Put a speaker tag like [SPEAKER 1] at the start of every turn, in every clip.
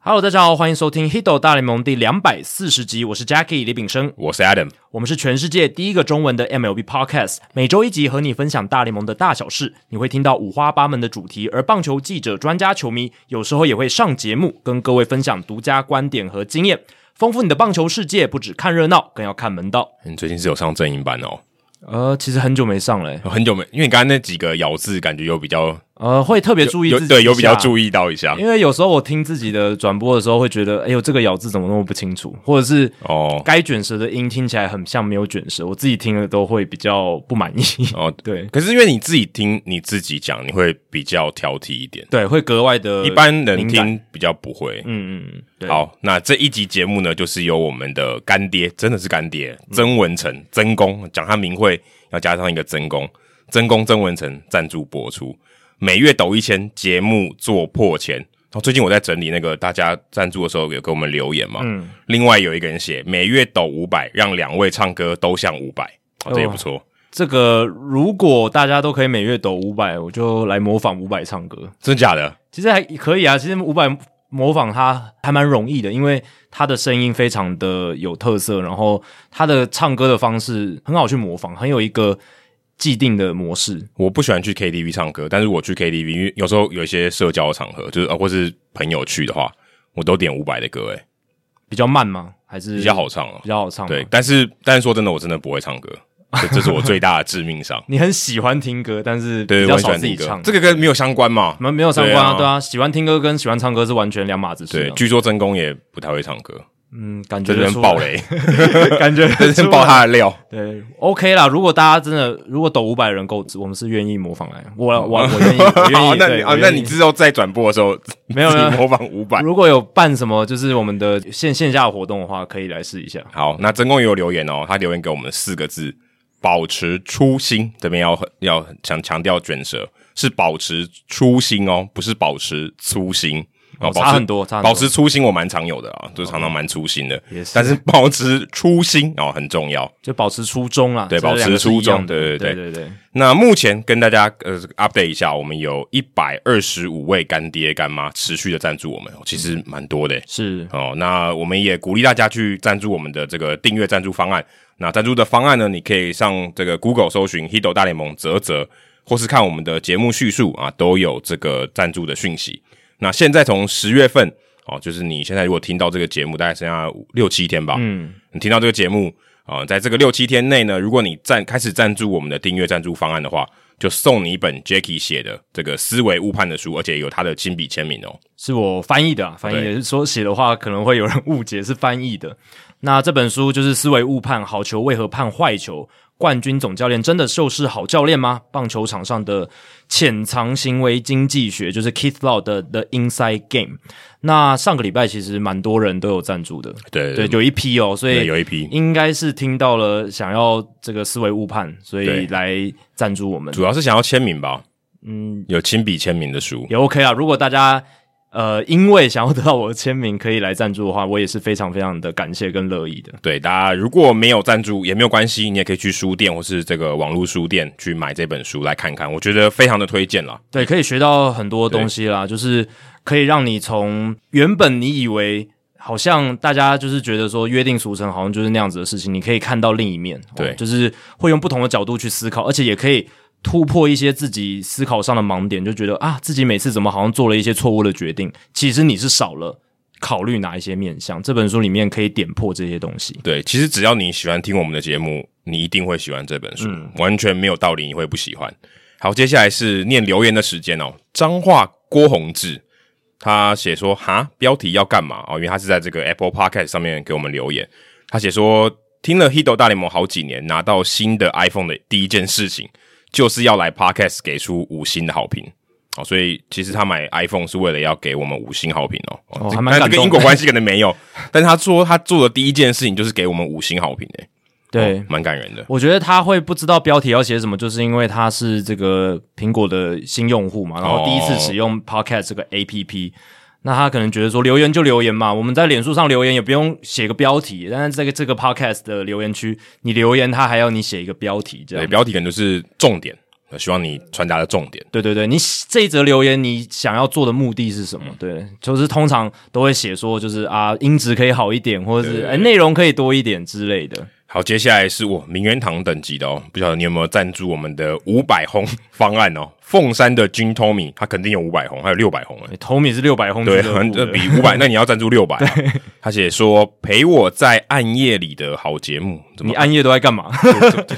[SPEAKER 1] Hello，大家好，欢迎收听《Hido 大联盟》第两百四十集，我是 Jackie 李炳生，
[SPEAKER 2] 我是 Adam，
[SPEAKER 1] 我们是全世界第一个中文的 MLB Podcast，每周一集和你分享大联盟的大小事，你会听到五花八门的主题，而棒球记者、专家、球迷有时候也会上节目，跟各位分享独家观点和经验，丰富你的棒球世界。不只看热闹，更要看门道。
[SPEAKER 2] 你嗯最近是有上正音班哦，
[SPEAKER 1] 呃，其实很久没上了、欸
[SPEAKER 2] 我很久没，因为你刚刚那几个咬字感觉有比较
[SPEAKER 1] 呃，会特别注意
[SPEAKER 2] 有
[SPEAKER 1] 自己
[SPEAKER 2] 对有比较
[SPEAKER 1] 意。
[SPEAKER 2] 注意到一下
[SPEAKER 1] 因为有时候我听自己的转播的时候，会觉得，哎呦，这个咬字怎么那么不清楚，或者是
[SPEAKER 2] 哦
[SPEAKER 1] 该卷舌的音听起来很像没有卷舌，我自己听了都会比较不满意。
[SPEAKER 2] 哦，
[SPEAKER 1] 对
[SPEAKER 2] 可是因为你自己听你自己讲，你会比较挑剔一点，
[SPEAKER 1] 对，会格外的
[SPEAKER 2] 一般人
[SPEAKER 1] 敏感。
[SPEAKER 2] 听比较不会。
[SPEAKER 1] 呃嗯嗯，嗯对，
[SPEAKER 2] 好，那这一集节目呢，就是由我们的干爹，真的是干爹，
[SPEAKER 1] 嗯
[SPEAKER 2] 曾文成、曾公，讲他名讳要加上一个曾公，曾公曾文成赞助播出，每月抖一千，节目做破千。然后最近我在整理那个大家赞助的时候，有给我们留言嘛？
[SPEAKER 1] 嗯，
[SPEAKER 2] 另外有一个人写每月抖五百，让两位唱歌都像五百，哦，这也不错。
[SPEAKER 1] 这个如果大家都可以每月抖五百，我就来模仿五百唱歌。
[SPEAKER 2] 真假的？
[SPEAKER 1] 其实还可以啊，其实五百模仿他还蛮容易的，因为他的声音非常的有特色，然后他的唱歌的方式很好去模仿，很有一个既定的模式。
[SPEAKER 2] 我不喜欢去 KTV 唱歌，但是我去 KTV，因为有时候有一些社交场合，就是、呃、或是朋友去的话，我都点五百的歌、欸，诶，
[SPEAKER 1] 比较慢吗？还是啊
[SPEAKER 2] 比较好唱哦、
[SPEAKER 1] 比较好唱吗？。
[SPEAKER 2] 对，但是但是说真的，我真的不会唱歌，这这是我最大的致命伤
[SPEAKER 1] 你很喜欢听歌，但是
[SPEAKER 2] 对，
[SPEAKER 1] 比较
[SPEAKER 2] 我很
[SPEAKER 1] 少
[SPEAKER 2] 喜欢
[SPEAKER 1] 自己
[SPEAKER 2] 听歌
[SPEAKER 1] 唱。，
[SPEAKER 2] 这个跟没有相关嘛
[SPEAKER 1] 我？们没有相关啊，
[SPEAKER 2] 对啊
[SPEAKER 1] 对啊，喜欢听歌跟喜欢唱歌是完全两码子事、
[SPEAKER 2] 对
[SPEAKER 1] 啊。，，
[SPEAKER 2] 据说真宫也不太会唱歌，
[SPEAKER 1] 嗯，感觉
[SPEAKER 2] 这
[SPEAKER 1] 得
[SPEAKER 2] 边
[SPEAKER 1] 出来
[SPEAKER 2] 爆，雷，
[SPEAKER 1] 感觉
[SPEAKER 2] 这
[SPEAKER 1] 是
[SPEAKER 2] 边爆。他的料。
[SPEAKER 1] 对，OK 啦。如果大家真的如果抖五百人够，我们是愿意模仿来。我我我愿意，我愿
[SPEAKER 2] 好，
[SPEAKER 1] 意。
[SPEAKER 2] 那
[SPEAKER 1] 对
[SPEAKER 2] 你
[SPEAKER 1] 我
[SPEAKER 2] 啊，
[SPEAKER 1] 愿
[SPEAKER 2] 那
[SPEAKER 1] 意
[SPEAKER 2] 你之后在转播的时候，
[SPEAKER 1] 没有
[SPEAKER 2] 自
[SPEAKER 1] 没有
[SPEAKER 2] 己模仿五百。
[SPEAKER 1] 如果有办什么就是我们的线线下活动的话，可以来试一下。
[SPEAKER 2] 好，那真宫也有留言哦，他留言给我们四个字：保持初心。这边要要强强调卷舌，是保持初心哦，不是保持粗心。
[SPEAKER 1] 哦
[SPEAKER 2] 哦，保
[SPEAKER 1] 差
[SPEAKER 2] 持
[SPEAKER 1] 很多差很多
[SPEAKER 2] 保持初心我蛮常有的啊，就是常常蛮粗心的
[SPEAKER 1] 也是，
[SPEAKER 2] 但是保持初心哦很重要。
[SPEAKER 1] 就保持初衷啦，
[SPEAKER 2] 对
[SPEAKER 1] 这两个
[SPEAKER 2] 保持
[SPEAKER 1] 是一
[SPEAKER 2] 初衷
[SPEAKER 1] 样的
[SPEAKER 2] 对
[SPEAKER 1] 对对
[SPEAKER 2] 对
[SPEAKER 1] 对。
[SPEAKER 2] 那目前跟大家呃 update 一下，我们有一百二十五位干爹干妈持续的赞助我们，哦其实蛮多的耶。
[SPEAKER 1] 是
[SPEAKER 2] 哦，那我们也鼓励大家去赞助我们的这个订阅赞助方案。那赞助的方案呢，你可以上这个 Google 搜寻 Hido 大联盟泽泽，或是看我们的节目叙述啊，都有这个赞助的讯息。那现在从十月份哦，就是你现在如果听到这个节目，大概剩下五六七天吧，
[SPEAKER 1] 嗯，
[SPEAKER 2] 你听到这个节目啊、呃在这个六七天内呢，如果你赞开始赞助我们的订阅赞助方案的话，就送你一本 Jacky 写的这个《思维误判》的书，而且有他的亲笔签名哦。
[SPEAKER 1] 是我翻译的、啊，翻译的说写的话可能会有人误解是翻译的。那这本书就是《思维误判：好球为何判坏球》，冠军总教练真的就是好教练吗？棒球场上的潜藏行为经济学，就是 Keith Law 的《The Inside Game》。那上个礼拜其实蛮多人都有赞助的，
[SPEAKER 2] 对
[SPEAKER 1] 对，有一批哦，所以
[SPEAKER 2] 嗯对有一批
[SPEAKER 1] 应该是听到了想要这个思维误判，所以
[SPEAKER 2] 对
[SPEAKER 1] 来赞助我们。
[SPEAKER 2] 主要是想要签名吧，
[SPEAKER 1] 嗯，
[SPEAKER 2] 有亲笔签名的书。
[SPEAKER 1] 也 OK 啊。如果大家呃因为想要得到我的签名，可以来赞助的话，我也是非常非常的感谢跟乐意的。
[SPEAKER 2] 对，大家如果没有赞助也没有关系，你也可以去书店或是这个网络书店去买这本书来看看，我觉得非常的推荐啦。
[SPEAKER 1] 对，可以学到很多东西啦，就是可以让你从原本你以为好像大家就是觉得说约定俗成，好像就是那样子的事情，你可以看到另一面，
[SPEAKER 2] 对
[SPEAKER 1] 哦就是会用不同的角度去思考，而且也可以。突破一些自己思考上的盲点，就觉得啊，自己每次怎么好像做了一些错误的决定，其实你是少了考虑哪一些面向。这本书里面可以点破这些东西。
[SPEAKER 2] 对，其实只要你喜欢听我们的节目，你一定会喜欢这本书，完全没有道理你会不喜欢。好，接下来是念留言的时间哦。彰化郭宏志他写说：“哈，标题要干嘛？”哦，因为他是在这个 Apple Podcast 上面给我们留言。他写说：“听了《Hido 大联盟》好几年，拿到新的 iPhone 的第一件事情，就是要来 Podcast 给出五星的好评。”哦，所以其实他买 iPhone 是为了要给我们五星好评哦。
[SPEAKER 1] 哦
[SPEAKER 2] 这
[SPEAKER 1] 还蛮
[SPEAKER 2] 但
[SPEAKER 1] 感
[SPEAKER 2] 这跟
[SPEAKER 1] 动的
[SPEAKER 2] 因果关系可能没有， 但是他说他做的第一件事情就是给我们五星好评诶、
[SPEAKER 1] 对，
[SPEAKER 2] 哦蛮、感人的。
[SPEAKER 1] 我觉得他会不知道标题要写什么，就是因为他是这个苹果的新用户嘛，然后第一次使
[SPEAKER 2] 哦
[SPEAKER 1] 用 Podcast 这个 APP，、那他可能觉得说留言就留言嘛，我们在脸书上留言也不用写个标题，但是这个这个 Podcast 的留言区，你留言他还要你写一个标题，这
[SPEAKER 2] 对，
[SPEAKER 1] 样
[SPEAKER 2] 标题可能就是重点，希望你传达的重点。
[SPEAKER 1] 对对对，你这一则留言你想要做的目的是什么？对，就是通常都会写说，就是啊，音质可以好一点，或者是
[SPEAKER 2] 对
[SPEAKER 1] 哎内容可以多一点之类的。
[SPEAKER 2] 好，接下来是我名媛堂等级的哦，不晓得你有没有赞助我们的五百红方案哦？凤山的君 Tommy 他肯定有五百红，还有六百红哎。
[SPEAKER 1] 哎 Tommy 是六百轰
[SPEAKER 2] 对，
[SPEAKER 1] 俱乐部
[SPEAKER 2] 很
[SPEAKER 1] 的
[SPEAKER 2] 这比五百，那你要赞助六百、 啊。他写说陪我在暗夜里的好节目，怎 么
[SPEAKER 1] 你暗夜都在干嘛？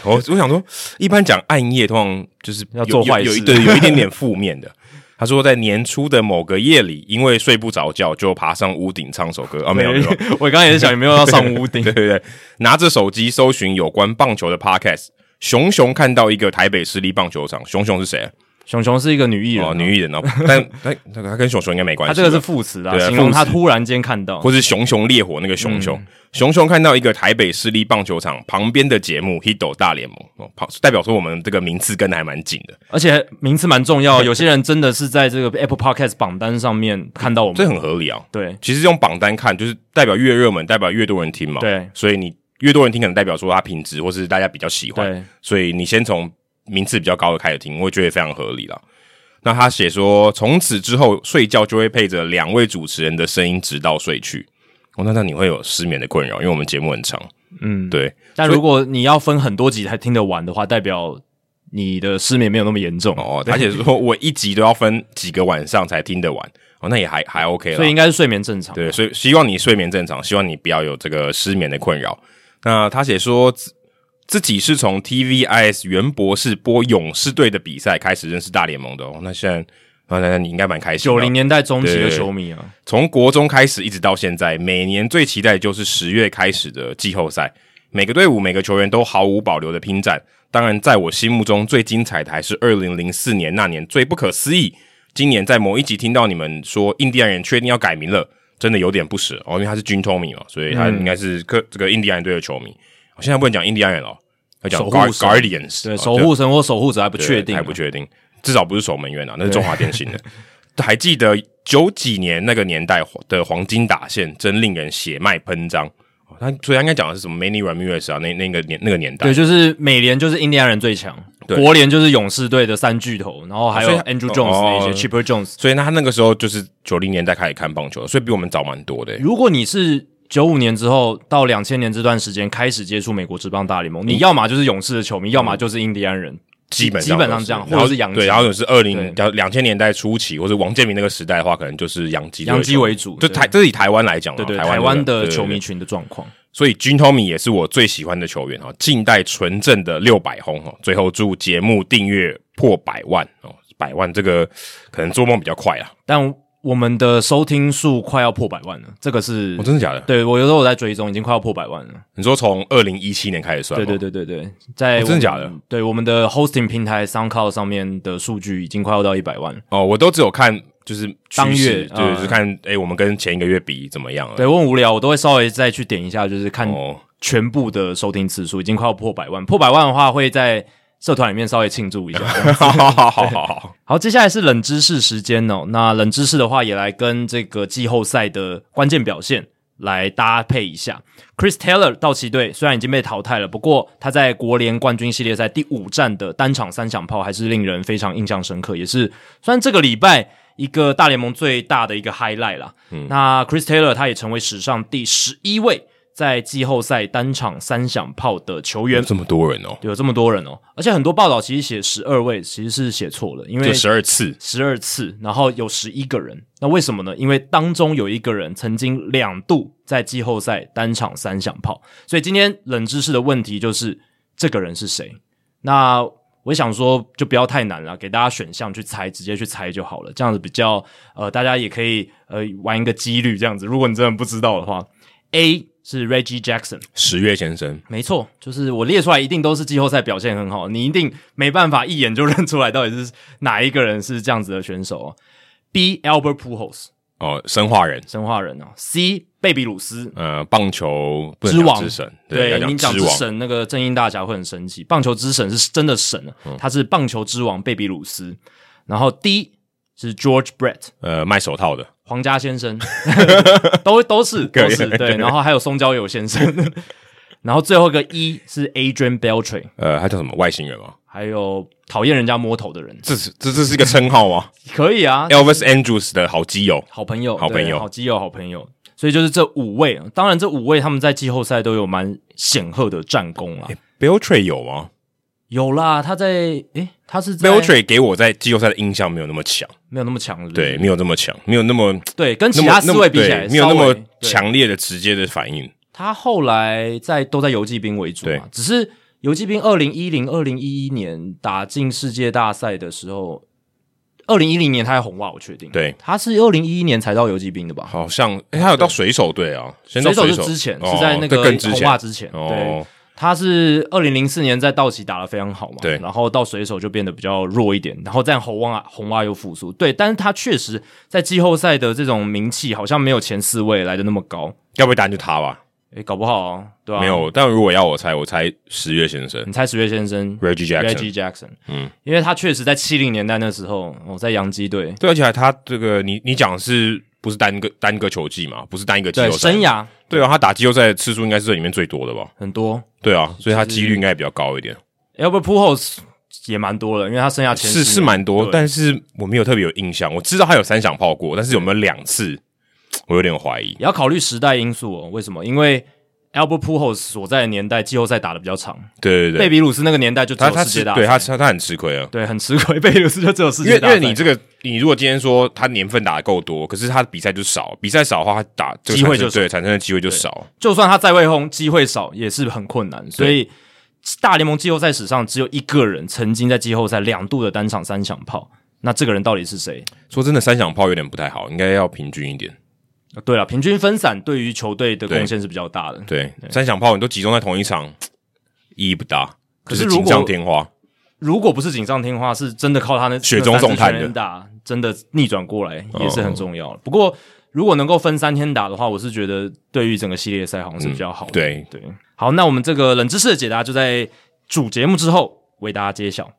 [SPEAKER 2] 我我想说，一般讲暗夜，通常就是
[SPEAKER 1] 要做坏事
[SPEAKER 2] 有有有一对，有一点点负面的。他说，在年初的某个夜里，因为睡不着觉，就爬上屋顶唱首歌啊，没有没有，
[SPEAKER 1] 我刚刚也是想有没有要上屋顶
[SPEAKER 2] 对对对，拿着手机搜寻有关棒球的 podcast，熊熊看到一个台北市立棒球场，熊熊是谁啊？
[SPEAKER 1] 熊熊是一个女艺人啊，
[SPEAKER 2] 哦，女艺人哦，但但那个她跟熊熊应该没关
[SPEAKER 1] 她
[SPEAKER 2] 系吧，
[SPEAKER 1] 这个是副词啊，
[SPEAKER 2] 对啊
[SPEAKER 1] 形容她
[SPEAKER 2] 副词
[SPEAKER 1] 突然间看到，
[SPEAKER 2] 或是熊熊烈火那个熊熊，熊熊看到一个台北市立棒球场旁边的节目《Hito 大联盟》哦，跑代表说我们这个名次跟的还蛮紧的，
[SPEAKER 1] 而且名次蛮重 要，有些人真的是在这个 Apple Podcast 榜单上面看到我们。
[SPEAKER 2] 这很合理啊。
[SPEAKER 1] 对，
[SPEAKER 2] 其实用榜单看，就是代表越热门，代表越多人听嘛。
[SPEAKER 1] 对
[SPEAKER 2] 所以你越多人听，可能代表说它品质或是大家比较喜
[SPEAKER 1] 对
[SPEAKER 2] 欢。所以你先从名次比较高的开始听，我也觉得非常合理啦。那他写说，从此之后睡觉就会配着两位主持人的声音直到睡去。哦，那那你会有失眠的困扰，因为我们节目很长。
[SPEAKER 1] 嗯，
[SPEAKER 2] 对，
[SPEAKER 1] 但如果你要分很多集才听得完的话，代表你的失眠没有那么严重，
[SPEAKER 2] 哦，而且说我一集都要分几个晚上才听得完。哦，那也还还 OK 啦。
[SPEAKER 1] 所以应该是睡眠正常。
[SPEAKER 2] 对，所以希望你睡眠正常，希望你不要有这个失眠的困扰。那他写说自自己是从 TVIS 袁博士播勇士队的比赛开始认识大联盟的哦。那现在，啊那那你应该蛮开心
[SPEAKER 1] 九
[SPEAKER 2] 的哦。
[SPEAKER 1] 零年代中期的球迷啊，
[SPEAKER 2] 从国中开始一直到现在，每年最期待的就是十月开始的季后赛，每个队伍每个球员都毫无保留的拼战。当然，在我心目中最精彩的还是二零零四年那年最不可思议。今年在某一集听到你们说印第安人确定要改名了，真的有点不舍哦，因为他是军 Tommy 嘛，所以
[SPEAKER 1] 嗯
[SPEAKER 2] 他应该是克这个印第安人队的球迷。我现在不能讲印第安人了，哦要讲
[SPEAKER 1] 守护
[SPEAKER 2] Guard-
[SPEAKER 1] 神
[SPEAKER 2] Guardians，
[SPEAKER 1] 对，
[SPEAKER 2] 哦
[SPEAKER 1] 守
[SPEAKER 2] 就
[SPEAKER 1] 护神或守护者还不
[SPEAKER 2] 对
[SPEAKER 1] 确定啊，
[SPEAKER 2] 还不确定，至少不是守门员啊，那是中华 电信的。还记得九几年那个年代的黄金打线，真令人血脉喷张。哦他所以他应该讲的是什么 Many Ramirez 啊，那那个年那个年代
[SPEAKER 1] 对，，就是美联就是印第安人最强，
[SPEAKER 2] 对哦
[SPEAKER 1] 国联就是勇士队的三巨头，然后还有
[SPEAKER 2] 所以
[SPEAKER 1] Andrew Jones 那些
[SPEAKER 2] 哦
[SPEAKER 1] Chipper Jones。
[SPEAKER 2] 所以那他那个时候就是九零年代开始看棒球，所以比我们早蛮多的、
[SPEAKER 1] 如果你是九五年之后到两千年这段时间开始接触美国职棒大联盟，你要么就是勇士的球迷，要么就是印第安人。
[SPEAKER 2] 嗯基本
[SPEAKER 1] 基
[SPEAKER 2] 上
[SPEAKER 1] 本上
[SPEAKER 2] 都是
[SPEAKER 1] 这样
[SPEAKER 2] 然
[SPEAKER 1] 或
[SPEAKER 2] 后
[SPEAKER 1] 者是洋基
[SPEAKER 2] 对，然后有是二零两千年代初期，或者王建民那个时代的话，可能就是洋基队的
[SPEAKER 1] 洋基
[SPEAKER 2] 球迷
[SPEAKER 1] 为主
[SPEAKER 2] 就
[SPEAKER 1] 对
[SPEAKER 2] 台这是以台湾来讲啊，
[SPEAKER 1] 对对，
[SPEAKER 2] 台
[SPEAKER 1] 台湾
[SPEAKER 2] 的
[SPEAKER 1] 的球
[SPEAKER 2] 迷。对对
[SPEAKER 1] 迷群的状况。
[SPEAKER 2] 所以 Jim Tommy 也是我最喜欢的球员哦，近代纯正的六百轰哦。最后祝节目订阅破百万哦，百万这个可能做梦比较快啊。
[SPEAKER 1] 但我们的收听数快要破百万了，这个是
[SPEAKER 2] 哦，真的假的？
[SPEAKER 1] 对我有时候我在追踪，已经快要破百万了。
[SPEAKER 2] 你说从二零一七年开始算
[SPEAKER 1] 对
[SPEAKER 2] 吗？
[SPEAKER 1] 对
[SPEAKER 2] 对。
[SPEAKER 1] 对对对，在
[SPEAKER 2] 哦真的假的
[SPEAKER 1] 我们？对我们的 hosting 平台 SoundCloud 上面的数据已经快要到一百万了。
[SPEAKER 2] 哦，我都只有看就是
[SPEAKER 1] 当
[SPEAKER 2] 趋势
[SPEAKER 1] 月
[SPEAKER 2] 对，
[SPEAKER 1] 嗯
[SPEAKER 2] 就是看哎、诶我们跟前一个月比怎么样了。
[SPEAKER 1] 对，我很无聊，我都会稍微再去点一下，就是看
[SPEAKER 2] 哦，
[SPEAKER 1] 全部的收听次数，已经快要破百万。破百万的话，会在社团里面稍微庆祝一下。
[SPEAKER 2] 好好好好好，
[SPEAKER 1] 好，接下来是冷知识时间哦。那冷知识的话，也来跟这个季后赛的关键表现来搭配一下。Chris Taylor 道奇队虽然已经被淘汰了，不过他在国联冠军系列赛第五战的单场三响炮还是令人非常印象深刻，也是算这个礼拜一个大联盟最大的一个 highlight 啦。那 Chris Taylor 他也成为史上第十一位在季后赛单场三响炮的球员。
[SPEAKER 2] 这么多人哦，
[SPEAKER 1] 有这么多人哦，而且很多报道其实写十二位，其实是写错了，因为
[SPEAKER 2] 这十二次
[SPEAKER 1] 十二次，然后有十一个人。那为什么呢？因为当中有一个人曾经两度在季后赛单场三响炮，所以今天冷知识的问题就是这个人是谁？那我想说，就不要太难了，给大家选项去猜，直接去猜就好了，这样子比较呃，大家也可以呃玩一个几率这样子。如果你真的不知道的话，A 是 Reggie Jackson，
[SPEAKER 2] 十月先生，
[SPEAKER 1] 没错，就是我列出来一定都是季后赛表现很好，你一定没办法一眼就 认出来到底是哪一个人是这样子的选手哦。B. Albert Pujols，
[SPEAKER 2] 哦，生化人，
[SPEAKER 1] 生化人哦。C. 贝比鲁斯，
[SPEAKER 2] 呃，棒球不能
[SPEAKER 1] 之
[SPEAKER 2] 讲
[SPEAKER 1] 王
[SPEAKER 2] 之神，
[SPEAKER 1] 对，
[SPEAKER 2] 要
[SPEAKER 1] 你
[SPEAKER 2] 讲
[SPEAKER 1] 讲
[SPEAKER 2] 之
[SPEAKER 1] 之
[SPEAKER 2] 王，
[SPEAKER 1] 神那个正音大侠会很生气，棒球之神是真的神啊，
[SPEAKER 2] 嗯
[SPEAKER 1] 他是棒球之王贝比鲁斯。然后 D 是 George Brett，
[SPEAKER 2] 呃，卖手套的，
[SPEAKER 1] 皇家先 生，都都是
[SPEAKER 2] 可
[SPEAKER 1] 都
[SPEAKER 2] 以
[SPEAKER 1] 是对，然后还有松郊友先生， 然后最后一个 E 是 Adrian Beltre，
[SPEAKER 2] 呃，他叫什么外星人吗？
[SPEAKER 1] 还有讨厌人家摸头的人，
[SPEAKER 2] 这是这这是一个称号 吗
[SPEAKER 1] 可以啊，
[SPEAKER 2] ？Elvis Andrews 的好基友，
[SPEAKER 1] 好朋友，
[SPEAKER 2] 好朋友
[SPEAKER 1] 对好基友，好朋友。所以就是这五位，当然这五位他们在季后赛都有蛮显赫的战功啦。
[SPEAKER 2] Beltray 有吗
[SPEAKER 1] 有啦，他在诶，他是在
[SPEAKER 2] ？Beltray 给我在季后赛的印象没有那么强，
[SPEAKER 1] 没有那么强是不是，
[SPEAKER 2] 对，没有那么强，没有那么
[SPEAKER 1] 对，跟嗯
[SPEAKER 2] 那
[SPEAKER 1] 其
[SPEAKER 2] 么
[SPEAKER 1] 他四位比起来
[SPEAKER 2] 对没有那
[SPEAKER 1] 稍微
[SPEAKER 2] 么
[SPEAKER 1] 对嗯
[SPEAKER 2] 强烈的直接的反应。
[SPEAKER 1] 他后来在都在游击兵为主
[SPEAKER 2] 对
[SPEAKER 1] 嘛，只是游击兵二零一零、二零一一年打进世界大赛的时候，二零一零年他还红袜，我确定。
[SPEAKER 2] 对，
[SPEAKER 1] 他是二零一一年才到游击兵的吧？
[SPEAKER 2] 好像诶他有到水手队啊，先到
[SPEAKER 1] 水手是
[SPEAKER 2] 手
[SPEAKER 1] 之前，
[SPEAKER 2] 哦
[SPEAKER 1] 是在那
[SPEAKER 2] 对
[SPEAKER 1] 个
[SPEAKER 2] 更之
[SPEAKER 1] 红袜
[SPEAKER 2] 前
[SPEAKER 1] 之前。对，
[SPEAKER 2] 哦，
[SPEAKER 1] 他是二零零四年在道奇打得非常好嘛，
[SPEAKER 2] 对
[SPEAKER 1] 然后到水手就变得比较弱一点，然后在红袜红袜又复苏。对，但是他确实在季后赛的这种名气好像没有前四位来的那么高。
[SPEAKER 2] 要不然答案就他吧？
[SPEAKER 1] 诶，搞不好、啊、对吧、
[SPEAKER 2] 没，有，但如果要我猜，我猜十月先生
[SPEAKER 1] 你猜十月先生
[SPEAKER 2] Reggie Jackson。
[SPEAKER 1] Reggie Jackson，
[SPEAKER 2] 嗯，
[SPEAKER 1] 因为他确实在七零年代那时候，我、在洋基队，
[SPEAKER 2] 对，而且还他这个你你讲的是不是单个单个球季嘛？不是单一个季
[SPEAKER 1] 对
[SPEAKER 2] 后赛
[SPEAKER 1] 生。涯
[SPEAKER 2] 对啊，他打季后赛的次数应该是这里面最多的吧？
[SPEAKER 1] 很多
[SPEAKER 2] 对啊，所以他几率应该比较高一点，
[SPEAKER 1] ，Albert Pujols 也蛮多了，因为他生涯前
[SPEAKER 2] 是
[SPEAKER 1] 十
[SPEAKER 2] 是
[SPEAKER 1] 年
[SPEAKER 2] 蛮多
[SPEAKER 1] 对，
[SPEAKER 2] 但是我没有特别有印象。我知道他有三响炮过，但是有没有两次，我有点怀疑。
[SPEAKER 1] 也要考虑时代因素哦。为什么？因为 Albert Pujols 所在的年代季后赛打的比较长，
[SPEAKER 2] 对对
[SPEAKER 1] 贝
[SPEAKER 2] 对，
[SPEAKER 1] 比鲁斯那个年代就只
[SPEAKER 2] 他
[SPEAKER 1] 有
[SPEAKER 2] 他
[SPEAKER 1] 世界
[SPEAKER 2] 吃
[SPEAKER 1] 大
[SPEAKER 2] 对
[SPEAKER 1] 赛
[SPEAKER 2] 他他他很吃亏啊，
[SPEAKER 1] 对很吃亏， 贝比鲁斯就只有世
[SPEAKER 2] 因为
[SPEAKER 1] 界
[SPEAKER 2] 因
[SPEAKER 1] 大赛，
[SPEAKER 2] 为你这个你如果今天说他年份打的够多，可是他的比赛就少，比赛少的话，他打这个
[SPEAKER 1] 机会
[SPEAKER 2] 产生
[SPEAKER 1] 就
[SPEAKER 2] 对产生的机会就少。
[SPEAKER 1] 就算他在外轰机会少，也是很困难。所以大联盟季后赛史上只有一个人曾经在季后赛两度的单场三响炮，那这个人到底是谁？
[SPEAKER 2] 说真的，三响炮有点不太好，应该要平均一点。
[SPEAKER 1] 呃对了，平均分散对于球队的贡献是比较大的。
[SPEAKER 2] 对，三响炮你都集中在同一场，意义不大。
[SPEAKER 1] 可
[SPEAKER 2] 就是是
[SPEAKER 1] 如
[SPEAKER 2] 锦
[SPEAKER 1] 果
[SPEAKER 2] 上添花，
[SPEAKER 1] 如果不是锦上添花，是真的靠他那
[SPEAKER 2] 雪中送炭的
[SPEAKER 1] 那三支
[SPEAKER 2] 哦
[SPEAKER 1] 全垒打，真的逆转过来也是很重要的。不过如果能够分三天打的话，我是觉得对于整个系列赛好像是比较好的。
[SPEAKER 2] 嗯对，
[SPEAKER 1] 对，好，那我们这个冷知识的解答就在主节目之后为大家揭晓。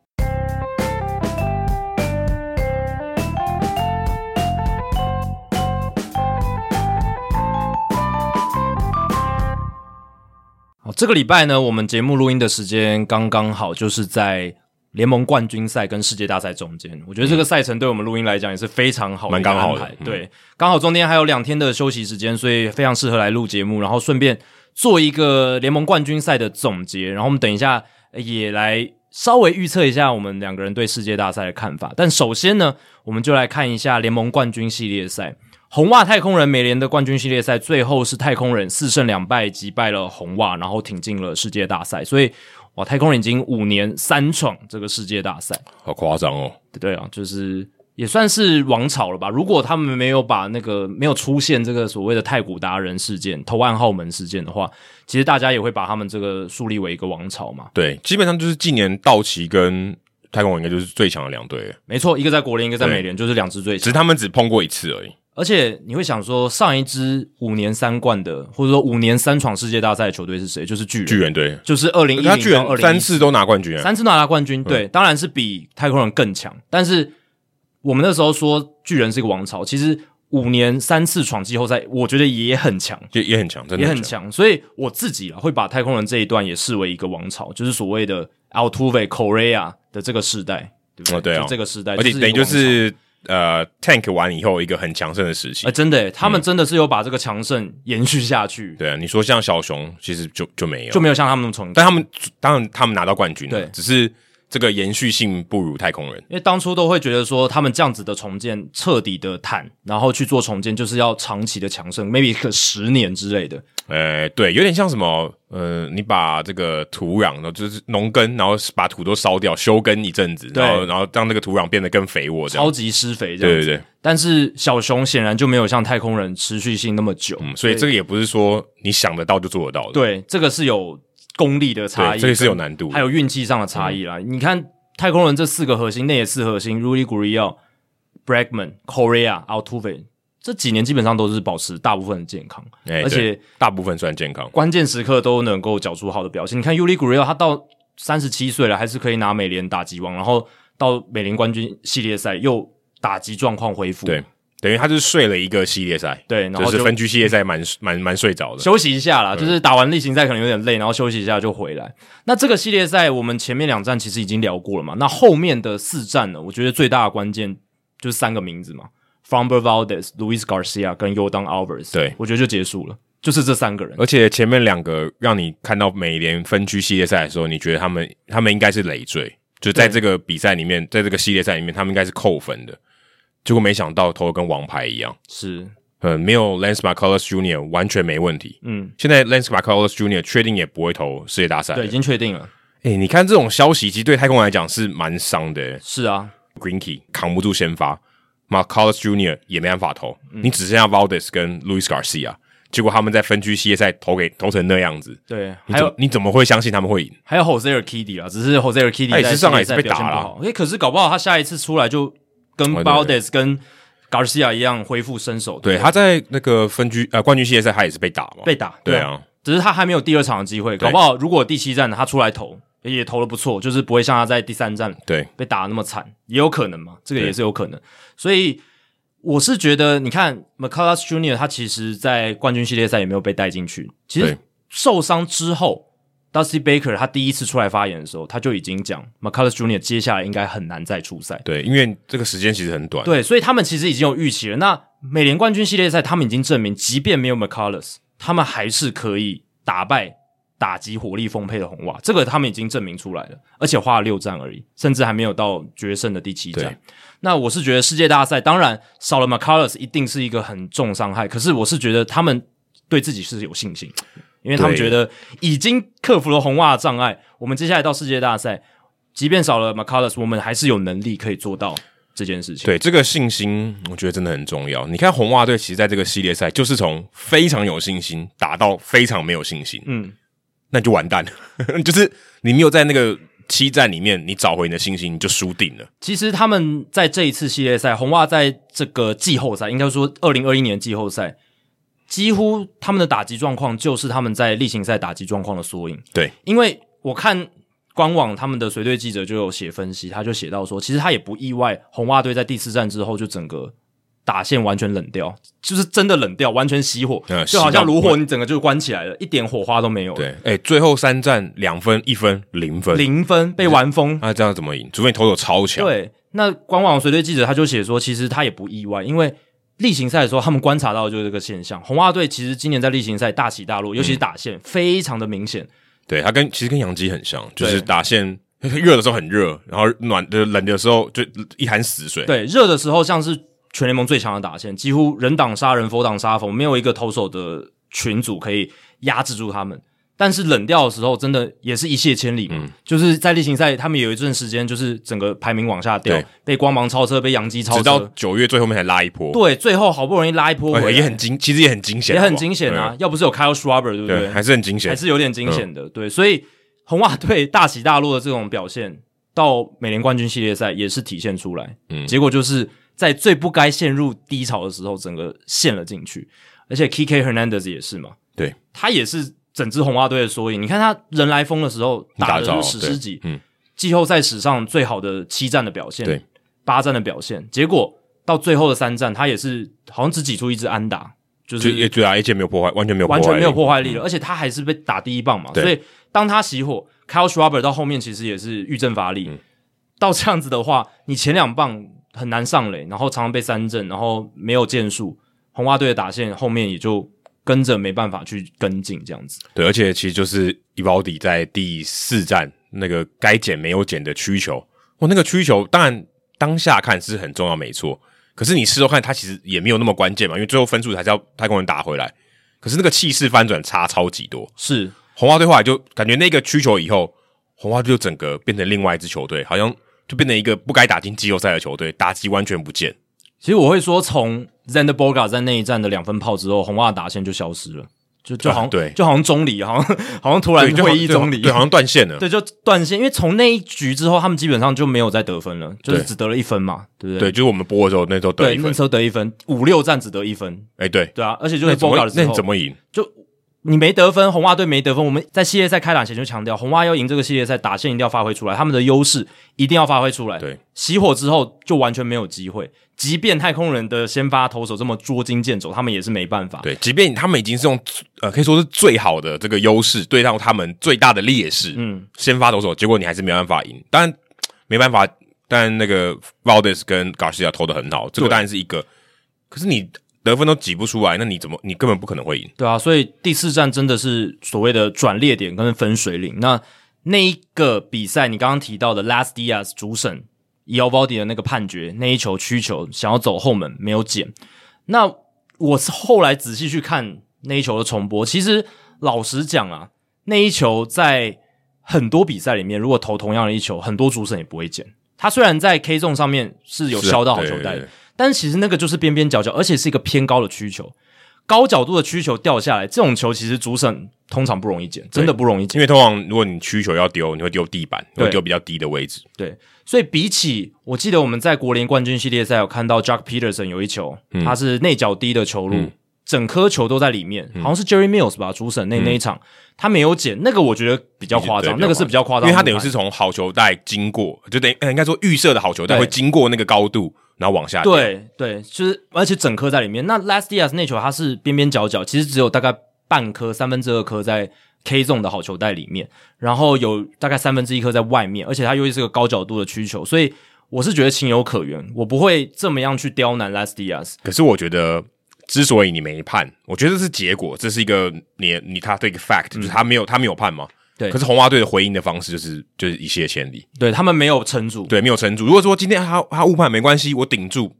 [SPEAKER 1] 好，这个礼拜呢，我们节目录音的时间刚刚好，就是在联盟冠军赛跟世界大赛中间。我觉得这个赛程对我们录音来讲也是非常好的一个
[SPEAKER 2] 蛮刚好
[SPEAKER 1] 安
[SPEAKER 2] 的
[SPEAKER 1] 排，
[SPEAKER 2] 嗯
[SPEAKER 1] 对，刚好中间还有两天的休息时间，所以非常适合来录节目，然后顺便做一个联盟冠军赛的总结。然后我们等一下呃也来稍微预测一下我们两个人对世界大赛的看法。但首先呢，我们就来看一下联盟冠军系列赛。红袜太空人美联的冠军系列赛，最后是太空人四胜两败击败了红袜，然后挺进了世界大赛。所以，哇，太空人已经五年三闯这个世界大赛。
[SPEAKER 2] 好夸张哦！
[SPEAKER 1] 对啊，就是也算是王朝了吧。如果他们没有把那个没有出现这个所谓的太古达人事件、投暗号门事件的话，其实大家也会把他们这个树立为一个王朝嘛。
[SPEAKER 2] 对，基本上就是近年道奇跟太空人应该就是最强的两队了，
[SPEAKER 1] 没错，一个在国联，一个在
[SPEAKER 2] 对
[SPEAKER 1] 美联，就是两支最
[SPEAKER 2] 只是
[SPEAKER 1] 强。
[SPEAKER 2] 他们只碰过一次而已。
[SPEAKER 1] 而且你会想说，上一支五年三冠的，或者说五年三闯世界大赛的球队是谁？就是巨人，
[SPEAKER 2] 巨人队，
[SPEAKER 1] 就是二零一
[SPEAKER 2] 他巨
[SPEAKER 1] 零到二
[SPEAKER 2] 人
[SPEAKER 1] 零
[SPEAKER 2] 三次都拿冠军啊，
[SPEAKER 1] 三次拿下冠军，对，当然是比太空人更强。但是我们那时候说巨人是一个王朝，其实五年三次闯季后赛，我觉得也很强，
[SPEAKER 2] 也也很强，真的
[SPEAKER 1] 也很
[SPEAKER 2] 强。
[SPEAKER 1] 强。所以我自己啊，会把太空人这一段也视为一个王朝，就是所谓的 Altuve、Korea 的这个时代，对不对？
[SPEAKER 2] 哦对啊
[SPEAKER 1] 就这个时代，
[SPEAKER 2] 而且
[SPEAKER 1] 是一个
[SPEAKER 2] 等于就
[SPEAKER 1] 王朝
[SPEAKER 2] 是呃，tank 完以后一个很强盛的时期
[SPEAKER 1] 哎、。真的耶，他们真的是有把这个强盛延续下去，
[SPEAKER 2] 嗯对啊，你说像小熊，其实就就没有，
[SPEAKER 1] 就没有像他们那么成功。
[SPEAKER 2] 但他们当然他们拿到冠军了，
[SPEAKER 1] 对
[SPEAKER 2] 只是这个延续性不如太空人。
[SPEAKER 1] 因为当初都会觉得说，他们这样子的重建彻底的坦，然后去做重建，就是要长期的强盛，maybe 可十年之类的。
[SPEAKER 2] 呃，对，有点像什么，呃，你把这个土壤，然后就是农耕，然后把土都烧掉，休耕一阵子，
[SPEAKER 1] 对
[SPEAKER 2] 然后然后让这个土壤变得更肥沃，这样。
[SPEAKER 1] 超级施肥这
[SPEAKER 2] 对
[SPEAKER 1] 样
[SPEAKER 2] 对
[SPEAKER 1] 子。
[SPEAKER 2] 对，
[SPEAKER 1] 但是小熊显然就没有像太空人持续性那么久，
[SPEAKER 2] 嗯，所以这个也不是说你想得到就做得到的，
[SPEAKER 1] 对这个是有功力的差
[SPEAKER 2] 对，
[SPEAKER 1] 异，
[SPEAKER 2] 这个是有难度嗯
[SPEAKER 1] 跟
[SPEAKER 2] 的，
[SPEAKER 1] 还有运气上的差异啦。你看太空人这四个核心，内野四核心，Rudy Gurriel、Bregman、Korea、Altuve 这几年基本上都是保持大部分的健康，
[SPEAKER 2] 哎，
[SPEAKER 1] 而且
[SPEAKER 2] 对大部分算健康，
[SPEAKER 1] 关键时刻都能够缴出好的表现。你看 Uli g u r r i e 他到三十七岁了，还是可以拿美联打击王，然后到美联冠军系列赛又打击状况恢复，
[SPEAKER 2] 对，等于他就是睡了一个系列赛，
[SPEAKER 1] 对然后
[SPEAKER 2] 就是
[SPEAKER 1] 就嗯
[SPEAKER 2] 分区嗯系列赛蛮蛮蛮睡着的，
[SPEAKER 1] 休息一下啦，就是打完例行赛可能有点累，然后休息一下就回来。那这个系列赛我们前面两站其实已经聊过了嘛，那后面的四站呢，我觉得最大的关键就是三个名字嘛 f r o m b e r Valdez、Luis Garcia 跟 Yordan Alvarez，
[SPEAKER 2] 对
[SPEAKER 1] 我觉得就结束了，就是这三个人。
[SPEAKER 2] 而且前面两个让你看到美联分区系列赛的时候，你觉得他们他们应该是累赘，就在
[SPEAKER 1] 对
[SPEAKER 2] 这个比赛里
[SPEAKER 1] 嗯
[SPEAKER 2] 面，在这个系列赛里面，他们应该是扣分的。结果没想到投的跟王牌一样，
[SPEAKER 1] 是，
[SPEAKER 2] 呃，没有 Lance McCullers Jr. 完全没问题。
[SPEAKER 1] 嗯，
[SPEAKER 2] 现在 Lance McCullers Jr. 确定也不会投世界大赛了。
[SPEAKER 1] 对，已经确定了。
[SPEAKER 2] 哎、你看这种消息，其实对太空人来讲是蛮伤的、欸
[SPEAKER 1] 是啊，
[SPEAKER 2] Greenkey 扛不住先发 m a c a l l s Junior 也没办法投，
[SPEAKER 1] 嗯
[SPEAKER 2] 你只剩下 Valdez 跟 Luis Garcia，结果他们在分区系列赛投给投成那样子，
[SPEAKER 1] 对，
[SPEAKER 2] 你
[SPEAKER 1] 还
[SPEAKER 2] 怎
[SPEAKER 1] 有
[SPEAKER 2] 么你怎么会相信他们会赢？
[SPEAKER 1] 还有 Jose r k i d i 啊，只是 Jose r k i d
[SPEAKER 2] 他
[SPEAKER 1] i
[SPEAKER 2] 也
[SPEAKER 1] 在
[SPEAKER 2] 是
[SPEAKER 1] 系
[SPEAKER 2] 上
[SPEAKER 1] 列
[SPEAKER 2] 来也是
[SPEAKER 1] 赛
[SPEAKER 2] 被
[SPEAKER 1] 表现
[SPEAKER 2] 打
[SPEAKER 1] 不
[SPEAKER 2] 了
[SPEAKER 1] 好。诶，可是搞不好他下一次出来就跟
[SPEAKER 2] 哦对
[SPEAKER 1] Baldes 跟 Garcia 一样恢复身手。
[SPEAKER 2] 对，
[SPEAKER 1] 不
[SPEAKER 2] 他在那个分区呃冠军系列赛他也是被打嘛，
[SPEAKER 1] 啊被打，
[SPEAKER 2] 对啊，
[SPEAKER 1] 只是他还没有第二场的机会，
[SPEAKER 2] 对
[SPEAKER 1] 搞不好如果第七站他出来投，也投的不错，就是不会像他在第三站
[SPEAKER 2] 对
[SPEAKER 1] 被打得那么惨，也有可能嘛，这个
[SPEAKER 2] 对
[SPEAKER 1] 也是有可能。所以我是觉得，你看 m c c u l l u s Junior 他其实，在冠军系列赛也没有被带进去，其实
[SPEAKER 2] 对
[SPEAKER 1] 受伤之后。Dusty Baker 他第一次出来发言的时候，他就已经讲 m c c u l l u s Junior 接下来应该很难再出赛。
[SPEAKER 2] 对，因为这个时间其实很短，
[SPEAKER 1] 对，所以他们其实已经有预期了。那美联冠军系列赛，他们已经证明，即便没有 McCullers，他们还是可以打败打击火力丰沛的红袜。这个他们已经证明出来了，而且花了六战而已，甚至还没有到决胜的第七
[SPEAKER 2] 对
[SPEAKER 1] 战。那我是觉得世界大赛当然少了 McCullers 一定是一个很重伤害，可是我是觉得他们对自己是有信心，因为他们
[SPEAKER 2] 对
[SPEAKER 1] 觉得已经克服了红袜的障碍。我们接下来到世界大赛，即便少了 McCullers，我们还是有能力可以做到这件事情。
[SPEAKER 2] 对，这个信心我觉得真的很重要。你看红袜队其实在这个系列赛就是从非常有信心打到非常没有信心，
[SPEAKER 1] 嗯，
[SPEAKER 2] 那你就完蛋了， 就是你没有在那个七战里面你找回你的信心，你就输定了。
[SPEAKER 1] 其实他们在这一次系列赛，红袜在这个季后赛，应该说二零二一年季后赛，几乎他们的打击状况就是他们在例行赛打击状况的缩影。
[SPEAKER 2] 对，
[SPEAKER 1] 因为我看官网他们的随队记者就有写分析，他就写到说，其实他也不意外，红袜队在第四战之后就整个打线完全冷掉，就是真的冷掉，完全熄火，
[SPEAKER 2] 嗯
[SPEAKER 1] 就好
[SPEAKER 2] 熄到
[SPEAKER 1] 像炉
[SPEAKER 2] 不
[SPEAKER 1] 火你整个就关起来了，一点火花都没有了，
[SPEAKER 2] 对，哎、最后三战两分、一分、零分，
[SPEAKER 1] 零分被玩疯，
[SPEAKER 2] 那这样怎么赢？除非你投手超强，
[SPEAKER 1] 对，那官网随队记者他就写说，其实他也不意外，因为例行赛的时候，他们观察到的就是这个现象。红袜队其实今年在例行赛大起大
[SPEAKER 2] 嗯
[SPEAKER 1] 落，尤其是打线、非常的明显。
[SPEAKER 2] 对，他跟其实跟杨基很像，就是
[SPEAKER 1] 对
[SPEAKER 2] 打线热的时候很热，然后暖的冷的时候就一潭死水。
[SPEAKER 1] 对，热的时候像是全联盟最强的打线，几乎人挡杀人，佛挡杀佛，没有一个投手的群组可以压制住他们。但是冷掉的时候，真的也是一泻千里嘛。
[SPEAKER 2] 嗯
[SPEAKER 1] 就是在例行赛，他们有一段时间就是整个排名往下掉
[SPEAKER 2] 对，
[SPEAKER 1] 被光芒超车，被洋基超
[SPEAKER 2] 直到
[SPEAKER 1] 车。
[SPEAKER 2] 九月最后面才拉一波，
[SPEAKER 1] 对，最后好不容易拉一波
[SPEAKER 2] 哎
[SPEAKER 1] 回来，
[SPEAKER 2] 也很惊，其实也很惊险，
[SPEAKER 1] 也
[SPEAKER 2] 好
[SPEAKER 1] 很
[SPEAKER 2] 不好
[SPEAKER 1] 惊险啊！要不是有 Kyle Schwarber，对不
[SPEAKER 2] 对，
[SPEAKER 1] 对
[SPEAKER 2] 对，？还是嗯很惊
[SPEAKER 1] 还
[SPEAKER 2] 险。
[SPEAKER 1] 是有点惊险的。对，所以红袜队大起大落的这种表现，到美联冠军系列赛也是体现出来。
[SPEAKER 2] 嗯
[SPEAKER 1] 结果就是在最不该陷入低潮的时候，整个陷了进去。而且 K K Hernandez 也是嘛，
[SPEAKER 2] 对
[SPEAKER 1] 他也是整支红袜队的缩影。你看他人来疯的时候打
[SPEAKER 2] 打
[SPEAKER 1] 的
[SPEAKER 2] 着
[SPEAKER 1] 是史诗级，
[SPEAKER 2] 对嗯，
[SPEAKER 1] 季后赛史上最好的七战的表现，
[SPEAKER 2] 对
[SPEAKER 1] 八战的表现，结果到最后的三战，他也是好像只挤出一支安打，就是
[SPEAKER 2] 就也对啊，而且没有破坏，完全没有破坏
[SPEAKER 1] 完
[SPEAKER 2] 力，
[SPEAKER 1] 全没有破坏力了，而且他还是被打第一棒嘛，
[SPEAKER 2] 嗯对
[SPEAKER 1] 所以当他熄火，Kyle Schwarber 到后面其实也是遇阵乏力。
[SPEAKER 2] 嗯
[SPEAKER 1] 到这样子的话，你前两棒很难上垒，然后常常被三振，然后没有建树，红袜队的打线后面也就跟着没办法去跟进这样子。
[SPEAKER 2] 对，而且其实就是伊保底在第四站那个该捡没有捡的曲球，哇，那个曲球当然当下看是很重要，没错。可是你事后看，它其实也没有那么关键嘛，因为最后分数还是要太空人打回来。可是那个气势翻转差超级多，
[SPEAKER 1] 是
[SPEAKER 2] 红袜队后来就感觉那个曲球以后，红袜队就整个变成另外一支球队，好像就变成一个不该打进季后赛的球队，打击完全不见。
[SPEAKER 1] 其实我会说，从 Zander Boga 在那一战的两分炮之后，红袜打线就消失了，就就好像、
[SPEAKER 2] 啊对
[SPEAKER 1] 就好像中里，好像好像突然
[SPEAKER 2] 对就好
[SPEAKER 1] 会议中里，
[SPEAKER 2] 对，好像断 线了。
[SPEAKER 1] 对，就断线，因为从那一局之后，他们基本上就没有再得分了，就是
[SPEAKER 2] 对
[SPEAKER 1] 只得了一分嘛，对不
[SPEAKER 2] 对，
[SPEAKER 1] 对？
[SPEAKER 2] 就是我们播的时候，那时候得一
[SPEAKER 1] 那
[SPEAKER 2] 分。
[SPEAKER 1] 时候得一分，五六战只得一分，
[SPEAKER 2] 哎、对，
[SPEAKER 1] 对啊，而且就
[SPEAKER 2] 那
[SPEAKER 1] 是
[SPEAKER 2] 怎
[SPEAKER 1] b o
[SPEAKER 2] 么
[SPEAKER 1] g 的时
[SPEAKER 2] 那你
[SPEAKER 1] 候，
[SPEAKER 2] 怎么赢？
[SPEAKER 1] 就你没得分，红袜队没得分。我们在系列赛开打前就强调，红袜要赢这个系列赛，打线一定要发挥出来，他们的优势一定要发挥出来。
[SPEAKER 2] 对，
[SPEAKER 1] 熄火之后就完全没有机会。即便太空人的先发投手这么捉襟见肘，他们也是没办法。
[SPEAKER 2] 对，即便他们已经是用呃可以说是最好的这个优势对到他们最大的劣势，嗯，先发投手，结果你还是没办法赢。当然没办法，但那个 Valdes 跟 Garcia 投的很好，这个当然是一个。可是你得分都挤不出来，那你怎么你根本不可能会赢？
[SPEAKER 1] 对啊，所以第四站真的是所谓的转捩点跟分水岭。那那一个比赛，你刚刚提到的 Last Diaz 主审 e o v a l d i 的那个判决，那一球曲球想要走后门没有捡。那我是后来仔细去看那一球的重播，其实老实讲啊，那一球在很多比赛里面，如果投同样的一球，很多主审也不会捡。他虽然在 K 中上面是有
[SPEAKER 2] 是啊
[SPEAKER 1] 削到好
[SPEAKER 2] 对
[SPEAKER 1] 球带
[SPEAKER 2] 对
[SPEAKER 1] 的
[SPEAKER 2] 对，
[SPEAKER 1] 但其实那个就是边边角角，而且是一个偏高的曲球，高角度的曲球掉下来，这种球其实主审通常不容易捡，真的不容易捡。
[SPEAKER 2] 因为通常如果你需求要丢，你会丢地板，你会
[SPEAKER 1] 对
[SPEAKER 2] 丢比较低的位置。
[SPEAKER 1] 对，所以比起我记得我们在国联冠军系列赛有看到 Jack Peterson 有一球，
[SPEAKER 2] 嗯
[SPEAKER 1] 他是内角低的球路，整颗球都在里面，
[SPEAKER 2] 嗯
[SPEAKER 1] 好像是 Jerry Mills 吧，主审那、那一场他没有捡，那个我觉得比较夸张，
[SPEAKER 2] 对
[SPEAKER 1] 那个是比较夸张，
[SPEAKER 2] 因为他等于是从好球带经过，就等于呃应该说预设的好球带
[SPEAKER 1] 对
[SPEAKER 2] 会经过那个高度，然后往下掉。
[SPEAKER 1] 对对，就是而且整颗在里面。那 Last Diaz 那球它是边边角角，其实只有大概半颗、三分之二颗在 K zone 的好球带里面，然后有大概三分之一颗在外面，而且它由于是个高角度的曲球，所以我是觉得情有可原，我不会这么样去刁难 Last Diaz。
[SPEAKER 2] 可是我觉得，之所以你没判，我觉得这是结果，这是一个你你他的一个 fact，、就是他没有他没有判嘛。
[SPEAKER 1] 嗯对
[SPEAKER 2] 可是红袜队的回应的方式就是就是一泻千里，
[SPEAKER 1] 对他们没有撑住，
[SPEAKER 2] 对，啊没有撑住。如果说今天他他误判没关系，我顶住，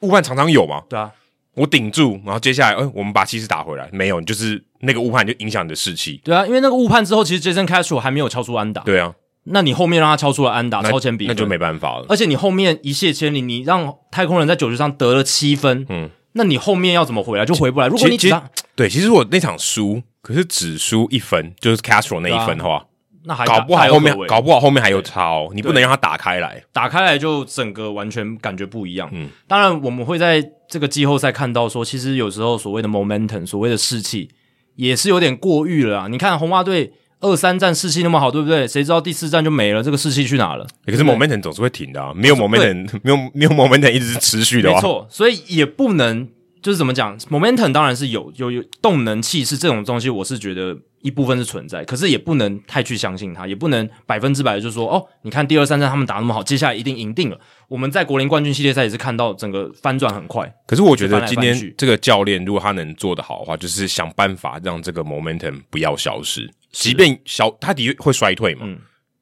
[SPEAKER 2] 误判常常有嘛，
[SPEAKER 1] 对啊，
[SPEAKER 2] 我顶住，然后接下来，嗯、我们把气势打回来，没有，你就是那个误判就影响你的士气。
[SPEAKER 1] 对啊，因为那个误判之后，其实 Jason Castro 还没有敲出安打，
[SPEAKER 2] 对啊，
[SPEAKER 1] 那你后面让他敲出了安打，
[SPEAKER 2] 那
[SPEAKER 1] 超前比
[SPEAKER 2] 那
[SPEAKER 1] 分
[SPEAKER 2] 就没办法了。
[SPEAKER 1] 而且你后面一泻千里，你让太空人在九局上得了七分，嗯，那你后面要怎么回来就回不来。如果你
[SPEAKER 2] 其
[SPEAKER 1] 只
[SPEAKER 2] 实
[SPEAKER 1] 让
[SPEAKER 2] 对，其实我那场输，可是只输一分，就是 Castro 那一分的话，
[SPEAKER 1] 那啊还
[SPEAKER 2] 搞不好后面搞
[SPEAKER 1] 不
[SPEAKER 2] 不好后面还有差哦，你不能让他打开来。
[SPEAKER 1] 打开来就整个完全感觉不一样。嗯，当然我们会在这个季后赛看到说，其实有时候所谓的 momentum，所谓的士气也是有点过誉了啊。你看红袜队二三战士气那么好，对不对？谁知道第四战就没了，这个士气去哪了？
[SPEAKER 2] 可是 momentum 总是会停的、啊，没有 momentum，没有没有 momentum 一直是持续的
[SPEAKER 1] 没
[SPEAKER 2] 啊。
[SPEAKER 1] 错，所以也不能就是怎么讲，momentum 当然是有有有动能气势这种东西，我是觉得一部分是存在，可是也不能太去相信它，也不能百分之百的就说哦，你看第二三战他们打那么好，接下来一定赢定了。我们在国联冠军系列赛也是看到整个翻转很快，
[SPEAKER 2] 可是我觉得今
[SPEAKER 1] 翻来翻去
[SPEAKER 2] 天这个教练，如果他能做得好的话，就是想办法让这个 momentum 不要消失，即便消，他的确会衰退嘛。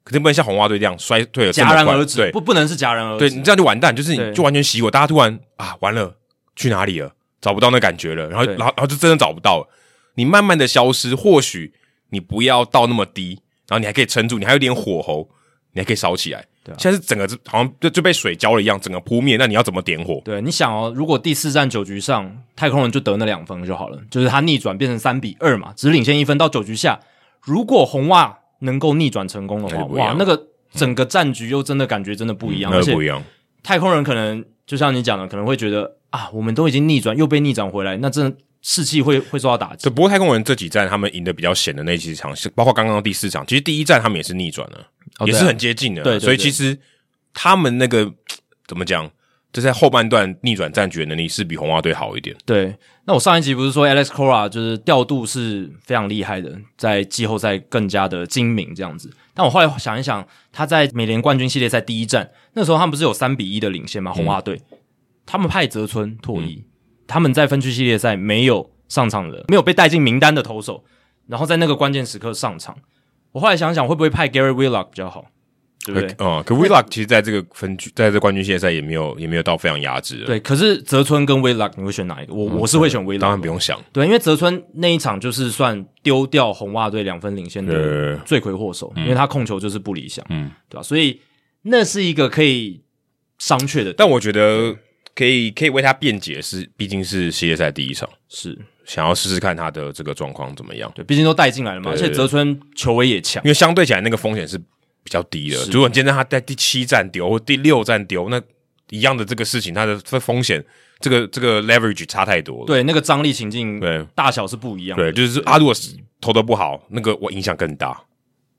[SPEAKER 2] 可是不能像红袜队这样衰退了这
[SPEAKER 1] 嗯
[SPEAKER 2] 么
[SPEAKER 1] 戛
[SPEAKER 2] 快，
[SPEAKER 1] 然而止，
[SPEAKER 2] 对
[SPEAKER 1] 不不能是戛然而
[SPEAKER 2] 对，
[SPEAKER 1] 止。
[SPEAKER 2] 你这样就完蛋，就是
[SPEAKER 1] 对
[SPEAKER 2] 你就完全熄火，大家突然啊，完了，去哪里了？找不到那感觉了，然后
[SPEAKER 1] 对
[SPEAKER 2] 然后然后就真的找不到了。你慢慢的消失，或许你不要到那么低，然后你还可以撑住，你还有点火候，你还可以烧起来。
[SPEAKER 1] 啊
[SPEAKER 2] 现在是整个就好像就就被水浇了一样，整个扑灭。那你要怎么点火？
[SPEAKER 1] 对，你想哦，如果第四战九局上太空人就得那两分就好了，就是他逆转变成三比二嘛，只领先一分到九局下。如果红袜能够逆转成功的话，
[SPEAKER 2] 那哎就不一样嗯
[SPEAKER 1] 哇，那个整个战局又真的感觉真的不一样，
[SPEAKER 2] 那
[SPEAKER 1] 而
[SPEAKER 2] 就
[SPEAKER 1] 且
[SPEAKER 2] 不一样。
[SPEAKER 1] 太空人可能就像你讲的，可能会觉得啊，我们都已经逆转，又被逆转回来，那真的士气会会受到打击
[SPEAKER 2] 这。不过太空人这几站他们赢得比较险的那几场，是包括刚刚第四场，其实第一站他们也是逆转了，
[SPEAKER 1] 哦
[SPEAKER 2] 也
[SPEAKER 1] 对啊
[SPEAKER 2] 是很接近的。
[SPEAKER 1] 对对
[SPEAKER 2] 所以
[SPEAKER 1] 对
[SPEAKER 2] 其实他们那个怎么讲，就在后半段逆转战局的能力是比红袜队好一点。
[SPEAKER 1] 对，那我上一集不是说 Alex Cora 就是调度是非常厉害的，在季后赛更加的精明这样子。但我后来想一想，他在美联冠军系列赛第一战，那时候他们不是有三比一的领先吗？红袜队，他们派泽村拓一，
[SPEAKER 2] 嗯
[SPEAKER 1] 他们在分区系列赛没有上场的，没有被带进名单的投手，然后在那个关键时刻上场。我后来想想，会不会派 Gary Willock 比较好？对不对？
[SPEAKER 2] 呃嗯，可 Vlog 其实在这个分区，在这冠军系列赛也没有也没有到非常压制的。，
[SPEAKER 1] 对，可是泽村跟 Willock 你会选哪一个？我、我是会选 Willock，
[SPEAKER 2] 嗯当然不用想，
[SPEAKER 1] 对，因为泽村那一场就是算丢掉红袜队两分领先的
[SPEAKER 2] 呃
[SPEAKER 1] 罪魁祸首，因为他控球就是不理想，嗯，对吧、所以那是一个可以商榷的点，
[SPEAKER 2] 但我觉得可以可以为他辩解是，毕竟是系列赛第一场，
[SPEAKER 1] 是
[SPEAKER 2] 想要试试看他的这个状况怎么样。
[SPEAKER 1] 对，毕竟都带进来了嘛，而
[SPEAKER 2] 对
[SPEAKER 1] 且
[SPEAKER 2] 对
[SPEAKER 1] 泽村球威也强
[SPEAKER 2] 因，为相对起来那个风险是比较低的。如果你今天他在第七站丢或第六站丢，那一样的这个事情，它的这风险，这个这个 leverage 差太多了。
[SPEAKER 1] 对，那个张力情境
[SPEAKER 2] 对
[SPEAKER 1] 大小是不一样的，
[SPEAKER 2] 对，就是啊，如果是投的不好，那个我影响更大。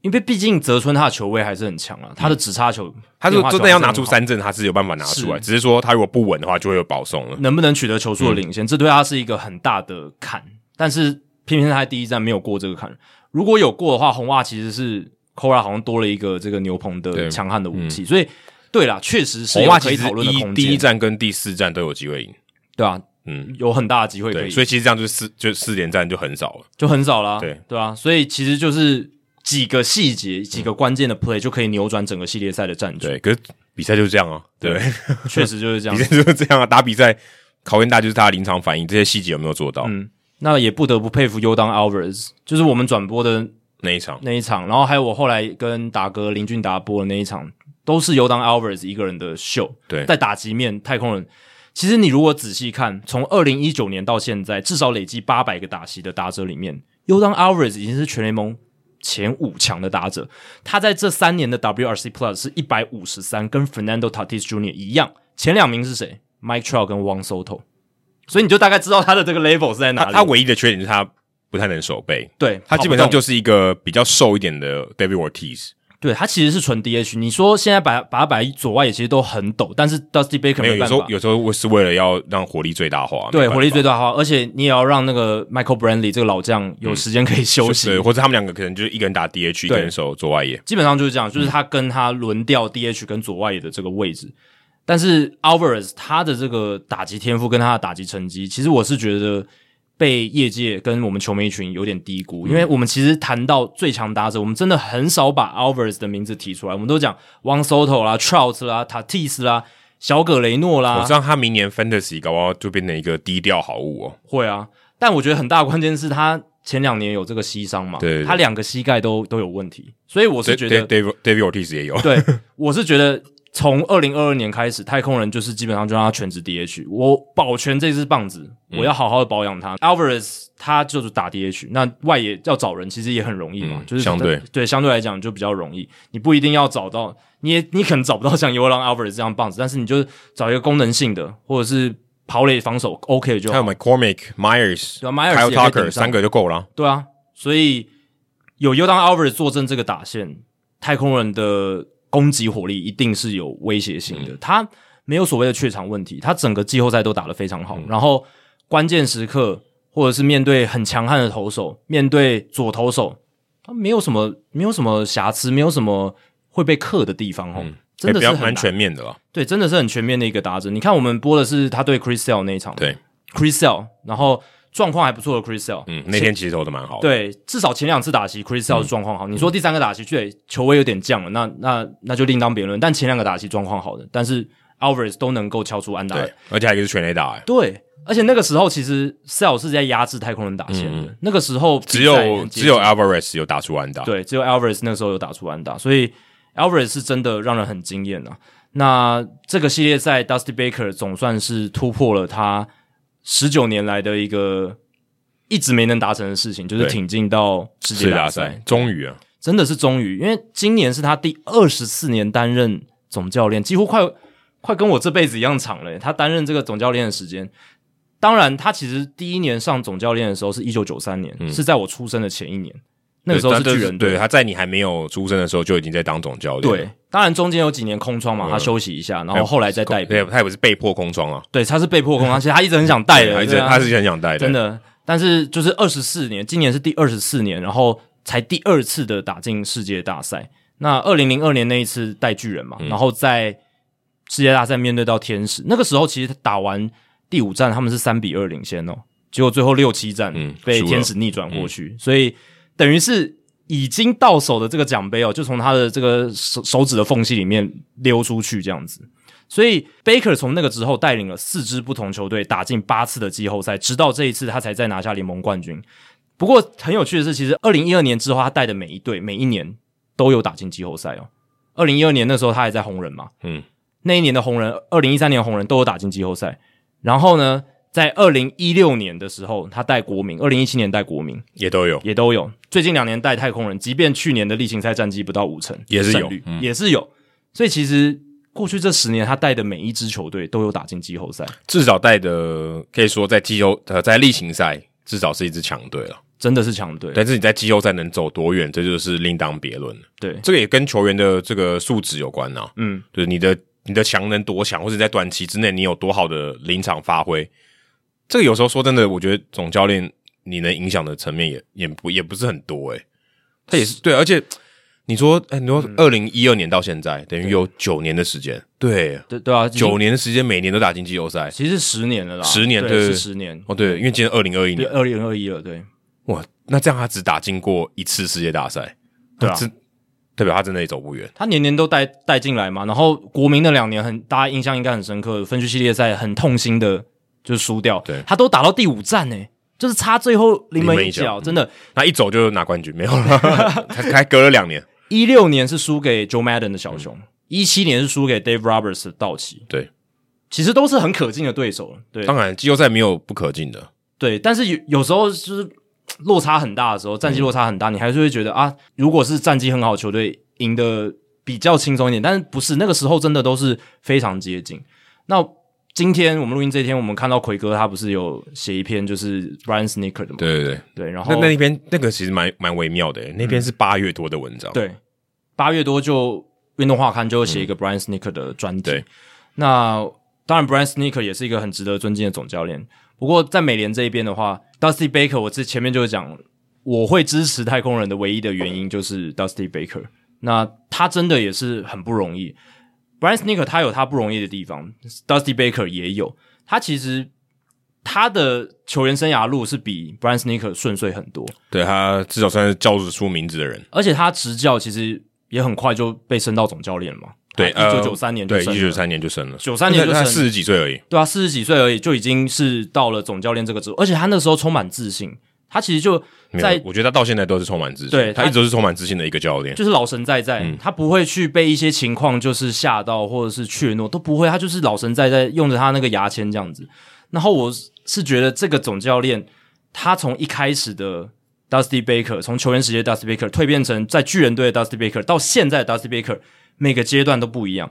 [SPEAKER 1] 因为毕竟泽村他的球威还是很强啊，他的直插球，
[SPEAKER 2] 嗯他
[SPEAKER 1] 变
[SPEAKER 2] 就
[SPEAKER 1] 化球
[SPEAKER 2] 真的要拿
[SPEAKER 1] 还是
[SPEAKER 2] 出
[SPEAKER 1] 很好，
[SPEAKER 2] 三振，他是有办法拿出来，
[SPEAKER 1] 是
[SPEAKER 2] 只是嗯说他如果不稳的话，就会有保送了。
[SPEAKER 1] 能不能取得球速的领
[SPEAKER 2] 嗯
[SPEAKER 1] 先，这对他是一个很大的坎。但是偏偏他在第一站没有过这个坎，如果有过的话，红袜其实是 Kora 好像多了一个这个牛棚的
[SPEAKER 2] 对嗯
[SPEAKER 1] 强悍的武器，所以对啦，确实是
[SPEAKER 2] 红
[SPEAKER 1] 有
[SPEAKER 2] 袜
[SPEAKER 1] 可
[SPEAKER 2] 其
[SPEAKER 1] 以
[SPEAKER 2] 实
[SPEAKER 1] 讨论的
[SPEAKER 2] 一
[SPEAKER 1] 空
[SPEAKER 2] 第一
[SPEAKER 1] 间，
[SPEAKER 2] 站跟第四站都有机会赢，
[SPEAKER 1] 对啊，
[SPEAKER 2] 嗯，
[SPEAKER 1] 有很大的机会可
[SPEAKER 2] 对，
[SPEAKER 1] 以
[SPEAKER 2] 所以其实这样就是四就四连战就很少了。
[SPEAKER 1] 就很少啦，
[SPEAKER 2] 对
[SPEAKER 1] 对啊，所以其实就是几个细节、几个关键的 play 就可以扭转整个系列赛的战局，
[SPEAKER 2] 对，可是比赛就是这样啊， 对，
[SPEAKER 1] 确实就是这 样
[SPEAKER 2] 比赛。就是这样啊，打比赛考验大家就是他的临场反应，这些细节有没有做到？
[SPEAKER 1] 嗯，那也不得不佩服尤当 Alvarez，就是我们转播的
[SPEAKER 2] 那一场
[SPEAKER 1] 那一场，然后还有我后来跟达哥林俊达播的那一场，都是尤当 Alvarez 一个人的秀。
[SPEAKER 2] 对
[SPEAKER 1] 在打击面，太空人其实你如果仔细看，从二零一九年到现在，至少累积八百个打席的打者里面，尤当 Alvarez 已经是全联盟前五强的打者。他在这三年的 WRC Plus 是一百五十三，跟 Fernando Tatis Jr. 一样。前两名是谁？Mike Trout 跟 Juan Soto。所以你就大概知道他的这个 level 是在哪
[SPEAKER 2] 他
[SPEAKER 1] 里。
[SPEAKER 2] 他唯一的缺点是他不太能守备，
[SPEAKER 1] 对
[SPEAKER 2] 他基本上
[SPEAKER 1] 跑不动
[SPEAKER 2] 就是一个比较瘦一点的 David Ortiz，
[SPEAKER 1] 对他其实是纯 DH。你说现在把把他摆左外野其实都很陡，但是 Dusty Baker
[SPEAKER 2] 没有有
[SPEAKER 1] 办
[SPEAKER 2] 时
[SPEAKER 1] 法，
[SPEAKER 2] 候有时候是为了要让火力最大化，没
[SPEAKER 1] 对
[SPEAKER 2] 办法
[SPEAKER 1] 火力最大化，而且你也要让那个 Michael Brantley 这个老将有时间可以休息。
[SPEAKER 2] 嗯对，或者他们两个可能就是一个人打 DH，一个人守左外野，
[SPEAKER 1] 基本上就是这样，就是他跟他轮调 DH 跟左外野的这个位置。但是 Alvarez 他的这个打击天赋跟他的打击成绩，其实我是觉得被业界跟我们球迷群有点低
[SPEAKER 2] 嗯
[SPEAKER 1] 估，因为我们其实谈到最强打者，我们真的很少把 Alvarez 的名字提出来，我们都讲 One Soto 啦、Trout 啦、Tatis 啦、小葛雷诺啦，
[SPEAKER 2] 我知道他明年 Fantasy 搞不好就变成一个低调好物哦。
[SPEAKER 1] 会啊，但我觉得很大的关键是他前两年有这个膝伤嘛，
[SPEAKER 2] 对对对
[SPEAKER 1] 他两个膝盖都都有问题，所以我是觉得，
[SPEAKER 2] David David Ortiz 也有，
[SPEAKER 1] 对我是觉得从二零二二年开始，太空人就是基本上就让他全职 DH，我保全这支棒子，
[SPEAKER 2] 嗯
[SPEAKER 1] 我要好好的保养它。Alvarez 他就是打 DH，那外野要找人其实也很容易嘛，
[SPEAKER 2] 嗯
[SPEAKER 1] 就是
[SPEAKER 2] 相对
[SPEAKER 1] 对相对来讲就比较容易，你不一定要找到，你也你可能找不到像 y o l a n Alvarez 这样棒子，但是你就找一个功能性的或者是跑垒防守 OK 就好
[SPEAKER 2] 还有。McCormick、Myers、
[SPEAKER 1] 对啊，Myers
[SPEAKER 2] Kyle
[SPEAKER 1] 也可以顶
[SPEAKER 2] Tucker
[SPEAKER 1] 上
[SPEAKER 2] 三个就够了。
[SPEAKER 1] 对啊，所以有尤当 Alvarez 坐镇这个打线，太空人的攻击火力一定是有威胁性的。
[SPEAKER 2] 嗯
[SPEAKER 1] 他没有所谓的怯场问题，他整个季后赛都打得非常好，
[SPEAKER 2] 嗯
[SPEAKER 1] 然后关键时刻或者是面对很强悍的投手，面对左投手，他没有什么没有什么瑕疵，没有什么会被克的地方哦。真的
[SPEAKER 2] 比
[SPEAKER 1] 是
[SPEAKER 2] 较
[SPEAKER 1] 很
[SPEAKER 2] 哎蛮
[SPEAKER 1] 难
[SPEAKER 2] 全面的啦，
[SPEAKER 1] 对，真的是很全面的一个打者。你看，我们播的是他对 Chris Sale 那一场，
[SPEAKER 2] 对
[SPEAKER 1] ，Chris Sale，然后状况还不错的 Chris Sale，
[SPEAKER 2] 嗯，那天其实投的蛮好的，嗯
[SPEAKER 1] 对，至少前两次打席 Chris Sale 的状况好。你说第三个打席，对，球威有点降了，那那那就另当别论。但前两个打席状况好的，但是 Alvarez 都能够敲出安打。
[SPEAKER 2] 对，而且还有一个是全垒打，欸
[SPEAKER 1] 对，而且那个时候其实 Sale 是在压制太空人打线的。那个时候
[SPEAKER 2] 嗯只
[SPEAKER 1] 比赛很
[SPEAKER 2] 有
[SPEAKER 1] 接
[SPEAKER 2] 只有
[SPEAKER 1] 近
[SPEAKER 2] Alvarez 有打出安打，
[SPEAKER 1] 对，只有 Alvarez 那个时候有打出安打，所以 Alvarez 是真的让人很惊艳啊。那这个系列赛，Dusty Baker 总算是突破了他十九年来的一个一直没能达成的事情，就是
[SPEAKER 2] 对
[SPEAKER 1] 挺进到世
[SPEAKER 2] 世界
[SPEAKER 1] 界
[SPEAKER 2] 大
[SPEAKER 1] 大
[SPEAKER 2] 赛
[SPEAKER 1] 赛。
[SPEAKER 2] 终于啊，
[SPEAKER 1] 真的是终于，因为今年是他第二十四年担任总教练，几乎快快跟我这辈子一样长了耶。他担任这个总教练的时间，当然他其实第一年上总教练的时候是一九九三年，是在我出生的前一年，那个时候
[SPEAKER 2] 嗯对
[SPEAKER 1] 是
[SPEAKER 2] 但
[SPEAKER 1] 巨
[SPEAKER 2] 就
[SPEAKER 1] 人队
[SPEAKER 2] 对，他在你还没有出生的时候就已经在当总教练，
[SPEAKER 1] 对，，当然中间有几年空窗嘛，他休息一下，然后后来再带
[SPEAKER 2] 对，他也不嗯哎是被迫空窗啊，
[SPEAKER 1] 对，他是被迫空 窗，其实他一直很想带的，
[SPEAKER 2] 他一直
[SPEAKER 1] 对啊
[SPEAKER 2] 他是很想带的，
[SPEAKER 1] 真的。但是就是二十四年，今年是第二十四年，然后才第二次的打进世界大赛。那二零零二年那一次带巨人嘛，然后在世界大赛面对到天使，那个时候其实打完第五战他们是三比二领先哦，结果最后六七战
[SPEAKER 2] 嗯
[SPEAKER 1] 被
[SPEAKER 2] 输了嗯
[SPEAKER 1] 天使逆转过去，所以等于是已经到手的这个奖杯哦，就从他的这个手手指的缝隙里面溜出去这样子。所以 Baker 从那个之后带领了四支不同球队打进八次的季后赛，直到这一次他才再拿下联盟冠军。不过很有趣的是，其实二零一二年之后，他带的每一队每一年都有打进季后赛哦。二零一二年那时候他还在红人嘛，
[SPEAKER 2] 嗯，
[SPEAKER 1] 那一年的红人，二零一三年的红人都有打进季后赛。然后呢，在二零一六年的时候，他带国民，二零一七年带国民
[SPEAKER 2] 也都有，
[SPEAKER 1] 也都有。最近两年带太空人，即便去年的例行赛战绩不到五成，
[SPEAKER 2] 也是有
[SPEAKER 1] 胜率
[SPEAKER 2] 嗯
[SPEAKER 1] 也是有。所以其实过去这十年，他带的每一支球队都有打进季后赛，
[SPEAKER 2] 至少带的可以说在季后呃在例行赛至少是一支强队了，
[SPEAKER 1] 真的是强队。
[SPEAKER 2] 但是你在季后赛能走多远，这就是另当别论了。
[SPEAKER 1] 对，
[SPEAKER 2] 这个也跟球员的这个素质有关呐、啊
[SPEAKER 1] 嗯，
[SPEAKER 2] 就是你的你的强能多强，或者在短期之内你有多好的临场发挥，这个有时候说真的，我觉得总教练你能影响的层面也也不也不是很多诶、他也是对，而且你说，哎、
[SPEAKER 1] 嗯
[SPEAKER 2] 你说二零一二年到现在，等于有九年的时间，对，
[SPEAKER 1] 对对啊，已经
[SPEAKER 2] 九年的时间，每年都打进季后赛，
[SPEAKER 1] 其实十年了啦，
[SPEAKER 2] 10年
[SPEAKER 1] 对
[SPEAKER 2] 对
[SPEAKER 1] 是十年，
[SPEAKER 2] 哦，对，因为今年二零二一
[SPEAKER 1] 对，
[SPEAKER 2] 年，
[SPEAKER 1] 二零二一了，嗯对，
[SPEAKER 2] 哇，那这样他只打进过一次世界大赛，
[SPEAKER 1] 对啊
[SPEAKER 2] 那真代表他真的也走不远。
[SPEAKER 1] 他年年都带带进来嘛，然后国民那两年很大家印象应该很深刻，分区系列赛很痛心的就是输掉，
[SPEAKER 2] 对
[SPEAKER 1] 他都打到第五战呢、就是差最后临门
[SPEAKER 2] 临门
[SPEAKER 1] 一
[SPEAKER 2] 一脚
[SPEAKER 1] 脚，真的，
[SPEAKER 2] 那一走就拿冠军，没有了， 还还隔了两年。
[SPEAKER 1] 一六年是输给 Joe Madden 的小熊，一七、年是输给 Dave Roberts 的道奇，
[SPEAKER 2] 嗯对，
[SPEAKER 1] 其实都是很可敬的对手，对
[SPEAKER 2] 当然，季后赛没有不可进的，
[SPEAKER 1] 对，但是有有时候就是嘖落差很大的时候，战绩落差很
[SPEAKER 2] 嗯
[SPEAKER 1] 大，你还是会觉得啊，如果是战绩很好的球队赢得比较轻松一点，但是不是那个时候真的都是非常接近。那今天我们录音这一天，我们看到奎哥他不是有写一篇就是 Brian Snicker 的嘛？
[SPEAKER 2] 对对对。
[SPEAKER 1] 对，然
[SPEAKER 2] 那
[SPEAKER 1] 后嗯
[SPEAKER 2] 那一篇那个其实蛮蛮微妙的耶，那篇是八月多的文章，
[SPEAKER 1] 对，八月多就运动画刊就写一个 Brian Snicker 的专辑。
[SPEAKER 2] 对
[SPEAKER 1] 那当然，Brian Snicker 也是一个很值得尊敬的总教练。不过在美联这一边的话，Dusty Baker，我之前面就讲，我会支持太空人的唯一的原因就是 Dusty Baker。那他真的也是很不容易。Brian Snicker 他有他不容易的地方，Dusty Baker 也有。他其实他的球员生涯路是比 Brian Snicker 顺遂很多。
[SPEAKER 2] 对他至少算是叫得出名字的人，
[SPEAKER 1] 而且他执教其实也很快就被升到总教练了嘛。啊
[SPEAKER 2] 对，
[SPEAKER 1] 一九
[SPEAKER 2] 呃
[SPEAKER 1] 九三年就
[SPEAKER 2] 对，
[SPEAKER 1] 升
[SPEAKER 2] 一
[SPEAKER 1] 了
[SPEAKER 2] 九九三年就升了，
[SPEAKER 1] 93年就
[SPEAKER 2] 他
[SPEAKER 1] 升
[SPEAKER 2] 四十几岁而已，
[SPEAKER 1] 对啊，四十几岁而已，就已经是到了总教练这个职位，而且他那时候充满自信，他其实就
[SPEAKER 2] 没有
[SPEAKER 1] 在，
[SPEAKER 2] 我觉得他到现在都是充满自信，
[SPEAKER 1] 对
[SPEAKER 2] 他
[SPEAKER 1] 他
[SPEAKER 2] 一直都是充满自信的一个教练，
[SPEAKER 1] 就是老神在在，他不会去被一些情况就是吓到或者是怯懦都不会，他就是老神在在，用着他那个牙签这样子。然后我是觉得这个总教练，他从一开始的 Dusty Baker，从球员时期的 Dusty Baker 蜕变成在巨人队的 Dusty Baker，到现在的 Dusty Baker，每个阶段都不一样。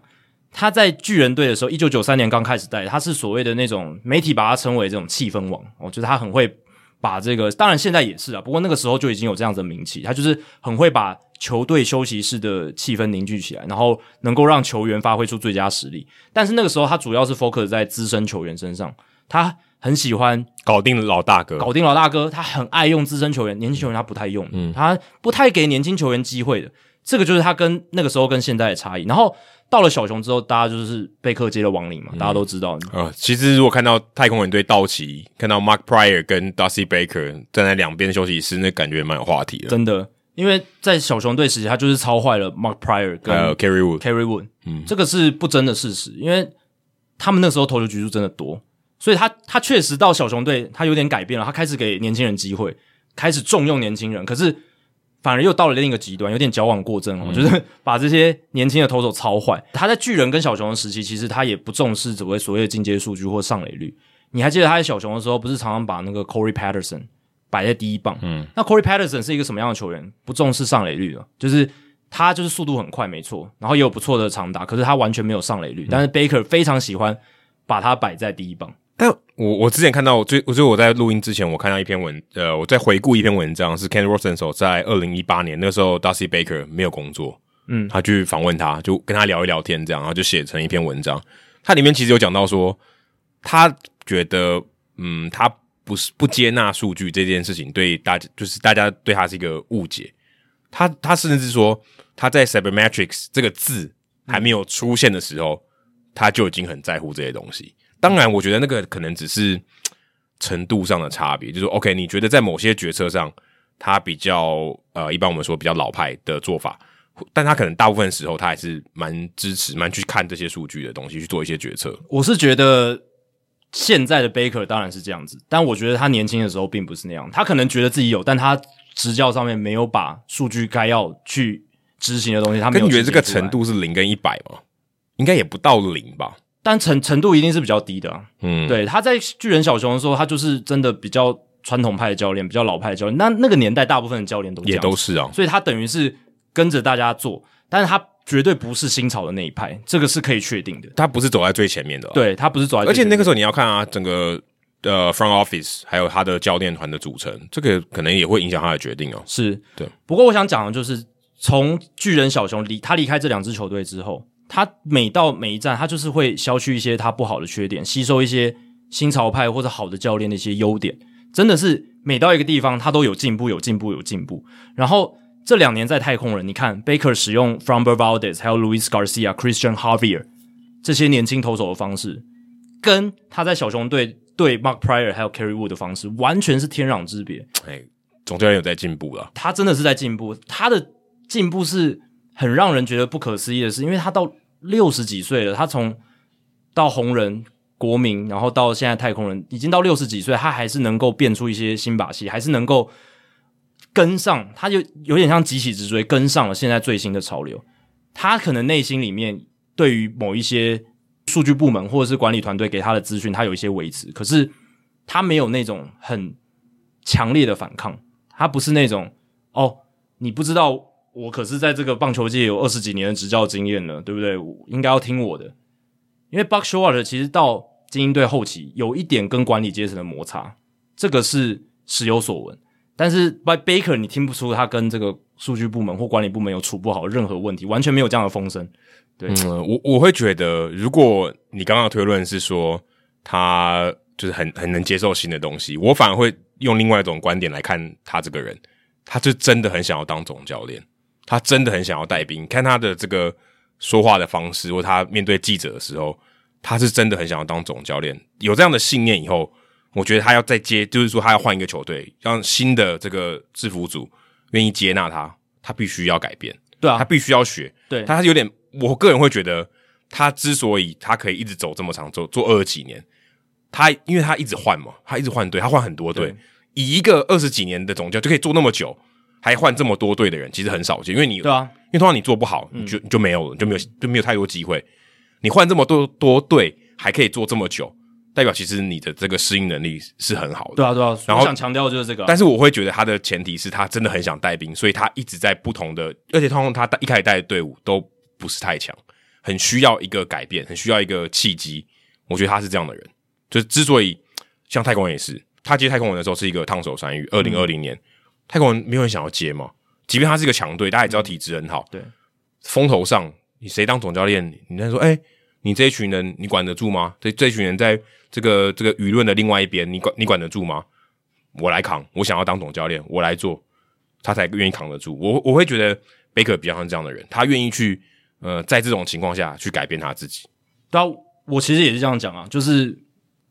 [SPEAKER 1] 他在巨人队的时候，一九九三年刚开始带，他是所谓的那种媒体把他称为这种气氛王，我觉得他很会把这个，当然现在也是啊，不过那个时候就已经有这样子的名气，他就是很会把球队休息室的气氛凝聚起来，然后能够让球员发挥出最佳实力。但是那个时候他主要是 focus 在资深球员身上，他很喜欢
[SPEAKER 2] 搞定老大哥，
[SPEAKER 1] 搞定老大哥，他很爱用资深球员，年轻球员他不太用，
[SPEAKER 2] 嗯
[SPEAKER 1] 他不太给年轻球员机会的。这个就是他跟那个时候跟现在的差异。然后到了小熊之后，大家就是贝克接了亡灵嘛，大家都知道。
[SPEAKER 2] 啊、其实如果看到太空人队道奇，看到 Mark Pryor 跟 Dusty Baker 站在两边休息室，那感觉蛮有话题的。
[SPEAKER 1] 真的，因为在小熊队时期，他就是超坏了 Mark Pryor
[SPEAKER 2] 还
[SPEAKER 1] 跟
[SPEAKER 2] 有 Kerry Wood，
[SPEAKER 1] Carry Wood，嗯，这个是不争的事实，因为他们那时候投球局数真的多，所以他他确实到小熊队，他有点改变了，他开始给年轻人机会，开始重用年轻人，可是反而又到了另一个极端，有点矫枉过正哦，就是把这些年轻的投手操坏。他在巨人跟小熊的时期，其实他也不重视所谓所谓的进阶数据或上垒率。你还记得他在小熊的时候，不是常常把那个 Corey Patterson 摆在第一棒？嗯，那 Corey Patterson 是一个什么样的球员？不重视上垒率的，就是他就是速度很快，没错，然后也有不错的长打，可是他完全没有上垒率。
[SPEAKER 2] 嗯
[SPEAKER 1] 但是 Baker 非常喜欢把他摆在第一棒，
[SPEAKER 2] 但我我之前看到，我最我最我在录音之前，我看到一篇文，呃，我在回顾一篇文章，是 Ken Rosenthal 在二零一八年那时候，Dusty Baker 没有工作，
[SPEAKER 1] 嗯
[SPEAKER 2] 他去访问他，就跟他聊一聊天，这样，然后就写成一篇文章。他里面其实有讲到说，他觉得，嗯，他不是不接纳数据这件事情，对大家就是大家对他是一个误解。他他甚至说，他在 Sabermetrics 这个字还没有出现的时候，他就已经很在乎这些东西。当然，我觉得那个可能只是嘖程度上的差别，就是说 OK，你觉得在某些决策上，他比较呃，一般我们说比较老派的做法，但他可能大部分时候他还是蛮支持、蛮去看这些数据的东西去做一些决策。
[SPEAKER 1] 我是觉得现在的 Baker 当然是这样子，但我觉得他年轻的时候并不是那样。他可能觉得自己有，但他执教上面没有把数据该要去执行的东西，他没有。
[SPEAKER 2] 可你觉得这个程，度是零跟一百吗？应该也不到零吧？
[SPEAKER 1] 但程程度一定是比较低的、啊。
[SPEAKER 2] 嗯，
[SPEAKER 1] 对，他在巨人小熊的时候，他就是真的比较传统派的教练，比较老派的教练。那那个年代，大部分的教练都这
[SPEAKER 2] 也
[SPEAKER 1] 样子
[SPEAKER 2] 都是啊。
[SPEAKER 1] 所以他等于是跟着大家做，但是他绝对不是新潮的那一派，这个是可以确定的。
[SPEAKER 2] 哦他不是走在最前面的、啊，
[SPEAKER 1] 对他不是走在，
[SPEAKER 2] 而且那个时候你要看啊，整个呃 front office 还有他的教练团的组成，这个可能也会影响他的决定哦。
[SPEAKER 1] 是
[SPEAKER 2] 对。
[SPEAKER 1] 不过我想讲的就是，从巨人小熊离他离开这两支球队之后，他每到每一站，他就是会消去一些他不好的缺点，吸收一些新潮派或者好的教练的一些优点。真的是每到一个地方，他都有进步，有进步，有进步。然后这两年在太空人，你看 Baker 使用 Fromber Valdez 还有 Luis Garcia、Christian Javier 这些年轻投手的方式，跟他在小熊队对 Mark Pryor 还有 Carry Wood 的方式，完全是天壤之别。
[SPEAKER 2] 哎，总教练有在进步了，
[SPEAKER 1] 他真的是在进步，他的进步是很让人觉得不可思议的是，因为他到六十几岁了，他从到红人、国民，然后到现在太空人，已经到六十几岁，他还是能够变出一些新把戏，还是能够跟上，他就有点像急起直追，跟上了现在最新的潮流。他可能内心里面对于某一些数据部门或者是管理团队给他的资讯，他有一些维持，可是他没有那种很强烈的反抗，他不是那种哦，你不知道我可是在这个棒球界有二十几年的执教经验了，对不对？我应该要听我的。因为 Buck Showalter 其实到精英队后期有一点跟管理阶层的摩擦，这个是时有所闻。但是 By Baker 你听不出他跟这个数据部门或管理部门有处不好任何问题，完全没有这样的风声。
[SPEAKER 2] 嗯，我我会觉得，如果你刚刚的推论是说他就是很很能接受新的东西，我反而会用另外一种观点来看他这个人，他就真的很想要当总教练，他真的很想要带兵。你看他的这个说话的方式，或他面对记者的时候，他是真的很想要当总教练。有这样的信念以后，我觉得他要再接，就是说他要换一个球队，让新的这个制服组愿意接纳他，他必须要改变，
[SPEAKER 1] 对
[SPEAKER 2] 他
[SPEAKER 1] 啊，
[SPEAKER 2] 必须要学。
[SPEAKER 1] 对，啊
[SPEAKER 2] 他有点，我个人会觉得，他之所以他可以一直走这么长，走做二十几年，他因为他一直换嘛，他一直换队，他换很多队
[SPEAKER 1] 对，
[SPEAKER 2] 以一个二十几年的总教就可以做那么久，还换这么多队的人，其实很少见，因为你
[SPEAKER 1] 对啊，嗯
[SPEAKER 2] 因为通常你做不好，你就你就没有了，你就没有就没有太多机会。你换这么多多队，还可以做这么久，代表其实你的这个适应能力是很好的。
[SPEAKER 1] 对啊，对啊。
[SPEAKER 2] 然
[SPEAKER 1] 我
[SPEAKER 2] 后
[SPEAKER 1] 想强调的就是这个啊、
[SPEAKER 2] 但是我会觉得他的前提是他真的很想带兵，所以他一直在不同的，而且通常他一开始带的队伍都不是太强，很需要一个改变，很需要一个契机。我觉得他是这样的人，就是之所以像太空人也是，他接太空人的时候是一个烫手山
[SPEAKER 1] 嗯
[SPEAKER 2] 芋。二零二零年、太空人没有人想要接嘛，即便他是一个强队，大家也知道体质很好，
[SPEAKER 1] 对，
[SPEAKER 2] 风头上你谁当总教练，你在说哎。你这一群人，你管得住吗？这这群人在这个这个舆论的另外一边，你管你管得住吗？我来扛，我想要当总教练，我来做，他才愿意扛得住。我我会觉得贝克比较像这样的人，他愿意去呃，在这种情况下去改变他自己。
[SPEAKER 1] 对啊，我其实也是这样讲啊，就是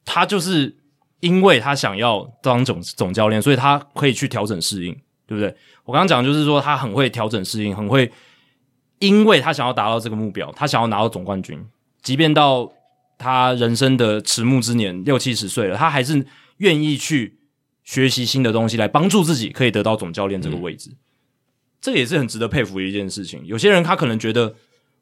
[SPEAKER 1] 他就是因为他想要当总总教练，所以他可以去调整适应，对不对？我刚刚讲的就是说他很会调整适应，很会，因为他想要达到这个目标，他想要拿到总冠军，即便到他人生的迟暮之年，六七十岁了，他还是愿意去学习新的东西来帮助自己可以得到总教练这个位置。这个也是很值得佩服的一件事情。有些人他可能觉得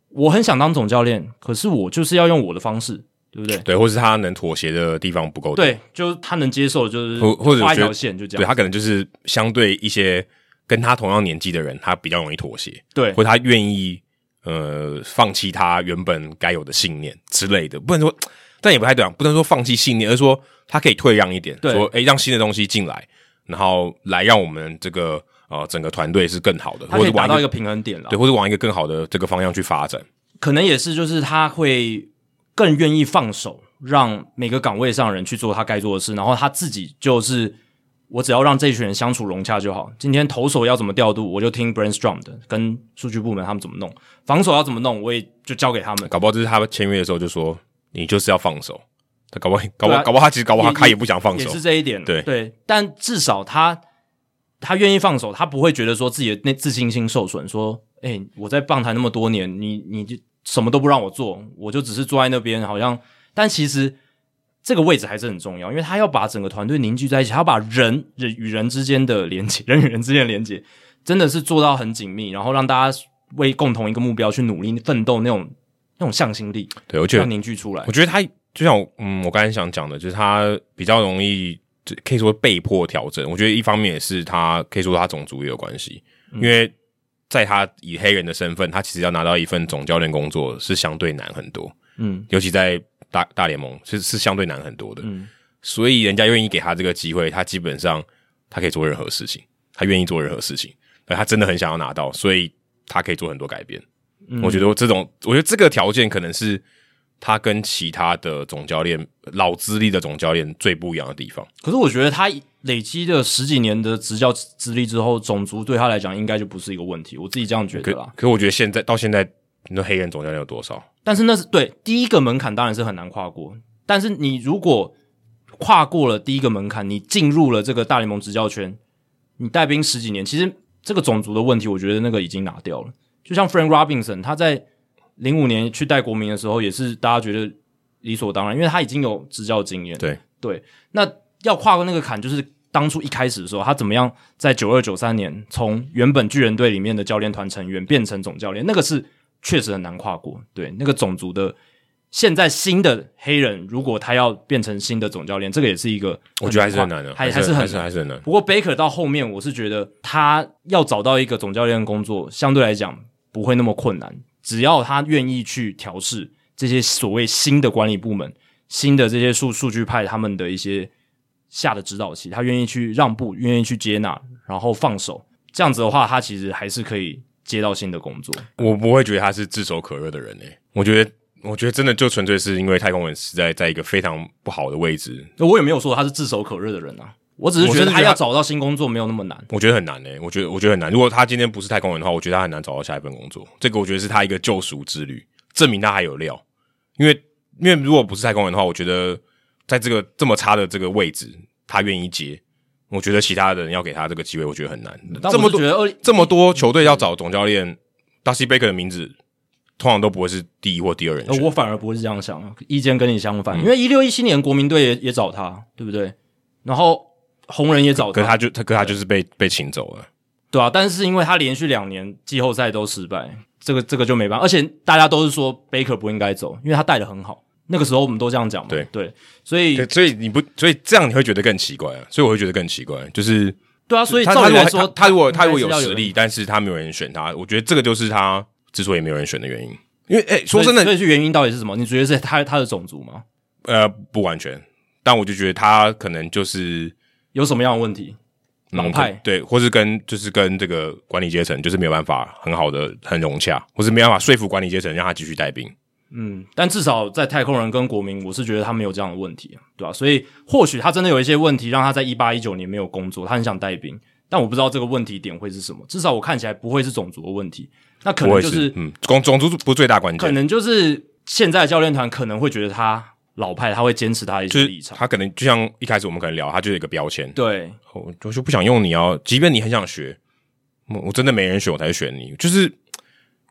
[SPEAKER 1] 我很想当总教练，可是我就是要用我的方式，对不对？
[SPEAKER 2] 对，或是他能妥协的地方不够多，
[SPEAKER 1] 对，就是他能接受，就是
[SPEAKER 2] 或或者
[SPEAKER 1] 画一
[SPEAKER 2] 觉得
[SPEAKER 1] 条线就这
[SPEAKER 2] 对
[SPEAKER 1] 样。
[SPEAKER 2] 他可能就是相对一些跟他同样年纪的人，他比较容易妥协，
[SPEAKER 1] 对
[SPEAKER 2] 或他愿意呃放弃他原本该有的信念之类的。不能说，但也不太对啊，不能说放弃信念，而是说他可以退让一点，
[SPEAKER 1] 对
[SPEAKER 2] 说诶、让新的东西进来，然后来让我们这个呃整个团队是更好的，
[SPEAKER 1] 他可
[SPEAKER 2] 或者
[SPEAKER 1] 以
[SPEAKER 2] 往
[SPEAKER 1] 达到一
[SPEAKER 2] 个
[SPEAKER 1] 个平衡点了
[SPEAKER 2] 对，。或者往一个更好的这个方向去发展。
[SPEAKER 1] 可能也是，就是他会更愿意放手，让每个岗位上的人去做他该做的事，然后他自己就是我只要让这一群人相处融洽就好。今天投手要怎么调度，我就听 brainstorm 的，跟数据部门他们怎么弄；防守要怎么弄，我也就交给他们。
[SPEAKER 2] 搞不好这是他签约的时候就说，你就是要放手。他搞不好，搞不
[SPEAKER 1] 对
[SPEAKER 2] 好，
[SPEAKER 1] 啊
[SPEAKER 2] 搞不好，他其实搞不好他也不想放
[SPEAKER 1] 也
[SPEAKER 2] 手
[SPEAKER 1] 是。这一点，
[SPEAKER 2] 对
[SPEAKER 1] 对，但至少他他愿意放手，他不会觉得说自己的那自信心受损，说，哎、我在棒坛那么多年，你你就什么都不让我做，我就只是坐在那边，好像，但其实这个位置还是很重要，因为他要把整个团队凝聚在一起，他要把人人与人之间的连接，人与人之间的连接，真的是做到很紧密，然后让大家为共同一个目标去努力奋斗那种那种向心力，
[SPEAKER 2] 对，我觉得
[SPEAKER 1] 要凝聚出来
[SPEAKER 2] 我，觉得他就像我嗯，我刚才想讲的，就是他比较容易，就可以说被迫调整。我觉得一方面也是他可以说他种族也有关系，因为在他以黑人的身份，他其实要拿到一份总教练工作是相对难很多，
[SPEAKER 1] 嗯
[SPEAKER 2] 尤其在大大联盟是是相对难很多的。
[SPEAKER 1] 嗯，
[SPEAKER 2] 所以人家愿意给他这个机会，他基本上他可以做任何事情，他愿意做任何事情，而他真的很想要拿到，所以他可以做很多改变。
[SPEAKER 1] 嗯
[SPEAKER 2] 我觉得我这种，我觉得这个条件可能是他跟其他的总教练老资历的总教练最不一样的地方。
[SPEAKER 1] 可是我觉得他累积了十几年的执教资历之后，种族对他来讲应该就不是一个问题，我自己这样觉得
[SPEAKER 2] 可
[SPEAKER 1] 啦。
[SPEAKER 2] 可我觉得现在到现在，你说黑人总教练有多少？
[SPEAKER 1] 但是那是对第一个门槛，当然是很难跨过。但是你如果跨过了第一个门槛，你进入了这个大联盟执教圈，你带兵十几年，其实这个种族的问题，我觉得那个已经拿掉了。就像 Frank Robinson，他在零五年去带国民的时候，也是大家觉得理所当然，因为他已经有执教经验。
[SPEAKER 2] 对
[SPEAKER 1] 对，那要跨过那个坎，就是当初一开始的时候，他怎么样在九二九三年从原本巨人队里面的教练团成员变成总教练，那个是确实很难跨过。对，那个种族的现在新的黑人，如果他要变成新的总教练，这个也是一个
[SPEAKER 2] 我觉得还是很难的，
[SPEAKER 1] 跨还
[SPEAKER 2] 还
[SPEAKER 1] 是
[SPEAKER 2] 还
[SPEAKER 1] 很
[SPEAKER 2] 是还是很难。
[SPEAKER 1] 不过 Baker 到后面，我是觉得他要找到一个总教练的工作，相对来讲不会那么困难，只要他愿意去调试这些所谓新的管理部门、新的这些数数据派他们的一些下的指导期，他愿意去让步，愿意去接纳，然后放手，这样子的话，他其实还是可以接到新的工作。
[SPEAKER 2] 我不会觉得他是炙手可热的人诶、我觉得，我觉得真的就纯粹是因为太空人实在在一个非常不好的位置，
[SPEAKER 1] 我也没有说他是炙手可热的人啊，我只是
[SPEAKER 2] 我
[SPEAKER 1] 觉得
[SPEAKER 2] 真的
[SPEAKER 1] 他
[SPEAKER 2] 觉得
[SPEAKER 1] 要
[SPEAKER 2] 他
[SPEAKER 1] 找到新工作没有那么难。
[SPEAKER 2] 我觉得很难诶、欸我觉得我觉得很难。如果他今天不是太空人的话，我觉得他很难找到下一份工作。这个我觉得是他一个救赎之旅，证明他还有料。因为因为如果不是太空人的话，我觉得在这个这么差的这个位置，他愿意接，我觉得其他的人要给他这个机会，我觉得很难。
[SPEAKER 1] 但
[SPEAKER 2] 这
[SPEAKER 1] 我
[SPEAKER 2] 么
[SPEAKER 1] 是
[SPEAKER 2] 多
[SPEAKER 1] 觉得二
[SPEAKER 2] 这么多球队要找总教练 Dusty Baker 的名字，通常都不会是第一或第二人
[SPEAKER 1] 呃
[SPEAKER 2] 选。
[SPEAKER 1] 我反而不是这样想，啊意见跟你相反。因
[SPEAKER 2] 嗯
[SPEAKER 1] 为一六一七年国民队也也找他，对不对？然后红人也找
[SPEAKER 2] 可
[SPEAKER 1] 他，
[SPEAKER 2] 是他就他可是他就是被被请走了。
[SPEAKER 1] 对啊。但是因为他连续两年季后赛都失败，这个这个就没办法。而且大家都是说 Baker 不应该走，因为他带的很好。那个时候我们都这样讲嘛，
[SPEAKER 2] 对
[SPEAKER 1] 对，所以
[SPEAKER 2] 对所以你不，所以这样你会觉得更奇怪啊。所以我会觉得更奇怪，就是
[SPEAKER 1] 对啊，所以
[SPEAKER 2] 他
[SPEAKER 1] 照
[SPEAKER 2] 他
[SPEAKER 1] 理
[SPEAKER 2] 如果
[SPEAKER 1] 来说，
[SPEAKER 2] 他他如果他
[SPEAKER 1] 应
[SPEAKER 2] 如
[SPEAKER 1] 该
[SPEAKER 2] 果
[SPEAKER 1] 是
[SPEAKER 2] 有
[SPEAKER 1] 要
[SPEAKER 2] 实
[SPEAKER 1] 人
[SPEAKER 2] 力，但是他没有人选他，我觉得这个就是他之所以没有人选的原因。因为诶、
[SPEAKER 1] 所
[SPEAKER 2] 说
[SPEAKER 1] 以，所
[SPEAKER 2] 真的，
[SPEAKER 1] 以是原因到底是什么？你觉得是他他的种族吗？
[SPEAKER 2] 呃，不完全，但我就觉得他可能就是
[SPEAKER 1] 有什么样的问题？老
[SPEAKER 2] 嗯
[SPEAKER 1] 派
[SPEAKER 2] 对，或是跟就是跟这个管理阶层就是没有办法很好的很融洽，或是没办法说服管理阶层让他继续带兵。
[SPEAKER 1] 嗯，但至少在太空人跟国民，我是觉得他没有这样的问题，啊对吧、所以或许他真的有一些问题，让他在一八一九年没有工作，他很想带兵，但我不知道这个问题点会是什么。至少我看起来不会是种族的问题，那可
[SPEAKER 2] 不
[SPEAKER 1] 能
[SPEAKER 2] 会，
[SPEAKER 1] 就是
[SPEAKER 2] 嗯，种种族不是最大关
[SPEAKER 1] 可
[SPEAKER 2] 键，
[SPEAKER 1] 能就是现在的教练团可能会觉得他老派，他会坚持他的一
[SPEAKER 2] 就
[SPEAKER 1] 些
[SPEAKER 2] 是
[SPEAKER 1] 立场。
[SPEAKER 2] 他可能就像一开始我们可能聊，他就有一个标签，
[SPEAKER 1] 对，
[SPEAKER 2] 我我就不想用你哦，即便你很想学，我我真的没人选，我才会选你。就是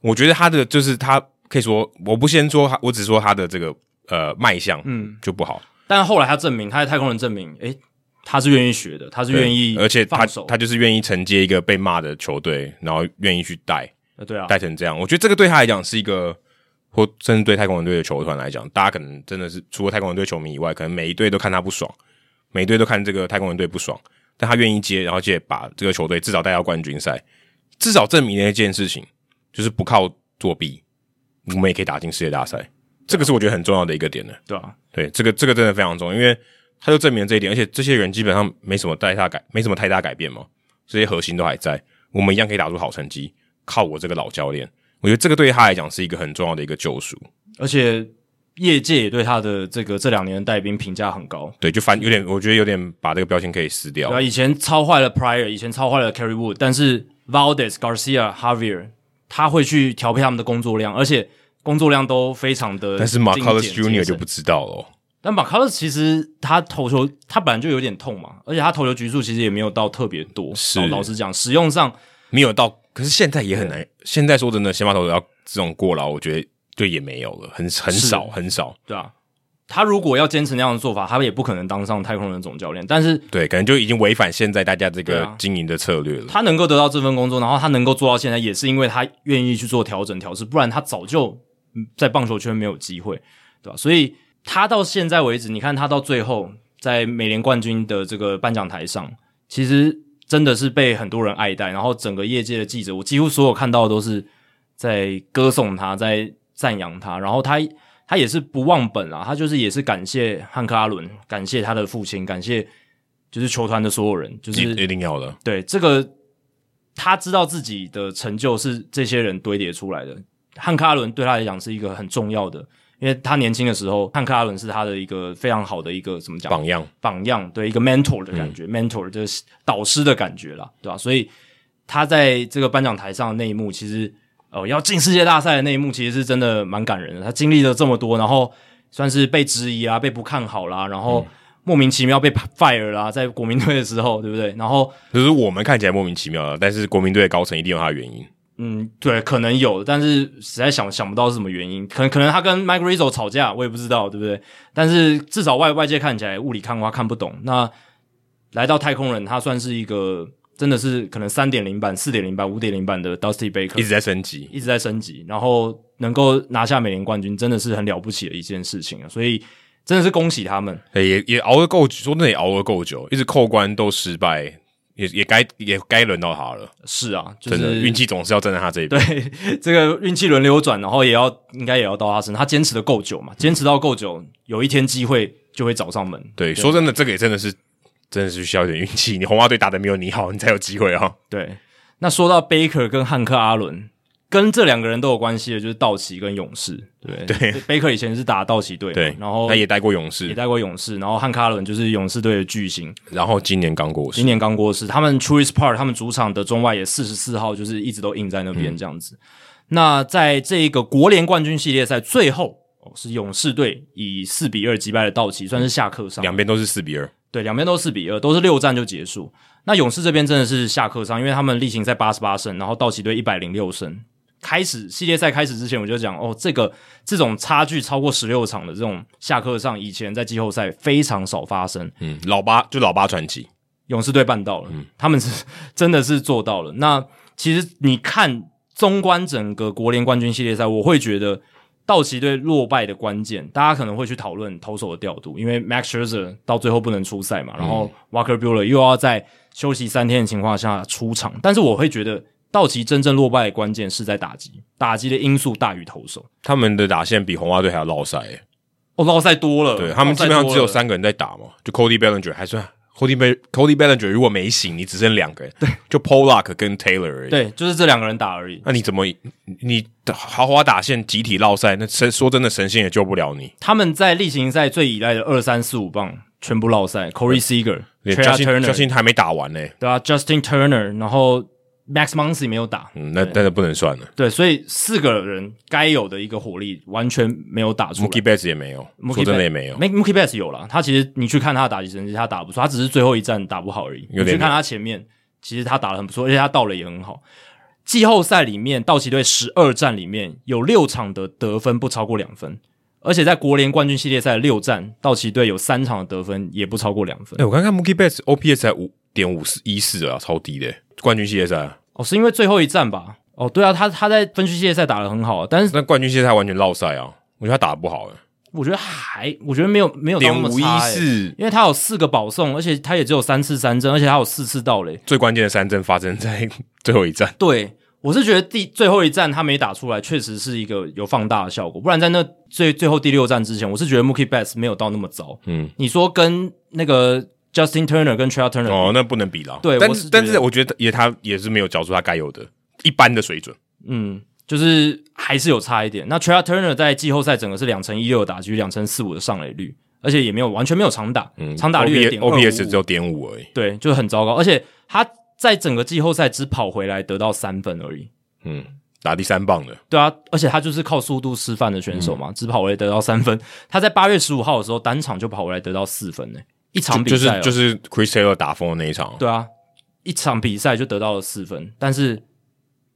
[SPEAKER 2] 我觉得他的就是他可以说，我不先说他，我只说他的这个呃卖相，
[SPEAKER 1] 嗯，
[SPEAKER 2] 就不好，
[SPEAKER 1] 但后来他证明，他在太空人证明，诶，他是愿意学的，他是愿意，
[SPEAKER 2] 而且他
[SPEAKER 1] 放手，
[SPEAKER 2] 他就是愿意承接一个被骂的球队，然后愿意去带
[SPEAKER 1] 呃对啊，
[SPEAKER 2] 带成这样。我觉得这个对他来讲是一个，或甚至对太空人队的球团来讲，大家可能真的是除了太空人队球迷以外，可能每一队都看他不爽，每一队都看这个太空人队不爽，但他愿意接，然后且把这个球队至少带到冠军赛，至少证明了一件事情，就是不靠作弊，我们也可以打进世界大赛。这个是我觉得很重要的一个点呢。
[SPEAKER 1] 对啊，
[SPEAKER 2] 对，这个这个真的非常重要，因为他就证明了这一点，而且这些人基本上没什么太大改，没什么太大改变嘛，这些核心都还在，我们一样可以打出好成绩，靠我这个老教练，我觉得这个对他来讲是一个很重要的一个救赎，
[SPEAKER 1] 而且业界也对他的这个这两年的带兵评价很高。
[SPEAKER 2] 对，就反有点，我觉得有点把这个标签可以撕掉
[SPEAKER 1] 对，啊，以前超坏了 Prior，以前超坏了 Carry Wood，但是 Valdez、Garcia、Javier 他会去调配他们的工作量，而且工作量都非常的。
[SPEAKER 2] 但是 m a r c a l l s Junior 就不，知道了哦、
[SPEAKER 1] 但 m a r c a l l s 其实他投球他本来就有点痛嘛，而且他投球局数其实也没有到特别多。
[SPEAKER 2] 是
[SPEAKER 1] 老老实讲，使用上
[SPEAKER 2] 没有到，可是现在也很难，现在说真的，先发投手要这种过劳，我觉得就也没有了，很很少
[SPEAKER 1] 是
[SPEAKER 2] 很少，
[SPEAKER 1] 对啊，他如果要坚持那样的做法，他也不可能当上太空人总教练。但是
[SPEAKER 2] 对，可能就已经违反现在大家这
[SPEAKER 1] 对
[SPEAKER 2] 个
[SPEAKER 1] 啊
[SPEAKER 2] 经营的策略了。
[SPEAKER 1] 他能够得到这份工作，然后他能够做到现在，也是因为他愿意去做调整调试，不然他早就嗯在棒球圈没有机会，对吧？所以他到现在为止，你看他到最后在美联冠军的这个颁奖台上，其实真的是被很多人爱戴，然后整个业界的记者，我几乎所有看到的都是在歌颂他，在赞扬他，然后他他也是不忘本啊，他就是也是感谢汉克阿伦，感谢他的父亲，感谢就是球团的所有人，就是
[SPEAKER 2] 一一定要的。
[SPEAKER 1] 对这个他知道自己的成就是这些人堆叠出来的。汉克阿伦对他来讲是一个很重要的，因为他年轻的时候，汉克阿伦是他的一个非常好的一个怎么讲
[SPEAKER 2] 榜样，
[SPEAKER 1] 榜样，对一个 mentor 的感觉、m e n t o r 就是导师的感觉啦，对吧、所以他在这个颁奖台上的那一幕，其实呃要进世界大赛的那一幕，其实是真的蛮感人的。他经历了这么多，然后算是被质疑啊，被不看好啦，然后莫名其妙被 fire 啦，在国民队的时候，对不对？然后
[SPEAKER 2] 就是我们看起来莫名其妙的，但是国民队的高层一定有他的原因。
[SPEAKER 1] 嗯，对，可能有，但是实在想想不到是什么原因，可能可能他跟 Mike Rizzo 吵架，我也不知道，对不对？但是至少外外界看起来雾里看花看不懂。那来到太空人，他算是一个真的是可能三点零版、四点零版、五点零版的 Dusty
[SPEAKER 2] 一
[SPEAKER 1] Baker，
[SPEAKER 2] 直在升级。
[SPEAKER 1] 一直在升级，然后能够拿下美联冠军，真的是很了不起的一件事情啊！所以真的是恭喜他们。
[SPEAKER 2] 欸也也熬得够，说真的也熬得够久，一直扣关都失败，也也该也该轮到他了。
[SPEAKER 1] 是啊，就
[SPEAKER 2] 真的，
[SPEAKER 1] 是
[SPEAKER 2] 运气总是要站在他这一边。
[SPEAKER 1] 对 这个运气轮流转，然后也要应该也要到他身上，他坚持的够久嘛，坚持到够久，有一天机会就会找上门。
[SPEAKER 2] 对，说真的，这个也真的是，真的是需要一点运气。你红袜队打的没有你好，你才有机会啊、
[SPEAKER 1] 对，那说到 Baker 跟汉克阿伦，跟这两个人都有关系的，就是道奇跟勇士。对
[SPEAKER 2] 对
[SPEAKER 1] ，Baker 以前是打道奇队嘛，
[SPEAKER 2] 对，
[SPEAKER 1] 然后
[SPEAKER 2] 他也带过勇
[SPEAKER 1] 也
[SPEAKER 2] 士，
[SPEAKER 1] 带过勇士，然后汉克阿伦就是勇士队的巨星，
[SPEAKER 2] 然后今年刚过世
[SPEAKER 1] 今。年刚过世。他们 Truist Park 他们主场的中外野四十四号就是一直都印在那边这样子。那在这个国联冠军系列赛最后。哦是勇士队以四比二击败了道奇，算是下课上。
[SPEAKER 2] 两边都是四比二，
[SPEAKER 1] 对，两边都四比二，都是六战就结束。那勇士这边真的是下课上，因为他们例行赛八十八胜，然后道奇队一百零六胜。开始系列赛开始之前，我就讲哦，这个这种差距超过十六场的这种下课上，以前在季后赛非常少发生。
[SPEAKER 2] 嗯，老八就老八传奇，
[SPEAKER 1] 勇士队办到
[SPEAKER 2] 嗯
[SPEAKER 1] 了，他们是 真的是做到了。那其实你看，纵观整个国联冠军系列赛，我会觉得道奇队落败的关键，大家可能会去讨论投手的调度，因为 Max Scherzer 到最后不能出赛嘛，
[SPEAKER 2] 嗯
[SPEAKER 1] 然后 Walker Bueller 又要在休息三天的情况下出场，但是我会觉得道奇真正落败的关键是在打击，打击的因素大于投手。
[SPEAKER 2] 他们的打线比红袜队还要落赛、欸
[SPEAKER 1] 哦，捞赛多了，
[SPEAKER 2] 对他们
[SPEAKER 1] 落赛
[SPEAKER 2] 基本上
[SPEAKER 1] 多
[SPEAKER 2] 只有
[SPEAKER 1] 了
[SPEAKER 2] 三个人在打嘛，就 Cody Bellinger 还算 Cody Bell Cody Bellinger 如果没醒，你只剩两个人，对，就 Pollock 跟 Taylor 而已。，
[SPEAKER 1] 对，就是这两个人打而已。
[SPEAKER 2] 那你怎么你豪华打线集体落赛，那神说真的神仙也救不了你。
[SPEAKER 1] 他们在例行赛最依赖的二三四五棒全部落赛，Corey Seager、
[SPEAKER 2] 连
[SPEAKER 1] Trey
[SPEAKER 2] Justin
[SPEAKER 1] Turner，
[SPEAKER 2] Justin 还没打完呢、
[SPEAKER 1] 对啊，Justin Turner，然后 Max Muncy 没有打，
[SPEAKER 2] 嗯，那真的不能算了。
[SPEAKER 1] 对，所以四个人该有的一个火力完全没有打出
[SPEAKER 2] Mookie
[SPEAKER 1] 来。
[SPEAKER 2] Betts 也没有，
[SPEAKER 1] Mookie
[SPEAKER 2] 说真的也没有，
[SPEAKER 1] 没 Mookie Betts 有了，他其实你去看他的打击成绩，他打不错，他只是最后一战打不好而已。
[SPEAKER 2] 有点
[SPEAKER 1] 你去看他前面，其实他打的很不错，而且他到了也很好。季后赛里面，道奇队十二战里面有六场的得分不超过两分，而且在国联冠军系列赛的六战，道奇队有三场的得分也不超过两分
[SPEAKER 2] 哎、。我看看 Mookie Betts OPS 才五点五四一四啊，超低的欸冠军系列赛啊，
[SPEAKER 1] 哦，是因为最后一战吧？哦，对啊，他他在分区系列赛打的很好，啊，但是
[SPEAKER 2] 那冠军系列赛完全落赛啊，我觉得他打得不好
[SPEAKER 1] 我觉得还，我觉得没有没有
[SPEAKER 2] 哎，
[SPEAKER 1] 到
[SPEAKER 2] 点
[SPEAKER 1] 那么
[SPEAKER 2] 五一
[SPEAKER 1] 差、欸，
[SPEAKER 2] 四，
[SPEAKER 1] 因为他有四个保送，而且他也只有三次三振，而且他有四次盗垒。
[SPEAKER 2] 最关键的三振发生在 最后一战，
[SPEAKER 1] 对，我是觉得第最后一战他没打出来，确实是一个有放大的效果。不然在那最最后第六战之前，我是觉得 Mookie Betts 没有到那么糟。
[SPEAKER 2] 嗯，
[SPEAKER 1] 你说跟那个 Justin Turner 跟 Trey Turner 比、
[SPEAKER 2] 哦，那不能比啦。
[SPEAKER 1] 嗯对
[SPEAKER 2] 但
[SPEAKER 1] 我
[SPEAKER 2] 是
[SPEAKER 1] 是
[SPEAKER 2] 但
[SPEAKER 1] 觉
[SPEAKER 2] 是
[SPEAKER 1] 得
[SPEAKER 2] 我觉得也他也是没有缴出他该有的一般的水准，
[SPEAKER 1] 嗯，就是还是有差一点。那 Trey Turner 在季后赛整个是两成一六的打击率，两成四五的上垒率，而且也没有完全没有长打，
[SPEAKER 2] 嗯，
[SPEAKER 1] 长打率也
[SPEAKER 2] OPS
[SPEAKER 1] 点
[SPEAKER 2] OPS 只有点五而已，
[SPEAKER 1] 对，就很糟糕。而且他在整个季后赛只跑回来得到三分而已。
[SPEAKER 2] 嗯，打第三棒的，
[SPEAKER 1] 对啊，而且他就是靠速度吃饭的选手
[SPEAKER 2] 嗯
[SPEAKER 1] 嘛，只跑回来得到三分。他在八月十五号的时候单场就跑回来得到四分呢、一场比
[SPEAKER 2] 就
[SPEAKER 1] 赛、、
[SPEAKER 2] 是就是是 Chris Taylor 打疯的那一场，
[SPEAKER 1] 对啊，一场比赛就得到了四分。但是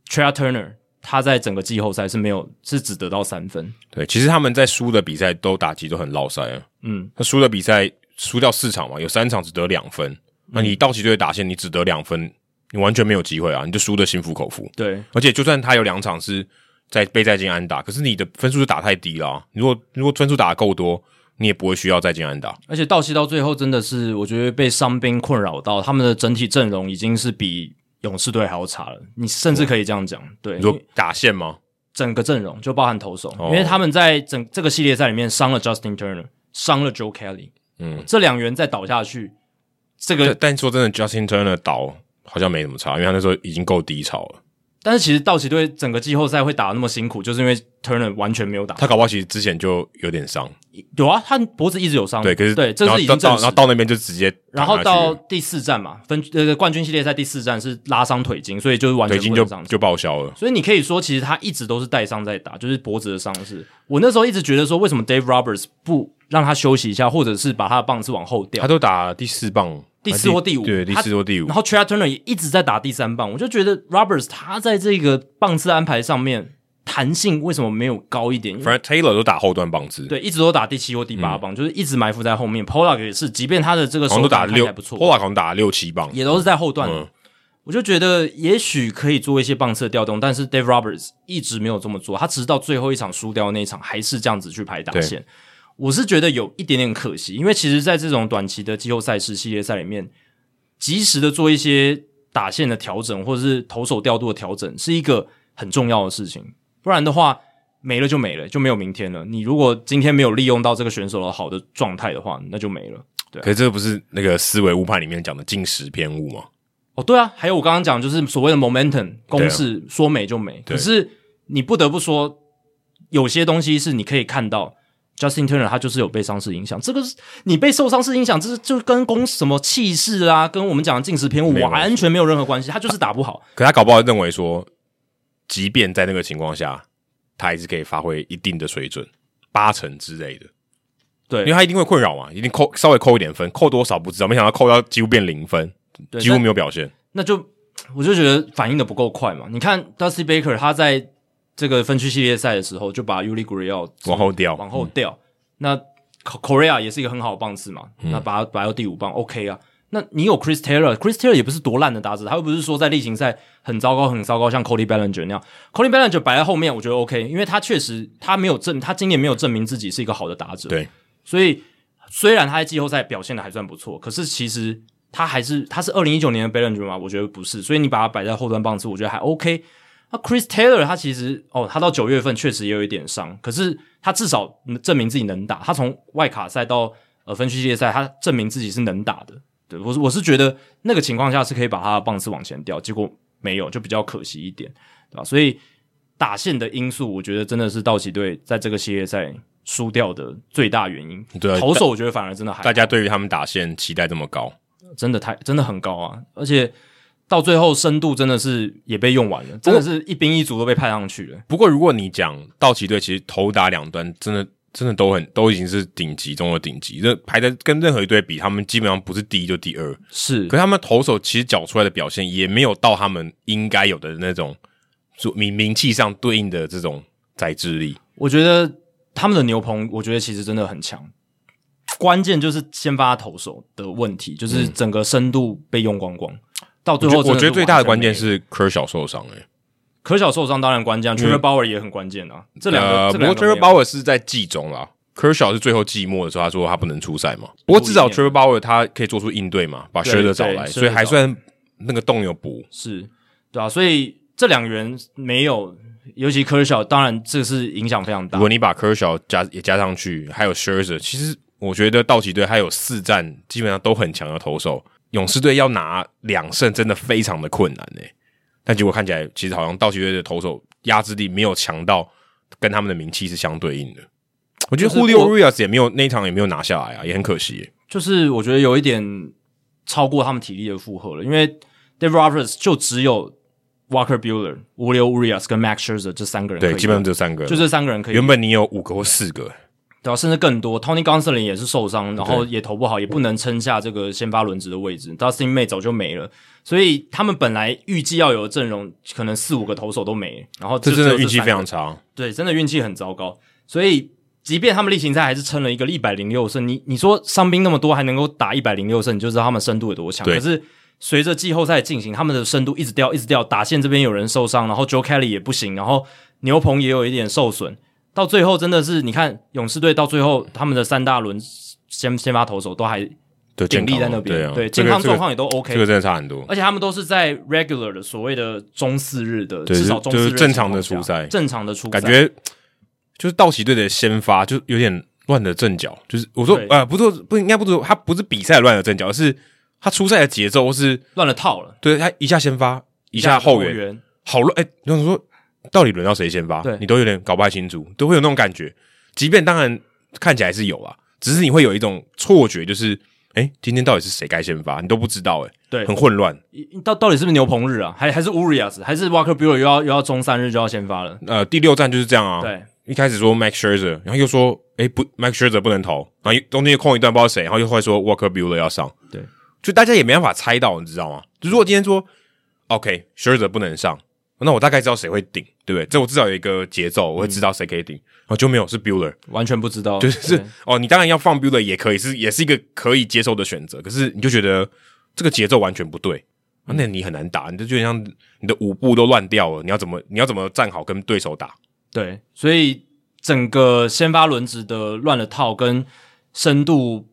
[SPEAKER 1] Trey Turner 他在整个季后赛是没有是只得到三分，
[SPEAKER 2] 对，其实他们在输的比赛都打击都很落赛啊。
[SPEAKER 1] 嗯，
[SPEAKER 2] 他输的比赛输掉四场嘛，有三场只得两分。那
[SPEAKER 1] 嗯
[SPEAKER 2] 你道奇队的打线，你只得两分，你完全没有机会啊，你就输的心服口服。
[SPEAKER 1] 对
[SPEAKER 2] 而且就算他有两场是在被再进安打，可是你的分数就打太低了、啊。如果如果分数打得够多，你也不会需要再进安打。
[SPEAKER 1] 而且道奇到最后真的是，我觉得被伤兵困扰到，他们的整体阵容已经是比勇士队还要差了。你甚至可以这样讲，对，
[SPEAKER 2] 你说打线吗？
[SPEAKER 1] 整个阵容，就包含投手，
[SPEAKER 2] 哦
[SPEAKER 1] 因为他们在整这个系列赛里面伤了 Justin Turner，伤了 Joe Kelly，
[SPEAKER 2] 嗯，
[SPEAKER 1] 这两员再倒下去，这
[SPEAKER 2] 但
[SPEAKER 1] 个
[SPEAKER 2] 但说真的，Justin Turner 倒好像没什么差，因为他那时候已经够低潮了。
[SPEAKER 1] 但是其实道奇队整个季后赛会打得那么辛苦，就是因为 Turner 完全没有打。
[SPEAKER 2] 他搞不好其实之前就有点伤，
[SPEAKER 1] 有啊，他脖子一直有伤，
[SPEAKER 2] 对，可是
[SPEAKER 1] 对，这
[SPEAKER 2] 然后
[SPEAKER 1] 是已
[SPEAKER 2] 到
[SPEAKER 1] 经
[SPEAKER 2] 到
[SPEAKER 1] 证
[SPEAKER 2] 然
[SPEAKER 1] 实
[SPEAKER 2] 后到那边就直接
[SPEAKER 1] 然后
[SPEAKER 2] 打下去
[SPEAKER 1] 到
[SPEAKER 2] 了
[SPEAKER 1] 第四站嘛，分呃冠军系列赛第四站是拉伤腿筋，所以就是完全
[SPEAKER 2] 腿筋
[SPEAKER 1] 不
[SPEAKER 2] 就
[SPEAKER 1] 能上场
[SPEAKER 2] 就报销了。
[SPEAKER 1] 所以你可以说，其实他一直都是带伤在打，就是脖子的伤势。我那时候一直觉得说，为什么 Dave Roberts 不让他休息一下，或者是把他的棒次往后
[SPEAKER 2] 他
[SPEAKER 1] 调？
[SPEAKER 2] 都打第四棒，
[SPEAKER 1] 第四或第五
[SPEAKER 2] 对，第
[SPEAKER 1] 他
[SPEAKER 2] 四或第五
[SPEAKER 1] 然。后 t r a Turner 也一直在打第三棒，我就觉得 Roberts 他在这个棒次安排上面弹性为什么没有高一点？因为
[SPEAKER 2] 反正 Taylor 都打后段棒子，
[SPEAKER 1] 对，一直都打第七或第八棒，就是一直埋伏在后面。Pollock 也是，即便他的这个
[SPEAKER 2] 嗯好像
[SPEAKER 1] 手
[SPEAKER 2] 都
[SPEAKER 1] 感
[SPEAKER 2] 打
[SPEAKER 1] 看起
[SPEAKER 2] 六
[SPEAKER 1] 来不错，
[SPEAKER 2] p o l a 好像打六七棒，
[SPEAKER 1] 也都是在后段的。
[SPEAKER 2] 嗯
[SPEAKER 1] 我就觉得也许可以做一些棒次的调动，但是 Dave Roberts 一直没有这么做，他直到最后一场输掉的那一场还是这样子去排打线。我是觉得有一点点可惜，因为其实，在这种短期的季后赛式系列赛里面，及时的做一些打线的调整或者是投手调度的调整，是一个很重要的事情。不然的话，没了就没了，就没有明天了。你如果今天没有利用到这个选手的好的状态的话，那就没了。
[SPEAKER 2] 可是这不是那个思维误判里面讲的进食偏误吗？
[SPEAKER 1] 哦，对啊，还有我刚刚讲就是所谓的 momentum 公式，说没就没。可
[SPEAKER 2] 啊对
[SPEAKER 1] 是你不得不说，有些东西是你可以看到，Justin Turner 他就是有被伤势影响。这个是你被受伤势影响，这是就跟公什么气势啊，跟我们讲的进食偏误
[SPEAKER 2] 没有关系
[SPEAKER 1] 完全没有任何关系，他就是打不 好。
[SPEAKER 2] 可他搞不好认为说，即便在那个情况下，他还是可以发挥一定的水准，八成之类的，因为
[SPEAKER 1] 对
[SPEAKER 2] 他一定会困扰嘛，一定扣稍微扣一点分，扣多少不知道，没想到扣到几乎变零分，
[SPEAKER 1] 对，
[SPEAKER 2] 几乎没有表现。
[SPEAKER 1] 那就我就觉得反应的不够快嘛。你看 Dusty Baker 他在这个分区系列赛的时候就把 Uli Gurriel
[SPEAKER 2] 往后掉，
[SPEAKER 1] 往后掉。那 Korea 也是一个很好的棒次嘛，那把它摆到第五棒，OK 啊。那你有 Chris Taylor，Chris Taylor 也不是多烂的打者，他又不是说在例行赛很糟糕、很糟糕，像 Cody Bellinger 那样。Cody Bellinger 摆在后面，我觉得 OK，因为他确实他没有证，他今年没有证明自己是一个好的打者。
[SPEAKER 2] 对，
[SPEAKER 1] 所以虽然他在季后赛表现的还算不错，可是其实他还是他是二零一九年的 Bellinger 吗？我觉得不是，所以你把他摆在后端棒次，我觉得还 OK。那 Chris Taylor 他其实哦，他到九月份确实也有一点伤，可是他至少证明自己能打。他从外卡赛到呃分区系列赛，他证明自己是能打的。对我是我是觉得那个情况下是可以把他的棒次往前调，结果没有，就比较可惜一点，对吧？所以打线的因素，我觉得真的是道奇队在这个系列赛输掉的最大原因。
[SPEAKER 2] 对啊
[SPEAKER 1] 投手我觉得反而真的还
[SPEAKER 2] 大家对于他们打线期待这么高，
[SPEAKER 1] 真的太真的很高啊，而且到最后深度真的是也被用完了，真的是一兵一卒都被派上去了。
[SPEAKER 2] 不过，如果你讲道奇队，其实头打两端真的真的都很都已经是顶级中的顶级，这排在跟任何一队比，他们基本上不是第一就第二。
[SPEAKER 1] 是
[SPEAKER 2] 可是他们投手其实缴出来的表现也没有到他们应该有的那种就名名气上对应的这种宰制力。
[SPEAKER 1] 我觉得他们的牛棚，我觉得其实真的很强。关键就是先发投手的问题，就是整个深度被用光光，到最
[SPEAKER 2] 嗯我
[SPEAKER 1] 后
[SPEAKER 2] 觉得我觉得最大的关键
[SPEAKER 1] 是。
[SPEAKER 2] 是科小受伤哎、
[SPEAKER 1] 可小受伤当然关键、啊 t r e v o r Bauer 也很关键啊。这两个，
[SPEAKER 2] 嗯呃，
[SPEAKER 1] 这
[SPEAKER 2] 不
[SPEAKER 1] 两
[SPEAKER 2] 过
[SPEAKER 1] 个
[SPEAKER 2] Trevor
[SPEAKER 1] 没有
[SPEAKER 2] Bauer 是在季中啦。Kershaw 是最后季末的时候，他说他不能出赛嘛。不过至少
[SPEAKER 1] 不啊
[SPEAKER 2] Trevor Bauer 他可以做出应对嘛，把
[SPEAKER 1] 对
[SPEAKER 2] s h e r 找
[SPEAKER 1] 对
[SPEAKER 2] 来，
[SPEAKER 1] Scherzer
[SPEAKER 2] 所以还算那个洞有补。
[SPEAKER 1] 是，对啊，所以这两个人没有，尤其可小，当然这是影响非常大
[SPEAKER 2] 如。果你把 Kershaw 加也加上去，还有 Scherzer，其实我觉得道奇队还有四战基本上都很强的投手，勇士队要拿两胜真的非常的困难呢、欸但结果看起来，其实好像道奇队的投手压制力没有强到跟他们的名气是相对应的。我觉得
[SPEAKER 1] 就是
[SPEAKER 2] Julio
[SPEAKER 1] 我
[SPEAKER 2] Rios 也没有那一场也没有拿下来啊，也很可惜耶、
[SPEAKER 1] 就是我觉得有一点超过他们体力的负荷了，因为 Dave Roberts 就只有 Walker Bueller、无流 Urias 跟 Max Scherzer 这三个人可以
[SPEAKER 2] 对，
[SPEAKER 1] 用，
[SPEAKER 2] 基本上就三个。
[SPEAKER 1] 就这三个人可以用
[SPEAKER 2] 原本你有五个或四个，
[SPEAKER 1] 对啊，甚至更多。Tony Gonsolin 也是受伤，然后也投不好，也不能撑下这个先发轮值的位置。Dustin May 早就没了，所以他们本来预计要有的阵容，可能四五个投手都没，然后
[SPEAKER 2] 这
[SPEAKER 1] 就
[SPEAKER 2] 真
[SPEAKER 1] 只
[SPEAKER 2] 的
[SPEAKER 1] 有
[SPEAKER 2] 运气
[SPEAKER 1] 三
[SPEAKER 2] 非
[SPEAKER 1] 个
[SPEAKER 2] 常差。
[SPEAKER 1] 对，真的运气很糟糕。所以，即便他们例行赛还是撑了一个一百零六胜，你你说伤兵那么多还能够打一百零六胜，你就知道他们深度有多强。
[SPEAKER 2] 对
[SPEAKER 1] 可是随着季后赛进行，他们的深度一直掉，一直掉。打线这边有人受伤，然后 Joe Kelly 也不行，然后牛棚也有一点受损。到最后真的是，你看勇士队到最后他们的三大轮先先发投手都还病
[SPEAKER 2] 对健
[SPEAKER 1] 例
[SPEAKER 2] 康
[SPEAKER 1] 在那
[SPEAKER 2] 哦
[SPEAKER 1] 边，
[SPEAKER 2] 对啊，
[SPEAKER 1] 对
[SPEAKER 2] 这
[SPEAKER 1] 健
[SPEAKER 2] 个
[SPEAKER 1] 康
[SPEAKER 2] 这个
[SPEAKER 1] 状况也都 OK，
[SPEAKER 2] 这个真的差很多。
[SPEAKER 1] 而且他们都是在 regular 的所谓的中四日的，
[SPEAKER 2] 对
[SPEAKER 1] 至少中四日
[SPEAKER 2] 就是正常的出赛
[SPEAKER 1] 正常的出赛，
[SPEAKER 2] 感觉就是啊道奇队的先发就有点乱了阵脚，就是我说
[SPEAKER 1] 对
[SPEAKER 2] 呃，不是说不应该不是说他不是比赛乱了阵脚，而是他出赛的节奏是，
[SPEAKER 1] 乱了套了，
[SPEAKER 2] 对他一下先发，一下
[SPEAKER 1] 后
[SPEAKER 2] 后援，好乱哎，你想说到底轮到谁先发
[SPEAKER 1] 对，
[SPEAKER 2] 你都有点搞不太清楚，都会有那种感觉。即便当然看起来是有啊，只是你会有一种错觉，就是哎、今天到底是谁该先发，你都不知道哎、
[SPEAKER 1] 对
[SPEAKER 2] 很，混乱。
[SPEAKER 1] 一到到底是不是牛棚日啊？还还是 Urias，还是 Walker Bueller 又要又要中三日就要先发了？
[SPEAKER 2] 呃，第六站就是这样啊，
[SPEAKER 1] 对，
[SPEAKER 2] 一开始说 Max Scherzer，然后又说哎、不，Max Scherzer 不能投，然后又中间又空一段不知道谁，然后又会说 Walker Bueller 要上，
[SPEAKER 1] 对，
[SPEAKER 2] 就大家也没办法猜到，你知道吗？就如果今天说 OK Scherzer 不能上，那我大概知道谁会顶，对不对？这我至少有一个节奏，我会知道谁可以顶，然后就没有是 Bueller，
[SPEAKER 1] 完全不知道，
[SPEAKER 2] 就是是
[SPEAKER 1] 对
[SPEAKER 2] 哦，你当然要放 Bueller 也可以，是也是一个可以接受的选择，可是你就觉得这个节奏完全不对。啊那你很难打，你就就像你的舞步都乱掉了，你要怎么你要怎么站好跟对手打？
[SPEAKER 1] 对，所以整个先发轮值的乱了套跟深度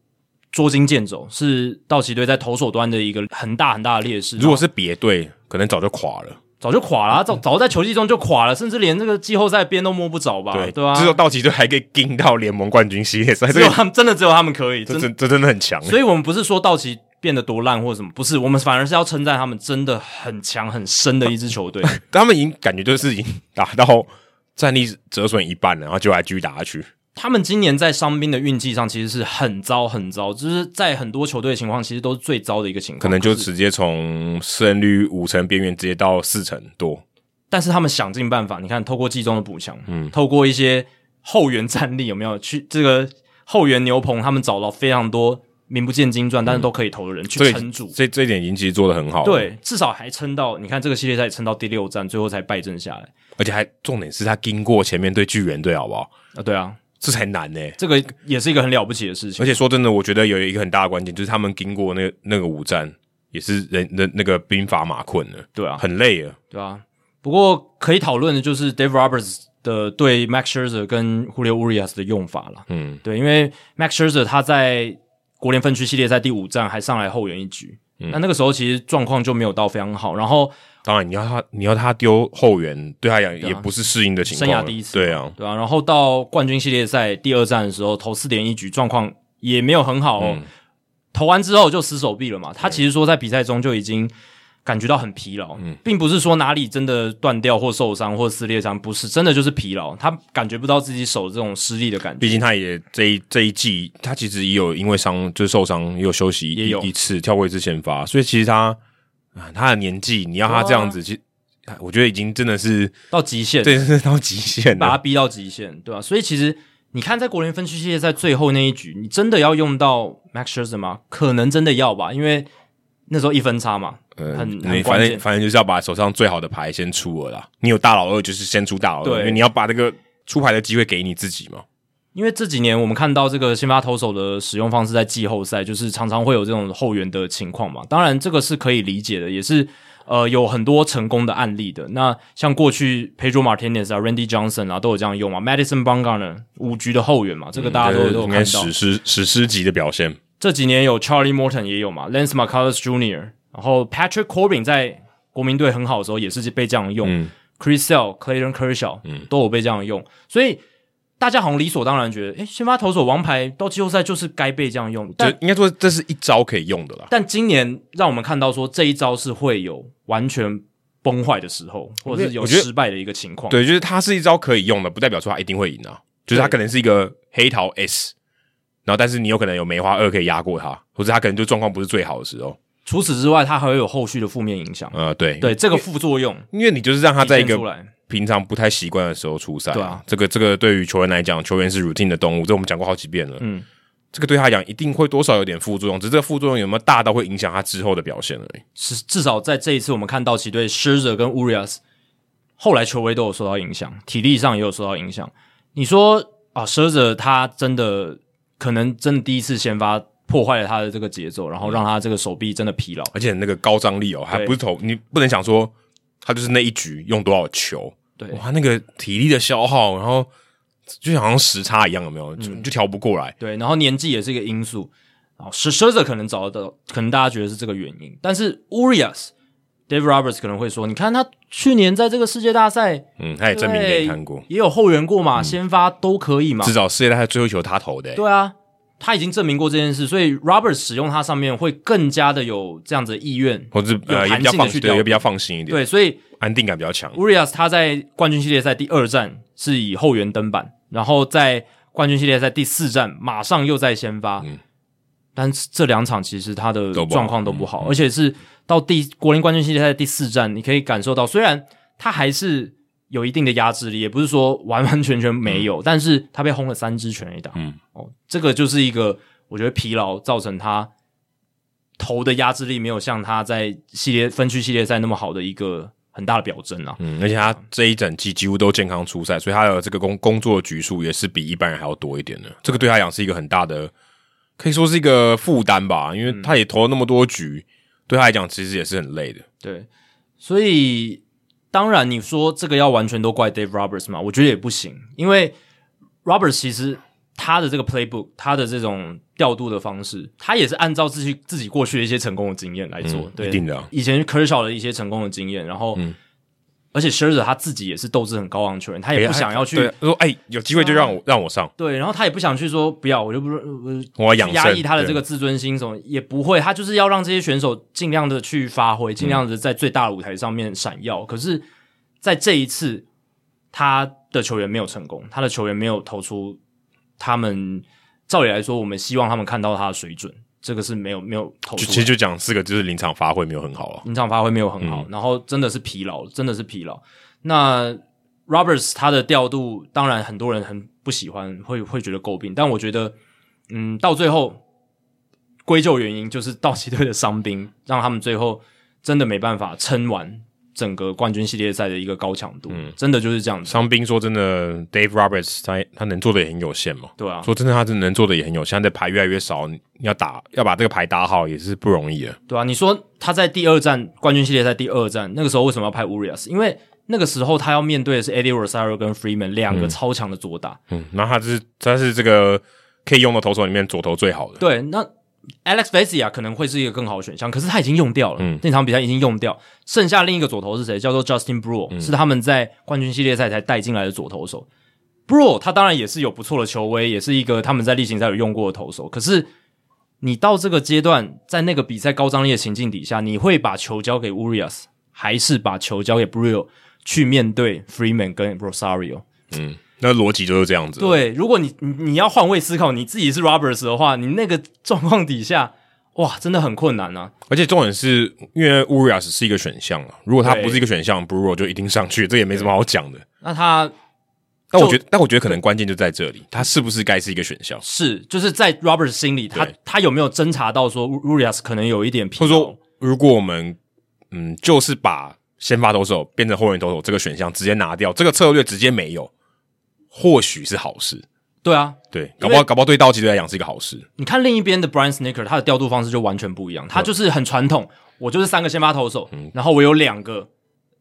[SPEAKER 1] 捉襟见肘，是道奇队在投手端的一个很大很大的劣势。
[SPEAKER 2] 如果是别队，可能早就垮了。
[SPEAKER 1] 早就垮了啊、早早在球季中就垮了，甚至连这个季后赛边都摸不着吧？对吧、
[SPEAKER 2] 只有道奇队还可以进到联盟冠军系列赛，
[SPEAKER 1] 只
[SPEAKER 2] 这
[SPEAKER 1] 有
[SPEAKER 2] 个
[SPEAKER 1] 他们真的只有他们可以，
[SPEAKER 2] 这
[SPEAKER 1] 真的。
[SPEAKER 2] 这这真的很强。
[SPEAKER 1] 所以我们不是说道奇变得多烂或什么，不是，我们反而是要称赞他们真的很强很深的一支球 队。
[SPEAKER 2] 他们已经感觉就是已经打到战力折损一半了，然后就还继续打下去。
[SPEAKER 1] 他们今年在伤兵的运气上其实是很糟很糟，就是在很多球队的情况，其实都是最糟的一个情况。
[SPEAKER 2] 可能就
[SPEAKER 1] 可是
[SPEAKER 2] 直接从胜率五成边缘直接到四成多。
[SPEAKER 1] 但是他们想尽办法，你看，透过季中的补强，嗯，透过一些后援战力，有没有去这个后援牛棚，他们找到非常多名不见经传，但是都可以投哦的人、
[SPEAKER 2] 这
[SPEAKER 1] 去
[SPEAKER 2] 个
[SPEAKER 1] 撑住。
[SPEAKER 2] 这这一点已经其实做的很好。，
[SPEAKER 1] 对，至少还撑到你看这个系列赛撑到第六战，最后才败阵下来
[SPEAKER 2] 而且还重点是他经过前面对巨人队，好不好？
[SPEAKER 1] 啊！对啊，
[SPEAKER 2] 这才难呢、
[SPEAKER 1] 这个也是一个很了不起的事情。
[SPEAKER 2] 而且说真的，我觉得有一个很大的关键就是他们经过那个那个五战，也是人人那个兵乏马困了，
[SPEAKER 1] 对啊，
[SPEAKER 2] 很累了。
[SPEAKER 1] 对啊。不过可以讨论的就是 Dave Roberts 的对 Max Scherzer 跟 Julio Urias 的用法啦。
[SPEAKER 2] 嗯，
[SPEAKER 1] 对，因为 Max Scherzer 他在国联分区系列赛第五战还上来后援一局，那、那个时候其实状况就没有到非常好，然后
[SPEAKER 2] 当然，你要他，你要他丢后援，对他讲
[SPEAKER 1] 啊
[SPEAKER 2] 也不是适应的情
[SPEAKER 1] 生
[SPEAKER 2] 况了。
[SPEAKER 1] 涯第一次嘛，
[SPEAKER 2] 对啊，
[SPEAKER 1] 对啊，然后到冠军系列赛第二战的时候投四点一局，状况也没有很好
[SPEAKER 2] 嗯
[SPEAKER 1] 哦，投完之后就失手臂了嘛，他其实说在比赛中就已经。感觉到很疲劳，
[SPEAKER 2] 嗯
[SPEAKER 1] 并不是说哪里真的断掉或受伤或撕裂伤，不是真的就是疲劳，他感觉不到自己手这种失力的感觉。
[SPEAKER 2] 毕竟他也这一这一季，他其实也有因为伤就是受伤，也有休息
[SPEAKER 1] 也
[SPEAKER 2] 一
[SPEAKER 1] 有
[SPEAKER 2] 一次，跳过一次先发，所以其实他啊他的年纪，你要他这样子，其实啊我觉得已经真的是
[SPEAKER 1] 到极限，
[SPEAKER 2] 对，真的是到极限
[SPEAKER 1] 把他
[SPEAKER 2] 了。
[SPEAKER 1] 逼到极限，对吧、所以其实你看，在国联分区系列赛最后那一局，你真的要用到 Max Scherzer 吗？可能真的要吧，因为那时候一分差嘛，很
[SPEAKER 2] 呃你
[SPEAKER 1] 很
[SPEAKER 2] 反
[SPEAKER 1] 关
[SPEAKER 2] 正
[SPEAKER 1] 键。
[SPEAKER 2] 反正就是要把手上最好的牌先出了啦。你有大老二，就是先出大老二，
[SPEAKER 1] 对
[SPEAKER 2] 因为你要把这个出牌的机会给你自己嘛。
[SPEAKER 1] 因为这几年我们看到这个先发投手的使用方式，在季后赛就是常常会有这种后援的情况嘛。当然，这个是可以理解的，也是呃有很多成功的案例的。那像过去 Pedro Martinez 啊、Randy Johnson 啊都有这样用嘛，Madison Bumgarner 五局的后援嘛，这个大家都、
[SPEAKER 2] 这
[SPEAKER 1] 都有
[SPEAKER 2] 嗯应
[SPEAKER 1] 看到。
[SPEAKER 2] 该史诗史诗级的表现。
[SPEAKER 1] 这几年有 Charlie Morton 也有嘛，Lance McCullers Jr.，然后 Patrick Corbin 在国民队很好的时候也是被这样用、c
[SPEAKER 2] 嗯
[SPEAKER 1] h r i s Sale、Clayton Kershaw 都有被这样用，所以大家好像理所当然觉得，诶，先发投手王牌到季后赛就是该被这样用，
[SPEAKER 2] 这
[SPEAKER 1] 但
[SPEAKER 2] 应该说这是一招可以用的啦。
[SPEAKER 1] 但今年让我们看到说这一招是会有完全崩坏的时候，或者是有
[SPEAKER 2] 我觉得
[SPEAKER 1] 失败的一个情况。
[SPEAKER 2] 对，就是它是一招可以用的，不代表说它一定会赢啊。就是它
[SPEAKER 1] 对
[SPEAKER 2] 可能是一个黑桃 S，然后但是你有可能有梅花二可以压过它，或者它可能就状况不是最好的时候。
[SPEAKER 1] 除此之外，它还会有后续的负面影响。
[SPEAKER 2] 呃，对，
[SPEAKER 1] 对这个副作用，
[SPEAKER 2] 因为你就是让它在一
[SPEAKER 1] 体
[SPEAKER 2] 个
[SPEAKER 1] 现出来
[SPEAKER 2] 平常不太习惯的时候出赛。
[SPEAKER 1] 对啊，
[SPEAKER 2] 这个这个对于球员来讲，球员是 routine 的动物，这我们讲过好几遍了。
[SPEAKER 1] 嗯，
[SPEAKER 2] 这个对他来讲一定会多少有点副作用，只是这个副作用有没有大到会影响他之后的表现而已。
[SPEAKER 1] 是至少在这一次，我们看到其对 Scherzer 跟 Urias 后来球威都有受到影响，体力上也有受到影响。你说啊，Scherzer 他真的可能真的第一次先发破坏了他的这个节奏，然后让他这个手臂真的疲劳。
[SPEAKER 2] 而且那个高张力哦，还
[SPEAKER 1] 对
[SPEAKER 2] 不是投，你不能想说他就是那一局用多少球，
[SPEAKER 1] 对
[SPEAKER 2] 哇，那个体力的消耗，然
[SPEAKER 1] 嗯
[SPEAKER 2] 后就好像时差一样，有没有？就、就调不过来，
[SPEAKER 1] 对，然后年纪也是一个因素。啊 s h i r z e r 可能找得到，可能大家觉得是这个原因，但是 Urias。Dave Roberts 可能会说：“你看他去年在这个世界大赛，
[SPEAKER 2] 嗯，他也证明给你看过，嗯
[SPEAKER 1] 也有后援过嘛，先发都可以嘛。
[SPEAKER 2] 至少世界大赛最后一球他投的、欸，
[SPEAKER 1] 对啊，他已经证明过这件事，所以 Roberts 使用他上面会更加的有这样子的意愿，
[SPEAKER 2] 或者呃也
[SPEAKER 1] 有
[SPEAKER 2] 比
[SPEAKER 1] 弹
[SPEAKER 2] 较
[SPEAKER 1] 性的
[SPEAKER 2] 放
[SPEAKER 1] 去
[SPEAKER 2] 心，
[SPEAKER 1] 调
[SPEAKER 2] 对，
[SPEAKER 1] 度
[SPEAKER 2] 也比较放心一点，
[SPEAKER 1] 对，嗯所以
[SPEAKER 2] 安定感比较强。
[SPEAKER 1] Urias 他在冠军系列赛第二战是以后援登板，然后在冠军系列赛第四战马上又在先发，
[SPEAKER 2] 嗯
[SPEAKER 1] 但是这两场其实他的
[SPEAKER 2] 都不好
[SPEAKER 1] 状况都不好，而且是到第国联冠军系列赛第四战，你可以感受到，虽然他还是有一定的压制力，也不是说完完全全没有，但是他被轰了三支全垒打，
[SPEAKER 2] 嗯，
[SPEAKER 1] 哦，这个就是一个我觉得疲劳造成他投的压制力没有像他在系列分区系列赛那么好的一个很大的表征啊。
[SPEAKER 2] 嗯，而且他这一整季几乎都健康出赛，所以他的这个工工作局数也是比一般人还要多一点的。这个对他来讲是一个很大的，可以说是一个负担吧，因
[SPEAKER 1] 嗯
[SPEAKER 2] 为他也投了那么多局，对他来讲其实也是很累的。
[SPEAKER 1] 对，所以当然你说这个要完全都怪 Dave Roberts 嘛，我觉得也不行，因为 Roberts 其实他的这个 playbook，他的这种调度的方式，他也是按照自己自己过去的一些成功的经验来做，
[SPEAKER 2] 嗯
[SPEAKER 1] 对，
[SPEAKER 2] 一定的啊嗯
[SPEAKER 1] 以前 Kershaw 的一些成功的经验，然后。而且 Scherzer 他自己也是斗志很高昂的球员，他也不想要去
[SPEAKER 2] 哎对他说：“哎、有机会就让我、让我上，
[SPEAKER 1] 对，然后他也不想去说不要，我就不我
[SPEAKER 2] 我要养
[SPEAKER 1] 去
[SPEAKER 2] 生。”
[SPEAKER 1] 压抑他的这个自尊心，什么也不会，他就是要让这些选手尽量的去发挥，尽
[SPEAKER 2] 嗯
[SPEAKER 1] 量的在最大的舞台上面闪耀。可是，在这一次，他的球员没有成功，他的球员没有投出他们照理来说，我们希望他们看到他的水准，这个是没有没有投
[SPEAKER 2] 对，
[SPEAKER 1] 出来的。
[SPEAKER 2] 就其实就讲四个，就是临场发挥没有很好啊。
[SPEAKER 1] 临场发挥没有很好，然后真的是疲劳，真的是疲劳。那 Roberts 他的调度，当然很多人很不喜欢，会会觉得诟病，但我觉得，嗯，到最后归咎原因就是道奇队的伤兵，让他们最后真的没办法撑完整个冠军系列赛的一个高强度，真的就是这样子，
[SPEAKER 2] 伤兵说真的，Dave Roberts 他他能做的也很有限嘛。
[SPEAKER 1] 对啊，
[SPEAKER 2] 说真的，他真的能做的也很有限，现在牌越来越少，你要打要把这个牌打好也是不容易的。
[SPEAKER 1] 对啊，你说他在第二战冠军系列赛第二战那个时候为什么要拍 Urias？因为那个时候他要面对的是 Eddie Rosario 跟 Freeman 两个超强的左打，
[SPEAKER 2] 嗯，然后他是他是这个可以用的投手里面左投最好的，
[SPEAKER 1] 对，那 Alex Vesia 可能会是一个更好的选项，可是他已经用掉了，
[SPEAKER 2] 嗯
[SPEAKER 1] 那场比赛已经用掉，剩下另一个左投是谁？叫做 Justin b r u
[SPEAKER 2] 嗯
[SPEAKER 1] e 是他们在冠军系列赛才带进来的左投手。b r u e 他当然也是有不错的球威，也是一个他们在例行赛有用过的投手，可是。你到这个阶段，在那个比赛高张力的情境底下，你会把球交给 Urias，还是把球交给 b r u e 去面对 Freeman 跟 Rosario？
[SPEAKER 2] 那逻辑就是这样子。，啊
[SPEAKER 1] 对，如果你你你要换位思考，你自己是 Roberts 的话，你那个状况底下， 哇，真的很困难啊。
[SPEAKER 2] 而且重点是因为 Urias 是一个选项了，如果他
[SPEAKER 1] 对
[SPEAKER 2] 不是一个选项 b r u o 就一定上去，这也没什么好讲的。
[SPEAKER 1] 那他
[SPEAKER 2] 但我觉得，但我觉得可能关键就在这里，他是不是该是一个选项，
[SPEAKER 1] 是就是在 Roberts 心里，他
[SPEAKER 2] 对
[SPEAKER 1] 他有没有侦查到说 Urias 可能有一点疲
[SPEAKER 2] 或
[SPEAKER 1] 劳？
[SPEAKER 2] 者说，如果我们嗯，就是把先发投手变成后援投手这个选项直接拿掉，这个策略直接没有，或许是好事。
[SPEAKER 1] 对啊，
[SPEAKER 2] 对，搞不好搞不好对道奇队来讲是一个好事。
[SPEAKER 1] 你看另一边的 Brian Snicker，他的调度方式就完全不一样，他就是很传统，我就是三个先发投手，
[SPEAKER 2] 嗯
[SPEAKER 1] 然后我有两个。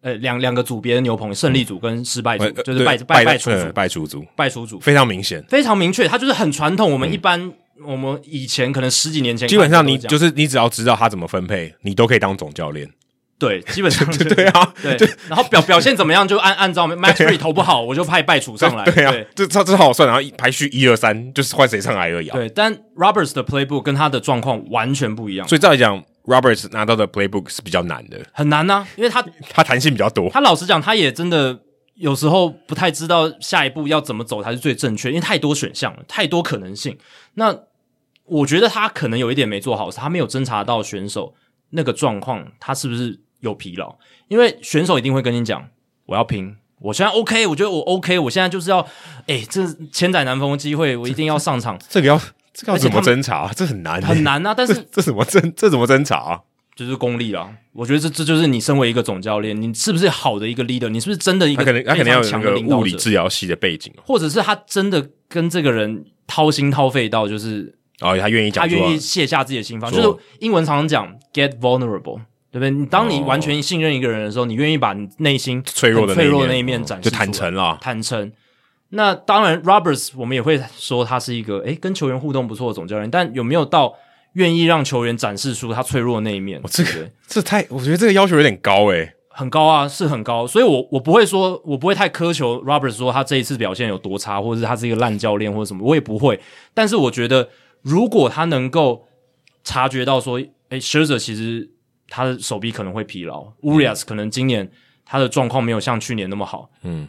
[SPEAKER 1] 呃，两两个组别的牛棚，胜利组跟失败组，
[SPEAKER 2] 呃
[SPEAKER 1] 就是
[SPEAKER 2] 对
[SPEAKER 1] 败
[SPEAKER 2] 败
[SPEAKER 1] 败出
[SPEAKER 2] 呃
[SPEAKER 1] 组，
[SPEAKER 2] 败出组
[SPEAKER 1] 败出组
[SPEAKER 2] 非常明显。
[SPEAKER 1] 非常明确，他就是很传统。我们一般我们以前可能十几年前看
[SPEAKER 2] 嗯
[SPEAKER 1] 的
[SPEAKER 2] 基
[SPEAKER 1] 都
[SPEAKER 2] 本
[SPEAKER 1] 是这样，
[SPEAKER 2] 上你就是你只要知道他怎么分配，你都可以当总教练。
[SPEAKER 1] 对，基本上对
[SPEAKER 2] 对啊，
[SPEAKER 1] 对，然后表表现怎么样就按按照 Max Free 投不好，我就派败处上来。
[SPEAKER 2] 对
[SPEAKER 1] 对
[SPEAKER 2] 啊，这这这好算，然后一排序一二三就是换谁上来而已啊。
[SPEAKER 1] 对但 Roberts 的 playbook 跟他的状况完全不一样，
[SPEAKER 2] 所以照理讲，Roberts 拿到的 playbook 是比较难的，
[SPEAKER 1] 很难呐、啊因为他
[SPEAKER 2] 他弹性比较多。
[SPEAKER 1] 他老实讲，他也真的有时候不太知道下一步要怎么走才是最正确，因为太多选项了，太多可能性。那我觉得他可能有一点没做好，是他没有侦查到选手那个状况，他是不是有疲劳？因为选手一定会跟你讲，我要拼。我现在 OK，我觉得我 OK，我现在就是要，哎、这千载难逢的机会，我一定要上 场，
[SPEAKER 2] 这个要这个要
[SPEAKER 1] 而且
[SPEAKER 2] 怎么
[SPEAKER 1] 他们
[SPEAKER 2] 侦查？这很难欸，
[SPEAKER 1] 很难啊。但
[SPEAKER 2] 这
[SPEAKER 1] 是
[SPEAKER 2] 这怎么侦这怎么侦查啊？
[SPEAKER 1] 就是功力啊，我觉得这这就是你身为一个总教练，你是不是好的一个 leader，你是不是真的一
[SPEAKER 2] 他
[SPEAKER 1] 个
[SPEAKER 2] 可能他可能要
[SPEAKER 1] 非常
[SPEAKER 2] 有
[SPEAKER 1] 强的
[SPEAKER 2] 那个
[SPEAKER 1] 领导
[SPEAKER 2] 物理
[SPEAKER 1] 者
[SPEAKER 2] 治疗系的背景哦
[SPEAKER 1] 或者是他真的跟这个人掏心掏肺到，就是
[SPEAKER 2] 哦，他愿意
[SPEAKER 1] 他
[SPEAKER 2] 讲出来
[SPEAKER 1] 愿意卸下自己的心防，就
[SPEAKER 2] 说
[SPEAKER 1] 是英文常常讲 get vulnerable，对不对？你当你
[SPEAKER 2] 哦
[SPEAKER 1] 完全信任一个人的时候，你愿意把你内心
[SPEAKER 2] 脆弱
[SPEAKER 1] 很
[SPEAKER 2] 的
[SPEAKER 1] 脆弱的
[SPEAKER 2] 那
[SPEAKER 1] 那
[SPEAKER 2] 一
[SPEAKER 1] 一面
[SPEAKER 2] 面嗯哦
[SPEAKER 1] 展
[SPEAKER 2] 就
[SPEAKER 1] 示，
[SPEAKER 2] 坦诚，啦。
[SPEAKER 1] 坦诚。那当然，Roberts 我们也会说他是一个诶跟球员互动不错的总教练，但有没有到愿意让球员展示出他脆弱的那一面。
[SPEAKER 2] 哦这
[SPEAKER 1] 对
[SPEAKER 2] 个这太，我觉得这个要求有点高欸诶、
[SPEAKER 1] 很高啊，是很高，所以我我不会说，我不会太苛求 Robert 说他这一次表现有多差，或者是他是一个烂教练或者什么，我也不会。但是我觉得，如果他能够察觉到说，诶 s h i r z e r 其实他的手臂可能会疲劳，Urias 可能今年他的状况没有像去年那么好，
[SPEAKER 2] 嗯，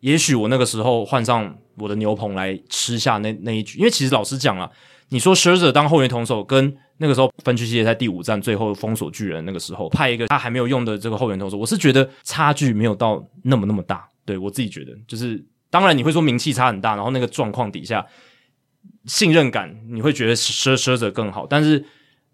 [SPEAKER 1] 也许我那个时候换上我的牛棚来吃下那那一局，因为其实老实讲啊啦，你说 s h i r z e r 当后援投手，跟那个时候分区系列赛第五战最后封锁巨人那个时候派一个他还没有用的这个后援投手，我是觉得差距没有到那么那么大。对我自己觉得，就是当然你会说名气差很大，然后那个状况底下信任感，你会觉得 s h i r z e r 更好，但是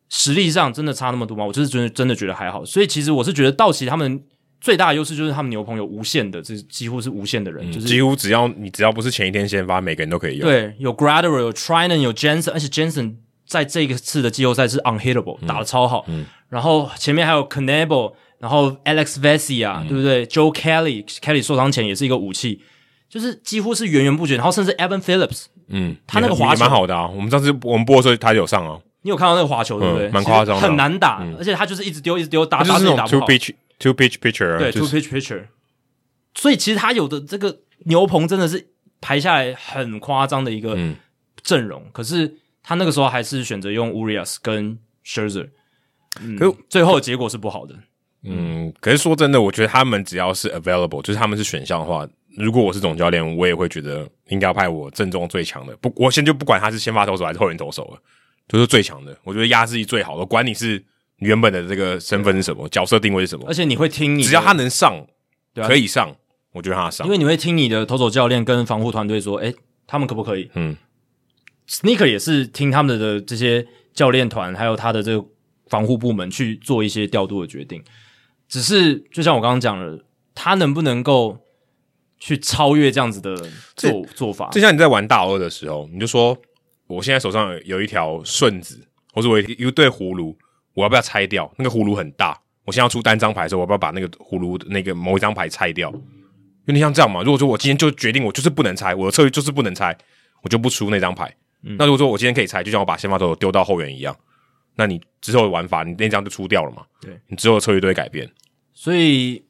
[SPEAKER 1] 实力上真的差那么多吗？我就是真的真的觉得还好。所以其实我是觉得道奇他们。最大的优势就是他们牛棚有无限的，这几乎是无限的人，就是
[SPEAKER 2] 几乎只要你只要不是前一天先发，每个人都可以用。
[SPEAKER 1] 对，有 Gradual，有 Trinan，有 Jensen，而且 Jensen 在这个次的季后赛是 unhittable，、打
[SPEAKER 2] 嗯
[SPEAKER 1] 的超好。然后前面还有 Canable，然后 Alex Vesia，、对不
[SPEAKER 2] 嗯
[SPEAKER 1] 对？Joe Kelly，Kelly 受伤前也是一个武器，就是几乎是源源不绝。然后甚至 Evan Phillips，
[SPEAKER 2] 嗯，
[SPEAKER 1] 他那个
[SPEAKER 2] 也
[SPEAKER 1] 滑
[SPEAKER 2] 也蛮
[SPEAKER 1] 球
[SPEAKER 2] 好的啊。我们上次我们播的时候，他有上啊，
[SPEAKER 1] 你有看到那个滑球对不对？
[SPEAKER 2] 嗯蛮夸张的嗯
[SPEAKER 1] 其实很难打，而且他就是一直丢，一直丢，打
[SPEAKER 2] 他就
[SPEAKER 1] 打
[SPEAKER 2] 是
[SPEAKER 1] 自己
[SPEAKER 2] 那
[SPEAKER 1] 啊打
[SPEAKER 2] 种
[SPEAKER 1] 不
[SPEAKER 2] two
[SPEAKER 1] 好。
[SPEAKER 2] pitch two pitch pitcher，啊
[SPEAKER 1] 对、t
[SPEAKER 2] 就
[SPEAKER 1] w o
[SPEAKER 2] 是
[SPEAKER 1] pitch pitcher。所以其实他有的这个牛棚真的是排下来很夸张的一个
[SPEAKER 2] 嗯
[SPEAKER 1] 阵容，可是他那个时候还是选择用 Urias 跟 Scherzer，嗯，
[SPEAKER 2] 可
[SPEAKER 1] 最后的结果是不好的。
[SPEAKER 2] 嗯。可是说真的，我觉得他们只要是 available，就是他们是选项的话，如果我是总教练，我也会觉得应该要派我正中最强的。不，我先就不管他是先发投手还是后援投手了，就是最强的。我觉得压制力最好的，管你是你原本的这个身份是什么，角色定位是什么
[SPEAKER 1] 而，且你会听你的，
[SPEAKER 2] 只要他能上，
[SPEAKER 1] 啊
[SPEAKER 2] 可以上，我就让他上
[SPEAKER 1] 因。为你会听你的投手教练跟防护团队说，诶，他们可不可以？
[SPEAKER 2] 嗯
[SPEAKER 1] ，Sneaker 也是听他们的这些教练团还有他的这个防护部门去做一些调度的决定。只是就像我刚刚讲的，他能不能够去超越这样子的
[SPEAKER 2] 这
[SPEAKER 1] 做做法？
[SPEAKER 2] 就像你在玩大二的时候，你就说我现在手上有有一条顺子，或者我有一有一对葫芦，我要不要拆掉？那个葫芦很大，我现在要出单张牌的时候，我要不要把那个葫芦那个某一张牌拆掉？有点像这样嘛。如果说我今天就决定我就是不能拆，我的策略就是不能拆，我就不出那张牌。
[SPEAKER 1] 嗯
[SPEAKER 2] 那如果说我今天可以拆，就像我把先发投手丢到后援一样，那你之后的玩法，你那张就出掉了嘛？
[SPEAKER 1] 对，
[SPEAKER 2] 你之后的策略都会改变。
[SPEAKER 1] 所以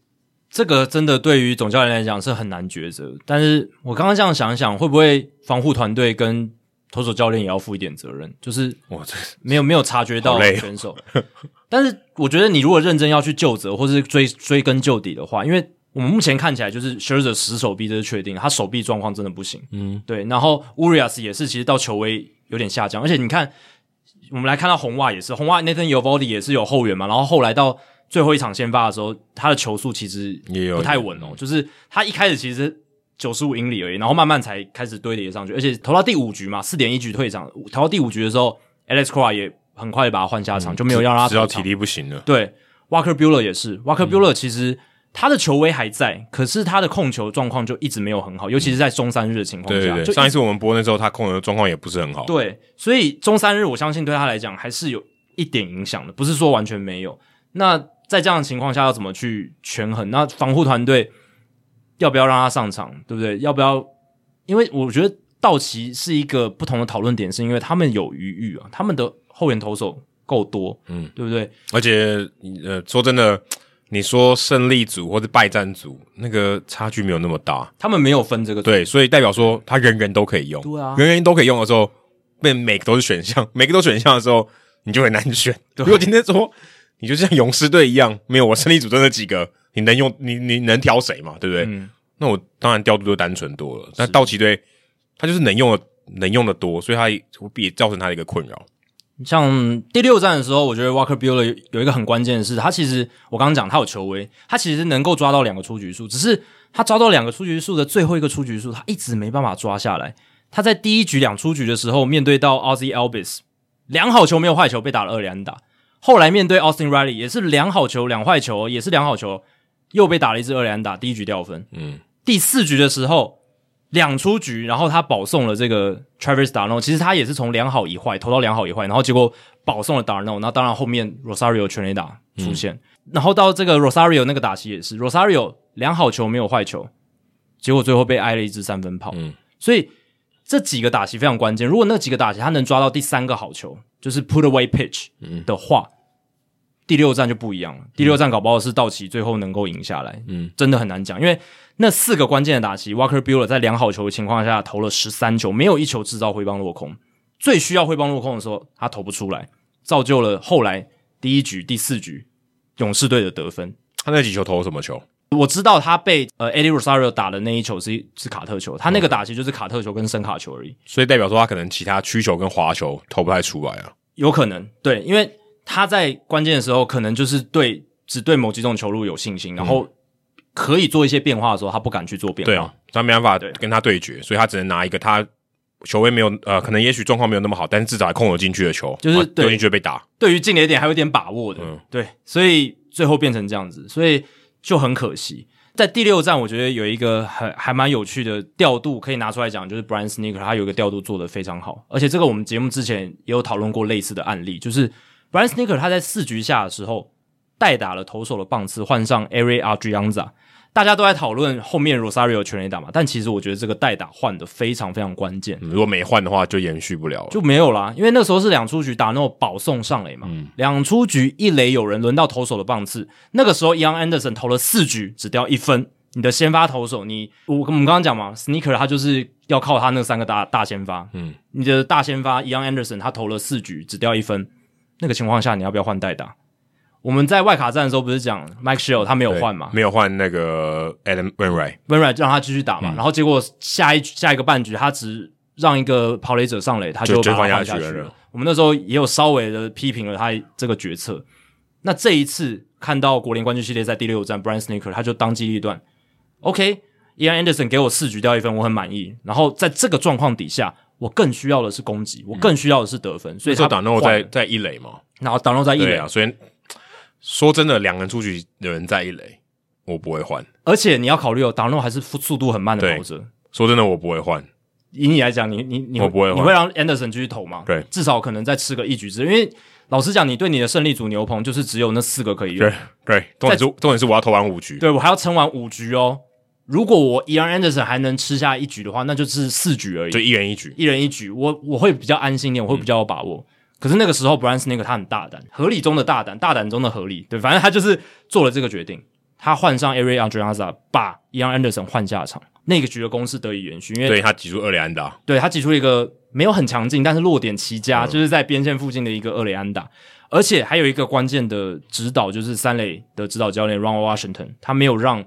[SPEAKER 1] 这个真的对于总教练来讲是很难抉择。但是我刚刚这样想一想，会不会防护团队跟投手教练也要负一点责任？就是
[SPEAKER 2] 哇，这
[SPEAKER 1] 没有没有察觉到
[SPEAKER 2] 好累哦
[SPEAKER 1] 选手。但是我觉得你如果认真要去就责或是追追根究底的话，因为我们目前看起来就是 s h i r z e r 死手臂这是确定，他手臂状况真的不行。
[SPEAKER 2] 嗯，
[SPEAKER 1] 对。然后 Urias 也是，其实到球威有点下降，而且你看，我们来看到红袜也是，红袜 Nathan y o v o d y 也是有后援嘛，然后后来到最后一场先发的时候，他的球速其实
[SPEAKER 2] 也有
[SPEAKER 1] 不太稳哦，就是他一开始其实九十五英里而已，然后慢慢才开始堆叠上去，而且投到第五局嘛，四点一局退场，投到第五局的时候，Alex c r o a 也很快把他换下
[SPEAKER 2] 嗯
[SPEAKER 1] 场，就没有让他
[SPEAKER 2] 知道
[SPEAKER 1] 投
[SPEAKER 2] 体
[SPEAKER 1] 场。
[SPEAKER 2] 力不行了。
[SPEAKER 1] 对，Walker Bueller 也是，Walker
[SPEAKER 2] 嗯
[SPEAKER 1] Bueller 其实他的球威还在，可是他的控球状况就一直没有很好，尤其是在中三日的情况
[SPEAKER 2] 对
[SPEAKER 1] 下，就
[SPEAKER 2] 对对，
[SPEAKER 1] 一直
[SPEAKER 2] 上一次我们播那时候，他控球状况也不是很好。
[SPEAKER 1] 对，所以中三日我相信对他来讲还是有一点影响的，不是说完全没有。那在这样的情况下，要怎么去权衡？那防护团队要不要让他上场，对不对？要不要？因为我觉得道奇是一个不同的讨论点，是因为他们有余裕啊，他们的后援投手够多，嗯，对不对？
[SPEAKER 2] 而且，呃，说真的，你说胜利组或者败战组，那个差距没有那么大，
[SPEAKER 1] 他们没有分这个，
[SPEAKER 2] 对，所以代表说他人人都可以用，
[SPEAKER 1] 对啊
[SPEAKER 2] 人人都可以用的时候，变每个都是选项，每个都选项的时候，你就很难 选。如果今天说你就像勇士队一样，没有我胜利组真的 几个，你能用你你能挑谁嘛？对不对？
[SPEAKER 1] 嗯
[SPEAKER 2] 那我当然调度就单纯多了。那道奇队哎他就是能用的能用的多，所以他也造成他的一个困扰。
[SPEAKER 1] 像第六站的时候，我觉得 Walker Bueller 有有一个很关键的是，他其实我刚刚讲他有球威，他其实能够抓到两个出局数，只是他抓到两个出局数的最后一个出局数，他一直没办法抓下来。他在第一局两出局的时候，面对到 Ozzy Albis，两好球没有坏球，被打了二连打。后来面对 Austin Riley 也是两好球两坏球，也是两好球，又被打了一支二连打，第一局掉分。
[SPEAKER 2] 嗯，
[SPEAKER 1] 第四局的时候两出局，然后他保送了这个 Travis Darno，其实他也是从两好一坏投到两好一坏，然后结果保送了 Darno，那当然后面 Rosario 全垒打出现，然后到这个 Rosario 那个打席也是 Rosario 两好球没有坏球，结果最后被挨了一支三分炮，
[SPEAKER 2] 嗯
[SPEAKER 1] 所以这几个打席非常关键。如果那几个打席他能抓到第三个好球，就是 put away pitch 的话，第六站就不一样了。第六站搞不好是道奇最后能够赢下来，嗯，真的很难讲，因为那四个关键的打席，Walker Bueller 在两好球的情况下投了十三球，没有一球制造挥棒落空。最需要挥棒落空的时候，他投不出来，造就了后来第一局、第四局勇士队的得分。
[SPEAKER 2] 他那几球投什么球？
[SPEAKER 1] 我知道他被呃 Eddie Rosario 打的那一球是是卡特球，他那个打其实就是卡特球跟深卡球而已，
[SPEAKER 2] 所以代表说他可能其他曲球跟滑球投不太出来啊。
[SPEAKER 1] 有可能对，因为他在关键的时候可能就是对只对某几种球路有信心，然后可以做一些变化的时候，他不敢去做变
[SPEAKER 2] 对
[SPEAKER 1] 化
[SPEAKER 2] 啊。，他没办法
[SPEAKER 1] 对
[SPEAKER 2] 跟他对决，所以他只能拿一个他球位没有呃，可能也许状况没有那么好，但是至少还控有进去的球，
[SPEAKER 1] 就是
[SPEAKER 2] 啊
[SPEAKER 1] 对
[SPEAKER 2] 丢进去被打。
[SPEAKER 1] 对于进垒点还有点把握的，
[SPEAKER 2] 嗯
[SPEAKER 1] 对，所以最后变成这样子，所以就很可惜。在第六站，我觉得有一个还还蛮有趣的调度可以拿出来讲，就是 Brian Sneaker 他有一个调度做得非常好，而且这个我们节目之前也有讨论过类似的案例，就是 Brian Sneaker 他在四局下的时候代打了投手的棒次，换上 Ari Adrianza，大家都在讨论后面 Rosario 全垒打嘛，但其实我觉得这个代打换的非常非常关键，
[SPEAKER 2] 嗯如果没换的话，就延续不了了。
[SPEAKER 1] 就没有啦，因为那时候是两出局打那种保送上垒嘛，两出局一垒有人，轮到投手的棒次。那个时候，Young Anderson 投了四局，只掉一分。你的先发投手，你我我们刚刚讲嘛，Sneaker 他就是要靠他那三个大大先发，嗯，你的大先发 Young Anderson 他投了四局，只掉一分，那个情况下你要不要换代打？我们在外卡战的时候不是讲 Mike Shell 他没有
[SPEAKER 2] 对
[SPEAKER 1] 换嘛，
[SPEAKER 2] 没有换那个 Adam Wainwright，
[SPEAKER 1] 温软让他继续打
[SPEAKER 2] 嗯
[SPEAKER 1] 嘛，然后结果下一下一个半局他只让一个跑垒者上垒，他
[SPEAKER 2] 就
[SPEAKER 1] 把
[SPEAKER 2] 就
[SPEAKER 1] 他
[SPEAKER 2] 换下
[SPEAKER 1] 换下
[SPEAKER 2] 去
[SPEAKER 1] 去
[SPEAKER 2] 了
[SPEAKER 1] 了。我们那时候也有稍微的批评了他这个决策。那这一次看到国联冠军系列赛第六战，Brian Sneaker 他就当机立断，OK。Ian Anderson 给我四局掉一分，我很满意。然后在这个状况底下，我更需要的是攻击，我更需要的是得分。所
[SPEAKER 2] 那
[SPEAKER 1] 以
[SPEAKER 2] 时
[SPEAKER 1] 他
[SPEAKER 2] 候打诺
[SPEAKER 1] 换
[SPEAKER 2] 在，在一垒嘛，
[SPEAKER 1] 然后打诺在一
[SPEAKER 2] 对
[SPEAKER 1] 垒
[SPEAKER 2] 啊，，所以说真的，两人出局，有人在一垒，我不会换。
[SPEAKER 1] 而且你要考虑哦，打诺还是速度很慢的
[SPEAKER 2] 对
[SPEAKER 1] 跑者，
[SPEAKER 2] 说真的，我不会换。
[SPEAKER 1] 以你来讲，你你你
[SPEAKER 2] 我不会换
[SPEAKER 1] 你会让 Anderson 继续投吗？
[SPEAKER 2] 对
[SPEAKER 1] 至少可能再吃个一局之，因为老实讲，你对你的胜利组牛棚就是只有那四个可以用
[SPEAKER 2] 对。对，重点是重点是我要投完五局，
[SPEAKER 1] 对我还要撑完五局哦。如果我 e a n Anderson 还能吃下一局的话，那就是四局而
[SPEAKER 2] 就
[SPEAKER 1] 已，
[SPEAKER 2] 一人一局。
[SPEAKER 1] 一人一局，我我会比较安心一点，我会比较有把握。可是那个时候，Brian Snake 他很大胆，合理中的大胆，大胆中的合理，对，反正他就是做了这个决定，他换上 Ari Andreasa，把 e a n Anderson 换下场，那个局的攻势得以延续，因为
[SPEAKER 2] 对他挤出二垒安打，
[SPEAKER 1] 对他挤出了一个没有很强劲，但是落点齐
[SPEAKER 2] 嗯
[SPEAKER 1] 佳，就是在边线附近的一个二垒安打，而且还有一个关键的指导，就是三垒的指导教练 Ron Washington，他没有让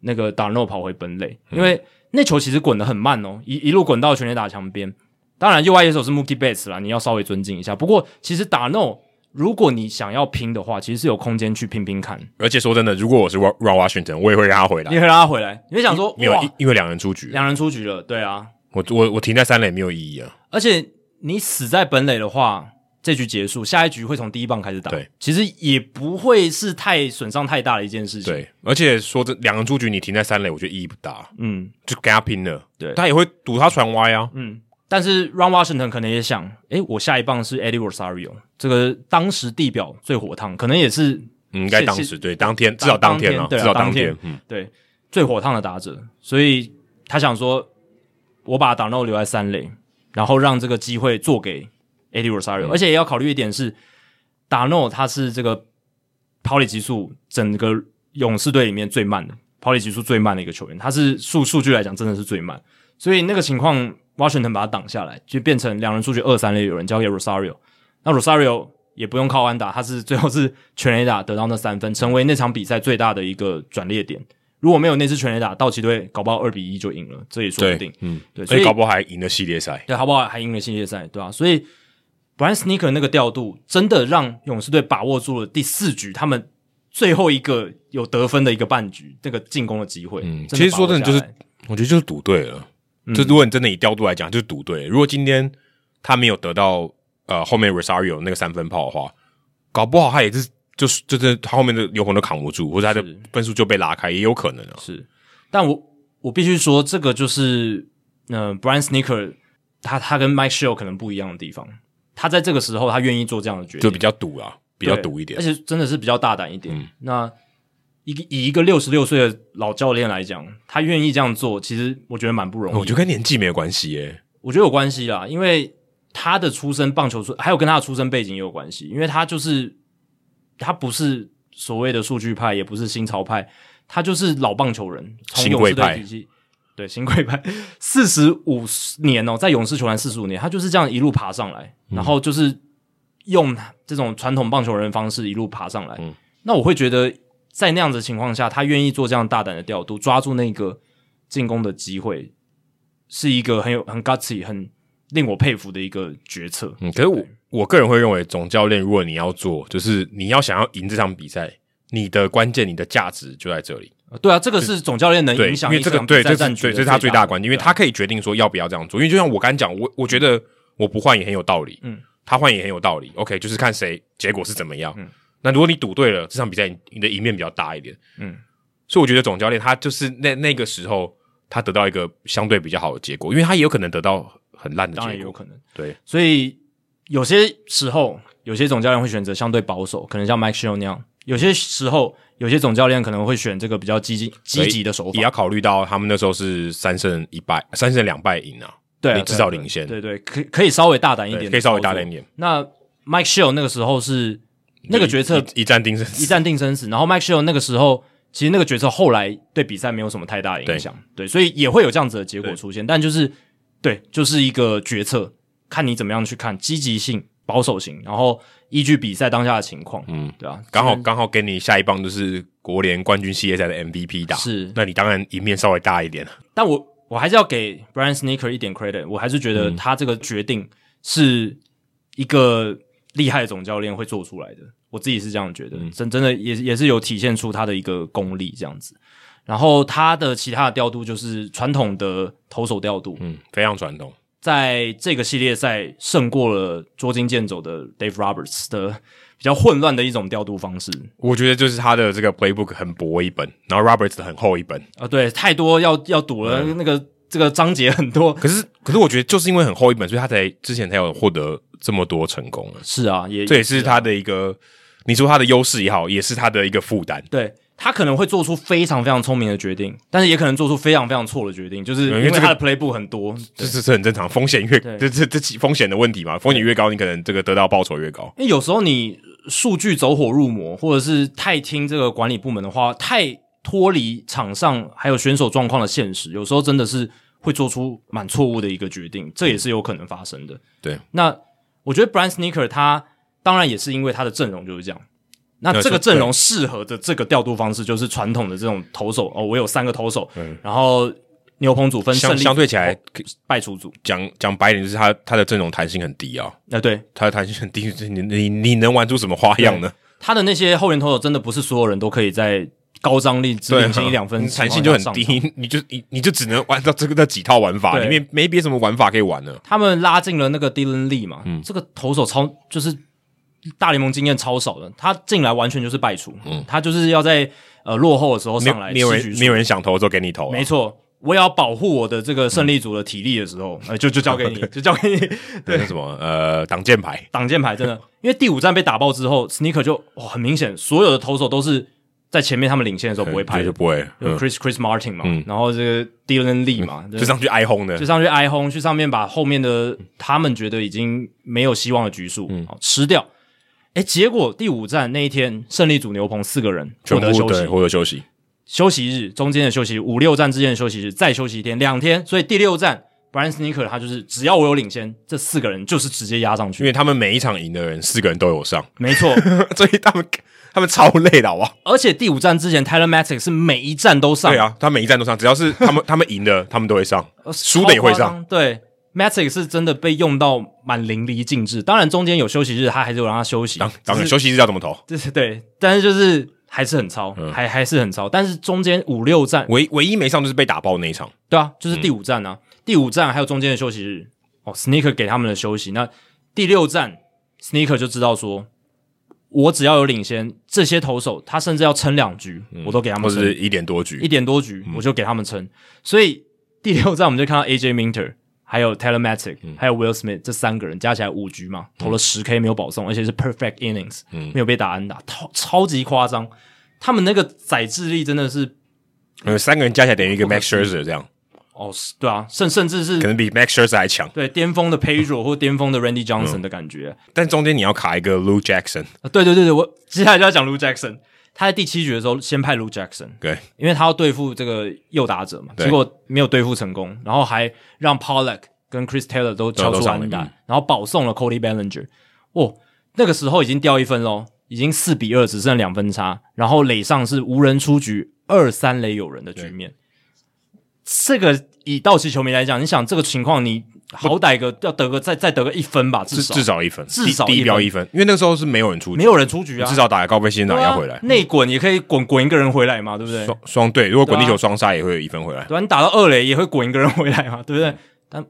[SPEAKER 1] 那个达诺跑回本垒，
[SPEAKER 2] 嗯
[SPEAKER 1] 因为那球其实滚得很慢哦，一一路滚到全垒打墙边。当然，右外野手是 Mookie Betts 啦，你要稍微尊敬一下。不过，其实达诺，如果你想要拼的话，其实是有空间去拼拼看。
[SPEAKER 2] 而且说真的，如果我是 Ron Ron Washington，我也会让他回
[SPEAKER 1] 你
[SPEAKER 2] 来。
[SPEAKER 1] 会让他回来，你会想说，
[SPEAKER 2] 没有，
[SPEAKER 1] 哇
[SPEAKER 2] 因，因为两人出局，
[SPEAKER 1] 两人出局了，对啊，
[SPEAKER 2] 我我我停在三垒没有意义啊。
[SPEAKER 1] 而且你死在本垒的话，这局结束，下一局会从第一棒开始打。
[SPEAKER 2] 对，
[SPEAKER 1] 其实也不会是太损伤太大的一件事情。，
[SPEAKER 2] 对，而且说真，两人出局你停在三垒，我觉得意义不大，
[SPEAKER 1] 嗯
[SPEAKER 2] 就跟他拼了。
[SPEAKER 1] 对
[SPEAKER 2] 他也会堵他船歪啊。
[SPEAKER 1] 嗯。但是 Ron Washington 可能也想，诶，我下一棒是 Eddie Rosario，这个当时地表最火烫，可能也是
[SPEAKER 2] 嗯应该
[SPEAKER 1] 是
[SPEAKER 2] 当
[SPEAKER 1] 是
[SPEAKER 2] 时对当天，至少当天啊，
[SPEAKER 1] 对
[SPEAKER 2] 至
[SPEAKER 1] 啊
[SPEAKER 2] 少
[SPEAKER 1] 当
[SPEAKER 2] 当
[SPEAKER 1] 天
[SPEAKER 2] 天。嗯，
[SPEAKER 1] 对最火烫的打者，所以他想说，我把达诺留在三垒，然后让这个机会做给 Eddie Rosario，、而且也要考虑一点是，达诺他是这个跑垒级数整个勇士队里面最慢的，跑垒级数最慢的一个球员，他是数数据来讲真的是最慢，所以那个情况，Washington 把他挡下来，就变成两人出局二三垒，有人交给 Rosario，那 Rosario 也不用靠安打，他是最后是全垒打得到那三分，成为那场比赛最大的一个转捩点。如果没有那支全垒打，道奇队搞不好二比一就赢了，这也说不定
[SPEAKER 2] 对。，嗯，
[SPEAKER 1] 对，所
[SPEAKER 2] 所以
[SPEAKER 1] 以
[SPEAKER 2] 搞不好还赢了系列赛。
[SPEAKER 1] 对，好不好？还赢了系列赛，对吧、啊所以 Brian Sneaker 那个调度，真的让勇士队把握住了第四局，他们最后一个有得分的一个半局，那个进攻的机会。
[SPEAKER 2] 嗯
[SPEAKER 1] 的
[SPEAKER 2] 其实说
[SPEAKER 1] 把握
[SPEAKER 2] 真的就是
[SPEAKER 1] 下来
[SPEAKER 2] 我觉得就是赌对了。
[SPEAKER 1] 嗯
[SPEAKER 2] 就如果你真的以调度来讲，就是赌对了。如果今天他没有得到呃后面 Rosario 那个三分炮的话，搞不好他也是就是就是他后面的牛棚都扛不住，或者他的
[SPEAKER 1] 是
[SPEAKER 2] 分数就被拉开，也有可能啊。
[SPEAKER 1] 是，但我我必须说，这个就是嗯、呃、，Brian Sneaker 他他跟 Mike Shell 可能不一样的地方，他在这个时候他愿意做这样的决定，
[SPEAKER 2] 就比较赌啊，比较
[SPEAKER 1] 对
[SPEAKER 2] 赌一点嗯
[SPEAKER 1] 而。且真的是比较大胆一点。那一个以一个六十六岁的老教练来讲，他愿意这样做，其实我觉得蛮不容易的。
[SPEAKER 2] 哦我觉得跟年纪没有关系耶、
[SPEAKER 1] 我觉得有关系啦，因为他的出身棒球出，还有跟他的出身背景也有关系，因为他就是他不是所谓的数据派，也不是新潮派，他就是老棒球人，从
[SPEAKER 2] 新
[SPEAKER 1] 勇士
[SPEAKER 2] 贵派
[SPEAKER 1] 队体系。对新贵派，四十五年哦，在勇士球坛四十五年，他就是这样一路爬上来，
[SPEAKER 2] 嗯
[SPEAKER 1] 然后就是用这种传统棒球人的方式一路爬上来。
[SPEAKER 2] 嗯
[SPEAKER 1] 那我会觉得，在那样子的情况下，他愿意做这样大胆的调度，抓住那个进攻的机会，是一个很有很 gutsy、很令我佩服的一个决策。
[SPEAKER 2] 嗯，可是我我个人会认为，总教练如果你要做，就是你要想要赢这场比赛，你的关键、你的价值就在这里。
[SPEAKER 1] 呃对啊，这个是总教练能
[SPEAKER 2] 对，
[SPEAKER 1] 影
[SPEAKER 2] 因
[SPEAKER 1] 响
[SPEAKER 2] 为
[SPEAKER 1] 一
[SPEAKER 2] 这个
[SPEAKER 1] 场比
[SPEAKER 2] 对，这
[SPEAKER 1] 赛
[SPEAKER 2] 是
[SPEAKER 1] 战局
[SPEAKER 2] 对，
[SPEAKER 1] 的
[SPEAKER 2] 这是他最大的
[SPEAKER 1] 关
[SPEAKER 2] 关键，因为他可以决定说要不要这样做。因为就像我刚讲，我我觉得我不换也很有道理，
[SPEAKER 1] 嗯，
[SPEAKER 2] 他换也很有道理。OK，就是看谁结果是怎么样。
[SPEAKER 1] 嗯
[SPEAKER 2] 那如果你赌对了，这场比赛你你的赢面比较大一点，
[SPEAKER 1] 嗯。
[SPEAKER 2] 所以我觉得总教练他就是那那个时候他得到一个相对比较好的结果，因为他也有可能得到很烂的
[SPEAKER 1] 当然
[SPEAKER 2] 结
[SPEAKER 1] 也有
[SPEAKER 2] 果。
[SPEAKER 1] 可能。
[SPEAKER 2] 对，
[SPEAKER 1] 所以有些时候，有些总教练会选择相对保守，可能像 Mike Shil 那样；有些时候，有些总教练可能会选这个比较积极积极的手
[SPEAKER 2] 也
[SPEAKER 1] 法。
[SPEAKER 2] 要考虑到他们那时候是三胜一败，三胜两败赢啊，
[SPEAKER 1] 对啊，对
[SPEAKER 2] 你
[SPEAKER 1] 啊
[SPEAKER 2] 至少领先
[SPEAKER 1] 对对，可可以稍微大胆一
[SPEAKER 2] 对
[SPEAKER 1] 点，
[SPEAKER 2] 可以稍微大胆一。点。
[SPEAKER 1] 那 Mike Shil 那个时候是那个决策
[SPEAKER 2] 一一战定胜，
[SPEAKER 1] 一战定生死，然后 Mike Shil 那个时候。其实那个决策后来对比赛没有什么太大的影响，对，所以也会有这样子的结果
[SPEAKER 2] 对
[SPEAKER 1] 出现。但就是，对，就是一个决策，看你怎么样去看积极性、保守型，然后依据比赛当下的情况，
[SPEAKER 2] 嗯，
[SPEAKER 1] 对啊，
[SPEAKER 2] 刚好刚好给你下一棒就是国联冠军系列赛的 MVP 打，
[SPEAKER 1] 是
[SPEAKER 2] 那你当然赢面稍微大一点了。
[SPEAKER 1] 但我我还是要给 Brian Sneaker 一点 credit，我还是觉得他这个决定是一个厉害的总教练会做出来的，我自己是这样觉得，真真的也也是有体现出他的一个功力这样子。然后他的其他的调度就是传统的投手调度，
[SPEAKER 2] 嗯，非常传统，
[SPEAKER 1] 在这个系列赛胜过了捉襟见肘的 Dave Roberts 的比较混乱的一种调度方式。
[SPEAKER 2] 我觉得就是他的这个 playbook 很薄一本，然后 Roberts 很厚一本。
[SPEAKER 1] 啊、对，太多要要赌了，那个这个章节很多，
[SPEAKER 2] 可是可是我觉得就是因为很厚一本，所以他才之前才有获得这么多成功了。
[SPEAKER 1] 是啊，也
[SPEAKER 2] 这也是他的一个，你说他的优势也好，也是他的一个负担。
[SPEAKER 1] 对他可能会做出非常非常聪明的决定，但是也可能做出非常非常错的决定，就是
[SPEAKER 2] 对
[SPEAKER 1] 因
[SPEAKER 2] 因为
[SPEAKER 1] 为
[SPEAKER 2] 这个
[SPEAKER 1] 他的 playbook 很多。
[SPEAKER 2] 这这是很正常，风险越
[SPEAKER 1] 对
[SPEAKER 2] 这这这起风险的问题嘛，风险越高，你可能这个得到报酬越高。
[SPEAKER 1] 因为有时候你数据走火入魔，或者是太听这个管理部门的话，太脱离场上还有选手状况的现实，有时候真的是会做出蛮错误的一个决定，这也是有可能发生的。
[SPEAKER 2] 对，
[SPEAKER 1] 那我觉得 Brian Sneaker 他当然也是因为他的阵容就是这样。那
[SPEAKER 2] 对
[SPEAKER 1] 这个
[SPEAKER 2] 是
[SPEAKER 1] 阵容适合的这个调度方式，就是传统的这种投手哦，我有三个投手，
[SPEAKER 2] 嗯
[SPEAKER 1] 然后牛棚组分胜
[SPEAKER 2] 相
[SPEAKER 1] 利
[SPEAKER 2] 相对起来，
[SPEAKER 1] 败出组。
[SPEAKER 2] 讲讲白一点，就是他他的阵容弹性很低啊。
[SPEAKER 1] 那、对
[SPEAKER 2] 他的弹性很低，就是你你你能玩出什么花样呢？
[SPEAKER 1] 他的那些后援投手，真的不是所有人都可以在高张力只领先一两分
[SPEAKER 2] 啊你
[SPEAKER 1] 的情
[SPEAKER 2] 弹
[SPEAKER 1] 况
[SPEAKER 2] 性就很
[SPEAKER 1] 下上场。
[SPEAKER 2] 低，你就你你就只能玩到这个那几套玩法，
[SPEAKER 1] 对
[SPEAKER 2] 里面没别什么玩法可以玩了。
[SPEAKER 1] 他们拉进了那个 Dylan Lee 嘛，
[SPEAKER 2] 嗯
[SPEAKER 1] 这个投手超就是大联盟经验超少的，他进来完全就是败出，他就是要在呃落后的时候
[SPEAKER 2] 没
[SPEAKER 1] 上来
[SPEAKER 2] 嗯没有
[SPEAKER 1] 吃局
[SPEAKER 2] 人
[SPEAKER 1] 数
[SPEAKER 2] 没有人想投的时候给你投啊，
[SPEAKER 1] 没错，我也要保护我的这个胜利组的体力的时候，
[SPEAKER 2] 嗯
[SPEAKER 1] 呃，就就交 给你，就交给你。
[SPEAKER 2] 对那什么呃挡箭牌，
[SPEAKER 1] 挡箭牌真的，因为第五站被打爆之后，Sneaker 就哇很明显，所有的投手都是在前面他们领先的时候不会拍的
[SPEAKER 2] 就就，不会，
[SPEAKER 1] 有
[SPEAKER 2] 嗯，
[SPEAKER 1] Chris Chris Martin 嘛，然后这个 Dylan Lee 嘛，
[SPEAKER 2] 就上去挨轰的
[SPEAKER 1] 就，上去挨轰，去上面把后面的他们觉得已经没有希望的局数、
[SPEAKER 2] 嗯
[SPEAKER 1] 好吃掉。哎，结果第五站那一天，胜利组牛棚四个人获
[SPEAKER 2] 全
[SPEAKER 1] 得
[SPEAKER 2] 部
[SPEAKER 1] 休息
[SPEAKER 2] 对，，获得休息。
[SPEAKER 1] 休息日中间的休息日，五六站之间的休息日，再休息一天，两天，所以第六站 Brian Sneaker 他就是只要我有领先，这四个人就是直接压上
[SPEAKER 2] 因
[SPEAKER 1] 去，
[SPEAKER 2] 为他们每一场赢的人四个人都有上，
[SPEAKER 1] 没错。
[SPEAKER 2] 所以他们他们超累的，好不好？
[SPEAKER 1] 而且第五站之前 Tyler Matic 是每一站都上，
[SPEAKER 2] 对啊，他每一站都上，只要是他们 他们赢的，他们都会上，
[SPEAKER 1] 呃，
[SPEAKER 2] 输的也会
[SPEAKER 1] 超夸
[SPEAKER 2] 上。
[SPEAKER 1] 张。对，Matic 是真的被用到蛮淋漓尽致，当然中间有休息日，他还是有让他休息，
[SPEAKER 2] 当当然
[SPEAKER 1] 只是
[SPEAKER 2] 休息日要怎么投？
[SPEAKER 1] 就是对，但是就是还是很超，
[SPEAKER 2] 嗯
[SPEAKER 1] 还还是很超，但是中间五六站
[SPEAKER 2] 唯唯一没上就是被打爆那一场，
[SPEAKER 1] 对啊，
[SPEAKER 2] 嗯
[SPEAKER 1] 就是第五站啊，第五站还有中间的休息日哦，Sneaker 给他们的休息。那第六站，Sneaker 就知道说，我只要有领先，这些投手他甚至要撑两局，我都给他
[SPEAKER 2] 嗯或
[SPEAKER 1] 们
[SPEAKER 2] 者
[SPEAKER 1] 撑
[SPEAKER 2] 是一点多局
[SPEAKER 1] 一，点多局，我就给他们撑。所以第六站我们就看到 AJ Minter。还有 Telematic，、还有 Will Smith 这三个人加起来五局嘛，投了十 K 没有保送，而且是 perfect innings，、没有被打安打，超超级夸张。他们那个载智力真的是
[SPEAKER 2] 呃，三个人加起来等于一个 Max Scherzer 这样，
[SPEAKER 1] 哦，是对啊，甚甚至是
[SPEAKER 2] 可能比 Max Scherzer 还强。
[SPEAKER 1] 对巅峰的 Pedro 或巅峰的 Randy Johnson 的感觉。
[SPEAKER 2] 但中间你要卡一个 Lou Jackson，
[SPEAKER 1] 啊对对对对，我接下来就要讲 Lou Jackson。他在第七局的时候先派 Lou Jackson，
[SPEAKER 2] 对，
[SPEAKER 1] 因为他要对付这个右打者嘛，
[SPEAKER 2] 对
[SPEAKER 1] 结果没有对付成功，然后还让 Pollock 跟 Chris Taylor 都敲
[SPEAKER 2] 都
[SPEAKER 1] 出
[SPEAKER 2] 上
[SPEAKER 1] 安打，
[SPEAKER 2] 了嗯
[SPEAKER 1] 然后保送了 Cody Bellinger。哦，那个时候已经掉一分喽，已经四比二，只剩两分差，然后垒上是无人出局，二三垒有人的局面。这个以道奇球迷来讲，你想这个情况，你好歹个要得个再再得个一分吧，至
[SPEAKER 2] 至
[SPEAKER 1] 少
[SPEAKER 2] 至少一分，
[SPEAKER 1] 至少
[SPEAKER 2] 低
[SPEAKER 1] 一
[SPEAKER 2] 低
[SPEAKER 1] 分
[SPEAKER 2] 标一分，因为那个时候是没有人出局，
[SPEAKER 1] 没有人出局啊，
[SPEAKER 2] 至少打个高飞先打
[SPEAKER 1] 对啊
[SPEAKER 2] 要回来。
[SPEAKER 1] 内滚也可以滚滚一个人回来嘛，对不啊对？
[SPEAKER 2] 双双对，如果滚地
[SPEAKER 1] 对
[SPEAKER 2] 球
[SPEAKER 1] 啊
[SPEAKER 2] 双杀也会有一分回来。
[SPEAKER 1] 对啊，你打到二垒也会滚一个人回来嘛，对不对？但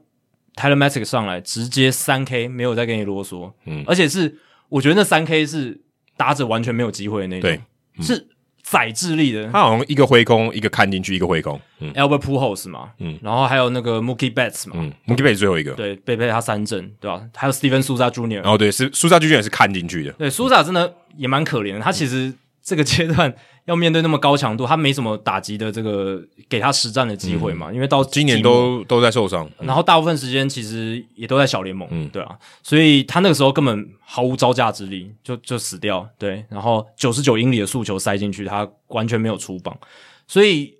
[SPEAKER 1] Tyler Matic 上来直接三 K，没有再跟你啰嗦，
[SPEAKER 2] 嗯
[SPEAKER 1] 而且是我觉得那三 K 是打者完全没有机会的那种，
[SPEAKER 2] 对嗯
[SPEAKER 1] 是宰智力的
[SPEAKER 2] 他好像一个挥空，一个看进去，一个挥空。嗯
[SPEAKER 1] Albert Pujols 嘛，
[SPEAKER 2] 嗯
[SPEAKER 1] 然后还有那个 Mookie Betts 嘛，
[SPEAKER 2] 嗯 m o o k 最后一个，
[SPEAKER 1] 对，被被他三振，对吧、还有 Steven Souza Jr.，、
[SPEAKER 2] 然后对是苏萨巨卷也是看进去的，
[SPEAKER 1] 对，苏萨真的也蛮可怜的，他其实这个阶段要面对那么高强度，他没什么打击的这个给他实战的机会嘛，因为到
[SPEAKER 2] 嗯今年
[SPEAKER 1] 季末
[SPEAKER 2] 都都在受伤。
[SPEAKER 1] 然后大部分时间其实也都在小联盟，
[SPEAKER 2] 嗯
[SPEAKER 1] 对啊，所以他那个时候根本毫无招架之力，就就死掉，对，然后九十九英里的速球塞进去，他完全没有出棒，所以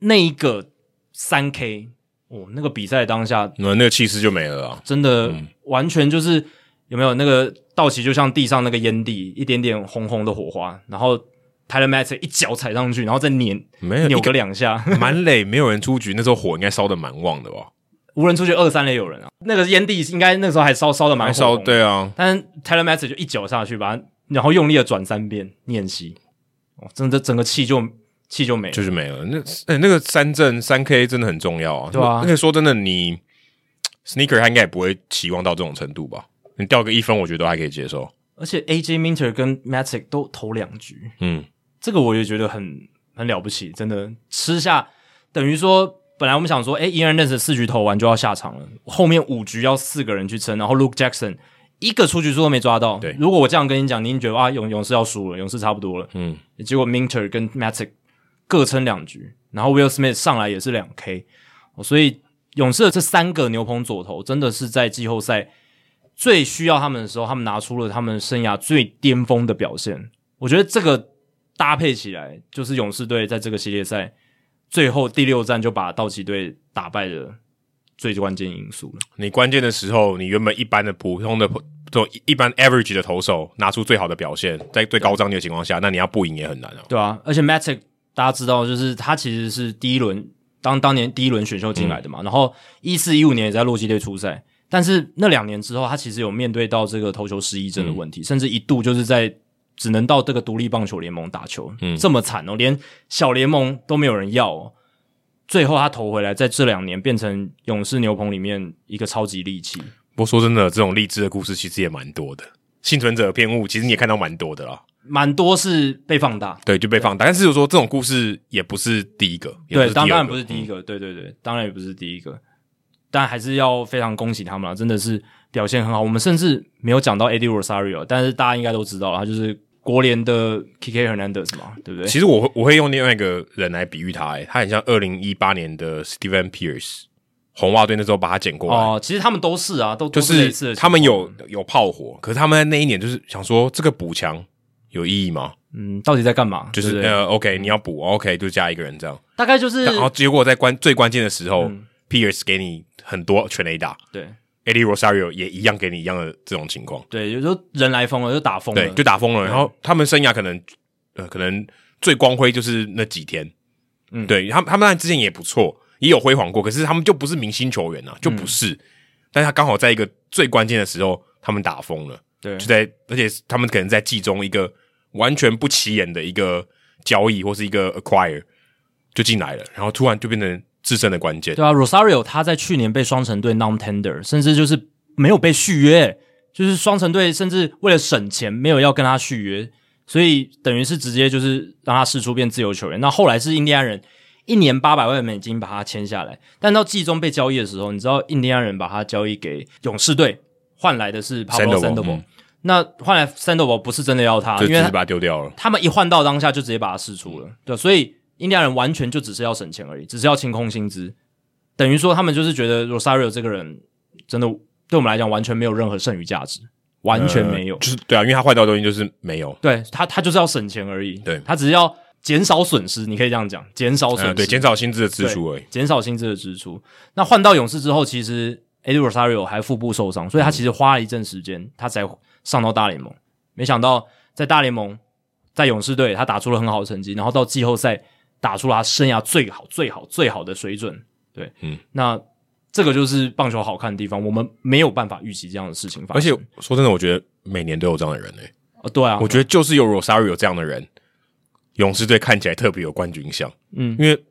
[SPEAKER 1] 那一个三 K，哦，那个比赛当下
[SPEAKER 2] 那那个气势就没了啊！
[SPEAKER 1] 真的完全就是、有没有那个道奇就像地上那个烟蒂，一点点红红的火花，然后 Tyler m a t 一脚踩上去，然后再 碾
[SPEAKER 2] 没有
[SPEAKER 1] 扭
[SPEAKER 2] 一
[SPEAKER 1] 个
[SPEAKER 2] 个
[SPEAKER 1] 两下，
[SPEAKER 2] 满垒没有人出局，那时候火应该烧的蛮旺的吧？
[SPEAKER 1] 无人出去二三垒有人啊，那个烟蒂应该那时候还烧烧的蛮
[SPEAKER 2] 还
[SPEAKER 1] 红红
[SPEAKER 2] 烧
[SPEAKER 1] 的
[SPEAKER 2] 对啊，
[SPEAKER 1] 但是 Taylor m a t 就一脚下去把它，然后用力的转三遍练习，哦，真的整个气就气就没了。
[SPEAKER 2] 就是没了。那哎、那个三振三 K 真的很重要啊。
[SPEAKER 1] 对啊
[SPEAKER 2] 那个说真的，你 sneaker 他应该也不会期望到这种程度吧？你掉个一分，我觉得都还可以接受。
[SPEAKER 1] 而且 AJ Minter 跟 Matic 都投两局，
[SPEAKER 2] 嗯，
[SPEAKER 1] 这个我也觉得很很了不起，真的吃下等于说。本来我们想说，哎、伊人认识四局投完就要下场了，后面五局要四个人去撑，然后 Luke Jackson 一个出局数都没抓到。
[SPEAKER 2] 对
[SPEAKER 1] 如果我这样跟你讲，你一定觉得啊，勇勇士要输了，勇士差不多了。
[SPEAKER 2] 嗯，
[SPEAKER 1] 结果 Minter 跟 Matic 各撑两局，然后 Will Smith 上来也是两 K，、哦、所以勇士的这三个牛棚左投真的是在季后赛最需要他们的时候，他们拿出了他们生涯最巅峰的表现。我觉得这个搭配起来，就是勇士队在这个系列赛最后第六战就把道奇队打败的最关键因素了。
[SPEAKER 2] 你关键的时候，你原本一般的普通的这种一一般 average 的投手拿出最好的表现，在最高张力的情况下，那你要不赢也很难啊。
[SPEAKER 1] 对啊，而且 Matic 大家知道，就是他其实是第一轮当当年第一轮选秀进来的嘛，然后一四一五年也在洛基队出赛，但是那两年之后，他其实有面对到这个投球失忆症的问题，甚至一度就是在只能到这个独立棒球联盟打球，嗯，这么惨哦，连小联盟都没有人要哦。最后他投回来，在这两年变成勇士牛棚里面一个超级利器。
[SPEAKER 2] 不过说真的，这种励志的故事其实也蛮多的。幸存者偏误，其实你也看到蛮多的啦。
[SPEAKER 1] 蛮多是被放大，
[SPEAKER 2] 对，就被放大。但是我说这种故事也不是第一个，也不
[SPEAKER 1] 对，
[SPEAKER 2] 是第
[SPEAKER 1] 当
[SPEAKER 2] 二个嗯
[SPEAKER 1] 当然不是第一个，对对对，当然也不是第一个，但还是要非常恭喜他们了，真的是表现很好。我们甚至没有讲到 Eddie Rosario，但是大家应该都知道了，他就是国联的 KK Hernandez 嘛，对不对？
[SPEAKER 2] 其实我会我会用另外一个人来比喻他、欸，他很像二零一八年的 Steven Pierce，红袜队那时候把他捡过来，
[SPEAKER 1] 哦、其实他们都是啊，都都
[SPEAKER 2] 就
[SPEAKER 1] 是类似
[SPEAKER 2] 是
[SPEAKER 1] 的情况
[SPEAKER 2] 他们有有炮火，可是他们在那一年就是想说这个补强有意义吗？
[SPEAKER 1] 嗯，到底在干嘛？对
[SPEAKER 2] 就是
[SPEAKER 1] 不对嗯
[SPEAKER 2] 呃，OK，你要补，OK，就加一个人这样，
[SPEAKER 1] 大概就是
[SPEAKER 2] 但然后结果在关最关键的时候、p
[SPEAKER 1] 嗯
[SPEAKER 2] i e r c e 给你很多全垒打
[SPEAKER 1] 对
[SPEAKER 2] ，Eddie Rosario 也一样给你一样的这种情况。
[SPEAKER 1] 对，有时候人来疯了就打疯了，
[SPEAKER 2] 对，就打疯了。然后他们生涯可能呃，可能最光辉就是那几天。
[SPEAKER 1] 嗯
[SPEAKER 2] 对他们，他们当然之前也不错，也有辉煌过，可是他们就不是明星球员啊，就
[SPEAKER 1] 嗯
[SPEAKER 2] 不是。但是他刚好在一个最关键的时候，他们打疯了，
[SPEAKER 1] 对
[SPEAKER 2] 就在而且他们可能在季中一个完全不起眼的一个交易或是一个 acquire 就进来了，然后突然就变成自身的关键。
[SPEAKER 1] 对啊，Rosario 他在去年被双城队 non tender，甚至就是没有被续约，就是双城队甚至为了省钱没有要跟他续约，所以等于是直接就是让他试出变自由球员。那后来是印第安人一年八百万美金把他签下来，但到季中被交易的时候，你知道印第安人把他交易给勇士队，换来的是 Pablo
[SPEAKER 2] Sandoval，
[SPEAKER 1] Sandoval
[SPEAKER 2] 嗯。
[SPEAKER 1] 那换来 Sandoval 不是真的要他，
[SPEAKER 2] 就
[SPEAKER 1] 因
[SPEAKER 2] 只
[SPEAKER 1] 为
[SPEAKER 2] 是
[SPEAKER 1] 他
[SPEAKER 2] 把它丢掉了，
[SPEAKER 1] 他们一换到当下就直
[SPEAKER 2] 嗯
[SPEAKER 1] 接把它释出了，对，所以印第安人完全就只是要省钱而已，只是要清空薪资。等于说他们就是觉得 Rosario 这个人真的对我们来讲完全没有任何剩余价值，完全没有。
[SPEAKER 2] 呃就是对啊，因为他坏掉的东西就是没有，
[SPEAKER 1] 对他，他就是要省钱而已。
[SPEAKER 2] 对
[SPEAKER 1] 他只是要减少损失，你可以这样讲，减少损
[SPEAKER 2] 呃，
[SPEAKER 1] 失，
[SPEAKER 2] 对，减少薪资的支出而已。
[SPEAKER 1] 减少薪资的支出。那换到勇士之后，其实 Eddie Rosario 还腹部受伤，所以他其实花了一阵时间，他才上到大联盟。没想到在大联盟，在勇士队他打出了很好的成绩，然后到季后赛打出了他生涯最好、最好、最好的水准。对，
[SPEAKER 2] 嗯，
[SPEAKER 1] 那这个就是棒球好看的地方，我们没有办法预期这样的事情发
[SPEAKER 2] 而且
[SPEAKER 1] 生。
[SPEAKER 2] 说真的，我觉得每年都有这样的人诶、欸
[SPEAKER 1] 哦，对啊，
[SPEAKER 2] 我觉得就是有 Rosario 这样的人，勇士队看起来特别有冠军相。
[SPEAKER 1] 嗯
[SPEAKER 2] 因为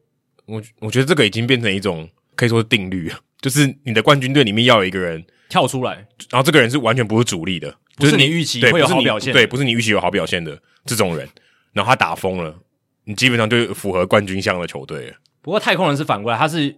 [SPEAKER 2] 我我觉得这个已经变成一种可以说是定律了，就是你的冠军队里面要有一个人，
[SPEAKER 1] 跳出来，
[SPEAKER 2] 然后这个人是完全不是主力的，
[SPEAKER 1] 不是
[SPEAKER 2] 就
[SPEAKER 1] 你预期
[SPEAKER 2] 对
[SPEAKER 1] 会有
[SPEAKER 2] 不是你
[SPEAKER 1] 好表现
[SPEAKER 2] 对，不是你预期有好表现的这种人，然后他打疯了，你基本上就符合冠军相的球队了。
[SPEAKER 1] 不过太空人是反过来，他是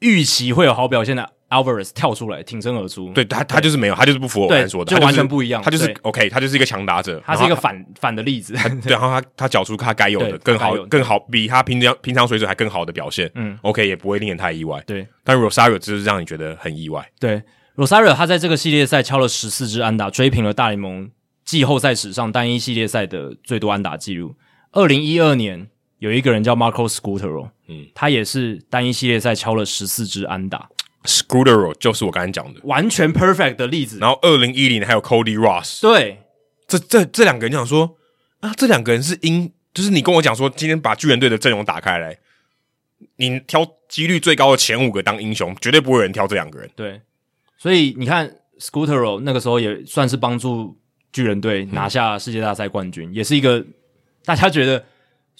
[SPEAKER 1] 预期会有好表现的 Alvarez 跳出来挺身而出，
[SPEAKER 2] 对他，他就是没有，他就是不符合我
[SPEAKER 1] 对
[SPEAKER 2] 刚才说的，
[SPEAKER 1] 就
[SPEAKER 2] 他
[SPEAKER 1] 完全不一样
[SPEAKER 2] 他就是
[SPEAKER 1] 对
[SPEAKER 2] OK，他就是一个强打者，
[SPEAKER 1] 他是一个
[SPEAKER 2] 然后
[SPEAKER 1] 反反的例子。
[SPEAKER 2] 对，然后他他缴出他该有的
[SPEAKER 1] 对
[SPEAKER 2] 更
[SPEAKER 1] 他
[SPEAKER 2] 好
[SPEAKER 1] 该有的
[SPEAKER 2] 更好，比他平常平常水准还更好的表现，
[SPEAKER 1] 嗯
[SPEAKER 2] ，OK 也不会令人太意外。
[SPEAKER 1] 对
[SPEAKER 2] 但 Rosario 就是让你觉得很意外，
[SPEAKER 1] 对，Rosario 他在这个系列赛敲了十四支安打，追平了大联盟季后赛史上单一系列赛的最多安打记录。二零一二年有一个人叫 Marco Scutero，
[SPEAKER 2] 嗯，
[SPEAKER 1] 他也是单一系列赛敲了十四支安打，
[SPEAKER 2] Scudero 就是我刚才讲的。
[SPEAKER 1] 完全 perfect 的例子。
[SPEAKER 2] 然后二零一零还有 Cody Ross，
[SPEAKER 1] 对
[SPEAKER 2] 这这这两个人想说啊，这两个人是因，就是你跟我讲说，今天把巨人队的阵容打开来，你挑几率最高的前五个当英雄，绝对不会有人挑这两个人。
[SPEAKER 1] 对，所以你看 Scutero 那个时候也算是帮助巨人队拿下世界大赛冠军，也是一个大家觉得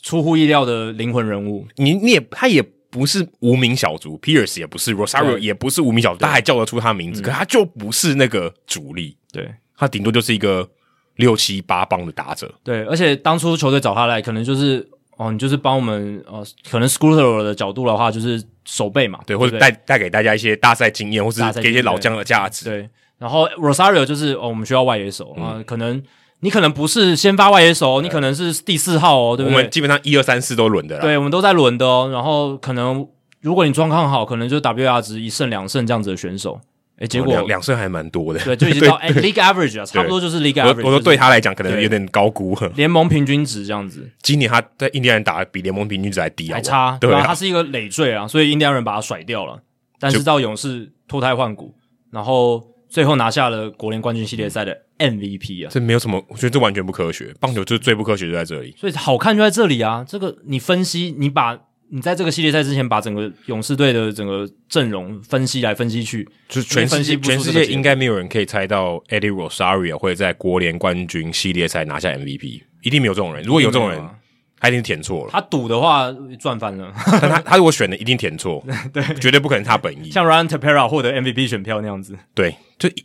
[SPEAKER 1] 出乎意料的灵魂人物。
[SPEAKER 2] 你你也他也不是无名小卒，Pierce 也不是，Rosario
[SPEAKER 1] 对嗯
[SPEAKER 2] 也不是无名小卒，他还叫得出他名字，可他就不是那个主力，
[SPEAKER 1] 对，
[SPEAKER 2] 他顶多就是一个六七八棒的打者。
[SPEAKER 1] 对，而且当初球队找他来，可能就是哦，你就是帮我们呃，可能 Scooter 的角度的话，就是守备嘛，对，
[SPEAKER 2] 对，或者
[SPEAKER 1] 不
[SPEAKER 2] 带带给大家一些大赛经验，或是
[SPEAKER 1] 大赛经验
[SPEAKER 2] 给一些老将的价值。
[SPEAKER 1] 对。然后 Rosario 就是哦，我们需要外野手
[SPEAKER 2] 嗯
[SPEAKER 1] 啊、可能你可能不是先发外野手，哦你可能是第四号哦，对
[SPEAKER 2] 我
[SPEAKER 1] 不对
[SPEAKER 2] 们？基本上一二三四都轮的啦。
[SPEAKER 1] 对，我们都在轮的哦。然后可能如果你状况好，可能就 WR 值一胜两胜这样子的选手，诶，结
[SPEAKER 2] 哦
[SPEAKER 1] 果、
[SPEAKER 2] 两两胜还蛮多的，
[SPEAKER 1] 对就已经到 哎 League Average 啊，差不多就是 League
[SPEAKER 2] 我
[SPEAKER 1] Average，
[SPEAKER 2] 我说对他来讲可能
[SPEAKER 1] 对
[SPEAKER 2] 有点高估，
[SPEAKER 1] 联盟平均值这样子。
[SPEAKER 2] 今年他在印第安人打得比联盟平均值还低啊，
[SPEAKER 1] 还差，
[SPEAKER 2] 对
[SPEAKER 1] 啊，
[SPEAKER 2] 啊
[SPEAKER 1] 他，是一个累赘啊，所以印第安人把他甩掉了，但是到勇士脱胎换骨，然后最后拿下了国联冠军系列赛的 MVP 啊，
[SPEAKER 2] 这没有什么，我觉得这完全不科学，棒球就是最不科学就在这里，
[SPEAKER 1] 所以好看就在这里啊。这个你分析，你把你在这个系列赛之前把整个勇士队的整个阵容分析来分析去，
[SPEAKER 2] 就是全世
[SPEAKER 1] 分析
[SPEAKER 2] 界
[SPEAKER 1] 不出
[SPEAKER 2] 全世
[SPEAKER 1] 这
[SPEAKER 2] 界
[SPEAKER 1] 个结果
[SPEAKER 2] 应该没有人可以猜到 Eddie Rosario 会在国联冠军系列赛拿下 MVP，一定没有这种人，如果有这种人
[SPEAKER 1] 没有啊，
[SPEAKER 2] 他一定填错了，
[SPEAKER 1] 他赌的话赚翻了，
[SPEAKER 2] 但他他如果选的一定填错，对，绝对不可能他本意，
[SPEAKER 1] 像 Ryan Tapera 获得 MVP 选票那样子。
[SPEAKER 2] 对，就一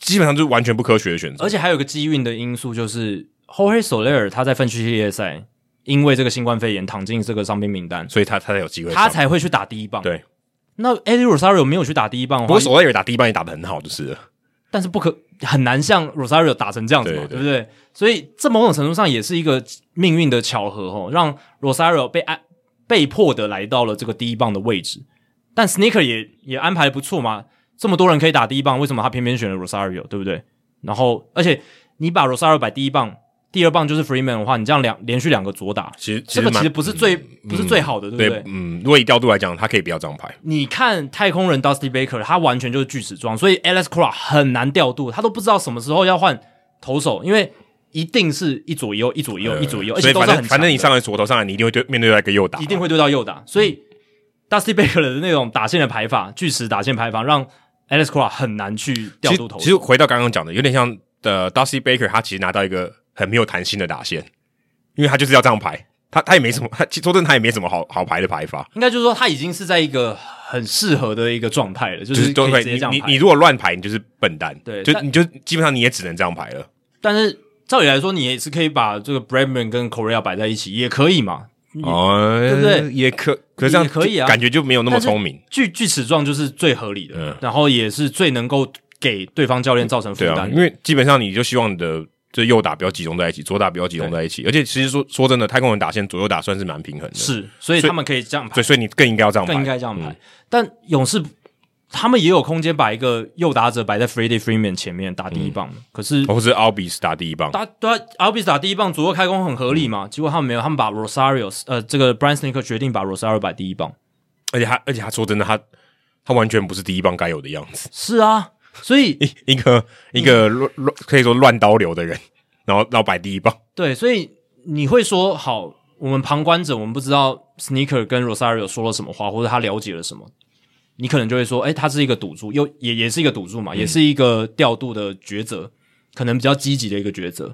[SPEAKER 2] 基本上就是完全不科学的选择
[SPEAKER 1] 而，且还有一个机运的因素，就是 Jorge Soler 他在分区系列赛因为这个新冠肺炎躺进这个伤病名单，
[SPEAKER 2] 所以他他才有机会上，
[SPEAKER 1] 他才会去打第一棒。
[SPEAKER 2] 对。
[SPEAKER 1] 那 Eddie Rosario 没有去打第一棒的
[SPEAKER 2] 不
[SPEAKER 1] 话
[SPEAKER 2] 过，手袋也打第一棒也打得很好，就是了
[SPEAKER 1] 但是不可很难像 Rosario 打成这样子嘛，
[SPEAKER 2] 对对
[SPEAKER 1] 对不对？所以这某种程度上也是一个命运的巧合哦，让 Rosario 被安被迫的来到了这个第一棒的位置。但 Sneaker 也也安排的不错嘛，这么多人可以打第一棒，为什么他偏偏选了 Rosario，对不对？然后，而且你把 Rosario 摆第一棒，第二棒就是 Freeman 的话，你这样两连续两个左打，
[SPEAKER 2] 其实其
[SPEAKER 1] 这
[SPEAKER 2] 实
[SPEAKER 1] 个其
[SPEAKER 2] 蛮
[SPEAKER 1] 实不是最、不是最好的，对不对？
[SPEAKER 2] 对，嗯，如果以调度来讲，他可以不要这张牌。
[SPEAKER 1] 你看太空人 Dusty Baker，他完全就是锯齿状，所以 Alex Cora 很难调度，他都不知道什么时候要换投手，因为一定是一左一右，一左一右，一左一右，而
[SPEAKER 2] 呃
[SPEAKER 1] 且
[SPEAKER 2] 所以
[SPEAKER 1] 都
[SPEAKER 2] 反
[SPEAKER 1] 是很强的
[SPEAKER 2] 正反正你上嗯来左投上来，你一定会对面对到一个右打，
[SPEAKER 1] 一定会对到右打，所以 Dusty Baker 的那种打线的排法，锯齿打线排法，让 Alex Cora 很难去调
[SPEAKER 2] 其实
[SPEAKER 1] 度投
[SPEAKER 2] 其实
[SPEAKER 1] 手。
[SPEAKER 2] 回到刚刚讲的，有点像呃 Dusty Baker，他其实拿到一个很没有弹性的打线，因为他就是要这样排，他他也没什么，他其实说真的他也没什么好好排的排法，
[SPEAKER 1] 应该就是说，他已经是在一个很适合的一个状态了，就
[SPEAKER 2] 就是
[SPEAKER 1] 是可
[SPEAKER 2] 都
[SPEAKER 1] 以
[SPEAKER 2] 会
[SPEAKER 1] 直接这样
[SPEAKER 2] 你你
[SPEAKER 1] 排
[SPEAKER 2] 你。如果乱排，你就是笨蛋，
[SPEAKER 1] 对
[SPEAKER 2] 就
[SPEAKER 1] 但
[SPEAKER 2] 你就基本上你也只能这样排了。
[SPEAKER 1] 但是照理来说，你也是可以把这个 Bradman 跟 Korea 摆在一起，也可以嘛。
[SPEAKER 2] 哦，
[SPEAKER 1] 对不对？
[SPEAKER 2] 也可，可是这样
[SPEAKER 1] 也可以啊
[SPEAKER 2] 就感觉就没有那么
[SPEAKER 1] 但是
[SPEAKER 2] 聪明。
[SPEAKER 1] 锯锯齿状就是最合理的，
[SPEAKER 2] 嗯
[SPEAKER 1] 然后也是最能够给对方教练造成负
[SPEAKER 2] 对啊，
[SPEAKER 1] 担
[SPEAKER 2] 因
[SPEAKER 1] 的。
[SPEAKER 2] 为基本上你就希望你的这右打不要集中在一起，左打不要集中在一起。而且其实说说真的，太空人打线左右打算是蛮平衡的，
[SPEAKER 1] 是，所以他们可以这样排
[SPEAKER 2] 对，，所以啊嗯你更应该要这样排，
[SPEAKER 1] 更应该这样排。但勇士他们也有空间把一个右打者摆在 Freddie Freeman 前面打第一棒，
[SPEAKER 2] 嗯
[SPEAKER 1] 可是
[SPEAKER 2] 或是奥比斯打第一棒，
[SPEAKER 1] 打对啊，阿比斯打第一棒左右开弓很合理
[SPEAKER 2] 嗯
[SPEAKER 1] 嘛，结果他们没有，他们把 Rosario 呃这个 Brian Snicker 决定把 Rosario 摆第一棒，
[SPEAKER 2] 而且他而且他说真的，他他完全不是第一棒该有的样子，
[SPEAKER 1] 是啊，所以
[SPEAKER 2] 一一个一个
[SPEAKER 1] 嗯
[SPEAKER 2] 乱乱可以说乱刀流的人，然后要摆第一棒，
[SPEAKER 1] 对，所以你会说好，我们旁观者我们不知道 Sneaker 跟 Rosario 说了什么话，或者他了解了什么，你可能就会说，哎、他是一个赌注，又也也是一个赌注嘛，也是一个调度的抉择，可能比较积极的一个抉择。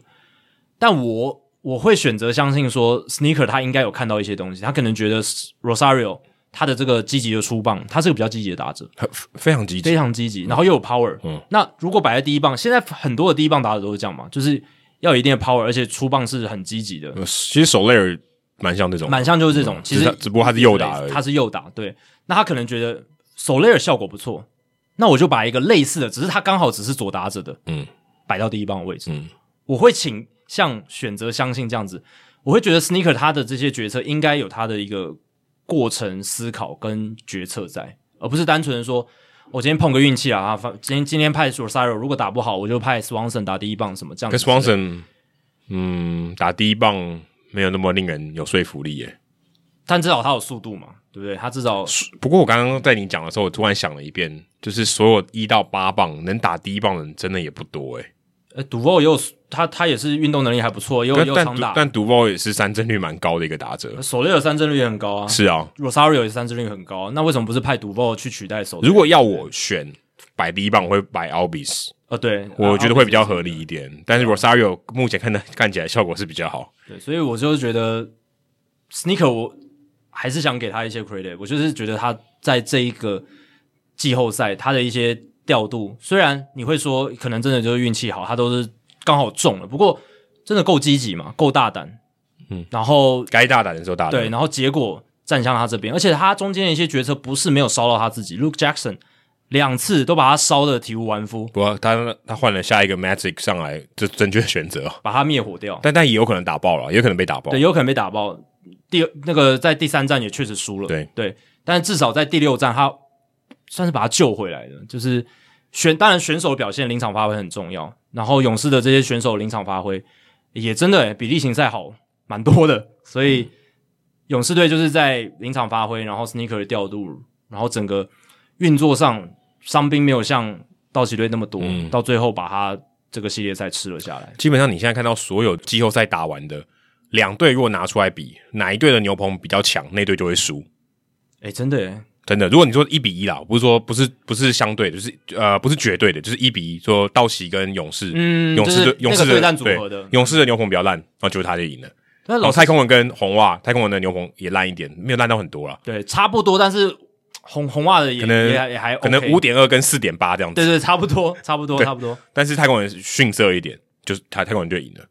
[SPEAKER 1] 但我我会选择相信说，Sneaker 他应该有看到一些东西，他可能觉得 Rosario 他的这个积极的出棒，他是个比较积极的打者，
[SPEAKER 2] 很非常积极
[SPEAKER 1] 非。常积极，然后又有 power。嗯，那如果摆在第一棒，现在很多的第一棒打者都是这样嘛，就是要有一定的 power，而且出棒是很积极的，
[SPEAKER 2] 呃其实手雷尔蛮像这种，
[SPEAKER 1] 蛮像就是这种。其
[SPEAKER 2] 只
[SPEAKER 1] 实
[SPEAKER 2] 是他只不过他是右打而已
[SPEAKER 1] 他是右打，对。那他可能觉得手雷尔效果不错，那我就把一个类似的，只是他刚好只是左打者的，
[SPEAKER 2] 嗯，
[SPEAKER 1] 摆到第一棒的位置。
[SPEAKER 2] 嗯，
[SPEAKER 1] 我会倾向选择相信这样子，我会觉得 Sneaker 他的这些决策应该有他的一个过程思考跟决策在，而不是单纯的说。我、今天碰个运气啊，啊，反今天今天派 Rosario，如果打不好，我就派 Swanson 打第一棒什么这样
[SPEAKER 2] 可
[SPEAKER 1] 子。
[SPEAKER 2] 是 Swanson，嗯，打第一棒没有那么令人有说服力耶。
[SPEAKER 1] 但至少他有速度嘛，对不对？他至少
[SPEAKER 2] 不过我刚刚在你讲的时候，我突然想了一遍，就是所有一到八棒能打第一棒的人真的也不多哎。
[SPEAKER 1] 呃，赌博也有他，他也是运动能力还不错，也有也
[SPEAKER 2] 但
[SPEAKER 1] 有
[SPEAKER 2] 但
[SPEAKER 1] 长
[SPEAKER 2] 独
[SPEAKER 1] 打。
[SPEAKER 2] 但独包也是三振率蛮高的一个打者。
[SPEAKER 1] 手雷的三振率也很高啊
[SPEAKER 2] 是啊，
[SPEAKER 1] ，Rosario 也三振率很高、啊，那为什么不是派赌博去取代手雷？
[SPEAKER 2] 如果要我选摆第一棒，我会摆 Albis，
[SPEAKER 1] 呃，对，
[SPEAKER 2] 我觉得会比较合
[SPEAKER 1] 理。
[SPEAKER 2] 理一点。但是
[SPEAKER 1] 啊
[SPEAKER 2] Rosario 目前看的看起来效果是比较好。
[SPEAKER 1] 对，所以我就觉得 Sneaker 我还是想给他一些 credit，我就是觉得他在这一个季后赛他的一些调度，虽然你会说可能真的就是运气好，他都是刚好中了，不过真的够积极嘛，够大胆，嗯，然后
[SPEAKER 2] 该大胆的时候大胆，
[SPEAKER 1] 对，然后结果站向他这边，而且他中间的一些决策不是没有烧到他自己，Luke Jackson 两次都把他烧的体无完肤，
[SPEAKER 2] 不过他他换了下一个 Magic 上来，这正确的选择，
[SPEAKER 1] 把他灭火掉，
[SPEAKER 2] 但但也有可能打爆了，也有可能被打爆
[SPEAKER 1] 对，。有可能被打爆。第二那个在第三站也确实输了，
[SPEAKER 2] 对
[SPEAKER 1] 对，但至少在第六站他算是把他救回来了，就是选当然选手的表现临场发挥很重要，然后勇士的这些选手临场发挥也真的、欸、比例行赛好蛮多的，所以。
[SPEAKER 2] 嗯
[SPEAKER 1] 勇士队就是在临场发挥，然后 Sneaker 的调度，然后整个运作上伤兵没有像道奇队那么多，
[SPEAKER 2] 嗯
[SPEAKER 1] 到最后把他这个系列赛吃了下来。
[SPEAKER 2] 基本上你现在看到所有季后赛打完的两队，如果拿出来比，哪一队的牛棚比较强，那队就会输。
[SPEAKER 1] 哎，真的耶，
[SPEAKER 2] 真的，如果你说一比一啦，不是说不是不是相对，就是呃不是绝对的，就是一比一，说道奇跟勇士，
[SPEAKER 1] 嗯
[SPEAKER 2] 勇士
[SPEAKER 1] 就是那个
[SPEAKER 2] 的勇士的
[SPEAKER 1] 对战组合的
[SPEAKER 2] 勇士的牛棚比较烂，然后就是他就赢了。
[SPEAKER 1] 但
[SPEAKER 2] 然后
[SPEAKER 1] 老
[SPEAKER 2] 哦太
[SPEAKER 1] 太
[SPEAKER 2] 空人跟红袜，太空人的牛棚也烂一点，没有烂到很多啦，
[SPEAKER 1] 对差不多，但是红红袜的也
[SPEAKER 2] 可能
[SPEAKER 1] 也还也还 OK,
[SPEAKER 2] 可能五点二跟四点八这样子
[SPEAKER 1] 对。对差不 多差不多差不多，
[SPEAKER 2] 但是太空人逊色一点，就是太太空人队赢了。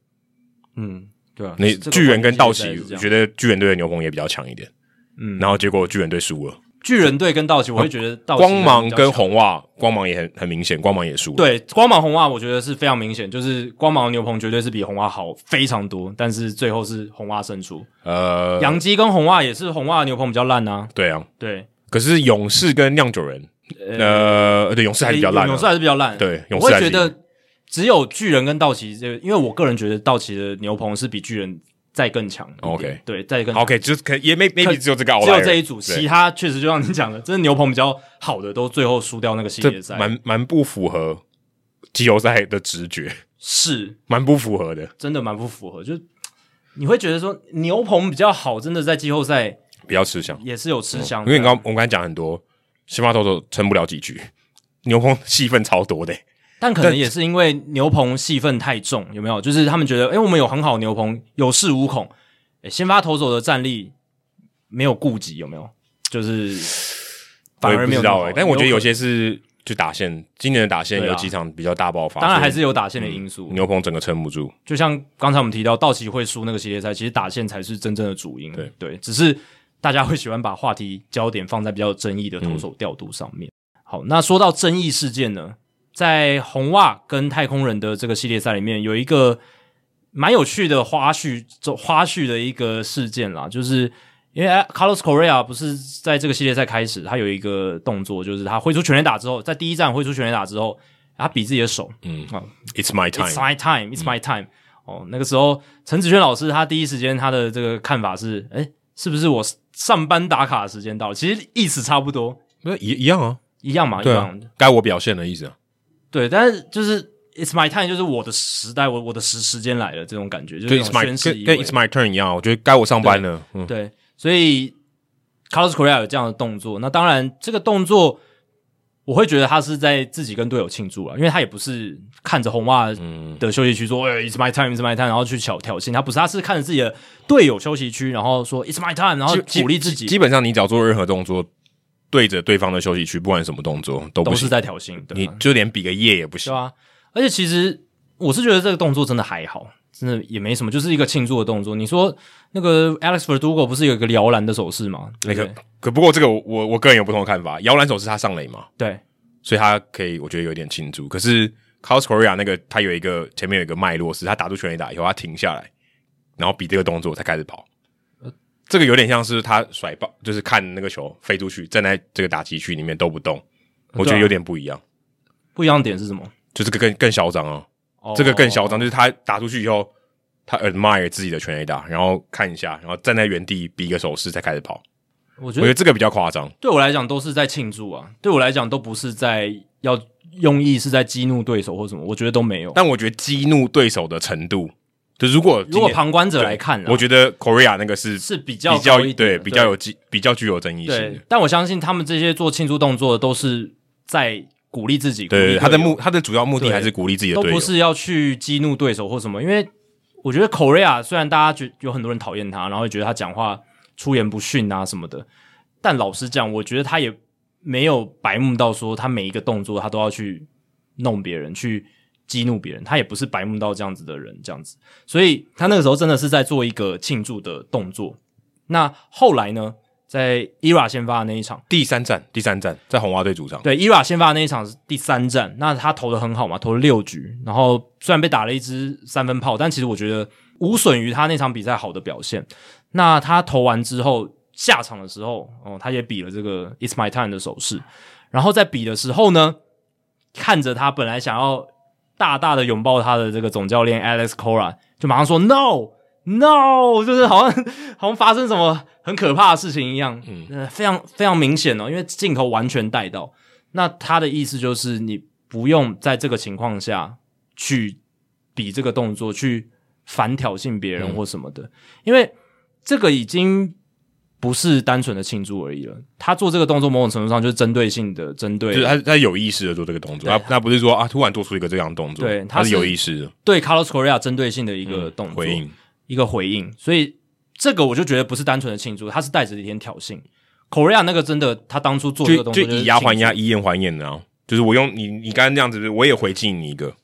[SPEAKER 1] 嗯，对啊，
[SPEAKER 2] 你
[SPEAKER 1] 这个
[SPEAKER 2] 巨人跟道
[SPEAKER 1] 关
[SPEAKER 2] 奇
[SPEAKER 1] 系实在是，这
[SPEAKER 2] 我
[SPEAKER 1] 样
[SPEAKER 2] 觉得巨人队的牛棚也比较强一点，
[SPEAKER 1] 嗯
[SPEAKER 2] 然后结果巨人队输了，
[SPEAKER 1] 巨人队跟道奇，我会觉得道奇
[SPEAKER 2] 呃光芒
[SPEAKER 1] 比较
[SPEAKER 2] 跟
[SPEAKER 1] 强
[SPEAKER 2] 红袜，光芒也很很明显，光芒也输了。，
[SPEAKER 1] 对光芒红袜，我觉得是非常明显，就是光芒牛棚绝对是比红袜好非常多，但是最后是红袜胜出。
[SPEAKER 2] 呃，
[SPEAKER 1] 杨基跟红袜也是红袜的牛棚比较烂啊，
[SPEAKER 2] 对啊，
[SPEAKER 1] 对，
[SPEAKER 2] 可是勇士跟酿酒人，呃，对，勇士还是比较烂、
[SPEAKER 1] 勇士
[SPEAKER 2] 啊，
[SPEAKER 1] 还是比较烂。
[SPEAKER 2] 对
[SPEAKER 1] 我
[SPEAKER 2] 勇士
[SPEAKER 1] 会
[SPEAKER 2] 还
[SPEAKER 1] 觉
[SPEAKER 2] 是
[SPEAKER 1] 得只有巨人跟道奇这个，因为我个人觉得道奇的牛棚是比巨人再更强一点。
[SPEAKER 2] OK
[SPEAKER 1] 对，再更强。
[SPEAKER 2] OK，就是可也 may, maybe 只有这个 outlier，
[SPEAKER 1] 只有这一组，其
[SPEAKER 2] 对
[SPEAKER 1] 他确实就像你讲的，真的牛棚比较好的都最后输掉那个系列
[SPEAKER 2] 这
[SPEAKER 1] 赛，
[SPEAKER 2] 蛮蛮不符合季后赛的直觉，
[SPEAKER 1] 是
[SPEAKER 2] 蛮不符合的，
[SPEAKER 1] 真的蛮不符合。就是你会觉得说牛棚比较好，真的在季后赛
[SPEAKER 2] 比较吃香。
[SPEAKER 1] 也是有吃香
[SPEAKER 2] 嗯因
[SPEAKER 1] 的啊、
[SPEAKER 2] 为你刚我们刚才讲很多，西马头头撑不了几局，牛棚戏份超多的、
[SPEAKER 1] 但可能也是因为牛棚戏份太重，有没有？就是他们觉得，哎、我们有很好的牛棚，有恃无恐。诶先发投手的战力没有顾及，有没有？就是反
[SPEAKER 2] 我也
[SPEAKER 1] 而
[SPEAKER 2] 不
[SPEAKER 1] 没有那么
[SPEAKER 2] 知道
[SPEAKER 1] 好
[SPEAKER 2] 哎、但我觉得有
[SPEAKER 1] 可
[SPEAKER 2] 些是就打线，今年的打线
[SPEAKER 1] 对啊
[SPEAKER 2] 有几场比较大爆发，
[SPEAKER 1] 当然还是
[SPEAKER 2] 所以
[SPEAKER 1] 有打线的因素。
[SPEAKER 2] 牛棚整个撑不住。
[SPEAKER 1] 就像刚才我们提到，道奇会输那个系列赛，其实打线才是真正的主因。
[SPEAKER 2] 对
[SPEAKER 1] 只是大家会喜欢把话题焦点放在比较有争议的
[SPEAKER 2] 嗯
[SPEAKER 1] 投手调度上面。好，那说到争议事件呢，在红袜跟太空人的这个系列赛里面，有一个蛮有趣的花絮，这花絮的一个事件啦，就是因为 Carlos Correa 不是在这个系列赛开始，他有一个动作，就是他挥出全垒打之后，在第一站挥出全垒打之后，他比自己的手，
[SPEAKER 2] 嗯
[SPEAKER 1] 好
[SPEAKER 2] ，It's my
[SPEAKER 1] It's
[SPEAKER 2] time，嗯
[SPEAKER 1] my time. It's my time. 哦，那个时候陈子轩老师他第一时间他的这个看法是，哎，是不是我上班打卡的时间到了？其实意思差不多，
[SPEAKER 2] 那一一样啊，
[SPEAKER 1] 一样嘛，一
[SPEAKER 2] 对啊
[SPEAKER 1] 样的。，
[SPEAKER 2] 该我表现的意思啊，
[SPEAKER 1] 对，但是就是 It's my time，就是我的时代，我我的时时间来了，这种感觉，就
[SPEAKER 2] 就是 It's
[SPEAKER 1] 那种
[SPEAKER 2] my
[SPEAKER 1] 啊宣誓
[SPEAKER 2] 跟
[SPEAKER 1] 意
[SPEAKER 2] 跟
[SPEAKER 1] 味。
[SPEAKER 2] It's my turn 一样啊，我觉得该我上班了，嗯，
[SPEAKER 1] 对，所以 Carlos Correa 有这样的动作。那当然，这个动作我会觉得他是在自己跟队友庆祝啊了，因为他也不是看着红袜的休息区说“哎、i t s my time，It's my time”，然后去挑挑衅。他不是，他是看着自己的队友休息区，然后说 “It's my time”，然后
[SPEAKER 2] 基
[SPEAKER 1] 鼓励自己，
[SPEAKER 2] 基本上你只要做任何动作，对着对方的休息区，不管什么动作都
[SPEAKER 1] 都
[SPEAKER 2] 不
[SPEAKER 1] 是
[SPEAKER 2] 行，
[SPEAKER 1] 在挑衅，对
[SPEAKER 2] 你
[SPEAKER 1] 吧？
[SPEAKER 2] 就连比个耶也不
[SPEAKER 1] 对
[SPEAKER 2] 行。
[SPEAKER 1] 啊，而且其实我是觉得这个动作真的还好，真的也没什么，就是一个庆祝的动作。你说那个 Alex Verdugo 不是有一个摇篮的手势吗？
[SPEAKER 2] 那
[SPEAKER 1] 对不啊
[SPEAKER 2] 个可不过这个我我我个人有不同的看法，摇篮手是他上垒嘛，
[SPEAKER 1] 对对
[SPEAKER 2] 所以他可以我觉得有点庆祝。可是 c o s Korea 那个他有一个前面有一个脉络是，他打出全垒打以后他停下来，然后比这个动作才开始跑。
[SPEAKER 1] 呃
[SPEAKER 2] 这个有点像是他甩棒，就是看那个球飞出去，站在这个打击区里面都不动，
[SPEAKER 1] 呃
[SPEAKER 2] 我
[SPEAKER 1] 啊
[SPEAKER 2] 觉得有点不一样，
[SPEAKER 1] 不一样的点是什么？
[SPEAKER 2] 就是更更嚣张啊。
[SPEAKER 1] 哦
[SPEAKER 2] 这个更嚣张，就是他打出去以后，他 admire 自己的全垒打，然后看一下，然后站在原地比一个手势，再开始跑。
[SPEAKER 1] 我觉
[SPEAKER 2] 我
[SPEAKER 1] 得
[SPEAKER 2] 觉得这个比较夸张。
[SPEAKER 1] 对我来讲都是在庆祝啊，对我来讲都不是在要用意是在激怒对手或什么，我觉得都没有。
[SPEAKER 2] 但我觉得激怒对手的程度，就如果
[SPEAKER 1] 如果
[SPEAKER 2] 旁
[SPEAKER 1] 旁观者来看啦，
[SPEAKER 2] 我觉得 Korea 那个是
[SPEAKER 1] 是比
[SPEAKER 2] 比
[SPEAKER 1] 较高
[SPEAKER 2] 较
[SPEAKER 1] 一点
[SPEAKER 2] 对
[SPEAKER 1] 的
[SPEAKER 2] 比较有具比较具有争议性
[SPEAKER 1] 对
[SPEAKER 2] 的。，
[SPEAKER 1] 但我相信他们这些做庆祝动作的都是在鼓励自己，鼓励
[SPEAKER 2] 对
[SPEAKER 1] 队
[SPEAKER 2] 他的
[SPEAKER 1] 友
[SPEAKER 2] 目他的主要目的
[SPEAKER 1] 对
[SPEAKER 2] 还是鼓励自己的
[SPEAKER 1] 都
[SPEAKER 2] 队友
[SPEAKER 1] 不。是要去激怒对手或什么，因为我觉得 Korea 虽然大家觉有很多人讨厌他，然后也觉得他讲话出言不逊啊什么的，但老实讲，我觉得他也没有白目到说他每一个动作他都要去弄别人，去激怒别人，他也不是白目到这样子的人，这样子，所以他那个时候真的是在做一个庆祝的动作。那后来呢，在 ERA 先发的那一场。
[SPEAKER 2] 第三站，第三站在红袜队主场，
[SPEAKER 1] 对，伊瓦先发那一场是第三战，那他投的很好嘛，投了六局，然后虽然被打了一支三分炮，但其实我觉得无损于他那场比赛好的表现。那他投完之后下场的时候，哦，他也比了这个 “It's my time” 的手势，然后在比的时候呢，看着他本来想要大大的拥抱他的这个总教练 Alex Cora，就马上说 “No No”，就是好像好像发生什么很可怕的事情一样，嗯，非常非常明显哦，因为镜头完全带到。那他的意思就是，你不用在这个情况下去比这个动作，去反挑衅别
[SPEAKER 2] 嗯
[SPEAKER 1] 人或什么的，因为这个已经不是单纯的庆祝而已了。他做这个动作，某种程度上就是针对性的针
[SPEAKER 2] 就是
[SPEAKER 1] 对
[SPEAKER 2] 他他有意识的做这个动作，
[SPEAKER 1] 对
[SPEAKER 2] 他他不是说啊突然做出一个这样的动作，
[SPEAKER 1] 对
[SPEAKER 2] 他
[SPEAKER 1] 他
[SPEAKER 2] 是
[SPEAKER 1] 是
[SPEAKER 2] 有意识的
[SPEAKER 1] 对 Carlos Correa 针对性的一个动作、
[SPEAKER 2] 嗯回应。
[SPEAKER 1] 一个回应，所以这个我就觉得不是单纯的庆祝，他是带着一点挑衅。Correa 那个真的，他当初做这个
[SPEAKER 2] 就
[SPEAKER 1] 动
[SPEAKER 2] 就
[SPEAKER 1] 作是
[SPEAKER 2] 以牙还
[SPEAKER 1] 庆
[SPEAKER 2] 牙，
[SPEAKER 1] 祝，
[SPEAKER 2] 以眼还眼的啊。就是我用你，你刚刚那样子，我也回敬你一个。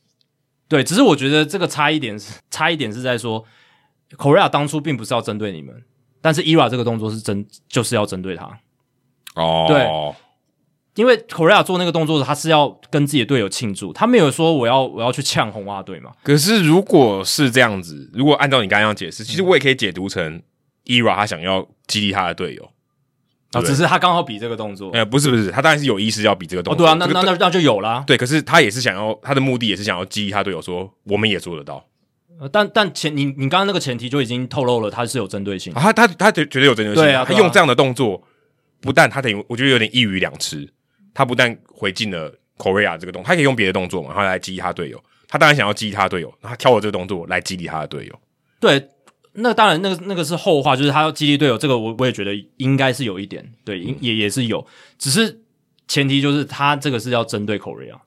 [SPEAKER 1] 对，只是我觉得这个差一点是差一点是在说，Korea 当初并不是要针对你们，但是 ERA 这个动作是针就是要针对他，
[SPEAKER 2] 哦，
[SPEAKER 1] 对因为 Korea 做那个动作，他是要跟自己的队友庆祝，他没有说我要我要去呛红袜队嘛，
[SPEAKER 2] 可是如果是这样子，如果按照你刚刚那样解释，
[SPEAKER 1] 嗯
[SPEAKER 2] 其实我也可以解读成 ERA 他想要激励他的队友。
[SPEAKER 1] 啊，
[SPEAKER 2] 对
[SPEAKER 1] 只是他刚好比这个动作，
[SPEAKER 2] 呃，不是不是，他当然是有意识要比这个动
[SPEAKER 1] 哦，
[SPEAKER 2] 作。
[SPEAKER 1] 对啊，那
[SPEAKER 2] 这个
[SPEAKER 1] 那那那就有啦，
[SPEAKER 2] 对，可是他也是想要他的目的也是想要激励他队友说，我们也做得到。
[SPEAKER 1] 呃但但前你你刚刚那个前提就已经透露了他是有针对性的，
[SPEAKER 2] 啊、他他他觉觉得有针对性，
[SPEAKER 1] 对啊
[SPEAKER 2] 他
[SPEAKER 1] 对啊
[SPEAKER 2] 用这样的动作，不但他等于我觉得有点一鱼两吃，他不但回敬了 Korea 这个动作，他可以用别的动作嘛，然后来激励他队友。他当然想要激励他队友，他挑了这个动作来激励他的队友。
[SPEAKER 1] 对，那当然，那个那个是后话，就是他要激励队友，这个我我也觉得应该是有一点，对，应也也是有，只是前提就是他这个是要针对 Korea，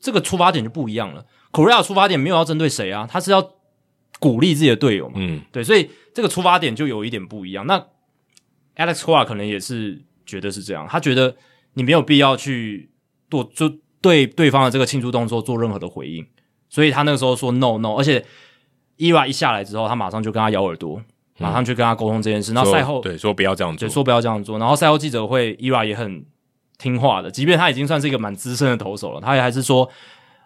[SPEAKER 1] 这个出发点就不一样了。Korea 的出发点没有要针对谁啊，他是要鼓励自己的队友嘛，
[SPEAKER 2] 嗯，
[SPEAKER 1] 对，所以这个出发点就有一点不一样。那 Alex Cora 可能也是觉得是这样，他觉得你没有必要去做就对对方的这个庆祝动作做任何的回应，所以他那个时候说 no no，而且 Eva 一下来之后，他马上就跟他咬耳朵，马上去跟他沟通这件事。那、
[SPEAKER 2] 说
[SPEAKER 1] 赛后
[SPEAKER 2] 对说不要这样
[SPEAKER 1] 就
[SPEAKER 2] 做，
[SPEAKER 1] 说不要这样做，然后赛后记者会，Eva 也很听话的，即便他已经算是一个蛮资深的投手了，他也还是说，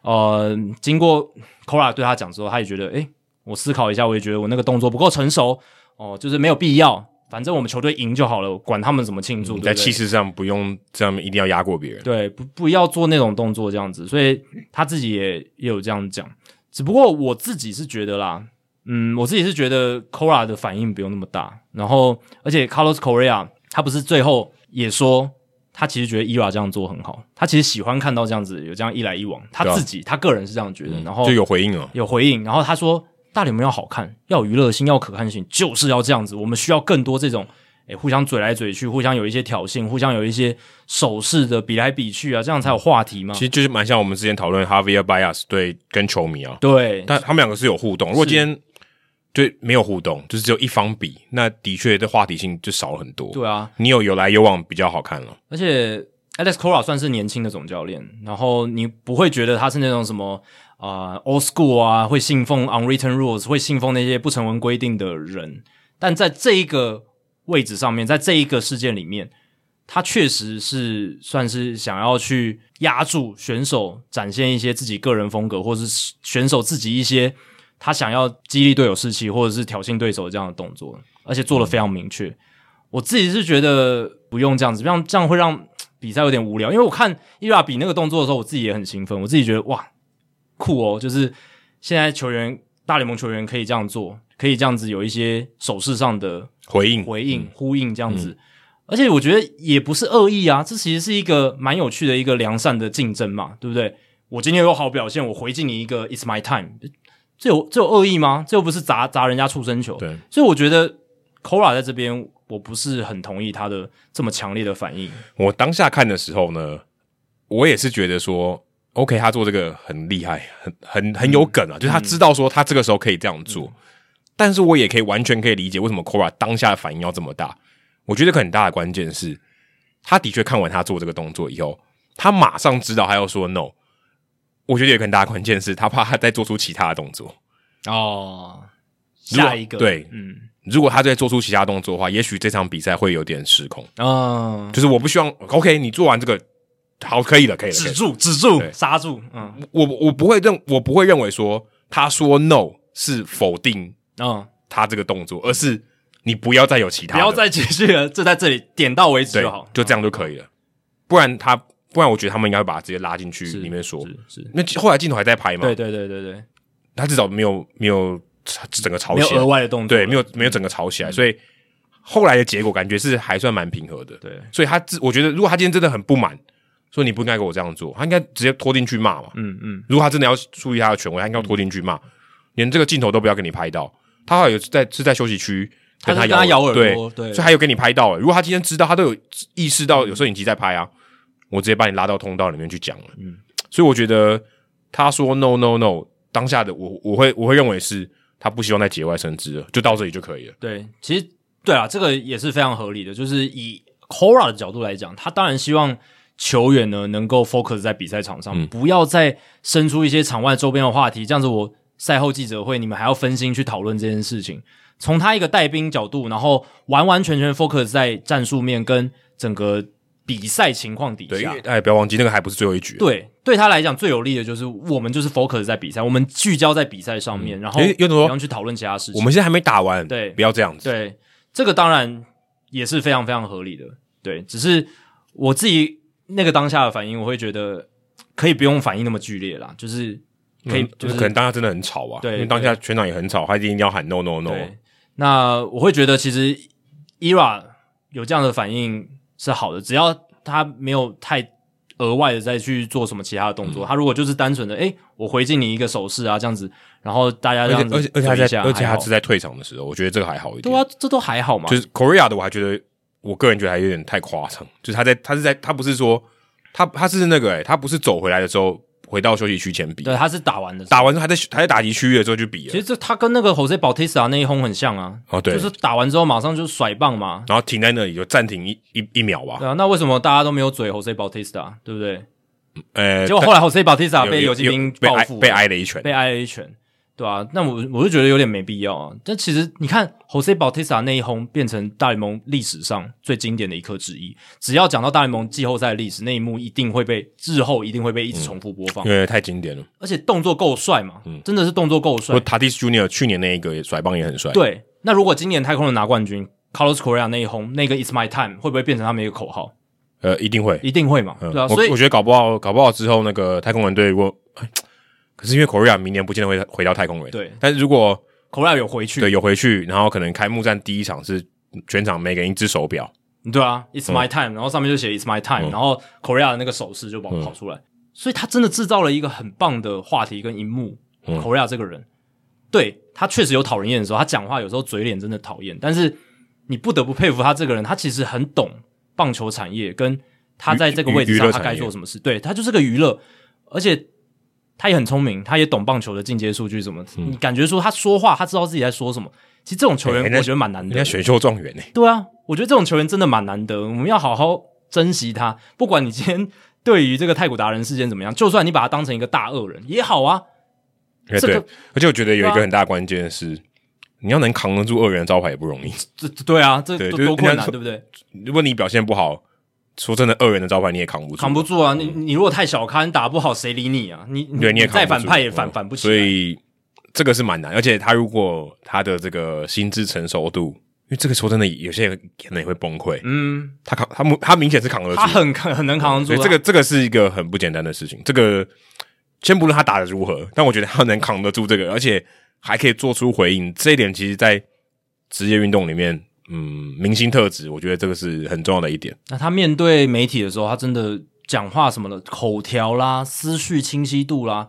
[SPEAKER 1] 呃，经过 Cora 对他讲之后，他也觉得，诶，我思考一下，我也觉得我那个动作不够成熟哦，就是没有必要。反正我们球队赢就好了，管他们怎么庆祝。
[SPEAKER 2] 你
[SPEAKER 1] 对
[SPEAKER 2] 嗯在
[SPEAKER 1] 不对
[SPEAKER 2] 气势上不用这样，一定要压过别人。
[SPEAKER 1] 对，不不要做那种动作这样子，所以他自己也也有这样讲。只不过我自己是觉得啦，嗯，我自己是觉得 Cora 的反应不用那么大。然后，而且 Carlos Correa 他不是最后也说，他其实觉得 Ira 这样做很好，他其实喜欢看到这样子有这样一来一往，他
[SPEAKER 2] 对啊嗯
[SPEAKER 1] 自己、他个人是这样觉得。嗯然后
[SPEAKER 2] 就有回应了。
[SPEAKER 1] 有回应，然后他说：“大联盟要好看，要有娱乐性，要有可看性，就是要这样子。我们需要更多这种，诶，互相嘴来嘴去，互相有一些挑衅，互相有一些手势的比来比去啊，这样才有话题嘛
[SPEAKER 2] 其。实就是蛮像我们之前讨论 Javier Bias 对跟球迷啊，
[SPEAKER 1] 对，
[SPEAKER 2] 但他们两个是有互动。如果今天对没有互动，就是只有一方比，那的确这话题性就少了很多。
[SPEAKER 1] 对啊，
[SPEAKER 2] 你有有来有往比较好看了。
[SPEAKER 1] 而且 Alex Cora 算是年轻的总教练，然后你不会觉得他是那种什么啊、呃 old school 啊，会信奉 unwritten rules，会信奉那些不成文规定的人。但在这一个位置上面，在这一个事件里面，他确实是算是想要去压住选手，展现一些自己个人风格，或是选手自己一些他想要激励队友士气，或者是挑衅对手这样的动作，而且做的非常明确。我自己是觉得不用这样子，这样这样会让比赛有点无聊。因为我看伊拉比那个动作的时候，我自己也很兴奋，我自己觉得哇酷哦，就是现在球员大联盟球员可以这样做，可以这样子有一些手势上的
[SPEAKER 2] 回应
[SPEAKER 1] 回应、呼应这样子。而且我觉得也不是恶意啊，这其实是一个蛮有趣的一个良善的竞争嘛，对不对？我今天有好表现，我回敬你一个 “It's my time”，这有这有恶意吗？这又不是砸砸人家畜生球。
[SPEAKER 2] 对，
[SPEAKER 1] 所以我觉得 Kora 在这边，我不是很同意他的这么强烈的反应。
[SPEAKER 2] 我当下看的时候呢，我也是觉得说，OK，他做这个很厉害，很很很有梗啊，就是他知道说他这个时候可以这样做，但是我也可以完全可以理解为什么 Cora 当下的反应要这么大。我觉得很大的关键是，他的确看完他做这个动作以后，他马上知道他要说 no。我觉得有一个很大的关键是他怕他再做出其他的动作。
[SPEAKER 1] 哦，
[SPEAKER 2] 如果
[SPEAKER 1] 下一个
[SPEAKER 2] 对
[SPEAKER 1] 嗯
[SPEAKER 2] 如果他再做出其他动作的话，也许这场比赛会有点失控。
[SPEAKER 1] 啊，
[SPEAKER 2] 就是我不希望 OK，你做完这个好，可以了，可以了，可以
[SPEAKER 1] 止
[SPEAKER 2] 了
[SPEAKER 1] 住，止住，
[SPEAKER 2] 对
[SPEAKER 1] 刹住，嗯
[SPEAKER 2] 我我不会认，我不会认为说他说 no 是否定
[SPEAKER 1] 嗯，
[SPEAKER 2] 他这个动作，而是你不要再有其他
[SPEAKER 1] 不
[SPEAKER 2] 的，
[SPEAKER 1] 要再继续了，就在这里点到为止
[SPEAKER 2] 对
[SPEAKER 1] 就好，，
[SPEAKER 2] 就这样就可以了。不然他，不然我觉得他们应该会把他直接拉进去
[SPEAKER 1] 是
[SPEAKER 2] 里面说。
[SPEAKER 1] 是是，
[SPEAKER 2] 那后来镜头还在拍嘛？
[SPEAKER 1] 对，对对对对，
[SPEAKER 2] 他至少没有没有整个吵
[SPEAKER 1] 没有
[SPEAKER 2] 起来
[SPEAKER 1] 额，外的嗯动作，
[SPEAKER 2] 对，没有没有整个吵起来，所以后来的结果感觉是还算蛮平和的。
[SPEAKER 1] 对，
[SPEAKER 2] 所以他自我觉得，如果他今天真的很不满，说你不应该给我这样做，他应该直接拖进去骂嘛。
[SPEAKER 1] 嗯嗯，
[SPEAKER 2] 如果他真的要注意他的权威，他应该要拖进去骂，连这个镜头都不要给你拍到。他好像有在是在休息区
[SPEAKER 1] 他
[SPEAKER 2] 跟
[SPEAKER 1] 是跟
[SPEAKER 2] 他
[SPEAKER 1] 他咬耳
[SPEAKER 2] 对，
[SPEAKER 1] 朵对
[SPEAKER 2] 所以还有给你拍到、欸。如果他今天知道，他都有意识到有摄影机在拍啊，我直接把你拉到通道里面去讲了。嗯，所以我觉得他说 no no no，当下的我我会我会认为是他不希望再节外生枝了，就到这里就可以了。
[SPEAKER 1] 对，其实对啊，这个也是非常合理的。就是以 Cora 的角度来讲，他当然希望球员呢能够 focus 在比赛场上，
[SPEAKER 2] 嗯
[SPEAKER 1] 不要再生出一些场外周边的话题。这样子，我赛后记者会你们还要分心去讨论这件事情。从他一个带兵角度，然后完完全全 focus 在战术面跟整个比赛情况底
[SPEAKER 2] 对，因
[SPEAKER 1] 下
[SPEAKER 2] 为。哎，不要忘记那个还不是最后一局。
[SPEAKER 1] 啊对，对他来讲最有利的就是我们就是 focus 在比赛，我们聚焦在比赛上面，然后
[SPEAKER 2] 有有种说
[SPEAKER 1] 不要去讨论其他事情
[SPEAKER 2] 我。们现在还没打完，
[SPEAKER 1] 对
[SPEAKER 2] 不要这样子。
[SPEAKER 1] 对，这个当然也是非常非常合理的。对，只是我自己那个当下的反应，我会觉得可以不用反应那么剧烈啦，就是可以，
[SPEAKER 2] 嗯
[SPEAKER 1] 就是
[SPEAKER 2] 可能当下真的很吵啊，
[SPEAKER 1] 对
[SPEAKER 2] 因为当下全场也很吵，他一定要喊 no no no。
[SPEAKER 1] 对。那我会觉得其实 ERA 有这样的反应是好的，只要他没有太额外的再去做什么其他的
[SPEAKER 2] 嗯
[SPEAKER 1] 动作，他如果就是单纯的，诶、我回敬你一个手势啊，这样子，然后大家这
[SPEAKER 2] 而
[SPEAKER 1] 样子
[SPEAKER 2] 且而且而且他
[SPEAKER 1] 对一
[SPEAKER 2] 在
[SPEAKER 1] 下
[SPEAKER 2] 而且
[SPEAKER 1] 还
[SPEAKER 2] 他
[SPEAKER 1] 好
[SPEAKER 2] 是在退场的时候，我觉得这个还好一点。
[SPEAKER 1] 对啊，这都还好嘛，
[SPEAKER 2] 就是 Korea 的，我还觉得我个人觉得还有点太夸张，就是他在他是在他不是说他他是那个诶、他不是走回来的时候回到休息区前比，
[SPEAKER 1] 对，他是打完的时候
[SPEAKER 2] 打完之后还在还在打击区域的时候就比
[SPEAKER 1] 其
[SPEAKER 2] 了，
[SPEAKER 1] 实这他跟那个 Jose Bautista 那一轰很像啊，
[SPEAKER 2] 哦对
[SPEAKER 1] 就是打完之后马上就甩棒嘛，
[SPEAKER 2] 然后停在那里就暂停一一一秒吧
[SPEAKER 1] 对，啊，那为什么大家都没有嘴 Jose Bautista，对不对？
[SPEAKER 2] 呃，
[SPEAKER 1] 结果后来 Jose Bautista
[SPEAKER 2] 但
[SPEAKER 1] 被
[SPEAKER 2] 有
[SPEAKER 1] 游击兵
[SPEAKER 2] 有被
[SPEAKER 1] 报
[SPEAKER 2] 挨
[SPEAKER 1] 复，
[SPEAKER 2] 被挨了一拳，
[SPEAKER 1] 被挨了一拳，对啊，那我我就觉得有点没必要啊。但其实你看，Jose Bautista 那一轰变成大联盟历史上最经典的一刻之一。只要讲到大联盟季后赛的历史，那一幕一定会被日后一定会被一直重复播放，
[SPEAKER 2] 因为太经典了。
[SPEAKER 1] 而且动作够帅嘛，
[SPEAKER 2] 嗯
[SPEAKER 1] 真的是动作够帅
[SPEAKER 2] 不。过 Tatis Junior 去年那一个甩棒也很帅，
[SPEAKER 1] 对，那如果今年太空人拿冠军，Carlos Correa 那一轰，那个 It's My Time 会不会变成他们一个口号？
[SPEAKER 2] 呃，一定会。
[SPEAKER 1] 一定会嘛，对啊，
[SPEAKER 2] 嗯我
[SPEAKER 1] 所以
[SPEAKER 2] 我觉得搞不好，搞不好之后那个太空人队如果，哎可是因为 Korea 明年不见得会回到太空人，
[SPEAKER 1] 对
[SPEAKER 2] 但是如果
[SPEAKER 1] Correa 有回去，
[SPEAKER 2] 对有回去，然后可能开幕战第一场是全场每个人一只手表，
[SPEAKER 1] 对啊，It's
[SPEAKER 2] 嗯
[SPEAKER 1] my time，、然后上面就写 It's my time，、然后 Korea 的那个手势就跑
[SPEAKER 2] 嗯
[SPEAKER 1] 跑出来，所以他真的制造了一个很棒的话题跟荧幕。Korea
[SPEAKER 2] 嗯
[SPEAKER 1] 这个人，对他确实有讨人厌的时候，他讲话有时候嘴脸真的讨厌，但是你不得不佩服他这个人，他其实很懂棒球产业，跟他在这个位置
[SPEAKER 2] 娱娱
[SPEAKER 1] 上
[SPEAKER 2] 乐
[SPEAKER 1] 他
[SPEAKER 2] 产业
[SPEAKER 1] 该做什么事。对他就是个娱乐，而且他也很聪明，他也懂棒球的进阶数据什么。你感觉说他说话，他知道自己在说什么。其实这种球员
[SPEAKER 2] 嗯哎，那
[SPEAKER 1] 我觉得蛮难
[SPEAKER 2] 人
[SPEAKER 1] 的。
[SPEAKER 2] 家选秀状元呢、
[SPEAKER 1] 对啊，我觉得这种球员真的蛮难得，我们要好好珍惜他。不管你今天对于这个太古达人事件怎么样，就算你把他当成一个大恶人也好啊。
[SPEAKER 2] 哎
[SPEAKER 1] 这个
[SPEAKER 2] 对，而且我觉得有一
[SPEAKER 1] 对
[SPEAKER 2] 个
[SPEAKER 1] 啊
[SPEAKER 2] 很大的关键是，你要能扛得住二元招牌也不容易。
[SPEAKER 1] 这这对啊，这
[SPEAKER 2] 对
[SPEAKER 1] 多
[SPEAKER 2] 就是
[SPEAKER 1] 多困
[SPEAKER 2] 人
[SPEAKER 1] 难，
[SPEAKER 2] 家
[SPEAKER 1] 对不对？
[SPEAKER 2] 如果你表现不好，说真的，二元的招牌你也扛不住，
[SPEAKER 1] 扛不住啊！你你如果太小咖，你打不好，谁理你啊？你
[SPEAKER 2] 对，你也扛
[SPEAKER 1] 再
[SPEAKER 2] 不住
[SPEAKER 1] 反派也反
[SPEAKER 2] 嗯
[SPEAKER 1] 反不起来。
[SPEAKER 2] 所以这个是蛮难。而且他如果他的这个心智成熟度，因为这个说真的，有些人可能也会崩溃。
[SPEAKER 1] 嗯，
[SPEAKER 2] 他扛，他他明显是扛得住
[SPEAKER 1] 他，很扛很能扛得住
[SPEAKER 2] 所
[SPEAKER 1] 啊。
[SPEAKER 2] 以这个这个是一个很不简单的事情。这个先不论他打的如何，但我觉得他能扛得住这个，而且还可以做出回应，这一点其实，在职业运动里面，嗯，明星特质，我觉得这个是很重要的一点。
[SPEAKER 1] 那他面对媒体的时候，他真的讲话什么的口条啦、思绪清晰度啦，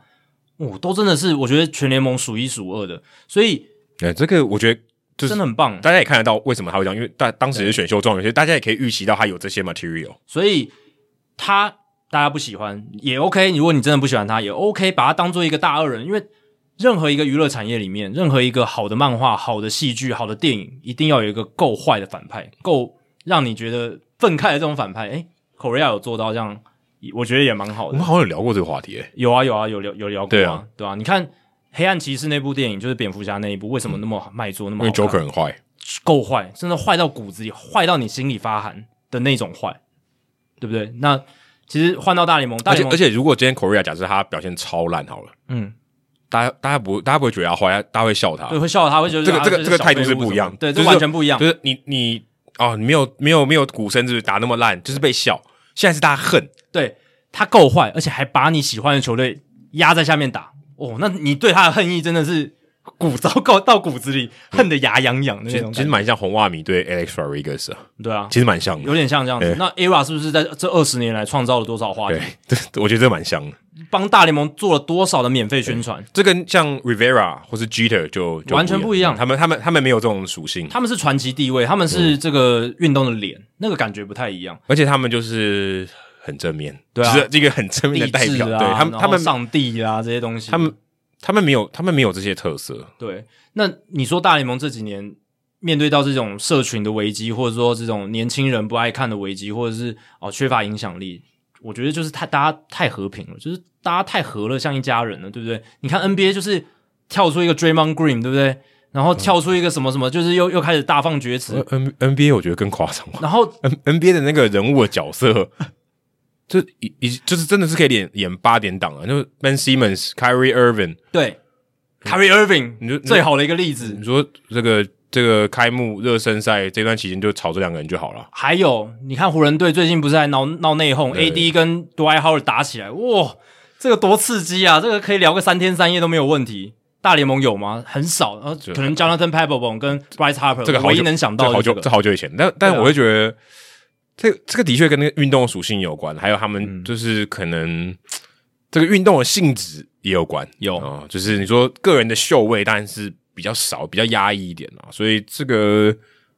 [SPEAKER 1] 哦，都真的是我觉得全联盟数一数二的，所以
[SPEAKER 2] 哎、这个我觉得就是
[SPEAKER 1] 真的很棒。
[SPEAKER 2] 大家也看得到为什么他会这样，因为大当时也是选秀状元，所以大家也可以预期到他有这些 material。
[SPEAKER 1] 所以他大家不喜欢也 OK，如果你真的不喜欢他也 OK，把他当做一个大恶人，因为任何一个娱乐产业里面，任何一个好的漫画、好的戏剧、好的电影，一定要有一个够坏的反派，够让你觉得愤慨的这种反派。诶 k o r e a 有做到这样，我觉得也蛮好
[SPEAKER 2] 我
[SPEAKER 1] 的
[SPEAKER 2] 们。好像有聊过这个话题、欸，
[SPEAKER 1] 有啊有啊有聊有聊过啊，
[SPEAKER 2] 对啊
[SPEAKER 1] 对啊，你看《黑暗骑士》那部电影，就是蝙蝠侠那一部，为什么那么卖座，那
[SPEAKER 2] 因
[SPEAKER 1] 么
[SPEAKER 2] 为
[SPEAKER 1] 好啊看
[SPEAKER 2] Joker 很坏，
[SPEAKER 1] 够坏，真的坏到骨子里，坏到你心里发寒的那种坏，对不对？那其实换到大联盟，大
[SPEAKER 2] 而且
[SPEAKER 1] 联盟
[SPEAKER 2] 而且如果今天 Korea 假设他表现超烂好了，
[SPEAKER 1] 嗯，
[SPEAKER 2] 大家大家不大家不会觉得他坏，大家会笑他。
[SPEAKER 1] 对会笑他，会觉得
[SPEAKER 2] 这个
[SPEAKER 1] 啊
[SPEAKER 2] 这个
[SPEAKER 1] 是
[SPEAKER 2] 这个
[SPEAKER 1] 小
[SPEAKER 2] 态度
[SPEAKER 1] 废
[SPEAKER 2] 是
[SPEAKER 1] 物
[SPEAKER 2] 不一
[SPEAKER 1] 什么
[SPEAKER 2] 样
[SPEAKER 1] 的对，
[SPEAKER 2] 就
[SPEAKER 1] 这
[SPEAKER 2] 是
[SPEAKER 1] 完全不一样
[SPEAKER 2] 就。是你你哦，你没有没有没有鼓声，就是打那么烂，就是被笑。现在是大家恨，
[SPEAKER 1] 对他够坏，而且还把你喜欢的球队压在下面打，哦，那你对他的恨意真的是骨糟糕到骨子里，恨得牙痒痒的
[SPEAKER 2] 其
[SPEAKER 1] 那
[SPEAKER 2] 实
[SPEAKER 1] 种
[SPEAKER 2] 其实
[SPEAKER 1] 感觉。
[SPEAKER 2] 蛮像红袜米对 Alex Rodriguez，啊
[SPEAKER 1] 对啊，
[SPEAKER 2] 其实蛮像的。
[SPEAKER 1] 有点像这样子
[SPEAKER 2] 对。
[SPEAKER 1] 那 ERA 是不是在这二十年来创造了多少话题
[SPEAKER 2] 对？， 这我觉得这蛮像的。
[SPEAKER 1] 帮大联盟做了多少的免费宣传？
[SPEAKER 2] 这跟像 Rivera 或是 Jeter 就就
[SPEAKER 1] 完全不一样
[SPEAKER 2] 他们他们他们没有这种属性，
[SPEAKER 1] 他们是传奇地位，他们是这个运动的脸，那个感觉不太一样。
[SPEAKER 2] 而且他们就是很正面，
[SPEAKER 1] 对啊
[SPEAKER 2] 就是一个很正面的代
[SPEAKER 1] 励志
[SPEAKER 2] 表。
[SPEAKER 1] 啊，
[SPEAKER 2] 对他
[SPEAKER 1] 然
[SPEAKER 2] 们
[SPEAKER 1] 后
[SPEAKER 2] 他们
[SPEAKER 1] 上帝啊这些东西，
[SPEAKER 2] 他们他们没有他们没有这些特色，
[SPEAKER 1] 对。那你说大联盟这几年面对到这种社群的危机，或者说这种年轻人不爱看的危机，或者是哦缺乏影响力，我觉得就是太大家太和平了，就是大家太和了，像一家人了，对不对？你看 NBA 就是跳出一个 Draymond Green，对不对？然后跳出一个什么什么，就是又又开始大放厥词，
[SPEAKER 2] N N B A 我觉得更夸张吧
[SPEAKER 1] 然后
[SPEAKER 2] ，N N B A 的那个人物的角色， 就一一就是真的是可以演演八点档啊，就是 Ben Simmons、Kyrie Irving，
[SPEAKER 1] 对 Kyrie Irving，
[SPEAKER 2] 嗯你就
[SPEAKER 1] 最好的一个例子
[SPEAKER 2] 你。说这个这个开幕热身赛这段期间就炒这两个人就好了，
[SPEAKER 1] 还有，你看湖人队最近不是还闹闹内讧，AD 跟 Dwight Howard 打起来，哇，这个多刺激啊！这个可以聊个三天三夜都没有问题。大联盟有吗？很少，呃，可能 Jonathan p e b b l e 跟 Bryce Harper
[SPEAKER 2] 这个好
[SPEAKER 1] 唯
[SPEAKER 2] 久
[SPEAKER 1] 一能想
[SPEAKER 2] 这
[SPEAKER 1] 到
[SPEAKER 2] 好
[SPEAKER 1] 的、
[SPEAKER 2] 久
[SPEAKER 1] 这
[SPEAKER 2] 这
[SPEAKER 1] 个。
[SPEAKER 2] 好久以前，但但
[SPEAKER 1] 对啊
[SPEAKER 2] 我会觉得这这个的确跟那个运动的属性有关，还有他
[SPEAKER 1] 嗯
[SPEAKER 2] 们就是可能、这个运动的性质也有关，
[SPEAKER 1] 有
[SPEAKER 2] 哦，就是你说个人的秀位当然是比较少，比较压抑一点啊，所以这个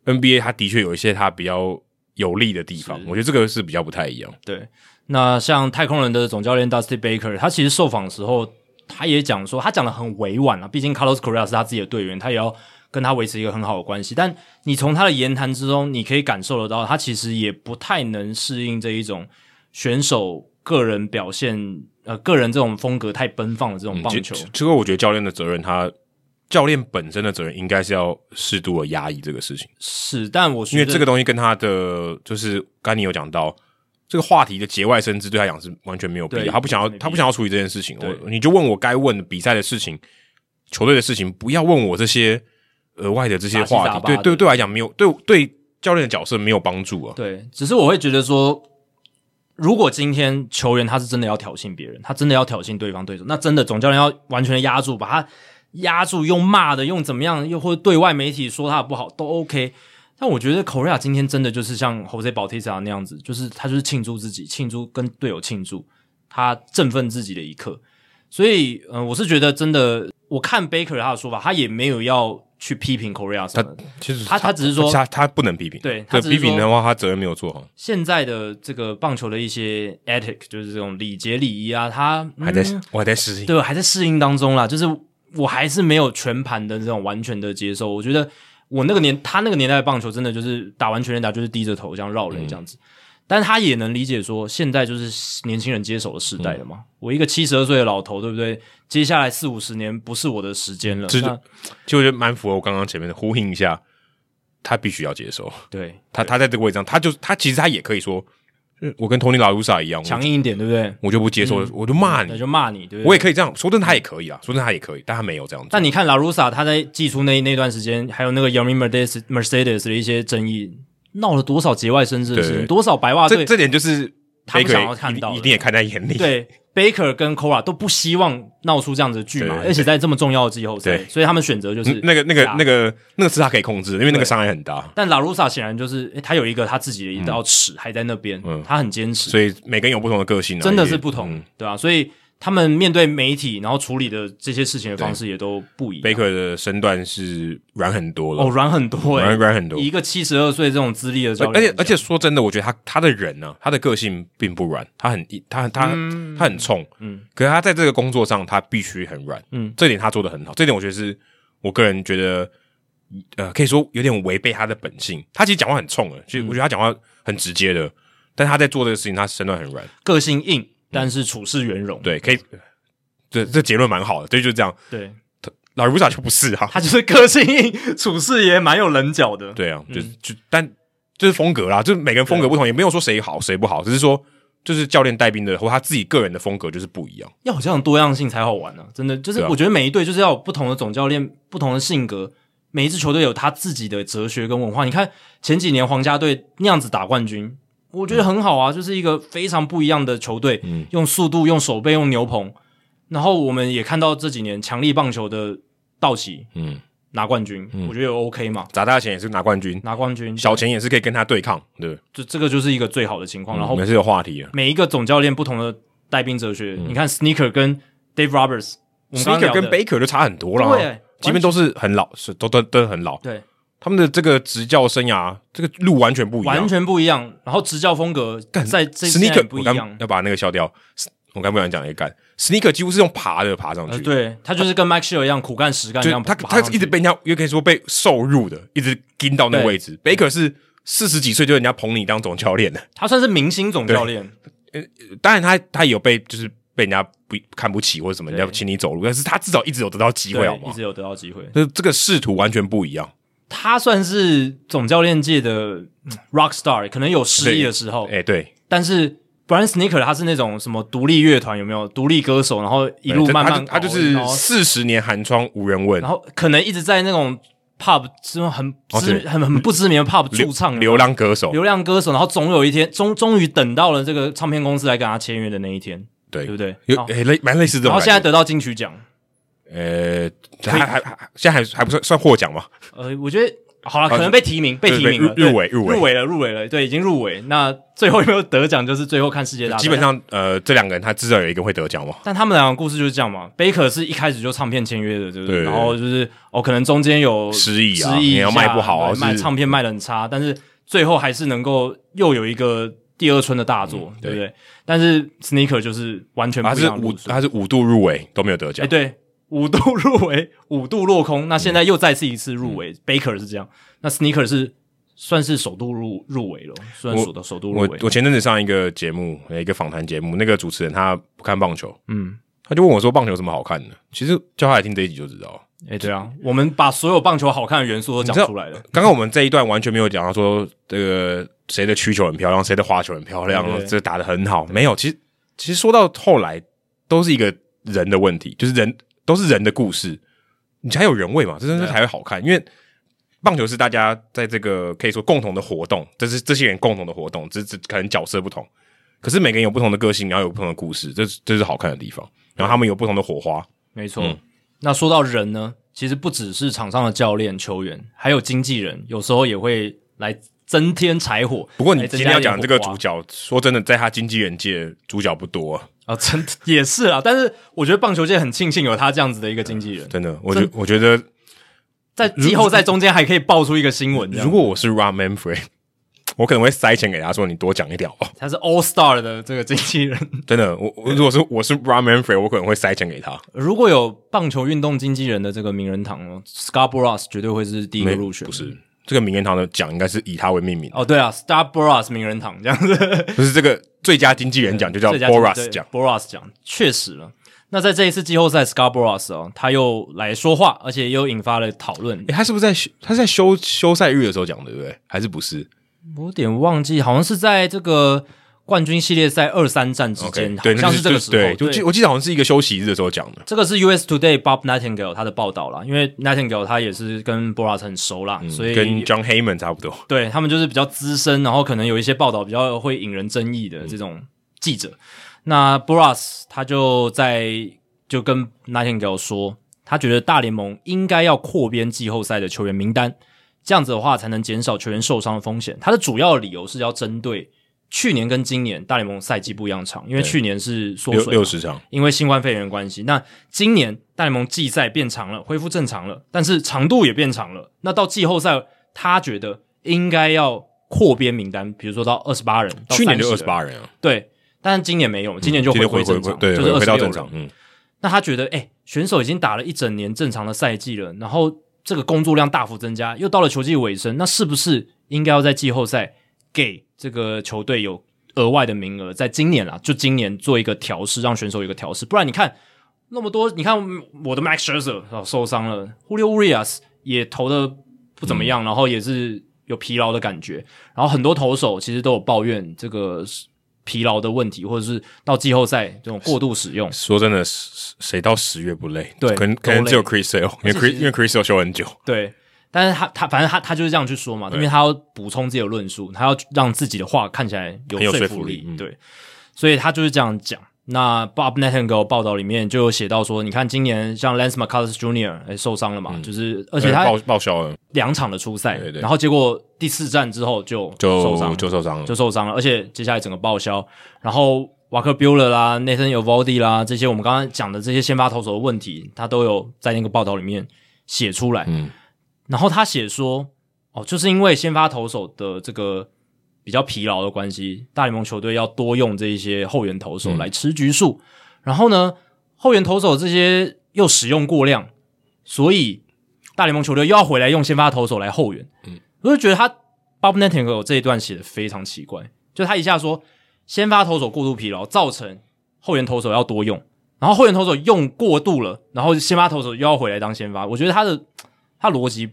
[SPEAKER 2] NBA 它的确有一些它比较有利的地方，
[SPEAKER 1] 是
[SPEAKER 2] 我觉得这个是比较不太一样。
[SPEAKER 1] 对，那像太空人的总教练 Dusty Baker，他其实受访的时候，他也讲说，他讲的很委婉啊，毕竟 Carlos Correa 是他自己的队员，他也要跟他维持一个很好的关系。但你从他的言谈之中，你可以感受得到，他其实也不太能适应这一种选手个人表现，呃，个人这种风格太奔放的这种棒
[SPEAKER 2] 这
[SPEAKER 1] 球。
[SPEAKER 2] 这个我觉得教练的责任他教练本身的责任应该是要适度的压抑这个事情，
[SPEAKER 1] 是，但我
[SPEAKER 2] 因为这个
[SPEAKER 1] 都
[SPEAKER 2] 东西跟他的就是刚才你有讲到这个话题的节外生枝，对他讲是完全没有必
[SPEAKER 1] 对
[SPEAKER 2] 要，他不想要
[SPEAKER 1] 没必要
[SPEAKER 2] 他不想要处理这件事情。
[SPEAKER 1] 对
[SPEAKER 2] 我你就问我该问的比赛的事情、球队的事情，不要问我这些额外的这些
[SPEAKER 1] 杂七
[SPEAKER 2] 话
[SPEAKER 1] 杂
[SPEAKER 2] 题。
[SPEAKER 1] 八
[SPEAKER 2] 对
[SPEAKER 1] 的
[SPEAKER 2] 对，对我来讲没有对对教练的角色没有帮助啊。
[SPEAKER 1] 对，只是我会觉得说，如果今天球员他是真的要挑衅别人，他真的要挑衅对方对手，那真的总教练要完全的压住，把他压住，用骂的，用怎么样，又或者对外媒体说他的不好都 OK。但我觉得 Korea 今天真的就是像 Jose Bautista 那样子，就是他就是庆祝自己，庆祝跟队友庆祝他振奋自己的一刻。所以，嗯、我是觉得真的，我看 Baker 他的说法，他也没有要去批评 Korea 什么的。
[SPEAKER 2] 其实
[SPEAKER 1] 他他只是说
[SPEAKER 2] 他他不能批评，
[SPEAKER 1] 对他
[SPEAKER 2] 对
[SPEAKER 1] 只是
[SPEAKER 2] 批
[SPEAKER 1] 说
[SPEAKER 2] 评的话，他责任没有做好，
[SPEAKER 1] 现在的这个棒球的一些 ethic，就是这种礼节礼仪啊，他、嗯
[SPEAKER 2] 还在我还在适应。
[SPEAKER 1] 对还在适应当中啦。就是我还是没有全盘的这种完全的接受。我觉得我那个年他那个年代的棒球真的就是打完全垒打就是低着头这样绕
[SPEAKER 2] 嗯
[SPEAKER 1] 垒这样子，但他也能理解说现在就是年轻人接手的时代了嘛。
[SPEAKER 2] 嗯
[SPEAKER 1] 我一个七十二岁的老头，对不对？接下来四五十年不是我的时间了，
[SPEAKER 2] 这
[SPEAKER 1] 那
[SPEAKER 2] 其实我觉得蛮符合我刚刚前面的呼应一下，他必须要接受。
[SPEAKER 1] 对
[SPEAKER 2] 他他在这个位置上，他就他其实他也可以说，呃我跟 Tony La Russa 一样，我
[SPEAKER 1] 强硬一点，对不对？
[SPEAKER 2] 我就不接受，我就骂
[SPEAKER 1] 那
[SPEAKER 2] 你，
[SPEAKER 1] 就骂嗯你，对不对？
[SPEAKER 2] 我也可以这样说。真的，他也可以啊，说真的，他也可以，但他没有这样做。
[SPEAKER 1] 但你看拉鲁萨他在寄出那那段时间，还有那个 Yami Mercedes Mercedes 的一些争议，闹了多少节外生枝的事
[SPEAKER 2] 对
[SPEAKER 1] 情，多少白袜
[SPEAKER 2] 这
[SPEAKER 1] 队
[SPEAKER 2] 这点就是
[SPEAKER 1] 啊他不想要
[SPEAKER 2] Baker
[SPEAKER 1] 看到
[SPEAKER 2] 一
[SPEAKER 1] 的
[SPEAKER 2] 一定也看在眼里。
[SPEAKER 1] 对 Baker 跟 Cora 都不希望闹出这样子的剧嘛，
[SPEAKER 2] 对
[SPEAKER 1] 而且在这么重要的季后赛
[SPEAKER 2] 对，
[SPEAKER 1] 所以他们选择就是啊
[SPEAKER 2] 嗯，那个那个
[SPEAKER 1] 打
[SPEAKER 2] 那个那个是他可以控制的，因为那个伤害很大，
[SPEAKER 1] 但拉鲁萨显然就是、诶他有一个他自己的一道尺还在那边，
[SPEAKER 2] 嗯
[SPEAKER 1] 他很坚持，
[SPEAKER 2] 所以每个人有不同的个性啊，
[SPEAKER 1] 真的
[SPEAKER 2] 也
[SPEAKER 1] 是不同，
[SPEAKER 2] 嗯
[SPEAKER 1] 对吧、啊所以他们面对媒体，然后处理的这些事情的方式也都不一样。
[SPEAKER 2] Baker 的身段是软很多
[SPEAKER 1] 哦，
[SPEAKER 2] 了，
[SPEAKER 1] 软很多诶、
[SPEAKER 2] 软软很多。
[SPEAKER 1] 以一个七十二岁这种资历的教
[SPEAKER 2] 而
[SPEAKER 1] 练
[SPEAKER 2] 且
[SPEAKER 1] 来讲，
[SPEAKER 2] 而且说真的，我觉得他他的人呢、他的个性并不软，他很他他、他很冲，嗯，可是他在这个工作上他必须很软，嗯
[SPEAKER 1] 嗯，
[SPEAKER 2] 这点他做的很好，这点我觉得是我个人觉得，呃，可以说有点违背他的本性。他其实讲话很冲的，
[SPEAKER 1] 嗯
[SPEAKER 2] 其实我觉得他讲话很直接的，但他在做这个事情，他身段很软，
[SPEAKER 1] 个性硬，但是处事圆融。
[SPEAKER 2] 对，可以，这这结论蛮好的，对，就是这样。
[SPEAKER 1] 对，
[SPEAKER 2] 老卢萨就不是啊，
[SPEAKER 1] 他就是个性硬， 处事也蛮有棱角的。
[SPEAKER 2] 对啊，就、
[SPEAKER 1] 嗯
[SPEAKER 2] 就但就是风格啦，就是每个人
[SPEAKER 1] 啊
[SPEAKER 2] 风格不同，也没有说谁好谁不好，只是说就是教练带兵的或他自己个人的风格就是不一样。
[SPEAKER 1] 要有这样多样性才好玩呢、真的，就是
[SPEAKER 2] 对啊
[SPEAKER 1] 我觉得每一队就是要有不同的总教练、不同的性格，每一支球队有他自己的哲学跟文化。你看前几年皇家队那样子打冠军，我觉得很
[SPEAKER 2] 嗯
[SPEAKER 1] 好啊，就是一个非常不一样的球队，用速度、用手背、用牛棚。然后我们也看到这几年强力棒球的道奇
[SPEAKER 2] 嗯，
[SPEAKER 1] 拿冠军，我觉得也 OK 嘛，
[SPEAKER 2] 砸大钱也是拿冠军，
[SPEAKER 1] 拿冠军，
[SPEAKER 2] 小钱也是可以跟他对抗，对不对，
[SPEAKER 1] 这这个就是一个最好的情况。然后
[SPEAKER 2] 我们是有话题的。
[SPEAKER 1] 每一个总教练不同的带兵哲学。
[SPEAKER 2] 嗯
[SPEAKER 1] 你看 Sneaker 跟 Dave Roberts，我们刚刚
[SPEAKER 2] Sneaker
[SPEAKER 1] 聊的
[SPEAKER 2] 跟 Baker 就差很多了啊，
[SPEAKER 1] 对，
[SPEAKER 2] 即便都是很老，是都都都很老，
[SPEAKER 1] 对
[SPEAKER 2] 他们的这个执教生涯这个路完全不一样。
[SPEAKER 1] 完全不一样。然后执教风格在这现在也
[SPEAKER 2] Sneaker
[SPEAKER 1] 不
[SPEAKER 2] 我
[SPEAKER 1] 一
[SPEAKER 2] 刚
[SPEAKER 1] 样。
[SPEAKER 2] 要把那个消掉，我刚不想讲了一干 Sneaker 几乎是用爬的爬上
[SPEAKER 1] 呃，
[SPEAKER 2] 去，
[SPEAKER 1] 对他就是跟 Max s h i e l 一样苦干实干一
[SPEAKER 2] 就
[SPEAKER 1] 样，
[SPEAKER 2] 他
[SPEAKER 1] 爬
[SPEAKER 2] 他
[SPEAKER 1] 上
[SPEAKER 2] 一
[SPEAKER 1] 去
[SPEAKER 2] 直被人家，也可以说被受辱的，一直盯到那个位置。Baker 是四十几岁就人家捧你当总教练的，
[SPEAKER 1] 他算是明星总教练，
[SPEAKER 2] 当然他他也有被就是被人家不看不起或者什么，人家
[SPEAKER 1] 对
[SPEAKER 2] 请你走路，但是他至少一直有得到机会，好
[SPEAKER 1] 对，一
[SPEAKER 2] 吗？
[SPEAKER 1] 直有得到机会。
[SPEAKER 2] 就是这个仕途完全不一样。
[SPEAKER 1] 他算是总教练界的嗯 rock star，可能有失意的时候
[SPEAKER 2] 哎、，对，
[SPEAKER 1] 但是。Brian Sneaker 他是那种什么独立乐团有没有独立歌手，然后一哦路
[SPEAKER 2] 对
[SPEAKER 1] 慢
[SPEAKER 2] 他
[SPEAKER 1] 慢
[SPEAKER 2] 就他就
[SPEAKER 1] 搞
[SPEAKER 2] 是
[SPEAKER 1] 然后
[SPEAKER 2] 四十年寒窗无人问
[SPEAKER 1] 然，后可能一直在那种 pub 这种很
[SPEAKER 2] 哦
[SPEAKER 1] 知、
[SPEAKER 2] 对
[SPEAKER 1] 很很不知名的 pub 驻唱
[SPEAKER 2] 流浪歌手，
[SPEAKER 1] 流量歌手，然后总有一天终终于等到了这个唱片公司来跟他签约的那一天，
[SPEAKER 2] 对
[SPEAKER 1] 对不对？
[SPEAKER 2] 有
[SPEAKER 1] 好
[SPEAKER 2] 哎类蛮类似这
[SPEAKER 1] 然
[SPEAKER 2] 种
[SPEAKER 1] 后
[SPEAKER 2] 感
[SPEAKER 1] 现在
[SPEAKER 2] 觉。
[SPEAKER 1] 得到金曲奖，
[SPEAKER 2] 呃，还还还现在还还不算算获奖吗？
[SPEAKER 1] 呃，我觉得好了，
[SPEAKER 2] 好
[SPEAKER 1] 可能被提名被
[SPEAKER 2] 对
[SPEAKER 1] 提
[SPEAKER 2] 对
[SPEAKER 1] 名了，
[SPEAKER 2] 入
[SPEAKER 1] 对
[SPEAKER 2] 入围入围
[SPEAKER 1] 入围了入围了，对，已经入围。那最后有没有得奖，就是最后看世界大赛。
[SPEAKER 2] 基本，上呃，这两个人他至少有一个会得奖嘛。
[SPEAKER 1] 但他们两个故事就是这样嘛。Baker 是一开始就唱片签约的，对不
[SPEAKER 2] 对
[SPEAKER 1] 对？然后就是哦，可能中间有
[SPEAKER 2] 失意啊
[SPEAKER 1] 失意一
[SPEAKER 2] 你要
[SPEAKER 1] 下
[SPEAKER 2] 卖不好啊
[SPEAKER 1] 对
[SPEAKER 2] 是
[SPEAKER 1] 卖唱片卖的很差，但是最后还是能够又有一个第二春的大作，
[SPEAKER 2] 嗯
[SPEAKER 1] 对不对？但是 Sneaker 就是完全不
[SPEAKER 2] 他
[SPEAKER 1] 一
[SPEAKER 2] 是
[SPEAKER 1] 样的
[SPEAKER 2] 五
[SPEAKER 1] 路数。
[SPEAKER 2] 他是五度入围都没有得奖
[SPEAKER 1] 哎，，对，五度入围， 五度落空。那现在又再次一次入
[SPEAKER 2] 嗯
[SPEAKER 1] 围、b a k e r 是这样，那 Sneaker 是算是首度入入围了，算首的首度入
[SPEAKER 2] 我
[SPEAKER 1] 围。
[SPEAKER 2] 我前阵子上一个节目，呃一个访谈节目，那个主持人他不看棒球，
[SPEAKER 1] 嗯，
[SPEAKER 2] 他就问我说棒球有什么好看的？其实叫他来听这一集就知道，
[SPEAKER 1] 哎，对啊，我们把所有棒球好看的元素都
[SPEAKER 2] 你
[SPEAKER 1] 讲
[SPEAKER 2] 知道
[SPEAKER 1] 出来了。
[SPEAKER 2] 刚刚我们这一段完全没有讲到说这个谁的曲球很漂亮，谁的滑球很漂亮
[SPEAKER 1] 对对，对
[SPEAKER 2] 这打的很好。没有，其实其实说到后来都是一个人的问题，就是人都是人的故事，你才有人味嘛，这真的
[SPEAKER 1] 对啊
[SPEAKER 2] 才会好看。因为棒球是大家在这个可以说共同的活动，这是这些人共同的活动，只只可能角色不同，可是每个人有不同的个性，然后有不同的故事，这是这是好看的地方。然后他们有不同的火花，
[SPEAKER 1] 没错。
[SPEAKER 2] 嗯
[SPEAKER 1] 那说到人呢，其实不只是场上的教练、球员，还有经纪人，有时候也会来增添柴火。
[SPEAKER 2] 不过你
[SPEAKER 1] 来哎增
[SPEAKER 2] 今
[SPEAKER 1] 加
[SPEAKER 2] 天要讲这个
[SPEAKER 1] 一点火
[SPEAKER 2] 主
[SPEAKER 1] 花
[SPEAKER 2] 角，说真的，在他经纪人界主角不多啊、
[SPEAKER 1] 啊，真的也是啊。但是我觉得棒球界很庆幸有他这样子的一个经纪人，
[SPEAKER 2] 真的，我觉我觉得，
[SPEAKER 1] 在季后赛中间还可以爆出一个新闻这样。
[SPEAKER 2] 如果我是 Ron Manfred，我可能会塞钱给他说你多讲一点哦。
[SPEAKER 1] 他是 All Star 的这个经纪人，
[SPEAKER 2] 真的，我我如果是我是 Ron Manfred，我可能会塞钱给他。
[SPEAKER 1] 如果有棒球运动经纪人的这个名人堂哦，Scarborough 绝对会是第一个入选。
[SPEAKER 2] 不是这个名人堂的奖应该是以他为命名，
[SPEAKER 1] 哦，对啊，Scarborough 名人堂这样子。
[SPEAKER 2] 就是这个最佳经纪人奖就叫
[SPEAKER 1] 最佳经纪
[SPEAKER 2] Boras
[SPEAKER 1] 对
[SPEAKER 2] 奖。
[SPEAKER 1] Boras 奖确实了。那在这一次季后赛，Scarborough 哦，他又来说话，而且又引发了讨论
[SPEAKER 2] 诶。他是不是在休他是在休休赛日的时候讲的，对不对？还是不是
[SPEAKER 1] 我有点忘记，好像是在这个冠军系列赛二三战之
[SPEAKER 2] ？OK，
[SPEAKER 1] 间
[SPEAKER 2] 对，
[SPEAKER 1] 好像
[SPEAKER 2] 那就是
[SPEAKER 1] 这个时候。
[SPEAKER 2] 对，就记我记得好像是一个休息日的时候讲的。
[SPEAKER 1] 这个是 US Today Bob Nightingale 他的报道啦，因为 Nightingale 他也是跟 Boras 很熟啦，所以
[SPEAKER 2] 嗯跟 John Heyman 差不多，
[SPEAKER 1] 对他们就是比较资深，然后可能有一些报道比较会引人争议
[SPEAKER 2] 嗯
[SPEAKER 1] 的这种记者。那 Boras 他就在就跟 Nightingale 说，他觉得大联盟应该要扩编季后赛的球员名单，这样子的话才能减少球员受伤的风险。他的主要理由是要针对去年跟今年大联盟赛季不一样长，因为去年是缩
[SPEAKER 2] 六
[SPEAKER 1] 水嘛
[SPEAKER 2] 六十场，
[SPEAKER 1] 因为新冠肺炎的关系，那今年大联盟季赛变长了，恢复正常了，但是长度也变长了。那到季后赛，他觉得应该要扩编名单，比如说到二十八人，到
[SPEAKER 2] 去年就
[SPEAKER 1] 30
[SPEAKER 2] 二
[SPEAKER 1] 人
[SPEAKER 2] 十，八人啊，
[SPEAKER 1] 对，但是今年没有，今年就
[SPEAKER 2] 今
[SPEAKER 1] 回
[SPEAKER 2] 天
[SPEAKER 1] 归
[SPEAKER 2] 回回
[SPEAKER 1] 正
[SPEAKER 2] 回
[SPEAKER 1] 常，
[SPEAKER 2] 对
[SPEAKER 1] 就是二
[SPEAKER 2] 回回
[SPEAKER 1] 十
[SPEAKER 2] 到
[SPEAKER 1] 六
[SPEAKER 2] 正
[SPEAKER 1] 人。
[SPEAKER 2] 常，嗯，
[SPEAKER 1] 那他觉得，哎、选手已经打了一整年正常的赛季了，然后这个工作量大幅增加，又到了球季尾声，那是不是应该要在季后赛给这个球队有额外的名额？在今年啦，啊就今年做一个调试，让选手有一个调试，不然你看那么多，你看我的 Max Scherzer 哦受伤了，Julio Urias 啊也投的不怎么样，然后也是有疲劳的感觉，然后很多投手其实都有抱怨这个。疲劳的问题，或者是到季后赛这种过度使用，
[SPEAKER 2] 说真的，谁谁到十月不累？
[SPEAKER 1] 对
[SPEAKER 2] 可能
[SPEAKER 1] 都
[SPEAKER 2] 可能只有
[SPEAKER 1] 累
[SPEAKER 2] Chris Sale，因为
[SPEAKER 1] 且
[SPEAKER 2] Chris
[SPEAKER 1] 其实
[SPEAKER 2] 因为 Chris Sale 休很久，
[SPEAKER 1] 对，但是他他反正他他就是这样去说嘛，因为他要补充自己的论述，他要让自己的话看起来有
[SPEAKER 2] 很有
[SPEAKER 1] 说
[SPEAKER 2] 说
[SPEAKER 1] 服
[SPEAKER 2] 服
[SPEAKER 1] 力，
[SPEAKER 2] 力嗯
[SPEAKER 1] 对，所以他就是这样讲。那 Bob Nightingale 报道里面就有写到说，你看今年像 Lance McCullers Jr. 哎受伤了嘛，就是而且他
[SPEAKER 2] 嗯呃报报销了，
[SPEAKER 1] 两场的初赛，
[SPEAKER 2] 对对
[SPEAKER 1] 然后结果第四战之后就受伤
[SPEAKER 2] 就
[SPEAKER 1] 了
[SPEAKER 2] 就受伤了
[SPEAKER 1] 就。受伤了，而且接下来整个报销。然后瓦克 Bueller 啦、Nathan e v o l d i 啦，这些我们刚刚讲的这些先发投手的问题，他都有在那个报道里面写出来。
[SPEAKER 2] 嗯，
[SPEAKER 1] 然后他写说，哦，就是因为先发投手的这个比较疲劳的关系，大联盟球队要多用这一些后援投手来吃局数。然后呢，后援投手这些又使用过量，所以大联盟球队又要回来用先发投手来后援。嗯，我就觉得他 Bob Nightingale 这一段写的非常奇怪，就他一下说先发投手过度疲劳，造成后援投手要多用，然后后援投手用过度了，然后先发投手又要回来当先发。我觉得他的他逻辑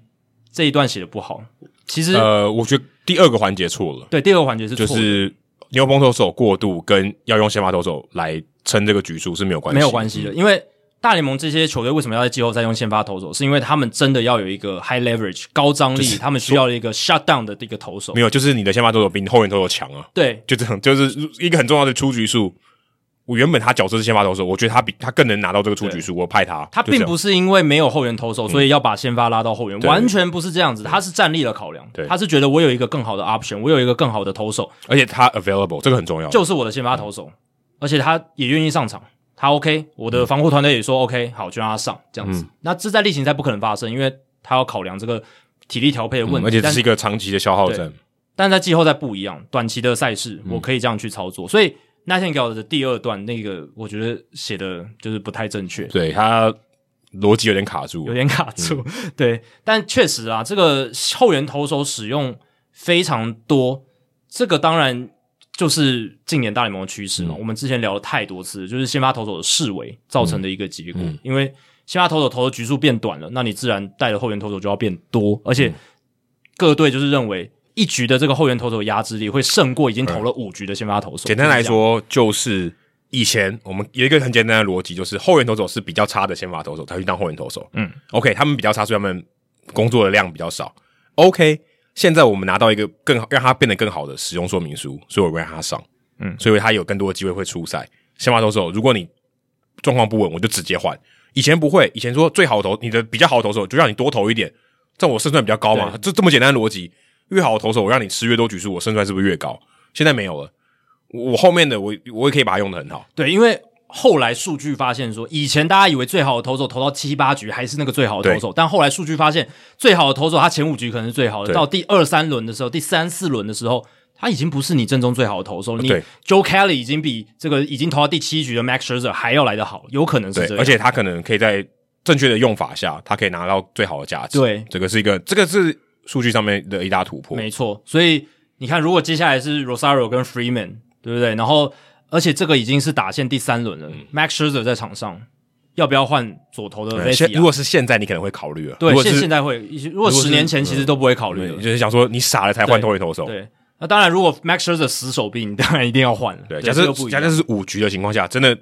[SPEAKER 1] 这一段写的不好，其实、
[SPEAKER 2] 呃，我觉得第二个环节错了，
[SPEAKER 1] 对第二个环节是错
[SPEAKER 2] 就
[SPEAKER 1] 的，
[SPEAKER 2] 是牛棚投手过度跟要用先发投手来撑这个局数是没有关系，嗯
[SPEAKER 1] 没有关系的，因为大联盟这些球队为什么要在季后赛用先发投手，是因为他们真的要有一个 high leverage 高张力，他们需要一个 shutdown 的一个投手
[SPEAKER 2] 没。有，就是你的先发投手比你后援投手强啊，
[SPEAKER 1] 对
[SPEAKER 2] 就这样，就是一个很重要的出局数。我原本他角色是先发投手，我觉得他比他更能拿到这个出局数，我派他，
[SPEAKER 1] 他
[SPEAKER 2] 就这
[SPEAKER 1] 并
[SPEAKER 2] 样嗯
[SPEAKER 1] 不是因为没有后援投手，所以要把先发拉到后援，
[SPEAKER 2] 对
[SPEAKER 1] 完全不是这样子。他是战力的考量
[SPEAKER 2] 对，哦
[SPEAKER 1] 他是觉得我有一个更好的 option，我有一个更好的投手，
[SPEAKER 2] 而且他 available 这个很重要，
[SPEAKER 1] 就是我的先发投手，而且他也愿意上场，他 OK，我的防护团队也
[SPEAKER 2] 嗯
[SPEAKER 1] 说 OK，好就让他上这样子。那这在例行赛不可能发生，因为他要考量这个体力调配的问
[SPEAKER 2] 嗯
[SPEAKER 1] 题，
[SPEAKER 2] 而且这
[SPEAKER 1] 但
[SPEAKER 2] 是一个长期的消耗战。
[SPEAKER 1] 但在季后赛不一样，短期的赛事我可以这样去操作，所以 Nightingale 的第二段那个我觉得写的就是不太正确，
[SPEAKER 2] 对他逻辑有点卡住，
[SPEAKER 1] 有点卡住。
[SPEAKER 2] 嗯
[SPEAKER 1] 对，但确实啊，这个后援投手使用非常多，这个当然就是近年
[SPEAKER 2] 嗯嗯
[SPEAKER 1] 大联盟的趋势嘛。我们之前聊了太多次，就是先发投手的视为造成的一个结果，因为先发投手投的局数变短了，那你自然带的后援投手就要变多，而
[SPEAKER 2] 嗯
[SPEAKER 1] 且各队就是认为一局的这个后援投手压制力会胜过已经投了五局的先发投手。
[SPEAKER 2] 简单来说，就是以前我们有一个很简单的逻辑，就是后援投手是比较差的先发投手才去当后援投手。
[SPEAKER 1] 嗯
[SPEAKER 2] ，OK，他们比较差，所以他们工作的量比较少。OK，现在我们拿到一个更好，让他变得更好的使用说明书，所以我会让他上，
[SPEAKER 1] 嗯
[SPEAKER 2] 所以他有更多的机会会出赛。先发投手，如果你状况不稳，我就直接换。以前不会，以前说最好投你的比较好的投手，就让你多投一点，这样我胜算比较高嘛，这这么简单的逻辑。越好的投手，我让你吃越多局数，我胜算是不是越高？现在没有了，我我后面的我我也可以把它用的很好。
[SPEAKER 1] 对，因为后来数据发现说，以前大家以为最好的投手投到七八局还是那个最好的投手，但后来数据发现，最好的投手他前五局可能是最好的，
[SPEAKER 2] 对
[SPEAKER 1] 到第二三轮的时候，第三四轮的时候。他已经不是你正宗最好的投手，你
[SPEAKER 2] 对
[SPEAKER 1] Joe Kelly 已经比这个已经投到第七局的 Max Scherzer 还要来得好，有可能是
[SPEAKER 2] 对
[SPEAKER 1] 这，样。
[SPEAKER 2] 而且他可能可以在正确的用法下，他可以拿到最好的价值。
[SPEAKER 1] 对
[SPEAKER 2] 这个是一个，这个是数据上面的一大突破。
[SPEAKER 1] 没错，所以你看，如果接下来是 Rosario 跟 Freeman，对不对？然后，而且这个已经是打线第三轮了、m
[SPEAKER 2] 嗯
[SPEAKER 1] a x Scherzer 在场上，要不要换左投的 v
[SPEAKER 2] 对
[SPEAKER 1] e s
[SPEAKER 2] 现
[SPEAKER 1] i
[SPEAKER 2] 如
[SPEAKER 1] a
[SPEAKER 2] 果是现在，你可能会考虑了。如
[SPEAKER 1] 对，
[SPEAKER 2] 果
[SPEAKER 1] 现
[SPEAKER 2] 是
[SPEAKER 1] 现在会，如果
[SPEAKER 2] 如果是
[SPEAKER 1] 十年前其实都不会考虑了。
[SPEAKER 2] 对就是想说你傻了才换投垒投手。
[SPEAKER 1] 对，那当然，如果 Max Scherzer 死手臂，你 当然一定要换了。
[SPEAKER 2] 对，
[SPEAKER 1] 对，
[SPEAKER 2] 假
[SPEAKER 1] 这
[SPEAKER 2] 设
[SPEAKER 1] 个不一
[SPEAKER 2] 假
[SPEAKER 1] 样
[SPEAKER 2] 设是五局的情况下，真的，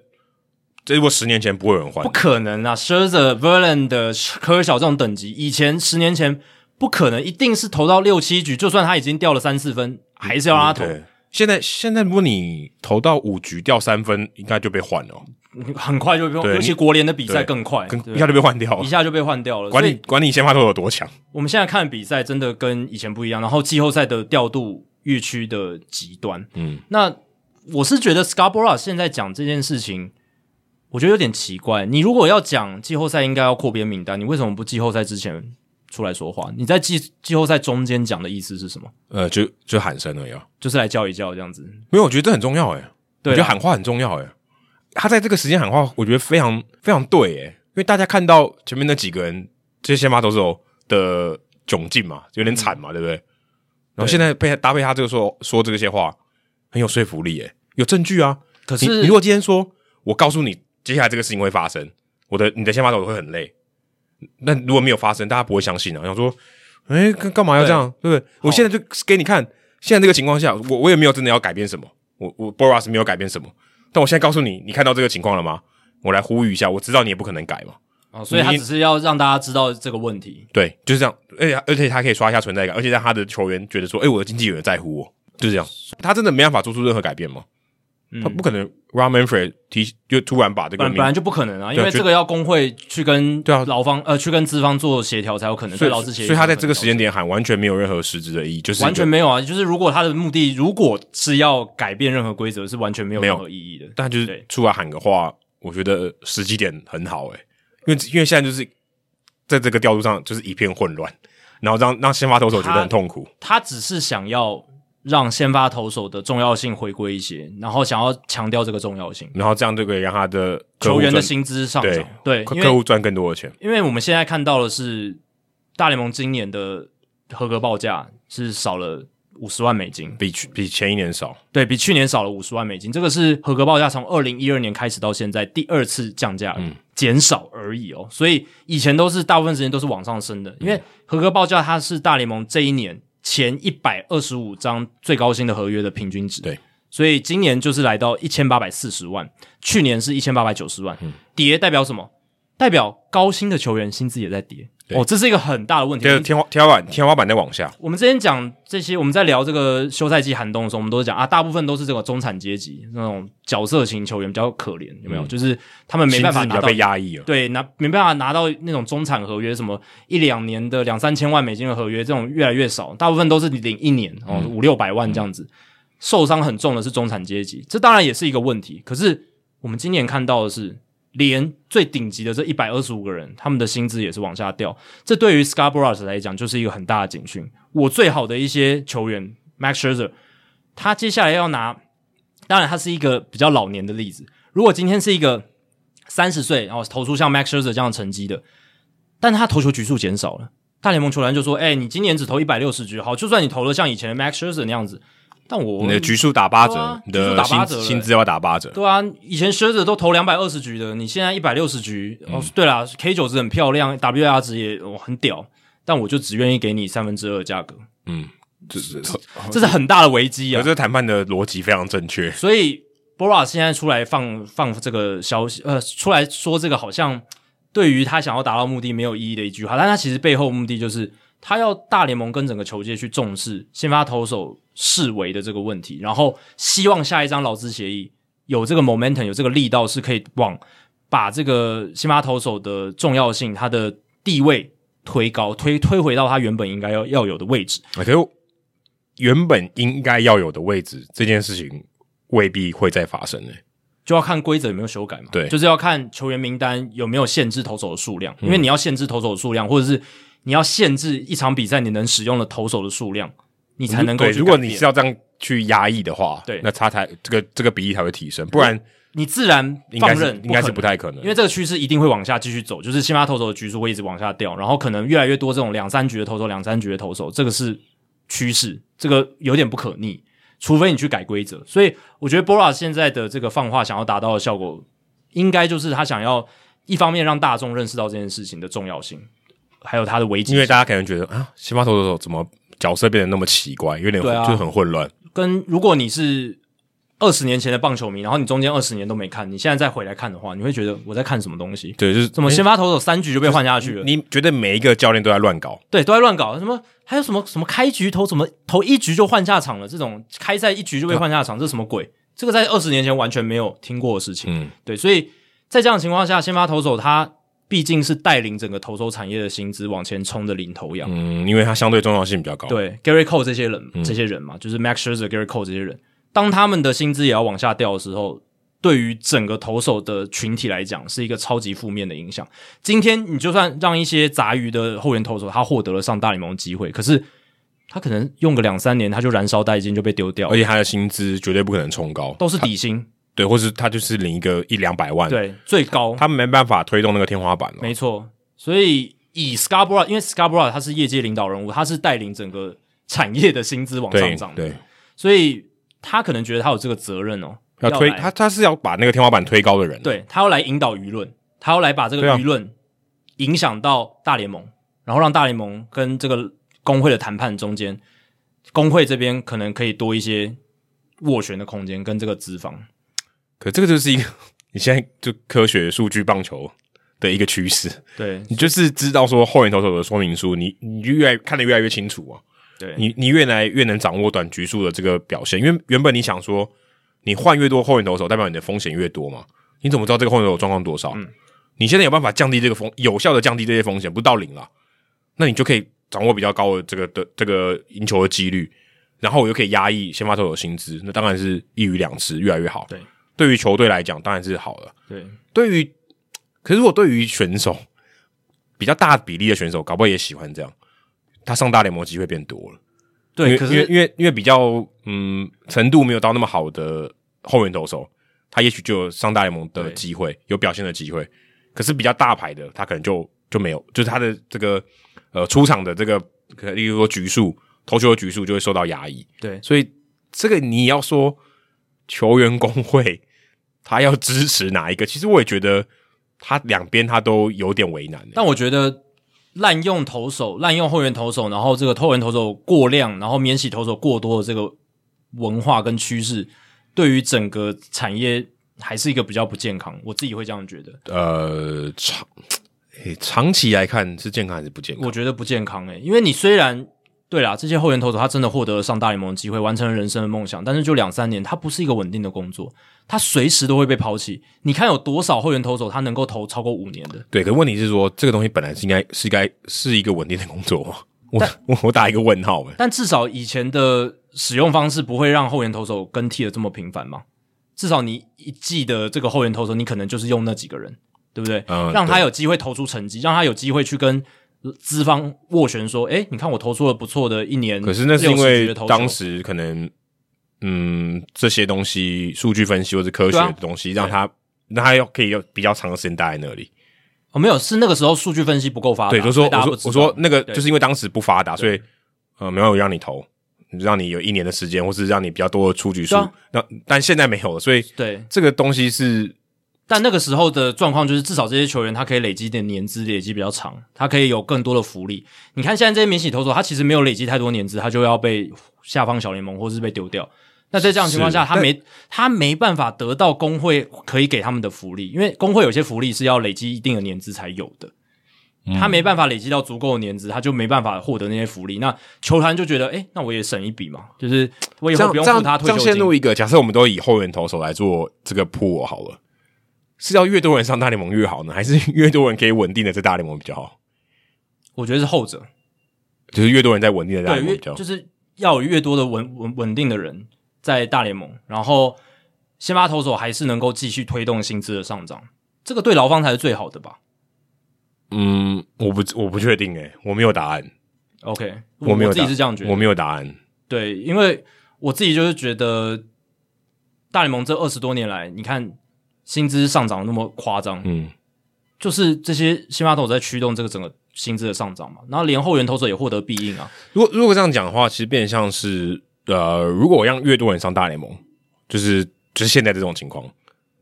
[SPEAKER 2] 这如果十年前不会有人换
[SPEAKER 1] 不，可能啊！Scherzer、Verlander、科小这种等级，以前十年前不可能，一定是投到六七局，就算他已经掉了三四分，还是要让他啊投。
[SPEAKER 2] 嗯对。现在现在如果你投到五局掉三分，应该就被换了哦，
[SPEAKER 1] 很快就被
[SPEAKER 2] 对
[SPEAKER 1] 换，尤其国联的比赛
[SPEAKER 2] 对
[SPEAKER 1] 更快，
[SPEAKER 2] 跟
[SPEAKER 1] 哎对
[SPEAKER 2] 一下就被换掉
[SPEAKER 1] 一
[SPEAKER 2] 了。
[SPEAKER 1] 下就被换掉了。
[SPEAKER 2] 管
[SPEAKER 1] 所
[SPEAKER 2] 你
[SPEAKER 1] 以
[SPEAKER 2] 管你先发投手有多强，
[SPEAKER 1] 我们现在看比赛真的跟以前不一样，然后季后赛的调度越趋的极端。
[SPEAKER 2] 嗯，
[SPEAKER 1] 那我是觉得 Scarborough 现在讲这件事情，我觉得有点奇怪。你如果要讲季后赛应该要扩编名单，你为什么不季后赛之前出来说话？你在季季后赛中间讲的意思是什么？
[SPEAKER 2] 呃，就就喊声而已啊。
[SPEAKER 1] 就是来叫一叫这样子。
[SPEAKER 2] 没有，我觉得这很重要哎、
[SPEAKER 1] 对啊
[SPEAKER 2] 我觉得喊话很重要哎、他在这个时间喊话，我觉得非常非常对哎、因为大家看到前面那几个人这些先发投手哦的窘境嘛，有点惨
[SPEAKER 1] 嗯
[SPEAKER 2] 嘛，对不对？然后现在被搭配他这个说说这些话，很有说服力哎、有证据啊。
[SPEAKER 1] 可
[SPEAKER 2] 你
[SPEAKER 1] 是
[SPEAKER 2] 你如果今天说我告诉你接下来这个事情会发生，我的你的先发投手会很累，那如果没有发生，大家不会相信啊，想说，哎、干干嘛要这样，对不对？我现在就给你看，现在这个情况下，我我也没有真的要改变什么，我我 Boras 没有改变什么，但我现在告诉你，你看到这个情况了吗？我来呼吁一下，我知道你也不可能改嘛，
[SPEAKER 1] 哦，所以他
[SPEAKER 2] 你
[SPEAKER 1] 只是要让大家知道这个问题。
[SPEAKER 2] 对，就是这样，而且而且他可以刷一下存在感，而且让他的球员觉得说，哎、我的经纪人在乎我，就是这样，他真的没办法做出任何改变吗？
[SPEAKER 1] 嗯
[SPEAKER 2] 他不可能 r a m a n f r e d 提就突然把这个
[SPEAKER 1] 本来
[SPEAKER 2] 名
[SPEAKER 1] 本来就不可能啊，因
[SPEAKER 2] 对啊
[SPEAKER 1] 为
[SPEAKER 2] 就
[SPEAKER 1] 这个要工会去跟
[SPEAKER 2] 对啊
[SPEAKER 1] 劳方呃去跟资方做协调才有可能，
[SPEAKER 2] 所以
[SPEAKER 1] 劳资协议
[SPEAKER 2] 所以他在这个
[SPEAKER 1] 才有可能
[SPEAKER 2] 时间点喊完全没有任何实质的意义，就是一个
[SPEAKER 1] 完全没有啊，就是如果他的目的如果是要改变任何规则，是完全没有
[SPEAKER 2] 没有
[SPEAKER 1] 任何意义的。
[SPEAKER 2] 但就是
[SPEAKER 1] 对
[SPEAKER 2] 出来喊个话，我觉得时机点很好诶、因为因为现在就是在这个调度上就是一片混乱，然后让让先发投手觉得很痛苦，
[SPEAKER 1] 他只是想要让先发投手的重要性回归一些，然后想要强调这个重要性，
[SPEAKER 2] 然后这样就可以让他的客户
[SPEAKER 1] 球员的
[SPEAKER 2] 赚
[SPEAKER 1] 薪资上涨。对，
[SPEAKER 2] 客
[SPEAKER 1] 因
[SPEAKER 2] 客
[SPEAKER 1] 为
[SPEAKER 2] 户赚更多的钱，
[SPEAKER 1] 因为我们现在看到的是大联盟今年的合格报价是少了五十万美金，
[SPEAKER 2] 比去比前一年少，
[SPEAKER 1] 对比去年少了五十万美金，这个是合格报价从二零一二年开始到现在第二次降价，减少而已哦。所以以前都是大部分时间都是往上升的，因为合格报价它是大联盟这一年前一百二十五张最高薪的合约的平均值。
[SPEAKER 2] 对，
[SPEAKER 1] 所以今年就是来到一千八百四十万，去年是一千八百九十万，跌代表什么？代表高薪的球员薪资也在跌。哦，这是一个很大的问题。
[SPEAKER 2] 就是天花天花板天花板在往下，
[SPEAKER 1] 我们之前讲这些，我们在聊这个休赛季寒冬的时候，我们都是讲啊，大部分都是这个中产阶级那种角色型球员比较可怜，有没有？就是他们没办法
[SPEAKER 2] 薪资
[SPEAKER 1] 拿
[SPEAKER 2] 嗯比较
[SPEAKER 1] 到
[SPEAKER 2] 被压抑了，
[SPEAKER 1] 对拿没办法拿到那种中产合约，什么一两年的两三千万美金的合约，这种越来越少，大部分都是领一年哦五六百万这样子。受伤很重的是中产阶级，这当然也是一个问题。可是我们今年看到的是，连最顶级的这一百二十五个人，他们的薪资也是往下掉。这对于 Scarborough 来讲就是一个很大的警讯。我最好的一些球员 Max Scherzer，他接下来要拿，当然他是一个比较老年的例子。如果今天是一个三十岁，然后投出像 Max Scherzer 这样的成绩的，但他投球局数减少了。大联盟球员就说：“哎、你今年只投一百六十局，好，就算你投了像以前的 Max Scherzer 那样子，但我
[SPEAKER 2] 你的局数打八折，
[SPEAKER 1] 对啊局
[SPEAKER 2] 你
[SPEAKER 1] 数
[SPEAKER 2] 的
[SPEAKER 1] 打八
[SPEAKER 2] 薪
[SPEAKER 1] 折了
[SPEAKER 2] 薪资要打八折，
[SPEAKER 1] 对啊，以前靴子都投两百二十局的，你现在一百六十局。哦，
[SPEAKER 2] 嗯
[SPEAKER 1] 对啦，K 九值很漂亮，WR 值也、哦、很屌，但我就只愿意给你三分之二的价格，
[SPEAKER 2] 嗯，这这
[SPEAKER 1] 这是很大的危机
[SPEAKER 2] 哦可
[SPEAKER 1] 啊。
[SPEAKER 2] 这谈判的逻辑非常正确，
[SPEAKER 1] 所以 Bora 现在出来放放这个消息，呃，出来说这个好像对于他想要达到目的没有意义的一句话，但他其实背后目的就是他要大联盟跟整个球界去重视先发投手视为的这个问题，然后希望下一张劳资协议有这个 momentum，有这个力道是可以往把这个先发投手的重要性、他的地位推高，推推回到他原本应该要要有的位置。
[SPEAKER 2] 可是原本应该要有的位置，这件事情未必会再发生呢、
[SPEAKER 1] 就要看规则有没有修改嘛。
[SPEAKER 2] 对嗯
[SPEAKER 1] 就是要看球员名单有没有限制投手的数量，因为你要限制投手的数量，或者是你要限制一场比赛你能使用的投手的数量，你才能够
[SPEAKER 2] 嗯对，
[SPEAKER 1] 去改变。
[SPEAKER 2] 如果你是要这样去压抑的话，
[SPEAKER 1] 对
[SPEAKER 2] 那它才这个这个比例才会提升，不然
[SPEAKER 1] 你自然
[SPEAKER 2] 应该
[SPEAKER 1] 放
[SPEAKER 2] 是
[SPEAKER 1] 任
[SPEAKER 2] 应该是
[SPEAKER 1] 不
[SPEAKER 2] 不
[SPEAKER 1] 太。
[SPEAKER 2] 太可能，
[SPEAKER 1] 因为这个趋势一定会往下继续走，就是先发投手的局数会一直往下掉，然后可能越来越多这种两三局的投手、两三局的投手，这个是趋势，这个有点不可逆，除非你去改规则。所以我觉得 Bora 现在的这个放话想要达到的效果，应该就是他想要一方面让大众认识到这件事情的重要性，还有它的危机
[SPEAKER 2] 因
[SPEAKER 1] 性，
[SPEAKER 2] 为大家可能觉得啊，西巴投手怎么角色变得那么奇怪，有点、
[SPEAKER 1] 对啊
[SPEAKER 2] 就是很混乱。
[SPEAKER 1] 跟如果你是二十年前的棒球迷，然后你中间二十年都没看，你现在再回来看的话，你会觉得我在看什么东西？
[SPEAKER 2] 对，就是
[SPEAKER 1] 怎么先发投手三局就被换下去了？
[SPEAKER 2] 你觉得每一个教练都在乱搞？
[SPEAKER 1] 对，都在乱搞什么？还有什么什么开局投什么投一局就换下场了？这种开赛一局就被换下场，这什么鬼？这个在二十年前完全没有听过的事情。
[SPEAKER 2] 嗯，
[SPEAKER 1] 对，所以在这样的情况下，先发投手他毕竟是带领整个投手产业的薪资往前冲的领头羊。
[SPEAKER 2] 嗯，因为它相对重要性比较高。，
[SPEAKER 1] 对，Gary Cole 这些人，这些人嘛，就是 Max Scherzer、Gary Cole 这些人，当他们的薪资也要往下掉的时候，对于整个投手的群体来讲，是一个超级负面的影响。今天你就算让一些杂鱼的后援投手，他获得了上大联盟的机会，可是他可能用个两三年，他就燃烧殆尽，就被丢掉
[SPEAKER 2] 而，且他的薪资绝对不可能冲高，
[SPEAKER 1] 哎都是底薪，
[SPEAKER 2] 对，或是他就是领一个一两百万，，
[SPEAKER 1] 对，最高，
[SPEAKER 2] 他们没办法推动那个天花板了。
[SPEAKER 1] 哎没错。所以以 Scarborough，因为 Scarborough 他是业界领导人物，他是带领整个产业的薪资往上
[SPEAKER 2] 对
[SPEAKER 1] 涨的，
[SPEAKER 2] 对，
[SPEAKER 1] 所以他可能觉得他有这个责任哦，
[SPEAKER 2] 要推
[SPEAKER 1] 来
[SPEAKER 2] 他他是要把那个天花板推高的人。，
[SPEAKER 1] 对他要来引导舆论，他要来把这个
[SPEAKER 2] 对啊
[SPEAKER 1] 舆论影响到大联盟，然后让大联盟跟这个工会的谈判中间，工会这边可能可以多一些斡旋的空间跟这个资方。
[SPEAKER 2] 可这个就是一个你现在就科学数据棒球的一个趋势，
[SPEAKER 1] 对
[SPEAKER 2] 你就是知道说后援投手的说明书，你你就越来看得越来越清楚啊。
[SPEAKER 1] 对，
[SPEAKER 2] 你你越来越能掌握短局数的这个表现，因为原本你想说，你换越多后援投手，代表你的风险越多嘛？你怎么知道这个后援投手状况多少？
[SPEAKER 1] 嗯
[SPEAKER 2] 你现在有办法降低这个风，有效的降低这些风险，不到零了，那你就可以掌握比较高的这个的这个赢球的几率，然后又可以压抑先发投手的薪资，那当然是一鱼两吃，越来越好。
[SPEAKER 1] 对，
[SPEAKER 2] 对于球队来讲当然是好了。
[SPEAKER 1] 对
[SPEAKER 2] 对于，可是我对于选手比较大比例的选手，搞不好也喜欢这样，他上大联盟机会变多了。因
[SPEAKER 1] 对，
[SPEAKER 2] 为
[SPEAKER 1] 可
[SPEAKER 2] 因为
[SPEAKER 1] 是
[SPEAKER 2] 因为因为比较嗯程度没有到那么好的后援投手，他也许就有上大联盟的
[SPEAKER 1] 对
[SPEAKER 2] 机会，有表现的机会。可是比较大牌的，他可能就就没有，就是他的这个呃出场的这个，可例如说局数、投球的局数就会受到压抑。
[SPEAKER 1] 对
[SPEAKER 2] 所以这个你要说球员工会他要支持哪一个，其实我也觉得他两边他都有点为难、欸
[SPEAKER 1] 但我觉得滥用投手、滥用后援投手，然后这个后援投手过量，然后免洗投手过多的这个文化跟趋势，对于整个产业还是一个比较不健康。我自己会这样觉得。
[SPEAKER 2] 呃长诶长期来看是健康还是不健康？
[SPEAKER 1] 我觉得不健康诶、欸因为你虽然对啦，这些后援投手他真的获得了上大联盟的机会，完成了人生的梦想，但是就两三年，他不是一个稳定的工作，他随时都会被抛弃。你看有多少后援投手他能够投超过五年的？
[SPEAKER 2] 对，可问题是说，这个东西本来是应该是应该是一个稳定的工作吗？我我我打一个问号哎、
[SPEAKER 1] 但至少以前的使用方式不会让后援投手更替的这么频繁嘛？至少你一季的这个后援投手，你可能就是用那几个人，对不对？
[SPEAKER 2] 嗯
[SPEAKER 1] 让他有机会投出成绩，让他有机会去跟资方斡旋说：“诶，你看我投出了不错的一年。”
[SPEAKER 2] 可是那是因为当
[SPEAKER 1] 时。
[SPEAKER 2] 时可能，嗯，这些东西数据分析或是科学
[SPEAKER 1] 对啊
[SPEAKER 2] 的东西，让他让他要可以有比较长的时间待在那里。
[SPEAKER 1] 哦，没有，是那个时候数据分析不够发达。
[SPEAKER 2] 对，就是说
[SPEAKER 1] 所以大
[SPEAKER 2] 我
[SPEAKER 1] 家
[SPEAKER 2] 说
[SPEAKER 1] 不知道
[SPEAKER 2] 我说那个
[SPEAKER 1] 对
[SPEAKER 2] 就是因为当时不发达，所以呃没有让你投，让你有一年的时间，或是让你比较多的出局数
[SPEAKER 1] 对啊。
[SPEAKER 2] 那、但现在没有了，所以
[SPEAKER 1] 对，
[SPEAKER 2] 这个东西是
[SPEAKER 1] 但那个时候的状况就是，至少这些球员他可以累积一点年资，累积比较长，他可以有更多的福利。你看现在这些免洗投手，他其实没有累积太多年资，他就要被下方小联盟或是被丢掉。那在这样的情况下，
[SPEAKER 2] 是
[SPEAKER 1] 他没他没办法得到工会可以给他们的福利，因为工会有些福利是要累积一定的年资才有的，
[SPEAKER 2] 嗯
[SPEAKER 1] 他没办法累积到足够的年资，他就没办法获得那些福利。那球团就觉得，哎、那我也省一笔嘛，就是我以
[SPEAKER 2] 这
[SPEAKER 1] 后
[SPEAKER 2] 样
[SPEAKER 1] 不用
[SPEAKER 2] 这
[SPEAKER 1] 付
[SPEAKER 2] 样
[SPEAKER 1] 他退
[SPEAKER 2] 这
[SPEAKER 1] 休
[SPEAKER 2] 样陷
[SPEAKER 1] 金。
[SPEAKER 2] 入一个假设，我们都以后援投手来做这个铺好了，是要越多人上大联盟越好呢，还是越多人可以稳定的在大联盟比较好？
[SPEAKER 1] 我觉得是后者，
[SPEAKER 2] 就是越多人在稳定的大
[SPEAKER 1] 对，
[SPEAKER 2] 联盟
[SPEAKER 1] 越
[SPEAKER 2] 比较好
[SPEAKER 1] 就。是要有越多的稳稳稳定的人在大联盟，然后先发投手还是能够继续推动薪资的上涨，这个对劳方才是最好的吧
[SPEAKER 2] 嗯，我不我不确定诶、我没有答案，
[SPEAKER 1] ？OK，
[SPEAKER 2] 我没有
[SPEAKER 1] 嗯自己
[SPEAKER 2] 答
[SPEAKER 1] 是这样觉
[SPEAKER 2] 我
[SPEAKER 1] 得，
[SPEAKER 2] 没有答案。
[SPEAKER 1] 对，因为我自己就是觉得大联盟这二十多年来，你看薪资上涨得那么夸张，
[SPEAKER 2] 嗯，
[SPEAKER 1] 就是这些先发投手在驱动这个整个薪资的上涨嘛，然后连后援投手也获得必应啊，
[SPEAKER 2] 如果如果这样讲的话，其实变相是呃，如果让越多人上大联盟，就是就是现在这种情况，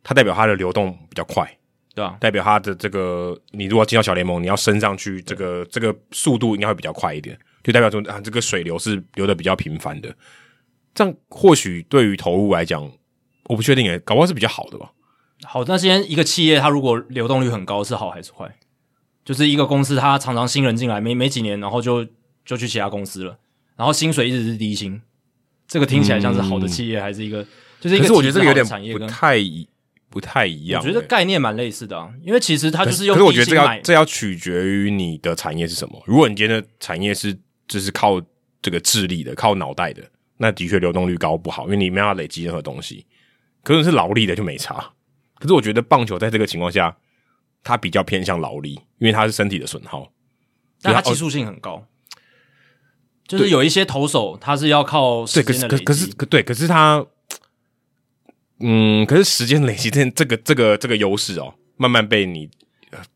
[SPEAKER 2] 它代表它的流动比较快，
[SPEAKER 1] 对吧、
[SPEAKER 2] 代表它的这个你如果进到小联盟，你要升上去，这个这个速度应该会比较快一点，就代表说啊，这个水流是流的比较频繁的。这样或许对于投入来讲，我不确定欸诶，搞不好是比较好的吧。
[SPEAKER 1] 好，那今天一个企业它如果流动率很高，是好还是坏？就是一个公司，它常常新人进来没没几年，然后就就去其他公司了，然后薪水一直是低薪，这个听起来像是好的企业，还是一个就是一
[SPEAKER 2] 嗯可
[SPEAKER 1] 个
[SPEAKER 2] 是我觉得这个有点
[SPEAKER 1] 极致好的产业
[SPEAKER 2] 不
[SPEAKER 1] 跟。
[SPEAKER 2] 太一不太一样
[SPEAKER 1] 我
[SPEAKER 2] 诶、
[SPEAKER 1] 觉得概念蛮类似的啊，因为其实它就是用
[SPEAKER 2] 可是我
[SPEAKER 1] 低
[SPEAKER 2] 觉得这
[SPEAKER 1] 薪
[SPEAKER 2] 个要
[SPEAKER 1] 买，
[SPEAKER 2] 这要取决于你的产业是什么。如果你今天的产业是就是靠这个智力的、靠脑袋的，那的确流动率高不好，因为你没有要累积任何东西。可是你是劳力的就没差。可是我觉得棒球在这个情况下，它比较偏向劳力，因为它是身体的损耗。
[SPEAKER 1] 但它
[SPEAKER 2] 对啊
[SPEAKER 1] 技术性很高，就是有一些投手他是要靠时
[SPEAKER 2] 对，可是
[SPEAKER 1] 间的
[SPEAKER 2] 可
[SPEAKER 1] 累
[SPEAKER 2] 是可是
[SPEAKER 1] 积，
[SPEAKER 2] 可对，可是它，嗯，可是时间累积这这个这个这个优势哦，慢慢被你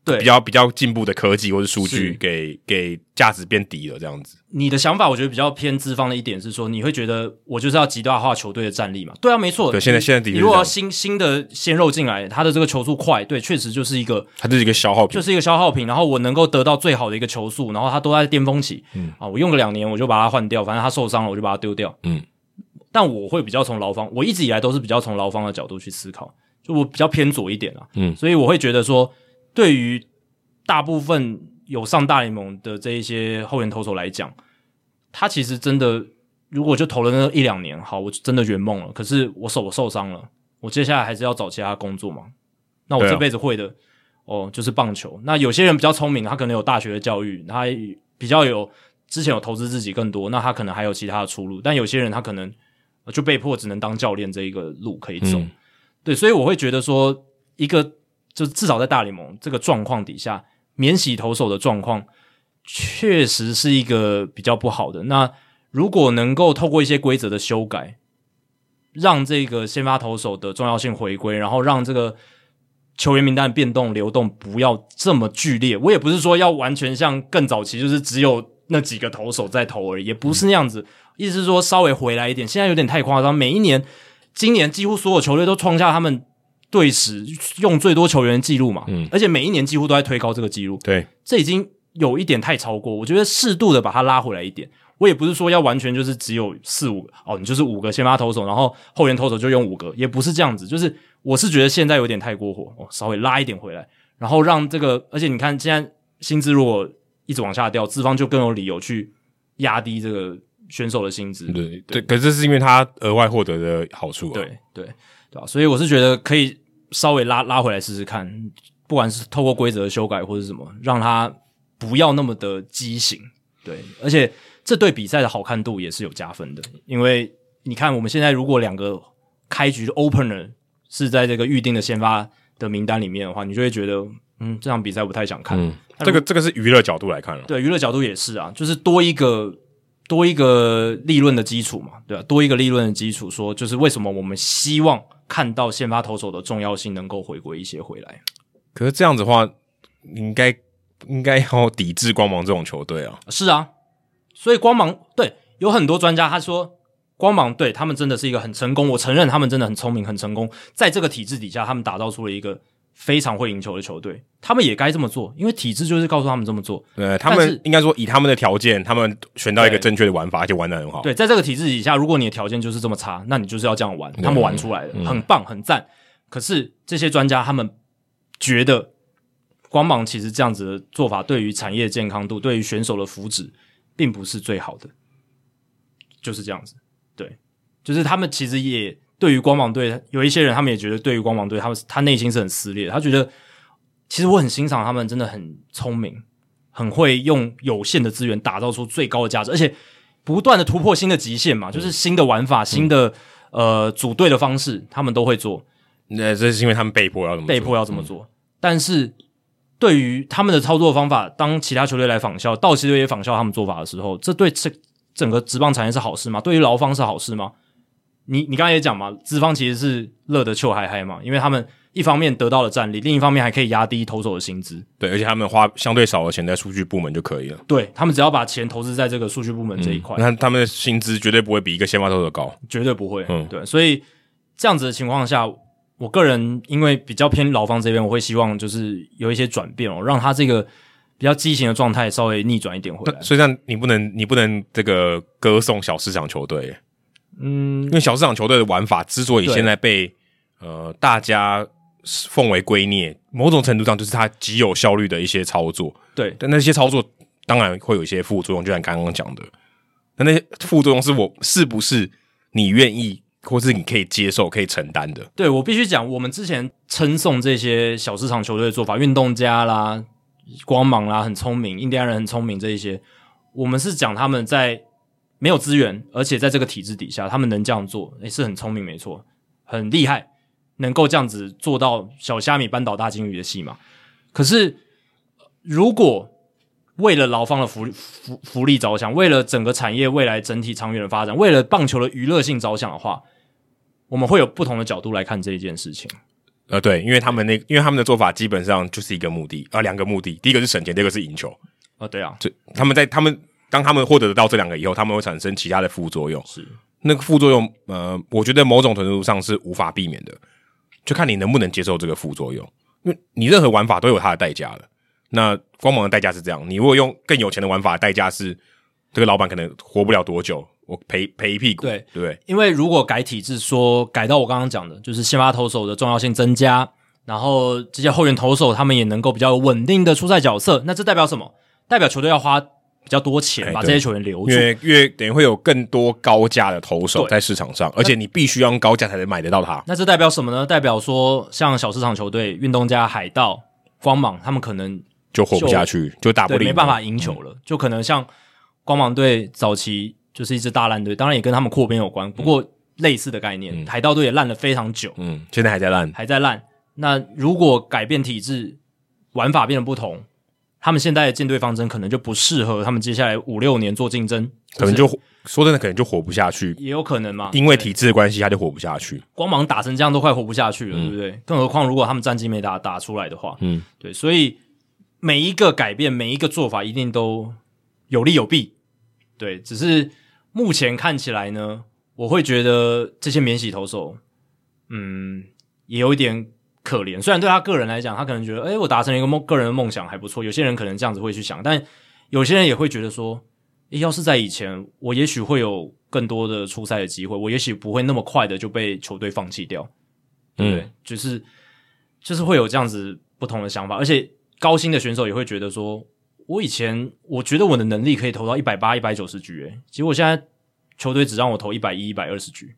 [SPEAKER 1] 对
[SPEAKER 2] 比较比较进步的科技或是数
[SPEAKER 1] 是
[SPEAKER 2] 据给给价值变低了，这样子。
[SPEAKER 1] 你的想法我觉得比较偏资方的一点是说，你会觉得我就是要极大化球队的战力嘛？对啊，没错。
[SPEAKER 2] 对现在
[SPEAKER 1] 你
[SPEAKER 2] 现在的确
[SPEAKER 1] 你
[SPEAKER 2] 是
[SPEAKER 1] 如果
[SPEAKER 2] 这
[SPEAKER 1] 要
[SPEAKER 2] 样
[SPEAKER 1] 新新的鲜肉进来，他的这个球速快，对，确实就是一个
[SPEAKER 2] 它就是一个消耗品，
[SPEAKER 1] 就是一个消耗品。然后我能够得到最好的一个球速，然后他都在巅峰期，啊，我用个两年我就把它换掉，反正他受伤了我就把它丢掉，
[SPEAKER 2] 嗯。
[SPEAKER 1] 但我会比较从劳方，我一直以来都是比较从劳方的角度去思考，就我比较偏左一点啊，
[SPEAKER 2] 嗯
[SPEAKER 1] 所以我会觉得说，对于大部分有上大联盟的这一些后援投手来讲，他其实真的如果就投了那一两年，好，我真的圆梦了。可是我手受伤了，我接下来还是要找其他工作嘛。那我
[SPEAKER 2] 对啊
[SPEAKER 1] 这辈子会的、哦，就是棒球。那有些人比较聪明，他可能有大学的教育，他比较有之前有投资自己更多，那他可能还有其他的出路。但有些人他可能呃就被迫只能当教练这一个路可以走。
[SPEAKER 2] 嗯
[SPEAKER 1] 对，所以我会觉得说，一个就至少在大联盟这个状况底下，免洗投手的状况确实是一个比较不好的。那如果能够透过一些规则的修改，让这个先发投手的重要性回归，然后让这个球员名单的变动流动不要这么剧烈。我也不是说要完全像更早期，就是只有那几个投手在投而已，也不是那样子。意思是说稍微回来一点，现在有点太夸张。每一年，今年几乎所有球队都创下他们队史用最多球员的记录嘛，
[SPEAKER 2] 嗯
[SPEAKER 1] 而且每一年几乎都在推高这个记录。
[SPEAKER 2] 对，
[SPEAKER 1] 这已经有一点太超过，我觉得适度的把它拉回来一点。我也不是说要完全就是只有四五哦，你就是五个先发投手，然后后援投手就用五个，也不是这样子。就是我是觉得现在有点太过火，哦，稍微拉一点回来，然后让这个，而且你看现在薪资如果一直往下掉，资方就更有理由去压低这个选手的薪资。
[SPEAKER 2] 对对，可是这是因为它额外获得的好处、啊。，
[SPEAKER 1] 对对对吧、所以我是觉得可以稍微拉拉回来试试看，不管是透过规则的修改或者什么，让它不要那么的畸形。对，而且这对比赛的好看度也是有加分的，因为你看我们现在如果两个开局的 opener 是在这个预定的先发的名单里面的话，你就会觉得嗯，这场比赛不太想看。
[SPEAKER 2] 嗯，这个这个是娱乐角度来看了、
[SPEAKER 1] 对，娱乐角度也是啊，就是多一个多一个利润的基础嘛，对吧、啊多一个利润的基础，说就是为什么我们希望看到先发投手的重要性能够回归一些回来，
[SPEAKER 2] 可是这样子的话，你应该应该要抵制光芒这种球队啊。
[SPEAKER 1] 是啊，所以光芒对，有很多专家他说，光芒队他们真的是一个很成功，我承认他们真的很聪明、很成功，在这个体制底下，他们打造出了一个非常会赢球的球队。他们也该这么做，因为体制就是告诉他们这么做。
[SPEAKER 2] 对他
[SPEAKER 1] 但是
[SPEAKER 2] 们应该说以他们的条件，他们选到一个
[SPEAKER 1] 对
[SPEAKER 2] 正确的玩法，而且玩的很好。
[SPEAKER 1] 对，在这个体制底下，如果你的条件就是这么差，那你就是要这样玩。他们玩出来的，很棒，很赞。可是这些专家他们觉得，光芒其实这样子的做法，对于产业健康度、对于选手的福祉，并不是最好的，就是这样子。对，就是他们其实也对于光芒队有一些人，他们也觉得对于光芒队，他们他内心是很撕裂的。他觉得其实我很欣赏他们，真的很聪明，很会用有限的资源打造出最高的价值，而且不断的突破新的极限嘛，就是新的玩法、新的呃组队的方式，他们都会做，
[SPEAKER 2] 那这是因为他们被迫要这么做
[SPEAKER 1] 被迫要这么做。但是对于他们的操作方法，当其他球队来仿效，道奇队也仿效他们做法的时候，这对这整个职棒产业是好事吗？对于劳方是好事吗？你你刚才也讲嘛，资方其实是乐得臭嗨嗨嘛，因为他们一方面得到了战力，另一方面还可以压低投手的薪资。
[SPEAKER 2] 对，而且他们花相对少的钱在数据部门就可以了。
[SPEAKER 1] 对他们只要把钱投资在这个数据部门这一块，
[SPEAKER 2] 那他们的薪资绝对不会比一个先发投手高。
[SPEAKER 1] 绝对不会。
[SPEAKER 2] 嗯
[SPEAKER 1] 对，所以这样子的情况下，我个人因为比较偏劳方这边，我会希望就是有一些转变哦，让他这个比较畸形的状态稍微逆转一点回来
[SPEAKER 2] 那。所以，那你不能，你不能这个歌颂小市场球队，
[SPEAKER 1] 嗯
[SPEAKER 2] 因，为小市场球队的玩法之所以
[SPEAKER 1] 对
[SPEAKER 2] 现在被呃大家奉为圭臬，某种程度上就是它极有效率的一些操作。
[SPEAKER 1] 对，
[SPEAKER 2] 但那些操作当然会有一些副作用，就像刚刚讲的，那那些副作用是我是不是你愿意，或是你可以接受、可以承担的？
[SPEAKER 1] 对我必须讲，我们之前称颂这些小市场球队的做法，运动家啦、光芒啦，很聪明，印第安人很聪明这一些，我们是讲他们在没有资源，而且在这个体制底下，他们能这样做，也是很聪明，没错，很厉害，能够这样子做到小虾米扳倒大金鱼的戏嘛。可是，呃如果为了劳方的福利福福利着想，为了整个产业未来整体长远的发展，为了棒球的娱乐性着想的话，我们会有不同的角度来看这一件事情。
[SPEAKER 2] 呃，对，因为他们那，因为他们的做法基本上就是一个目的啊，两个目的，第一个是省钱，第二个是赢球。
[SPEAKER 1] 啊，对啊，
[SPEAKER 2] 这他们在他们当他们获得得到这两个以后，他们会产生其他的副作用。
[SPEAKER 1] 是
[SPEAKER 2] 那个副作用，呃，我觉得某种程度上是无法避免的，就看你能不能接受这个副作用。因为你任何玩法都有它的代价的。那光芒的代价是这样，你如果用更有钱的玩法，代价是这个老板可能活不了多久，我赔赔一屁股，
[SPEAKER 1] 对
[SPEAKER 2] 对不对？
[SPEAKER 1] 因为如果改体制说改到我刚刚讲的，就是先发投手的重要性增加，然后这些后援投手他们也能够比较稳定的出赛角色，那这代表什么？代表球队要花比较多钱
[SPEAKER 2] 哎
[SPEAKER 1] 把这
[SPEAKER 2] 对
[SPEAKER 1] 些球员留住。
[SPEAKER 2] 因为越等于会有更多高价的投手
[SPEAKER 1] 对
[SPEAKER 2] 在市场上，而且你必须要用高价才能买得到它。
[SPEAKER 1] 那这代表什么呢？代表说像小市场球队、运动家、海盗、光芒，他们可能
[SPEAKER 2] 就活不下去，就打不
[SPEAKER 1] 对，
[SPEAKER 2] 赢，嗯
[SPEAKER 1] 没办法赢球了，就可能像光芒队早期就是一支大烂队，当然也跟他们扩编有关，不过类似的概念，海盗队也烂了非常久，
[SPEAKER 2] 嗯，现在还在烂，
[SPEAKER 1] 还在烂。那如果改变体制，玩法变得不同，他们现在的舰队方针可能就不适合他们接下来五六年做竞争，
[SPEAKER 2] 可能就说真的，可能就活不下去，
[SPEAKER 1] 也有可能嘛。
[SPEAKER 2] 因为体制的关系，他就活不下去。
[SPEAKER 1] 光芒打成这样都快活不下去了，对不对？更何况如果他们战绩没打打出来的话，
[SPEAKER 2] 嗯，
[SPEAKER 1] 对，所以每一个改变，每一个做法，一定都有利有弊。对，只是目前看起来呢，我会觉得这些免洗投手，嗯，也有一点可怜。虽然对他个人来讲，他可能觉得，诶，我达成了一个梦，个人的梦想还不错。有些人可能这样子会去想，但有些人也会觉得说，诶，要是在以前，我也许会有更多的出赛的机会，我也许不会那么快的就被球队放弃掉。对
[SPEAKER 2] 嗯
[SPEAKER 1] 不对，就是就是会有这样子不同的想法，而且高薪的选手也会觉得说，我以前我觉得我的能力可以投到一百八、一百九十局，诶，结果现在球队只让我投一百一、一百二十局，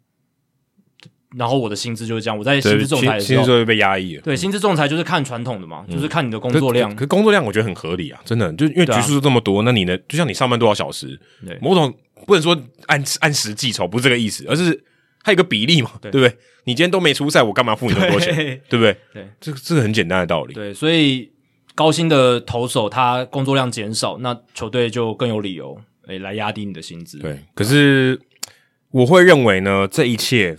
[SPEAKER 1] 然后我的薪资就是这样，我在薪
[SPEAKER 2] 对，
[SPEAKER 1] 资仲
[SPEAKER 2] 薪
[SPEAKER 1] 裁的时
[SPEAKER 2] 薪资
[SPEAKER 1] 候
[SPEAKER 2] 就，会被压抑了。
[SPEAKER 1] 对薪资仲裁就是看传统的嘛，就是看你的工作量
[SPEAKER 2] 可，可工作量我觉得很合理啊，真的，就因为
[SPEAKER 1] 对啊
[SPEAKER 2] 局数这么多，那你呢？就像你上班多少小时
[SPEAKER 1] 对，
[SPEAKER 2] 某种不能说按按时计酬，不是这个意思，而是它有个比例嘛，
[SPEAKER 1] 对
[SPEAKER 2] 对不对？你今天都没出赛，我干嘛付你那么多钱？
[SPEAKER 1] 对
[SPEAKER 2] 对不对？
[SPEAKER 1] 对，
[SPEAKER 2] 这个这个很简单的道理。
[SPEAKER 1] 对，所以高薪的投手他工作量减少，那球队就更有理由诶来压低你的薪资，
[SPEAKER 2] 对，可是我会认为呢，这一切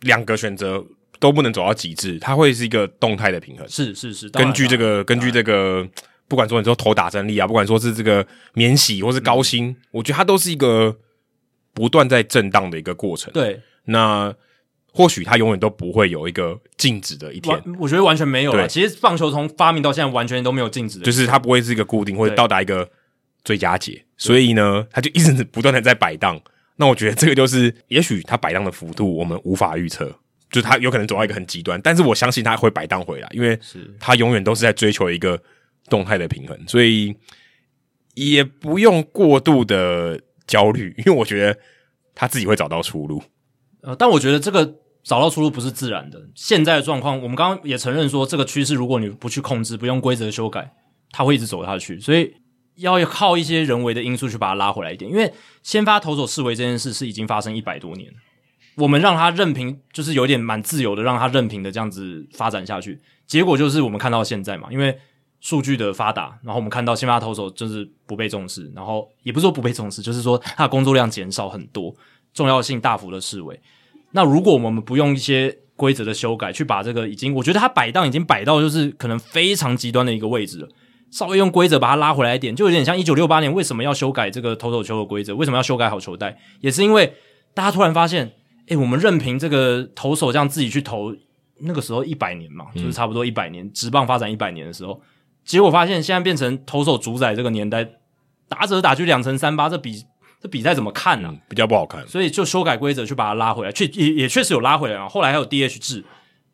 [SPEAKER 2] 两个选择都不能走到极致，它会是一个动态的平衡。
[SPEAKER 1] 是是是，当然
[SPEAKER 2] 根据这
[SPEAKER 1] 当然
[SPEAKER 2] 个，根据这个，不管说你说投打战力啊，不管说是这个免洗或是高薪，我觉得它都是一个不断在震荡的一个过程。
[SPEAKER 1] 对，
[SPEAKER 2] 那或许它永远都不会有一个静止的一天
[SPEAKER 1] 完，我觉得完全没有了。
[SPEAKER 2] 对
[SPEAKER 1] 其实棒球从发明到现在完全都没有静止的，
[SPEAKER 2] 就是它不会是一个固定，或者
[SPEAKER 1] 对
[SPEAKER 2] 到达一个最佳解。所以呢，它就一直不断的在摆荡。那我觉得这个就是，也许它摆荡的幅度我们无法预测，就是它有可能走到一个很极端，但是我相信它会摆荡回来，因为它永远都是在追求一个动态的平衡，所以也不用过度的焦虑，因为我觉得他自己会找到出路。
[SPEAKER 1] 呃，但我觉得这个找到出路不是自然的。现在的状况，我们刚刚也承认说，这个趋势如果你不去控制，不用规则修改，它会一直走下去。所以要靠一些人为的因素去把它拉回来一点。因为先发投手视为这件事是已经发生一百多年了，我们让它任凭，就是有点蛮自由的，让它任凭的这样子发展下去，结果就是我们看到现在嘛，因为。数据的发达，然后我们看到先发投手就是不被重视，然后也不是说不被重视，就是说他的工作量减少很多，重要性大幅的示威。那如果我们不用一些规则的修改，去把这个已经，我觉得它摆荡已经摆到就是可能非常极端的一个位置了。稍微用规则把它拉回来一点，就有点像一九六八年为什么要修改这个投手球的规则，为什么要修改好球带，也是因为大家突然发现，诶，我们任凭这个投手这样自己去投，那个时候一百年嘛，就是差不多一百年，职棒发展一百年的时候，结果发现现在变成投手主宰这个年代，打者打去两成三八，这比这比赛怎么看啊呢、
[SPEAKER 2] 嗯，比较不好看。
[SPEAKER 1] 所以就修改规则去把它拉回来，确也也确实有拉回来啊。后来还有 DH 制，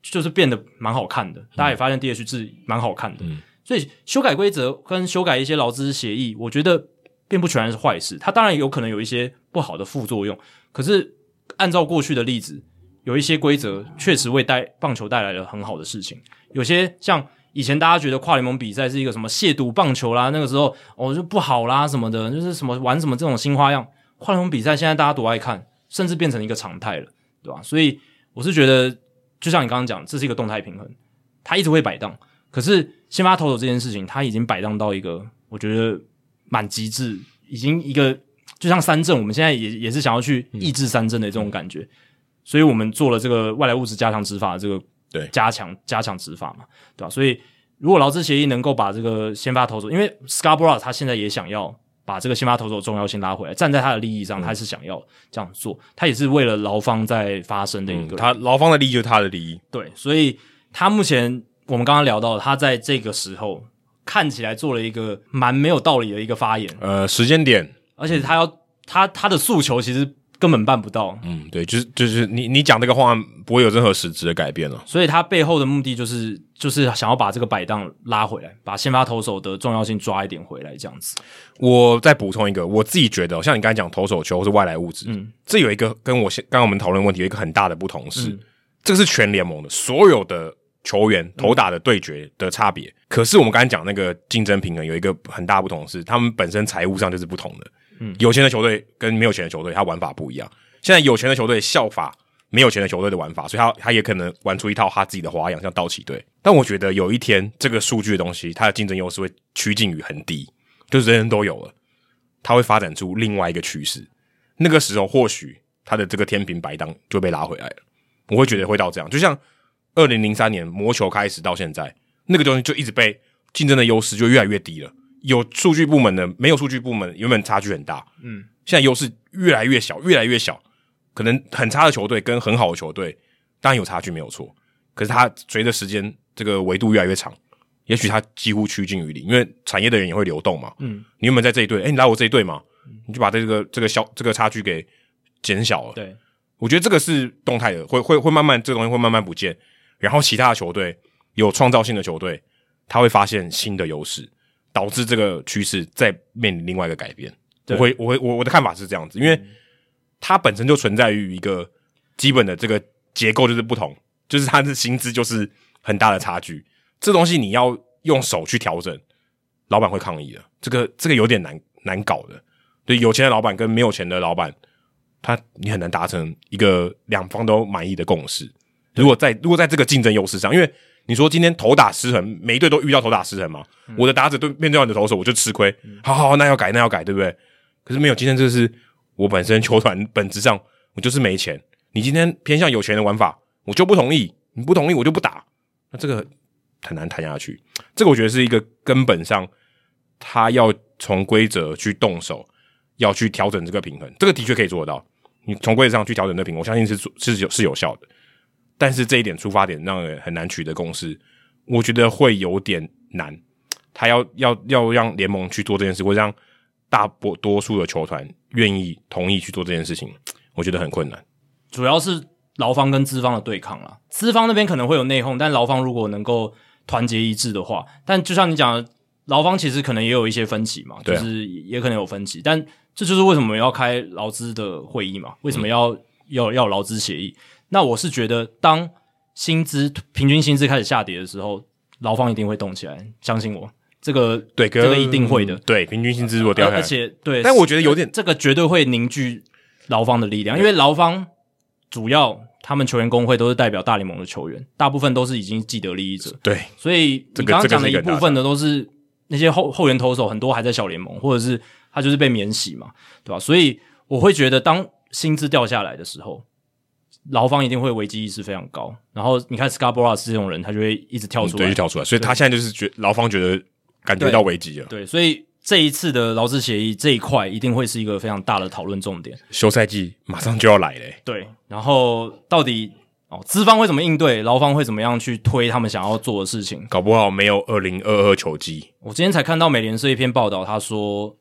[SPEAKER 1] 就是变得蛮好看的，大家也发现 DH 制蛮好看的。所以修改规则跟修改一些劳资协议，我觉得并不全然是坏事。它当然有可能有一些不好的副作用，可是按照过去的例子，有一些规则确实为带棒球带来了很好的事情。有些像以前大家觉得跨联盟比赛是一个什么亵渎棒球啦，那个时候哦就不好啦什么的，就是什么玩什么这种新花样。跨联盟比赛现在大家多爱看，甚至变成一个常态了，对吧？所以我是觉得，就像你刚刚讲，这是一个动态平衡，它一直会摆荡。可是先发投手这件事情，它已经摆荡到一个我觉得蛮极致，已经一个就像三振，我们现在也也是想要去抑制三振的这种感觉。所以我们做了这个外来物质加强执法的这个
[SPEAKER 2] 对
[SPEAKER 1] 加强加强执法嘛，对吧、所以如果劳资协议能够把这个先发投手，因为 Scarborough 他现在也想要把这个先发投手的重要性拉回来，站在他的利益上，他是想要这样做，他也是为了劳方在发声的一
[SPEAKER 2] 嗯，
[SPEAKER 1] 个、
[SPEAKER 2] 他劳方的利益就是他的利益，
[SPEAKER 1] 对，所以他目前我们刚刚聊到，他在这个时候看起来做了一个蛮没有道理的一个发言，
[SPEAKER 2] 呃，时间点，
[SPEAKER 1] 而且他要他他的诉求其实根本办不到，
[SPEAKER 2] 嗯，对，就是就是你你讲这个话不会有任何实质的改变哦了。
[SPEAKER 1] 所以他背后的目的就是就是想要把这个摆荡拉回来，把先发投手的重要性抓一点回来，这样子。
[SPEAKER 2] 我再补充一个，我自己觉得，像你刚才讲投手球或是外来物质，
[SPEAKER 1] 嗯
[SPEAKER 2] 这有一个跟我现刚刚我们讨论的问题有一个很大的不同是，
[SPEAKER 1] 嗯
[SPEAKER 2] 这是全联盟的所有的球员投打的对决的差别。可是我们刚才讲那个竞争平衡有一个很大不同是，他们本身财务上就是不同的。
[SPEAKER 1] 嗯
[SPEAKER 2] 有钱的球队跟没有钱的球队，他玩法不一样。现在有钱的球队效法没有钱的球队的玩法，所以他他也可能玩出一套他自己的花样，像道奇队。但我觉得有一天，这个数据的东西，它的竞争优势会趋近于很低，就是人人都有了，它会发展出另外一个趋势。那个时候，或许他的这个天平摆荡就被拉回来了。我会觉得会到这样，就像二零零三年魔球开始到现在，那个东西就一直被竞争的优势就越来越低了。有数据部门的，没有数据部门，原本差距很大，
[SPEAKER 1] 嗯，
[SPEAKER 2] 现在优势越来越小，越来越小。可能很差的球队跟很好的球队，当然有差距没有错，可是它随着时间这个维度越来越长，也许它几乎趋近于零，因为产业的人也会流动嘛。
[SPEAKER 1] 嗯，
[SPEAKER 2] 你原本在这一队，哎、你来我这一队嘛，你就把这个这个消这个差距给减小了。
[SPEAKER 1] 对，
[SPEAKER 2] 我觉得这个是动态的，会会会慢慢这个东西会慢慢不见。然后其他的球队有创造性的球队，他会发现新的优势，导致这个趋势再面临另外一个改变。我
[SPEAKER 1] 对嗯
[SPEAKER 2] 会我会我我的看法是这样子，因为它本身就存在于一个基本的这个结构就是不同，就是它的薪资就是很大的差距。这东西你要用手去调整，老板会抗议的。这个这个有点难难搞的，对有钱的老板跟没有钱的老板，他你很难达成一个两方都满意的共识。如果在如果在这个竞争优势上，因为你说今天投打失衡，每一队都遇到投打失衡嘛，我的打者对面对到你的投手，我就吃亏。好好，好那要改，那要改，对不对？可是没有，今天这是我本身球团本质上我就是没钱。你今天偏向有钱的玩法，我就不同意。你不同意，我就不打。那这个很难谈下去。这个我觉得是一个根本上，他要从规则去动手，要去调整这个平衡。这个的确可以做得到，你从规则上去调整对评，我相信是是有是有效的。但是这一点出发点让人很难取得共识，我觉得会有点难。他要要要让联盟去做这件事，或让大多多数的球团愿意同意去做这件事情，我觉得很困难。
[SPEAKER 1] 主要是劳方跟资方的对抗啦。资方那边可能会有内讧，但劳方如果能够团结一致的话，但就像你讲的，劳方其实可能也有一些分歧嘛，
[SPEAKER 2] 对
[SPEAKER 1] 就
[SPEAKER 2] 啊
[SPEAKER 1] 是也可能有分歧，但这就是为什么我们要开劳资的会议
[SPEAKER 2] 嗯
[SPEAKER 1] 嘛，为什么要、要要有劳资协议？那我是觉得，当薪资平均薪资开始下跌的时候，劳方一定会动起来，相信我，这个
[SPEAKER 2] 对，嗯
[SPEAKER 1] 这个一定会的。
[SPEAKER 2] 对，平均薪资如果掉下
[SPEAKER 1] 而
[SPEAKER 2] 来，
[SPEAKER 1] 且对，
[SPEAKER 2] 但我觉得有点
[SPEAKER 1] 这个绝对会凝聚劳方的力量，因为劳方主要他们球员工会都是代表大联盟的球员，大部分都是已经既得利益者，
[SPEAKER 2] 对
[SPEAKER 1] 所以
[SPEAKER 2] 这
[SPEAKER 1] 你
[SPEAKER 2] 个
[SPEAKER 1] 刚刚讲的一
[SPEAKER 2] 这个是一个很大
[SPEAKER 1] 部分的都是那些后后援投手，很多还在小联盟，或者是他就是被免洗嘛，对吧？所以我会觉得，当薪资掉下来的时候，劳方一定会危机意识非常高。然后你看 Scarborough 这种人，他就会一直跳
[SPEAKER 2] 嗯
[SPEAKER 1] 出
[SPEAKER 2] 对，
[SPEAKER 1] 来，
[SPEAKER 2] 就跳出来，所以他现在就是觉劳方觉得感觉
[SPEAKER 1] 对
[SPEAKER 2] 到危机了，
[SPEAKER 1] 对，所以这一次的劳资协议这一块一定会是一个非常大的讨论重点。
[SPEAKER 2] 休赛季马上就要来嘞、
[SPEAKER 1] 对，哦然后到底哦，资方会怎么应对，劳方会怎么样去推他们想要做的事情？
[SPEAKER 2] 搞不好没有二零二二球季，
[SPEAKER 1] 我今天才看到美联社一篇报道，他说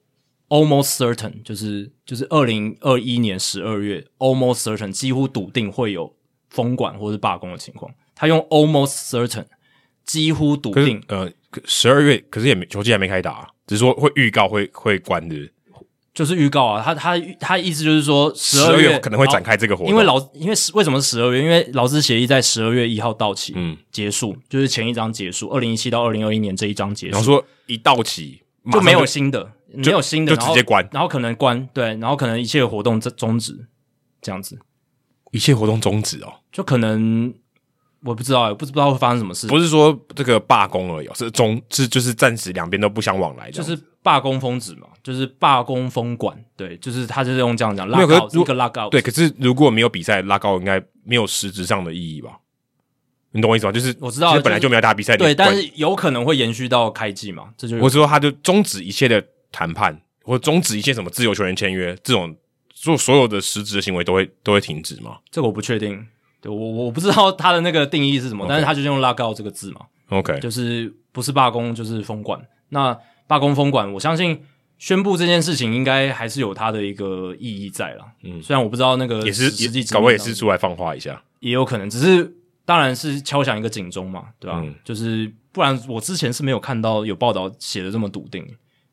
[SPEAKER 1] almost certain 就是就是二零二一年十二月 almost certain 几乎笃定会有封管或是罢工的情况。他用 almost certain 几乎笃
[SPEAKER 2] 可
[SPEAKER 1] 定
[SPEAKER 2] 是呃，十二月可是也没球季还没开打啊、只是说会预告会会关的，
[SPEAKER 1] 就是预告啊，他他他意思就是说十
[SPEAKER 2] 十
[SPEAKER 1] 二
[SPEAKER 2] 二
[SPEAKER 1] 月哦
[SPEAKER 2] 月可能会展开这个活动，
[SPEAKER 1] 因为劳因为是为什么十二月？因为劳资协议在十二月一号到期，
[SPEAKER 2] 嗯，
[SPEAKER 1] 结束，就是前一章结束，二零一七到二零二一年这一章结
[SPEAKER 2] 然后
[SPEAKER 1] 束，
[SPEAKER 2] 说一到期马
[SPEAKER 1] 就
[SPEAKER 2] 上
[SPEAKER 1] 没有新的，没有新的，
[SPEAKER 2] 就
[SPEAKER 1] 然后
[SPEAKER 2] 直接关
[SPEAKER 1] 然后可能关，对，然后可能一切活动这终止，这样子，
[SPEAKER 2] 一切活动终止哦，
[SPEAKER 1] 就可能我不知道，欸不知道会发生什么事，
[SPEAKER 2] 不是说这个罢工而已哦，是中是就是暂时两边都不相往来这
[SPEAKER 1] 就
[SPEAKER 2] 样子，
[SPEAKER 1] 是罢工封止嘛，就是罢工封管，对，就是他就是用这样讲，
[SPEAKER 2] 没
[SPEAKER 1] 拉
[SPEAKER 2] 有可是
[SPEAKER 1] 高
[SPEAKER 2] 如
[SPEAKER 1] 一个拉高，
[SPEAKER 2] 对。可是如果没有比赛拉高，应该没有实质上的意义吧？你懂我意思吗？就是
[SPEAKER 1] 我知道
[SPEAKER 2] 其实本来
[SPEAKER 1] 就是
[SPEAKER 2] 就没有打比赛，
[SPEAKER 1] 对，
[SPEAKER 2] 你
[SPEAKER 1] 但
[SPEAKER 2] 管
[SPEAKER 1] 是有可能会延续到开季嘛，这就是
[SPEAKER 2] 我是说，他就终止一切的谈判，或者终止一切什么自由球员签约这种，做所有的实质的行为都会都会停止嘛
[SPEAKER 1] 这个我不确定，对我我我不知道他的那个定义是什么
[SPEAKER 2] OK
[SPEAKER 1] 但是他就是用拉高这个字嘛，
[SPEAKER 2] ？OK，
[SPEAKER 1] 就是不是罢工就是封管。那罢工封管，我相信宣布这件事情应该还是有它的一个意义在啦。嗯，虽然我不知道那个
[SPEAKER 2] 也
[SPEAKER 1] 实实
[SPEAKER 2] 是
[SPEAKER 1] 际
[SPEAKER 2] 也
[SPEAKER 1] 执行
[SPEAKER 2] 搞不好也
[SPEAKER 1] 当
[SPEAKER 2] 是
[SPEAKER 1] 中
[SPEAKER 2] 出来放话一下，
[SPEAKER 1] 也有可能，只是当然是敲响一个警钟嘛，对吧、
[SPEAKER 2] 嗯
[SPEAKER 1] 就是不然我之前是没有看到有报道写的这么笃定，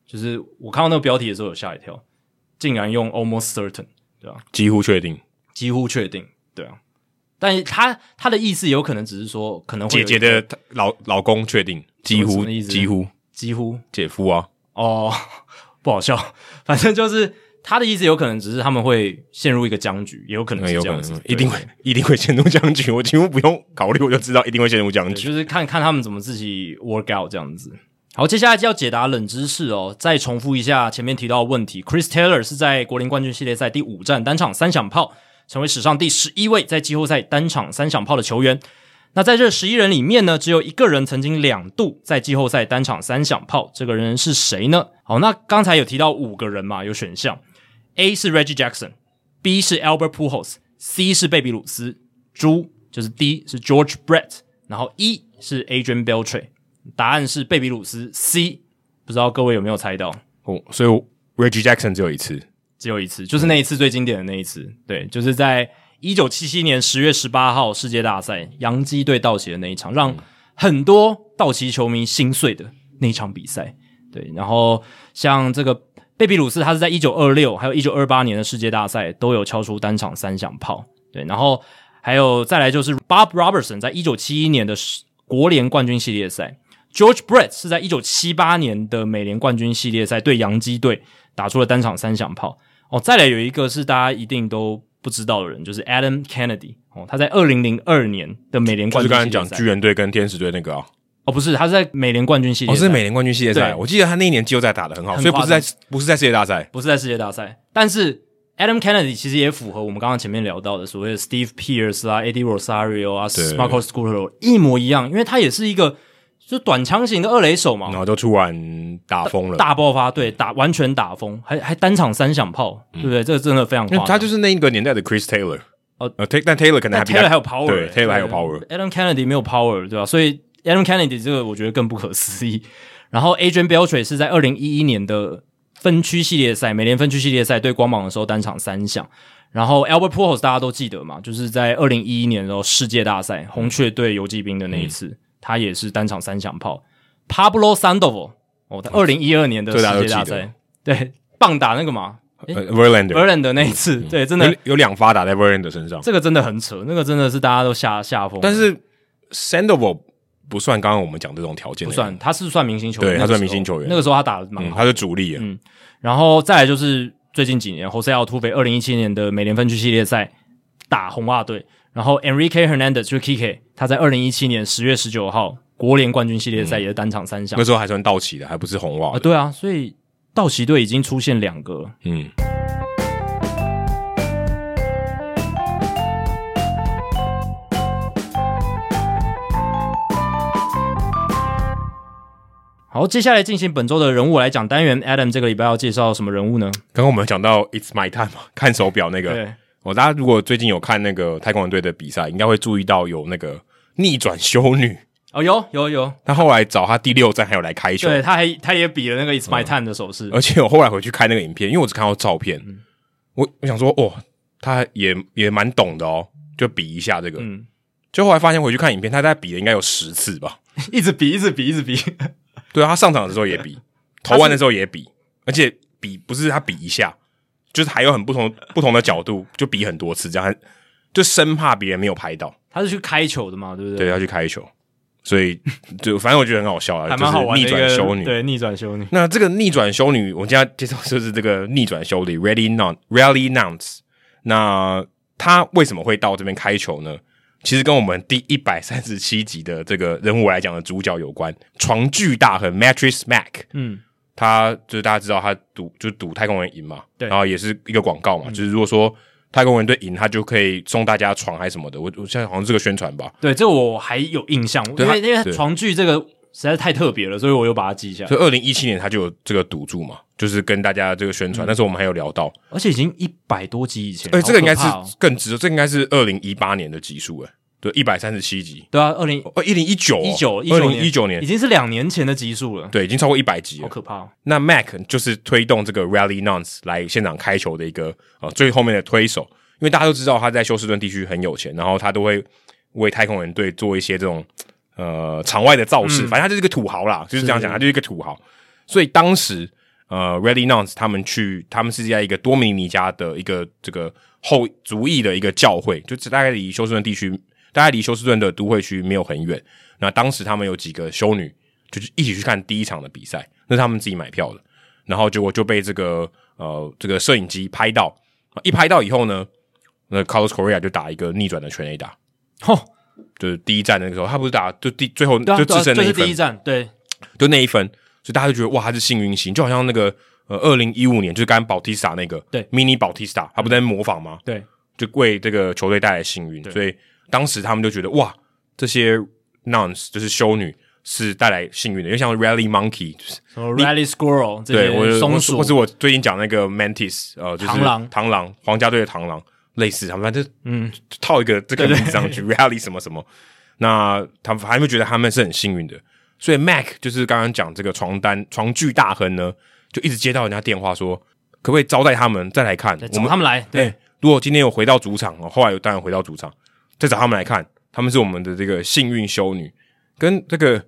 [SPEAKER 1] 就是我看到那个标题的时候有吓一跳，竟然用 almost certain。
[SPEAKER 2] 几乎确定
[SPEAKER 1] 几乎确定，对啊。但他他的意思有可能只是说，可能会
[SPEAKER 2] 姐
[SPEAKER 1] 有
[SPEAKER 2] 姐
[SPEAKER 1] 一个
[SPEAKER 2] 的老老公确定，几
[SPEAKER 1] 什
[SPEAKER 2] 乎
[SPEAKER 1] 么意思
[SPEAKER 2] 几乎
[SPEAKER 1] 几乎
[SPEAKER 2] 姐夫啊，
[SPEAKER 1] 哦， 不好笑，反正就是他的意思有可能只是他们会陷入一个僵局，也有可能
[SPEAKER 2] 嗯
[SPEAKER 1] 是
[SPEAKER 2] 有
[SPEAKER 1] 这
[SPEAKER 2] 可
[SPEAKER 1] 样子，
[SPEAKER 2] 能
[SPEAKER 1] 对
[SPEAKER 2] 一定会一定会陷入僵局，我几乎不用考虑我就知道一定会陷入僵
[SPEAKER 1] 对
[SPEAKER 2] 局。
[SPEAKER 1] 就是看看他们怎么自己 work out 这样子。好，接下来就要解答冷知识哦。再重复一下前面提到的问题，Chris Taylor 是在国联冠军系列赛第五战单场三响炮，成为史上第十一位在季后赛单场三响炮的球员。那在这十一人里面呢，只有一个人曾经两度在季后赛单场三响炮，这个人是谁呢？好，那刚才有提到五个人嘛，有选项，A 是 Reggie Jackson，B 是 Albert Pujols，C 是贝比鲁斯，猪就是 D 是 George Brett，然后 E 是 Adrian Beltre，答案是贝比鲁斯 C，不知道各位有没有猜到？
[SPEAKER 2] 哦，所以我 Reggie Jackson 只有一次，
[SPEAKER 1] 只有一次，就是那一次最经典的那一次，对，就是在一九七七年十月十八号世界大赛，洋基对道奇的那一场，让很多道奇球迷心碎的那一场比赛。对，然后像这个贝比鲁斯，他是在一九二六还有一九二八年的世界大赛都有敲出单场三响炮。对，然后还有再来就是 Bob Robertson 在一九七一年的世国联冠军系列赛，George Brett 是在一九七八年的美联冠军系列赛对洋基队打出了单场三响炮。哦，再来有一个是大家一定都不知道的人，就是 Adam Kennedy 哦，他在二零零二年的美联
[SPEAKER 2] 就
[SPEAKER 1] 冠
[SPEAKER 2] 是
[SPEAKER 1] 军
[SPEAKER 2] 刚
[SPEAKER 1] 系列
[SPEAKER 2] 才讲
[SPEAKER 1] 赛
[SPEAKER 2] 巨人队跟天使队那个啊，
[SPEAKER 1] 哦，不是，他是在美联冠军系列
[SPEAKER 2] 哦，
[SPEAKER 1] 赛，
[SPEAKER 2] 是美联冠军系列赛，
[SPEAKER 1] 对
[SPEAKER 2] 我记得他那一年季后赛打的很好，
[SPEAKER 1] 很
[SPEAKER 2] 所以不是在
[SPEAKER 1] 夸
[SPEAKER 2] 不是在世界大赛，
[SPEAKER 1] 不是在世界大赛。但是 Adam Kennedy 其实也符合我们刚刚前面聊到的所谓的 Steve Pierce 啊、Eddie Rosario 啊、
[SPEAKER 2] 对
[SPEAKER 1] Marco Scudero 一模一样，因为他也是一个就短枪型的二垒手嘛
[SPEAKER 2] 然，后就突然打疯了。
[SPEAKER 1] 大爆发，对，哦打完全打疯，还还单场三响炮，对
[SPEAKER 2] 嗯
[SPEAKER 1] 不对？这个真的非常夸
[SPEAKER 2] 因为
[SPEAKER 1] 张。
[SPEAKER 2] 他就是那一个年代的 Chris Taylor，
[SPEAKER 1] 哦
[SPEAKER 2] 呃，Tay 但 Taylor 可能
[SPEAKER 1] 但
[SPEAKER 2] 还比较
[SPEAKER 1] Taylor 还有 power，
[SPEAKER 2] 对
[SPEAKER 1] 欸
[SPEAKER 2] ，Taylor 还有 power，
[SPEAKER 1] Adam Kennedy 没有 power，对吧？所以 Adam Kennedy 这个我觉得更不可思议。然后 Adrian Beltre 是在二零一一年的分区系列赛，美联分区系列赛对光芒的时候单场三响。然后 Albert Pujols 大家都记得嘛，就是在二零一一年的时候世界大赛红雀对游击兵的那一次，
[SPEAKER 2] 嗯
[SPEAKER 1] 他也是单场三响炮。Pablo Sandoval 哦，他二零一二年的世
[SPEAKER 2] 这大家都
[SPEAKER 1] 界大
[SPEAKER 2] 记得
[SPEAKER 1] 赛，对棒打那个嘛
[SPEAKER 2] 呃 Verlander
[SPEAKER 1] Verland 的那一
[SPEAKER 2] 嗯
[SPEAKER 1] 次，对，真的
[SPEAKER 2] 有有两发打在 Verlander 身上，
[SPEAKER 1] 这个真的很扯，那个真的是大家都吓吓疯了。
[SPEAKER 2] 但是 Sandoval 不算刚刚我们讲这种条件，
[SPEAKER 1] 不算，，他是算明星球员，
[SPEAKER 2] 对
[SPEAKER 1] 那个
[SPEAKER 2] 他算
[SPEAKER 1] 时候
[SPEAKER 2] 明星球员
[SPEAKER 1] 那个时候他打的蛮
[SPEAKER 2] 嗯，
[SPEAKER 1] 好。
[SPEAKER 2] 他是主力啊，
[SPEAKER 1] 然后再来就是最近几年，侯塞奥突肥二零一七年的美联分区系列赛打红袜队，然后 Enrique Hernandez 就是 Kike，他在二零一七年十月十九号国联冠军系列赛也是单场三响
[SPEAKER 2] 嗯那时候还算道奇的，还不是红袜
[SPEAKER 1] 啊，
[SPEAKER 2] 的，
[SPEAKER 1] 对啊，所以道奇队已经出现两个
[SPEAKER 2] 嗯，
[SPEAKER 1] 好，接下来进行本周的人物来讲单元，Adam 这个礼拜要介绍什么人物呢？
[SPEAKER 2] 刚刚我们有讲到 It's My Time 嘛， 看手表那个，
[SPEAKER 1] 对，
[SPEAKER 2] 哦，大家如果最近有看那个太空人队的比赛，应该会注意到有那个逆转修女，
[SPEAKER 1] 哦，有有有，
[SPEAKER 2] 她后来找她第六站还有来开球，
[SPEAKER 1] 对，他还他也比了那个 It's My Time 的手势，
[SPEAKER 2] 而且我后来回去看那个影片，因为我只看到照片，
[SPEAKER 1] 嗯
[SPEAKER 2] 我我想说，哦，他也也蛮懂的哦，就比一下这个。
[SPEAKER 1] 嗯
[SPEAKER 2] 就后来发现回去看影片，他大概比了应该有十次吧。
[SPEAKER 1] 一直比，一直比，一直比。
[SPEAKER 2] 对啊，他上场的时候也比，投完的时候也比，而且比不是他比一下，就是还有很不同不同的角度，就比很多次，这样他就生怕别人没有拍到，
[SPEAKER 1] 他是去开球的嘛，对不对？
[SPEAKER 2] 对，要去开球。所以就反正我觉得很好笑啊，
[SPEAKER 1] 还蛮好玩
[SPEAKER 2] 就
[SPEAKER 1] 的
[SPEAKER 2] 是
[SPEAKER 1] 一
[SPEAKER 2] 逆
[SPEAKER 1] 个
[SPEAKER 2] 转修女，
[SPEAKER 1] 对，逆转修女。
[SPEAKER 2] 那这个逆转修女，我们今天要介绍就是这个逆转修女 Rally Non Rally Nouns。那她为什么会到这边开球呢？其实跟我们第一百三十七集的这个人物来讲的主角有关，床巨大和 Mattress Mac，
[SPEAKER 1] 嗯，
[SPEAKER 2] 他就是大家知道他赌就是赌太空人赢嘛，
[SPEAKER 1] 对
[SPEAKER 2] 然后也是一个广告嘛，就是如果说太空人队赢，他就可以送大家床还是什么的。我我现在好像是这个宣传吧，
[SPEAKER 1] 对，这我还有印象，因
[SPEAKER 2] 对
[SPEAKER 1] 为
[SPEAKER 2] 它
[SPEAKER 1] 因为
[SPEAKER 2] 对
[SPEAKER 1] 床具这个实在是太特别了，所以我又把它记下来。
[SPEAKER 2] 所以二零一七年他就有这个赌注嘛，就是跟大家这个宣传。那时候我们还有聊到，
[SPEAKER 1] 而且已经一百多集以前，
[SPEAKER 2] 哎、
[SPEAKER 1] 好
[SPEAKER 2] 这个应该
[SPEAKER 1] 可
[SPEAKER 2] 是
[SPEAKER 1] 怕哦
[SPEAKER 2] 更值，这应该是二零一八年的集数，哎，对，一百三十七集，
[SPEAKER 1] 对啊，二零
[SPEAKER 2] 哦，一零一九，
[SPEAKER 1] 一九
[SPEAKER 2] 二零一九
[SPEAKER 1] 已
[SPEAKER 2] 年，
[SPEAKER 1] 经是两年前的集数了，
[SPEAKER 2] 对，已经超过一百集
[SPEAKER 1] 好
[SPEAKER 2] 了。
[SPEAKER 1] 可怕哦。
[SPEAKER 2] 那 Mac 就是推动这个 Rally Nuns 来现场开球的一个呃最后面的推手，因为大家都知道他在休斯顿地区很有钱，然后他都会为太空人队做一些这种呃场外的造势，反正他就是一个土豪啦，就是这样讲，
[SPEAKER 1] 是
[SPEAKER 2] 他就是一个土豪。所以当时呃 Rally Nuns 他们去，他们是在一个多米尼加的一个这个后族裔的一个教会，就大概离休斯顿地区，大概离休斯顿的都会区没有很远。那当时他们有几个修女，就是一起去看第一场的比赛，那是他们自己买票的。然后结果就被这个呃这个摄影机拍到，一拍到以后呢，那 Carlos Correa 就打一个逆转的全垒打，
[SPEAKER 1] 吼，
[SPEAKER 2] 就是第一站那个时候，他不是打就第最后
[SPEAKER 1] 对啊，
[SPEAKER 2] 哦就
[SPEAKER 1] 对
[SPEAKER 2] 自
[SPEAKER 1] 啊
[SPEAKER 2] 身
[SPEAKER 1] 这
[SPEAKER 2] 那
[SPEAKER 1] 是
[SPEAKER 2] 一
[SPEAKER 1] 第一
[SPEAKER 2] 分，
[SPEAKER 1] 站，对，
[SPEAKER 2] 就那一分，所以大家就觉得哇，他是幸运星，就好像那个呃二零一五年就是刚刚保提斯塔那个
[SPEAKER 1] 对
[SPEAKER 2] mini 保提斯塔，他不在模仿吗？
[SPEAKER 1] 对，
[SPEAKER 2] 就为这个球队带来幸运，所以当时他们就觉得哇，这些 nuns 就是修女是带来幸运的，因为像 Rally Monkey 就是
[SPEAKER 1] 什么 Rally Squirrel 这
[SPEAKER 2] 对我
[SPEAKER 1] 些松鼠
[SPEAKER 2] 或，者我最近讲那个 mantis，呃，就是
[SPEAKER 1] 螳螂
[SPEAKER 2] 螳螂，皇家队的螳螂，类似他们，反正嗯，套一个这个
[SPEAKER 1] 对对
[SPEAKER 2] 名 字上去，rally 什么什么，那他们还会觉得他们是很幸运的，所以 Mac 就是刚刚讲这个床单床具大亨呢，就一直接到人家电话说，可不可以招待他们再来看
[SPEAKER 1] 对，
[SPEAKER 2] 我
[SPEAKER 1] 找
[SPEAKER 2] 们
[SPEAKER 1] 他们来，对
[SPEAKER 2] 哎，如果今天有回到主场哦，后来有当然回到主场，再找他们来看，他们是我们的这个幸运修女，跟这个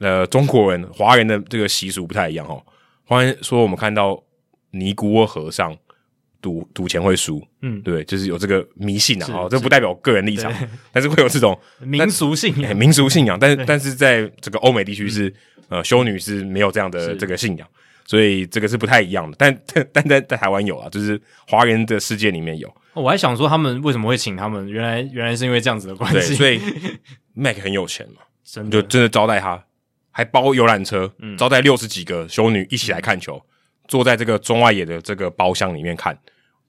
[SPEAKER 2] 呃中国人华人的这个习俗不太一样哦。华人说我们看到尼姑或和尚赌赌钱会输，
[SPEAKER 1] 嗯
[SPEAKER 2] 对，就是有这个迷信啊，
[SPEAKER 1] 是
[SPEAKER 2] 哦，这不代表个人立场
[SPEAKER 1] 对，
[SPEAKER 2] 但是会有这种
[SPEAKER 1] 民俗信
[SPEAKER 2] 哎
[SPEAKER 1] 仰，
[SPEAKER 2] 民俗信仰，但是但是在这个欧美地区是、呃修女是没有这样的这个信仰，所以这个是不太一样的。但但 但在在台湾有啊，就是华人的世界里面有，
[SPEAKER 1] 我还想说他们为什么会请他们，原来原来是因为这样子的关
[SPEAKER 2] 对，
[SPEAKER 1] 系，
[SPEAKER 2] 所以 Mac 很有钱嘛，
[SPEAKER 1] 真的嗯
[SPEAKER 2] 就真的招待他，还包游览车，招待六十几个修女一起来看球，坐在这个中外野的这个包厢里面看，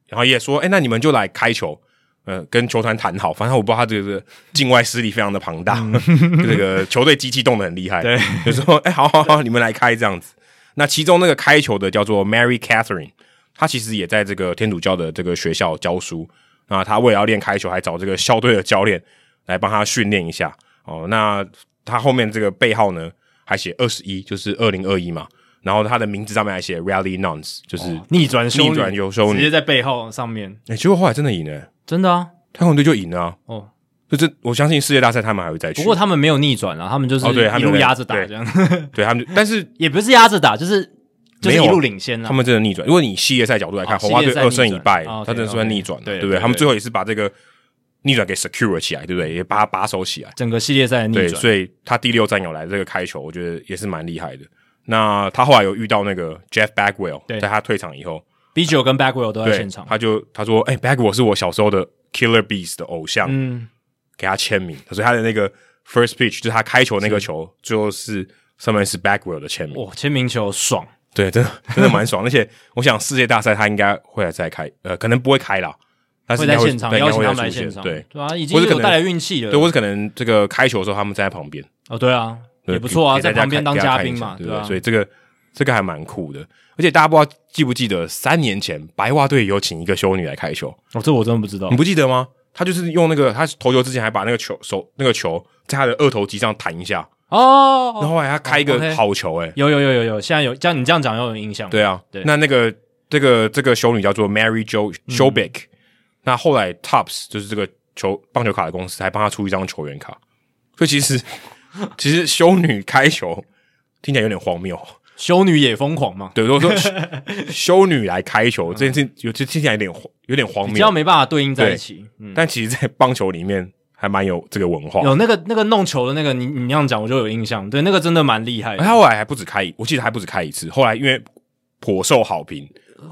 [SPEAKER 2] 然后也说，哎、那你们就来开球。呃，跟球团谈好，反正我不知道他这个境外势力非常的庞大， 这个球队机器动的很厉
[SPEAKER 1] 嗯
[SPEAKER 2] 害，
[SPEAKER 1] 对，
[SPEAKER 2] 就说哎、好好好，你们来开这样子。那其中那个开球的叫做 Mary Catherine，她其实也在这个天主教的这个学校教书。那她为了要练开球，还找这个校队的教练来帮她训练一下。哦，那她后面这个背号呢，还写二十一，就是二零二一嘛。然后她的名字上面还写 Rally Nuns，就是、
[SPEAKER 1] 逆转修女
[SPEAKER 2] 逆转修修女
[SPEAKER 1] 直接在背后上面，
[SPEAKER 2] 哎，结果后来真的赢了、欸，
[SPEAKER 1] 真的啊。
[SPEAKER 2] 太空队就赢了、啊。
[SPEAKER 1] 哦，
[SPEAKER 2] 就这，我相信世界大赛他们还会再去。
[SPEAKER 1] 不过他们没有逆转啊，他们就是
[SPEAKER 2] 哦对他
[SPEAKER 1] 一
[SPEAKER 2] 们
[SPEAKER 1] 路
[SPEAKER 2] 没有
[SPEAKER 1] 压着打
[SPEAKER 2] 对
[SPEAKER 1] 这样，
[SPEAKER 2] 对他们就，但是
[SPEAKER 1] 也不是压着打，就是就是
[SPEAKER 2] 没
[SPEAKER 1] 一
[SPEAKER 2] 有
[SPEAKER 1] 路领先
[SPEAKER 2] 他
[SPEAKER 1] 啊。
[SPEAKER 2] 们真的逆转。如果你系列赛角度来看，
[SPEAKER 1] 哦
[SPEAKER 2] 红袜队
[SPEAKER 1] 系列赛
[SPEAKER 2] 二胜
[SPEAKER 1] 逆
[SPEAKER 2] 一
[SPEAKER 1] 转
[SPEAKER 2] 败
[SPEAKER 1] 哦，，OK，
[SPEAKER 2] 他真的算
[SPEAKER 1] OK，
[SPEAKER 2] 逆转，
[SPEAKER 1] 对
[SPEAKER 2] 对不对？
[SPEAKER 1] 对
[SPEAKER 2] 他们
[SPEAKER 1] 对
[SPEAKER 2] 最后也是把这个逆转给 secure 起来，对不对？也把它把守起来。
[SPEAKER 1] 整个系列赛的逆
[SPEAKER 2] 对，
[SPEAKER 1] 转，
[SPEAKER 2] 所以他第六战有来这个开球，我觉得也是蛮厉害的。那他后来有遇到那个 Jeff Bagwell，
[SPEAKER 1] 对
[SPEAKER 2] 在他退场以后，
[SPEAKER 1] b 九跟 Backwell 都在
[SPEAKER 2] 对
[SPEAKER 1] 现，场。
[SPEAKER 2] 他就他说：“哎，Bagwell 是我小时候的 Killer Bees 的偶像，
[SPEAKER 1] 嗯，
[SPEAKER 2] 给他签名。”所以他的那个 first pitch 就是他开球那个球，最后是上面是 Bagwell 的签名。
[SPEAKER 1] 哇，签名球爽，
[SPEAKER 2] 对，真的真的蛮爽。而且我想世界大赛他应该会来再开，呃，可能不会开啦，但是
[SPEAKER 1] 会
[SPEAKER 2] 应该
[SPEAKER 1] 在
[SPEAKER 2] 会
[SPEAKER 1] 现场
[SPEAKER 2] 对应
[SPEAKER 1] 邀
[SPEAKER 2] 该
[SPEAKER 1] 请
[SPEAKER 2] 会
[SPEAKER 1] 他
[SPEAKER 2] 再
[SPEAKER 1] 们来
[SPEAKER 2] 出现
[SPEAKER 1] 现场，
[SPEAKER 2] 对，
[SPEAKER 1] 对啊，已
[SPEAKER 2] 或
[SPEAKER 1] 经
[SPEAKER 2] 者可
[SPEAKER 1] 有
[SPEAKER 2] 能
[SPEAKER 1] 带来运气了。
[SPEAKER 2] 对，我是可能这个开球的时候他们站在旁边，
[SPEAKER 1] 哦，对啊，
[SPEAKER 2] 对
[SPEAKER 1] 也不错啊，
[SPEAKER 2] 给
[SPEAKER 1] 在
[SPEAKER 2] 给大家
[SPEAKER 1] 旁边
[SPEAKER 2] 看
[SPEAKER 1] 当
[SPEAKER 2] 给大家
[SPEAKER 1] 嘉
[SPEAKER 2] 看一
[SPEAKER 1] 宾
[SPEAKER 2] 下
[SPEAKER 1] 嘛，
[SPEAKER 2] 对
[SPEAKER 1] 啊，
[SPEAKER 2] 所以这个这个还蛮酷的。而且大家不知道记不记得，三年前白袜队有请一个修女来开球，
[SPEAKER 1] 哦，这我真的不知道
[SPEAKER 2] 你。不记得吗？他就是用那个，他投球之前还把那个球手那个球在他的二头肌上弹一下，然
[SPEAKER 1] 哦，
[SPEAKER 2] 后后来他开一
[SPEAKER 1] 哦，OK
[SPEAKER 2] 个好球、欸，
[SPEAKER 1] 有有有有有，现在有，这样你这样讲要有印象。
[SPEAKER 2] 对啊，
[SPEAKER 1] 对嗯
[SPEAKER 2] 那那个这个这个修女叫做 Mary Jo s h o b e c k 那后来 Tops 就是这个球棒球卡的公司还帮他出一张球员卡，所以其实其实修女开球听起来有点荒谬，
[SPEAKER 1] 修女也疯狂嘛，
[SPEAKER 2] 对，如果说修修女来开球这件事情，有就听起来有点荒有点荒
[SPEAKER 1] 比较
[SPEAKER 2] 谬，
[SPEAKER 1] 没办法对应在一起。嗯，
[SPEAKER 2] 但其实，在棒球里面还蛮有这个文化。
[SPEAKER 1] 有那个那个弄球的那个，你你那样讲我就有印象，对，那个真的蛮厉害的
[SPEAKER 2] 他后来还不止开一，我记得还不止开一次，后来因为颇受好评，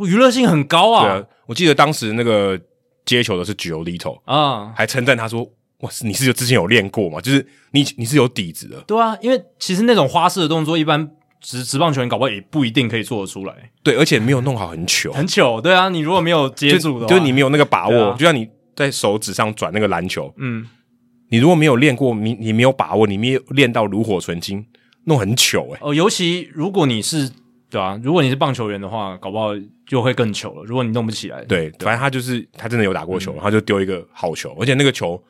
[SPEAKER 1] 娱乐性很高
[SPEAKER 2] 对
[SPEAKER 1] 啊
[SPEAKER 2] 啊，我记得当时那个接球的是 g i o l i t o
[SPEAKER 1] 啊，
[SPEAKER 2] 还称赞他说：“哇，是你是有之前有练过吗？就是你你是有底子的。
[SPEAKER 1] 对啊，因为其实那种花式的动作，一般职职棒球员搞不好也不一定可以做得出来，”
[SPEAKER 2] 对，而且没有弄好很糗，
[SPEAKER 1] 很糗。对啊，你如果没有接
[SPEAKER 2] 就
[SPEAKER 1] 住的话，
[SPEAKER 2] 就是你没有那个把
[SPEAKER 1] 对
[SPEAKER 2] 握，
[SPEAKER 1] 啊
[SPEAKER 2] 就像你在手指上转那个篮球，
[SPEAKER 1] 嗯，
[SPEAKER 2] 你如果没有练过，你你没有把握，你没有练到炉火纯青，弄很糗哎、
[SPEAKER 1] 哦，尤其如果你是对啊，如果你是棒球员的话，搞不好就会更糗了。如果你弄不起来，
[SPEAKER 2] 对，反正他就是他真的有打
[SPEAKER 1] 嗯
[SPEAKER 2] 过球，然后就丢一个好球，而且那个球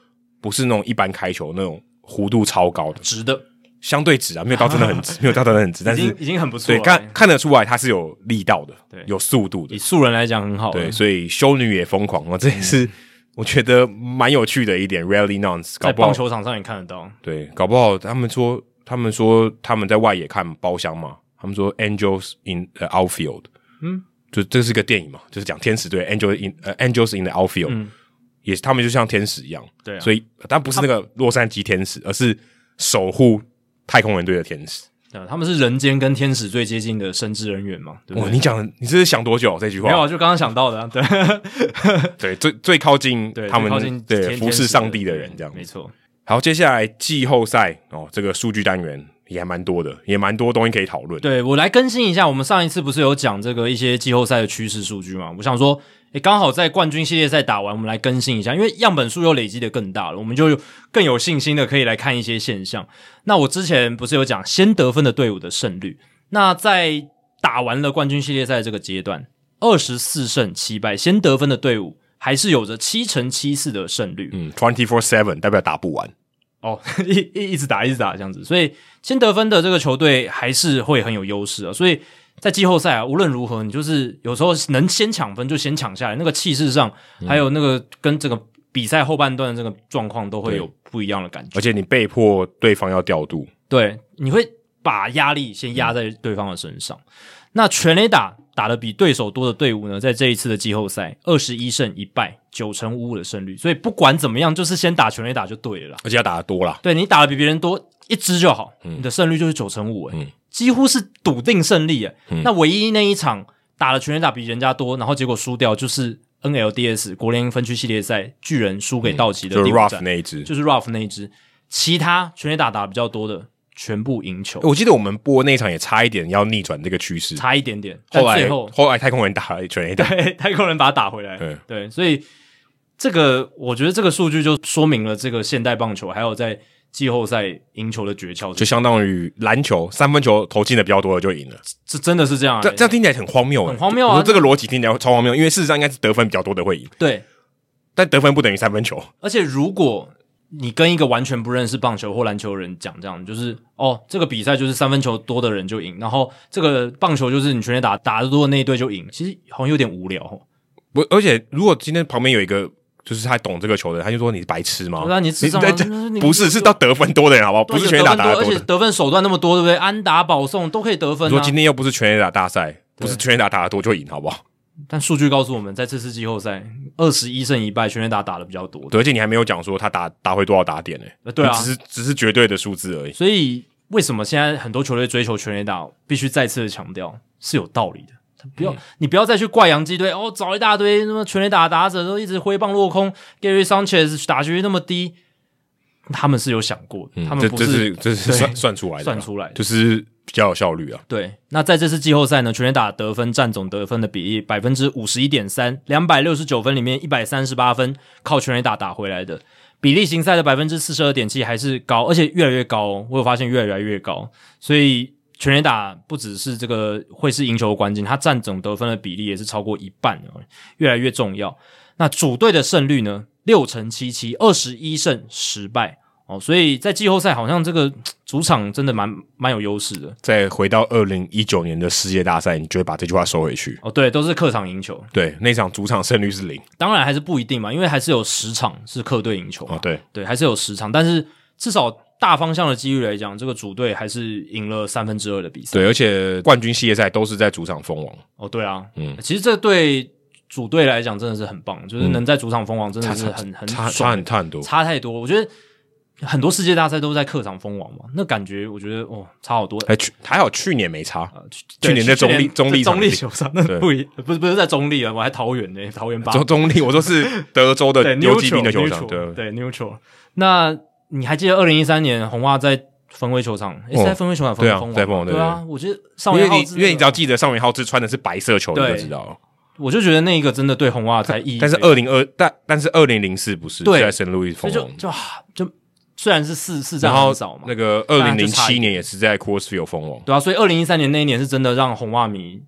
[SPEAKER 2] 不是那种一般开球那种弧度超高的，
[SPEAKER 1] 直的，
[SPEAKER 2] 相对直啊，没有到真的 很直，没有到真的很直，但
[SPEAKER 1] 已
[SPEAKER 2] 是
[SPEAKER 1] 经已经很不错
[SPEAKER 2] 对
[SPEAKER 1] 了。
[SPEAKER 2] 看看得出来他是有力道的，
[SPEAKER 1] 对
[SPEAKER 2] 有速度的
[SPEAKER 1] 以。素人来讲很好了，嗯
[SPEAKER 2] 对，所以修女也疯狂哦，这也是我觉得蛮有趣的一点。Rally Nuns 搞
[SPEAKER 1] 在
[SPEAKER 2] 不好
[SPEAKER 1] 棒，球场上也看得到。
[SPEAKER 2] 对，搞不好他们说，他们说他们在外野看包厢嘛，他们说 Angels in the outfield，
[SPEAKER 1] 嗯，
[SPEAKER 2] 就这是个电影嘛，就是讲天使队 Angels in 呃 Angels in the outfield，、也是他们就像天使一样，
[SPEAKER 1] 嗯对啊
[SPEAKER 2] 所以呃但不是那个洛杉矶天使，而是守护太空人队的天使。
[SPEAKER 1] 对，啊他们是人间跟天使最接近的神职人员嘛，对不
[SPEAKER 2] 哇，
[SPEAKER 1] 对？
[SPEAKER 2] 你讲你这是想多久这句
[SPEAKER 1] 没有啊，
[SPEAKER 2] 话？
[SPEAKER 1] 就刚刚想到的、啊， 对
[SPEAKER 2] 对，最最靠近
[SPEAKER 1] 对，
[SPEAKER 2] 他们
[SPEAKER 1] 靠近
[SPEAKER 2] 对
[SPEAKER 1] 天
[SPEAKER 2] 服
[SPEAKER 1] 天
[SPEAKER 2] 侍
[SPEAKER 1] 使
[SPEAKER 2] 上帝的
[SPEAKER 1] 对
[SPEAKER 2] 人这样子
[SPEAKER 1] 没错。
[SPEAKER 2] 好，接下来季后赛哦，这个数据单元也还蛮多的，也蛮多东西可以讨论。
[SPEAKER 1] 对我来更新一下，我们上一次不是有讲这个一些季后赛的趋势数据吗？我想说，诶，刚好在冠军系列赛打完，我们来更新一下，因为样本数又累积的更大了，我们就更有信心的可以来看一些现象。那我之前不是有讲先得分的队伍的胜率？那在打完了冠军系列赛这个阶段，二十四胜七败，先得分的队伍还是有着七乘七四的胜率。
[SPEAKER 2] 嗯，twenty four seven 代表打不完，
[SPEAKER 1] 哦， 一一一直打一直打这样子，所以先得分的这个球队还是会很有优势啊。所以在季后赛啊，无论如何，你就是有时候能先抢分就先抢下来，那个气势上，还有那个跟这个比赛后半段的这个状况都会有不一样的感觉。
[SPEAKER 2] 而且你被迫对方要调度，
[SPEAKER 1] 对，你会把压力先压在对方的身上。那全垒打打的比对手多的队伍呢，在这一次的季后赛，二十一胜一败，九成五五的胜率，所以不管怎么样，就是先打全垒打就对了啦。
[SPEAKER 2] 而且要打得多啦。
[SPEAKER 1] 对你打的比别人多一支就好，
[SPEAKER 2] 嗯
[SPEAKER 1] 你的胜率就是九成五，哎、几乎是笃定胜利，哎、
[SPEAKER 2] 嗯
[SPEAKER 1] 那唯一那一场打了全垒打比人家多，然后结果输掉，就是 NLDS 国联分区系列赛巨人输给道奇的
[SPEAKER 2] 就
[SPEAKER 1] 第
[SPEAKER 2] 是
[SPEAKER 1] 五
[SPEAKER 2] Ruff
[SPEAKER 1] 战，
[SPEAKER 2] 那一支，
[SPEAKER 1] 就是 Ruff 那一支，其他全垒打打得比较多的全部赢球，
[SPEAKER 2] 我记得我们播那一场也差一点要逆转这个趋势，
[SPEAKER 1] 差一点点，但
[SPEAKER 2] 后来
[SPEAKER 1] 最后
[SPEAKER 2] 哎后来太空人打了全 A 打，
[SPEAKER 1] 对，泰国人把他打回来。
[SPEAKER 2] 对
[SPEAKER 1] 所以这个我觉得这个数据就说明了这个现代棒球还有在季后赛赢球的诀窍，
[SPEAKER 2] 就相当于篮球三分球投进的比较多的就赢了。
[SPEAKER 1] 这真的是这样啊、
[SPEAKER 2] 这这样听起来很荒谬、欸，
[SPEAKER 1] 很荒谬啊
[SPEAKER 2] 我说这个逻辑听起来超荒谬，因为事实上应该是得分比较多的会赢，
[SPEAKER 1] 对，
[SPEAKER 2] 但得分不等于三分球。
[SPEAKER 1] 而且如果你跟一个完全不认识棒球或篮球人讲这样，就是哦，这个比赛就是三分球多的人就赢，然后这个棒球就是你全垒打打得多的那一队就赢，其实好像有点无聊哦。
[SPEAKER 2] 不，而且如果今天旁边有一个就是他懂这个球的，他就说你是白痴吗？
[SPEAKER 1] 我让你智障啊
[SPEAKER 2] 在这
[SPEAKER 1] 那你
[SPEAKER 2] 不是是到得分多的人好不好？不是全垒打打
[SPEAKER 1] 而
[SPEAKER 2] 得多
[SPEAKER 1] 且
[SPEAKER 2] 的。
[SPEAKER 1] 得分手段那么多，对不对？安打、保送都可以得分
[SPEAKER 2] 你
[SPEAKER 1] 啊
[SPEAKER 2] 说。今天又不是全垒打大赛，不是全垒打打得多就赢好不好？
[SPEAKER 1] 但数据告诉我们，在这次季后赛，二十一胜一败，全垒打打的比较多。
[SPEAKER 2] 对，而且你还没有讲说他打打回多少打点呢、
[SPEAKER 1] 呃对啊
[SPEAKER 2] 你只是只是绝对的数字而已。
[SPEAKER 1] 所以为什么现在很多球队追求全垒打，必须再次的强调是有道理的。不
[SPEAKER 2] 嗯
[SPEAKER 1] 要，你不要再去怪洋基队哦，找一大堆什么全垒打打者都一直挥棒落空，Gary Sanchez 打击率那么低，他们是有想过的，
[SPEAKER 2] 嗯
[SPEAKER 1] 他
[SPEAKER 2] 这
[SPEAKER 1] 们不
[SPEAKER 2] 这是这是
[SPEAKER 1] 对
[SPEAKER 2] 算算出来的啊，
[SPEAKER 1] 算出来的
[SPEAKER 2] 就是比较有效率啊。
[SPEAKER 1] 对，那在这次季后赛呢，全垒打得分占总得分的比例百分之五十一点三，两百六十九分里面一百三十八分靠全垒打打回来的，比例型赛的百分之四十二点七还是高，而且越来越高哦、我有发现越来越高，所以全垒打不只是这个会是赢球的关键，它占总得分的比例也是超过一半哦，越来越重要。那主队的胜率呢，六成七七，二十一胜十败哦，所以在季后赛好像这个主场真的蛮蛮有优势的。
[SPEAKER 2] 再回到二零一九年的世界大赛，你就会把这句话收回去。
[SPEAKER 1] 哦，对，都是客场赢球，
[SPEAKER 2] 对，那场主场胜率是零
[SPEAKER 1] 当然还是不一定嘛，因为还是有十场是客队赢球嘛，
[SPEAKER 2] 哦，对，
[SPEAKER 1] 对，还是有十场，但是至少大方向的几率来讲，这个主队还是赢了三分之二的比赛。
[SPEAKER 2] 对，而且冠军系列赛都是在主场封王，
[SPEAKER 1] 哦，对啊，
[SPEAKER 2] 嗯
[SPEAKER 1] 其实这对主队来讲真的是很棒，就是能在主场封王，真的是很很
[SPEAKER 2] 差差
[SPEAKER 1] 爽欸
[SPEAKER 2] 很差很多。
[SPEAKER 1] 差太多。我觉得很多世界大赛都在客场封王嘛，那感觉我觉得哦差好多。
[SPEAKER 2] 还去还好，去年没差，
[SPEAKER 1] 对
[SPEAKER 2] 哎去年在中立
[SPEAKER 1] 去年
[SPEAKER 2] 中立
[SPEAKER 1] 中立
[SPEAKER 2] 场地
[SPEAKER 1] 球场，那
[SPEAKER 2] 对
[SPEAKER 1] 不一不是不是在中立啊，我还桃园呢、桃园八
[SPEAKER 2] 中中立，我说是德州的
[SPEAKER 1] 对
[SPEAKER 2] 游击兵的球场，
[SPEAKER 1] neutral，对
[SPEAKER 2] 对，
[SPEAKER 1] neutral。那你还记得二零一三年红袜在分威球场，诶是在分威球场分
[SPEAKER 2] 对啊
[SPEAKER 1] 封王吗
[SPEAKER 2] 在封王对
[SPEAKER 1] 对啊，我觉得上
[SPEAKER 2] 因
[SPEAKER 1] 元
[SPEAKER 2] 为
[SPEAKER 1] 浩
[SPEAKER 2] 你
[SPEAKER 1] 之
[SPEAKER 2] 因为你只
[SPEAKER 1] 那
[SPEAKER 2] 要
[SPEAKER 1] 个
[SPEAKER 2] 记得上元浩志穿的是白色球，你就
[SPEAKER 1] 对
[SPEAKER 2] 知道了。
[SPEAKER 1] 我就觉得那个真的对红袜才意义，
[SPEAKER 2] 但是二零二但但是二零零四不是
[SPEAKER 1] 对
[SPEAKER 2] 是在圣路易
[SPEAKER 1] 所
[SPEAKER 2] 封
[SPEAKER 1] 以就
[SPEAKER 2] 王，
[SPEAKER 1] 就啊就虽然是四四战
[SPEAKER 2] 然后
[SPEAKER 1] 很少嘛
[SPEAKER 2] 那，个
[SPEAKER 1] 大
[SPEAKER 2] 二
[SPEAKER 1] 家
[SPEAKER 2] 零
[SPEAKER 1] 就
[SPEAKER 2] 零
[SPEAKER 1] 差一
[SPEAKER 2] 七
[SPEAKER 1] 点
[SPEAKER 2] 年也是在 Crossfield 封王，
[SPEAKER 1] 对啊，所以二零一三年那一年是真的让红袜迷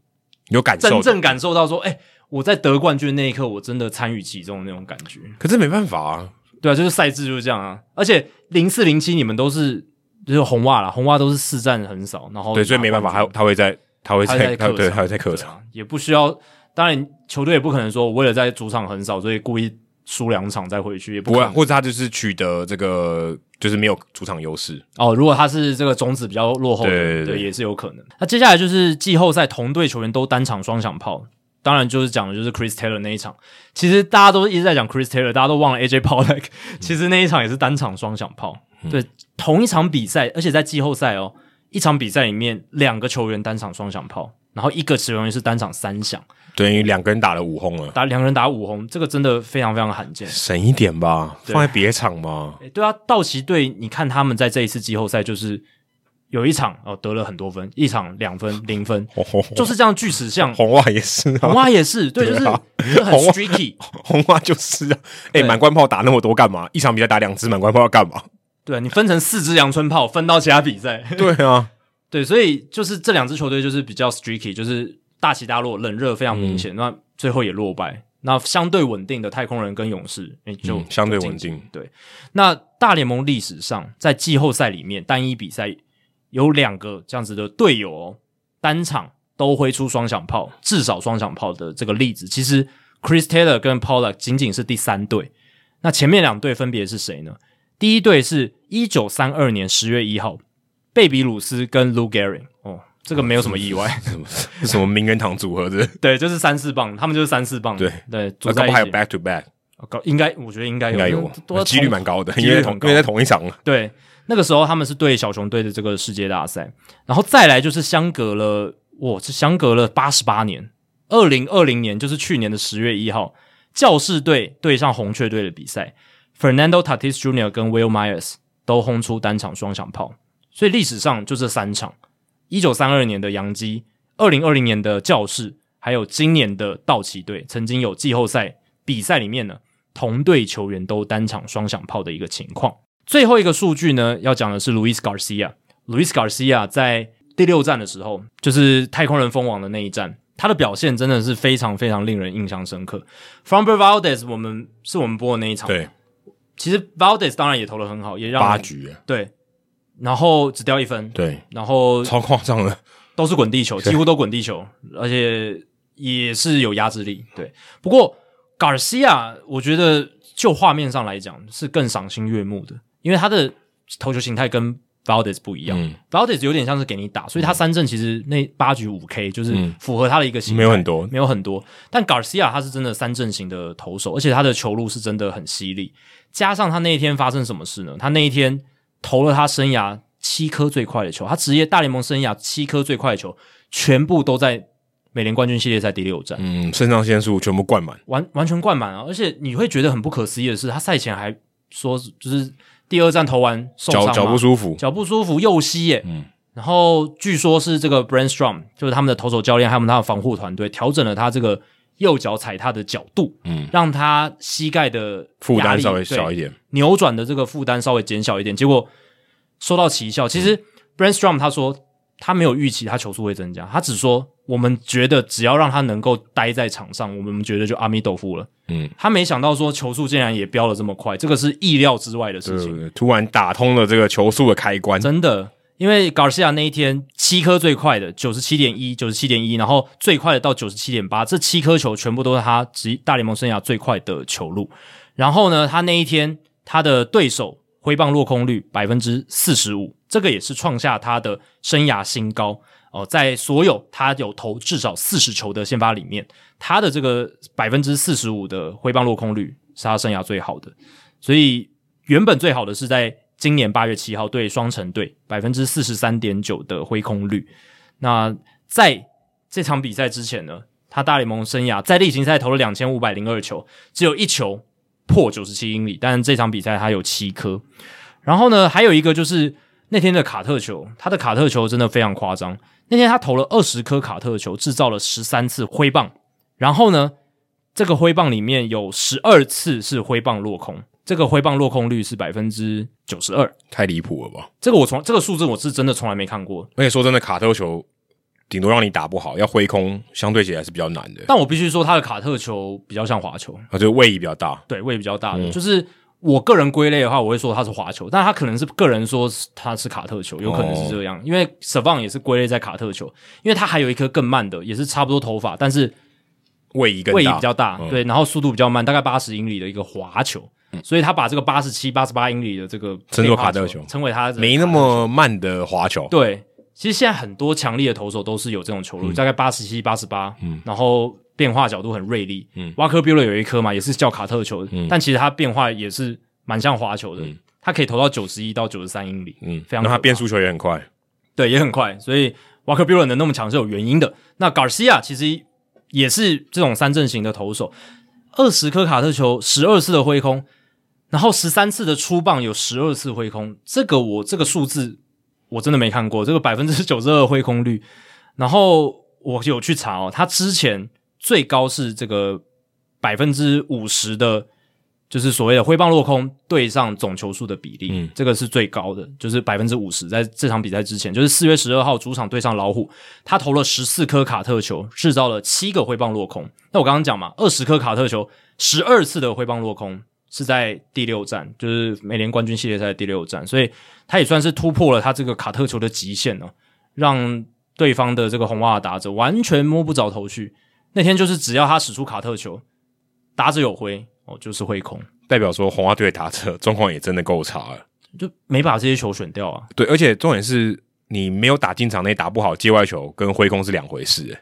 [SPEAKER 2] 有感受
[SPEAKER 1] 真
[SPEAKER 2] 的。
[SPEAKER 1] 正感受到说，哎，我在得冠军的那一刻，我真的参与其中的那种感觉。
[SPEAKER 2] 可是没办法啊，
[SPEAKER 1] 对啊，就是赛制就是这样啊，而且零四零七你们都是。就是红袜啦，红袜都是四战很少，然后
[SPEAKER 2] 对，所以没办法，
[SPEAKER 1] 拿冠军
[SPEAKER 2] 他他会在他会
[SPEAKER 1] 哦他
[SPEAKER 2] 在
[SPEAKER 1] 在
[SPEAKER 2] 他
[SPEAKER 1] 客
[SPEAKER 2] 对
[SPEAKER 1] 场
[SPEAKER 2] 他会在客场。
[SPEAKER 1] 啊，也不需要。当然，球队也不可能说我为了在主场很少，所以故意输两场再回去，也不
[SPEAKER 2] 不会
[SPEAKER 1] 可
[SPEAKER 2] 啊，
[SPEAKER 1] 能。
[SPEAKER 2] 或者他就是取得这个就是没有主场优势，
[SPEAKER 1] 哦，如果他是这个种子比较落后的，
[SPEAKER 2] 对对对对
[SPEAKER 1] 也是有可能。那接下来就是季后赛同队球员都单场双响炮。当然，就是讲的就是 Chris Taylor 那一场。其实大家都一直在讲 Chris Taylor，大家都忘了 AJ Pollock。其 实那一场也是单场双响炮，
[SPEAKER 2] 嗯
[SPEAKER 1] 对，同一场比赛，而且在季后赛哦，一场比赛里面两个球员单场双响炮，然后一个球员是单场三响。
[SPEAKER 2] 等于两个人打了五轰了，
[SPEAKER 1] 打两人打五红，这个真的非常非常罕见。
[SPEAKER 2] 省一点吧，
[SPEAKER 1] 对
[SPEAKER 2] 放在别场嘛。
[SPEAKER 1] 诶对啊，道奇队，你看他们在这一次季后赛就是有一场哦得了很多分，一场两分零分，
[SPEAKER 2] 红哦红
[SPEAKER 1] 就是这样锯齿 象。
[SPEAKER 2] 红袜也是
[SPEAKER 1] 红
[SPEAKER 2] 啊，
[SPEAKER 1] 袜也是，对，就是
[SPEAKER 2] 对啊
[SPEAKER 1] 就是很
[SPEAKER 2] 红袜
[SPEAKER 1] streaky，
[SPEAKER 2] 红袜就是啊。哎，
[SPEAKER 1] 对
[SPEAKER 2] 满关炮打那么多干嘛？一场比赛打两支满关炮要干嘛？
[SPEAKER 1] 对你分成四支阳春炮分到其他比赛，
[SPEAKER 2] 对啊，
[SPEAKER 1] 对，所以就是这两支球队就是比较 streaky，就是大起大落，冷热非常明
[SPEAKER 2] 嗯
[SPEAKER 1] 显，那最后也落败。那相对稳定的太空人跟勇士，诶就、
[SPEAKER 2] 嗯相对
[SPEAKER 1] 就
[SPEAKER 2] 稳
[SPEAKER 1] 晋级
[SPEAKER 2] 定。
[SPEAKER 1] 对，那大联盟历史上在季后赛里面单一比赛有两个这样子的队友哦，单场都挥出双响炮，至少双响炮的这个例子，其实 Chris Taylor 跟 Pollock 仅仅是第三队。那前面两队分别是谁呢？第一队是一九三二年十月一号，贝比鲁斯跟 Lou Gehrig。哦，这个没有什么意外，
[SPEAKER 2] 什么哦是什么名人堂组合的？
[SPEAKER 1] 对，就是三四棒，他们就是三四棒，
[SPEAKER 2] 对
[SPEAKER 1] 对， 组
[SPEAKER 2] 啊，搞
[SPEAKER 1] 在一起。哦哎
[SPEAKER 2] 不好还有 back to back，
[SPEAKER 1] 搞应该我觉得应该有，
[SPEAKER 2] 应该有
[SPEAKER 1] 都要
[SPEAKER 2] 几率
[SPEAKER 1] 同
[SPEAKER 2] 蛮高的，
[SPEAKER 1] 几
[SPEAKER 2] 因
[SPEAKER 1] 率
[SPEAKER 2] 为
[SPEAKER 1] 很
[SPEAKER 2] 同
[SPEAKER 1] 高
[SPEAKER 2] 因为在同一场啊。
[SPEAKER 1] 对，那个时候他们是对小熊队的这个世界大赛，然后再来就是相隔了，哇，这相隔了八十八年，二零二零年就是去年的十月一号，教士队对上红雀队的比赛，Fernando Tatis Jr. 跟 Will Myers 都轰出单场双响炮，所以历史上就这三场：一九三二年的洋基，二零二零年的教士，还有今年的道奇队，曾经有季后赛比赛里面呢同队球员都单场双响炮的一个情况。最后一个数据呢，要讲的是 Luis Garcia。Luis Garcia 在第六战的时候，就是太空人封王的那一战，他的表现真的是非常非常令人印象深刻。Fromber Valdez，我们是我们播的那一场，
[SPEAKER 2] 对，
[SPEAKER 1] 其实 Valdez 当然也投的很好，也让
[SPEAKER 2] 八局，啊
[SPEAKER 1] 对，然后只掉一分，
[SPEAKER 2] 对，
[SPEAKER 1] 然后
[SPEAKER 2] 超夸张的，
[SPEAKER 1] 都是滚地球，几乎都滚地球，而且也是有压制力。对，不过 Garcia 我觉得就画面上来讲是更赏心悦目的，因为他的投球形态跟 Valdez 不一样、
[SPEAKER 2] 嗯
[SPEAKER 1] v a l d e z 有点像是给你打，所以他三振其实那八局五 K 就是符合他的一个形态、
[SPEAKER 2] 嗯没有很多
[SPEAKER 1] 没有很多。但 Garcia 他是真的三阵型的投手，而且他的球路是真的很犀利。加上他那一天发生什么事呢？他那一天投了他生涯七颗最快的球，他职业大联盟生涯七颗最快的球，全部都在美联冠军系列赛第六战，
[SPEAKER 2] 嗯，肾上腺素全部灌满，
[SPEAKER 1] 完完全灌满啊！而且你会觉得很不可思议的是，他赛前还说就是第二战投完受伤
[SPEAKER 2] 脚
[SPEAKER 1] 嘛
[SPEAKER 2] 脚不舒服，
[SPEAKER 1] 脚不舒服，右膝耶。
[SPEAKER 2] 嗯
[SPEAKER 1] 然后据说是这个 Brainstorm，就是他们的投手教练，还有他们的防护团队调整了他这个右脚踩踏的角度，
[SPEAKER 2] 嗯，
[SPEAKER 1] 让他膝盖的
[SPEAKER 2] 负
[SPEAKER 1] 压
[SPEAKER 2] 担
[SPEAKER 1] 力
[SPEAKER 2] 稍微
[SPEAKER 1] 对
[SPEAKER 2] 小一点，
[SPEAKER 1] 扭转的这个负担稍微减小一点，结果收到奇效。其实 Brainstorm 他说他没有预期他球速会增加，他只说我们觉得只要让他能够待在场上，我们觉得就阿弥豆腐了。
[SPEAKER 2] 嗯，
[SPEAKER 1] 他没想到说球速竟然也飙了这么快，这个是意料之外的
[SPEAKER 2] 对
[SPEAKER 1] 事情。
[SPEAKER 2] 对对呃突然打通了这个球速的开关，
[SPEAKER 1] 真的，因为 Garcia 那一天七颗最快的九十七点一、九十七点一，然后最快的到九十七点八，这七颗球全部都是他职大联盟生涯最快的球路。然后呢，他那一天他的对手挥棒落空率百分之四十五，这个也是创下他的生涯新高哦、在所有他有投至少四十球的先发里面，他的这个百分之四十五的挥棒落空率是他生涯最好的。所以原本最好的是在今年八月七号对双城队百分之四十三点九的挥空率。那在这场比赛之前呢，他大联盟生涯在例行赛投了两千五百零二球，只有一球破九十七英里，但这场比赛他有七颗。然后呢，还有一个就是那天的卡特球，他的卡特球真的非常夸张。那天他投了二十颗卡特球，制造了十三次挥棒，然后呢，这个挥棒里面有十二次是挥棒落空，这个挥棒落空率是百分之九十二。
[SPEAKER 2] 太离谱了吧？
[SPEAKER 1] 这个我从这个数字我是真的从来没看过，
[SPEAKER 2] 而且说真的，卡特球顶多让你打不好，要挥空相对起来是比较难的，
[SPEAKER 1] 但我必须说他的卡特球比较像滑球，
[SPEAKER 2] 啊，就位移比较大，
[SPEAKER 1] 对位比较大的，
[SPEAKER 2] 嗯
[SPEAKER 1] 就是我个人归类的话，我会说它是滑球，但它可能是个人说是它是卡特球，有可能是这样，
[SPEAKER 2] 哦
[SPEAKER 1] 因为 Savon 也是归类在卡特球，因为它还有一颗更慢的，也是差不多头发，但是
[SPEAKER 2] 位移更大，
[SPEAKER 1] 位移比较大，
[SPEAKER 2] 嗯
[SPEAKER 1] 对，然后速度比较慢，大概八十英里的一个滑球，所以他把这个八十七、八十八英里的这个
[SPEAKER 2] 称
[SPEAKER 1] 内
[SPEAKER 2] 作
[SPEAKER 1] 帕
[SPEAKER 2] 卡特球
[SPEAKER 1] 称为他
[SPEAKER 2] 没那么慢的滑球，
[SPEAKER 1] 对。其实现在很多强力的投手都是有这种球路，大概八十七、八十八，然后变化角度很锐利。嗯，挖科比勒有一颗嘛，也是叫卡特球，但其实它变化也是蛮像滑球的，它可以投到九十一到九十三英里，
[SPEAKER 2] 嗯，
[SPEAKER 1] 非常可怕
[SPEAKER 2] 那他变速球也很快，
[SPEAKER 1] 对，也很快，所以 Walker b u e l e r 能那么强是有原因的。那 Garcia 其实也是这种三阵型的投手，二十颗卡特球，十二次的挥空，然后十三次的出棒有十二次挥空，这个我这个数字我真的没看过，这个百分之九十二挥空率。然后我有去查哦，他之前最高是这个百分之五十的，就是所谓的挥棒落空对上总球数的比例，
[SPEAKER 2] 嗯
[SPEAKER 1] 这个是最高的，就是百分之五十。在这场比赛之前，就是四月十二号主场对上老虎，他投了十四颗卡特球，制造了七个挥棒落空。那我刚刚讲嘛，二十颗卡特球，十二次的挥棒落空。是在第六战，就是美联冠军系列赛的第六战，所以他也算是突破了他这个卡特球的极限哦了、让对方的这个红袜打者完全摸不着头绪。那天就是只要他使出卡特球，打者有挥哦，就是挥空，
[SPEAKER 2] 代表说红花队的打者状况也真的够差了。
[SPEAKER 1] 就没把这些球选掉啊。
[SPEAKER 2] 对，而且重点是你没有打进场内打不好，界外球跟挥空是两回事、欸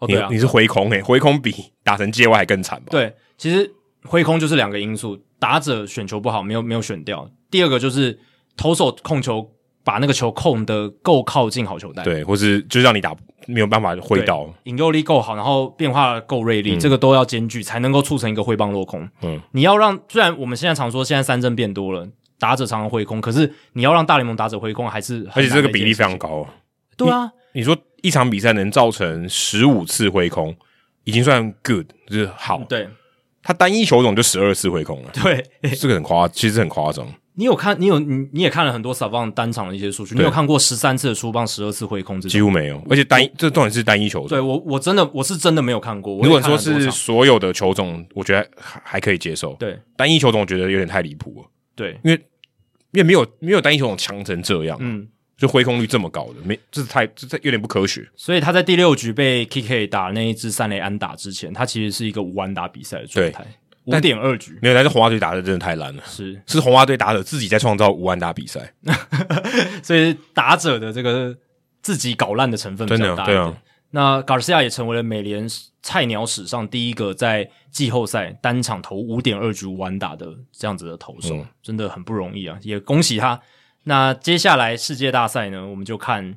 [SPEAKER 1] 哦，
[SPEAKER 2] 你
[SPEAKER 1] 对啊
[SPEAKER 2] 你，是挥空诶、欸挥空比打成界外还更惨吧？，
[SPEAKER 1] 对，其实挥空就是两个因素，打者选球不好，没有没有选掉。第二个就是投手控球，把那个球控的够靠近好球带，
[SPEAKER 2] 对，或是就让你打没有办法挥
[SPEAKER 1] 对
[SPEAKER 2] 到，
[SPEAKER 1] 引诱力够好，然后变化够锐利，这个都要兼具，才能够促成一个挥棒落空。
[SPEAKER 2] 嗯，
[SPEAKER 1] 你要让，虽然我们现在常说现在三振变多了，打者常常挥空，可是你要让大联盟打者挥空还是很
[SPEAKER 2] 而且
[SPEAKER 1] 难
[SPEAKER 2] 这个
[SPEAKER 1] 的一件
[SPEAKER 2] 比例
[SPEAKER 1] 事
[SPEAKER 2] 非常高。
[SPEAKER 1] 对啊，
[SPEAKER 2] 你说一场比赛能造成十五次挥空，已经算 good，就是好。
[SPEAKER 1] 对，
[SPEAKER 2] 他单一球种就十二次挥空了，
[SPEAKER 1] 对，
[SPEAKER 2] 这个很夸，其实很夸张。
[SPEAKER 1] 你有看，你有你你也看了很多 Savon 单场的一些数据，你有看过十三次的出棒，十二次挥空这
[SPEAKER 2] 几
[SPEAKER 1] 种？
[SPEAKER 2] 乎没有，而且单一这重点是单一球
[SPEAKER 1] 对
[SPEAKER 2] 种。
[SPEAKER 1] 我我真的我是真的没有看过。我也
[SPEAKER 2] 如果
[SPEAKER 1] 看
[SPEAKER 2] 说
[SPEAKER 1] 了很多
[SPEAKER 2] 是
[SPEAKER 1] 场
[SPEAKER 2] 所有的球种，我觉得还还可以接受。
[SPEAKER 1] 对
[SPEAKER 2] 单一球种，我觉得有点太离谱了，
[SPEAKER 1] 对，
[SPEAKER 2] 因为没有没有单一球种强成这样，啊
[SPEAKER 1] 嗯，
[SPEAKER 2] 就挥空率这么高的，没这太这这有点不科学。
[SPEAKER 1] 所以他在第六局被 KK 打那一支三垒安打之前，他其实是一个无安打比赛的状态，五
[SPEAKER 2] 但
[SPEAKER 1] 点二局
[SPEAKER 2] 没有，但是红袜队打的真的太烂了，
[SPEAKER 1] 是，
[SPEAKER 2] 是红袜队打的自己在创造无安打比赛，
[SPEAKER 1] 所以打者的这个自己搞烂的成分比
[SPEAKER 2] 真
[SPEAKER 1] 较
[SPEAKER 2] 的
[SPEAKER 1] 大一
[SPEAKER 2] 对
[SPEAKER 1] 点。
[SPEAKER 2] 啊，
[SPEAKER 1] 那 Garcia 也成为了美联菜鸟史上第一个在季后赛单场投五点二局完打的这样子的投手，
[SPEAKER 2] 嗯
[SPEAKER 1] 真的很不容易啊！也恭喜他。那接下来世界大赛呢，我们就看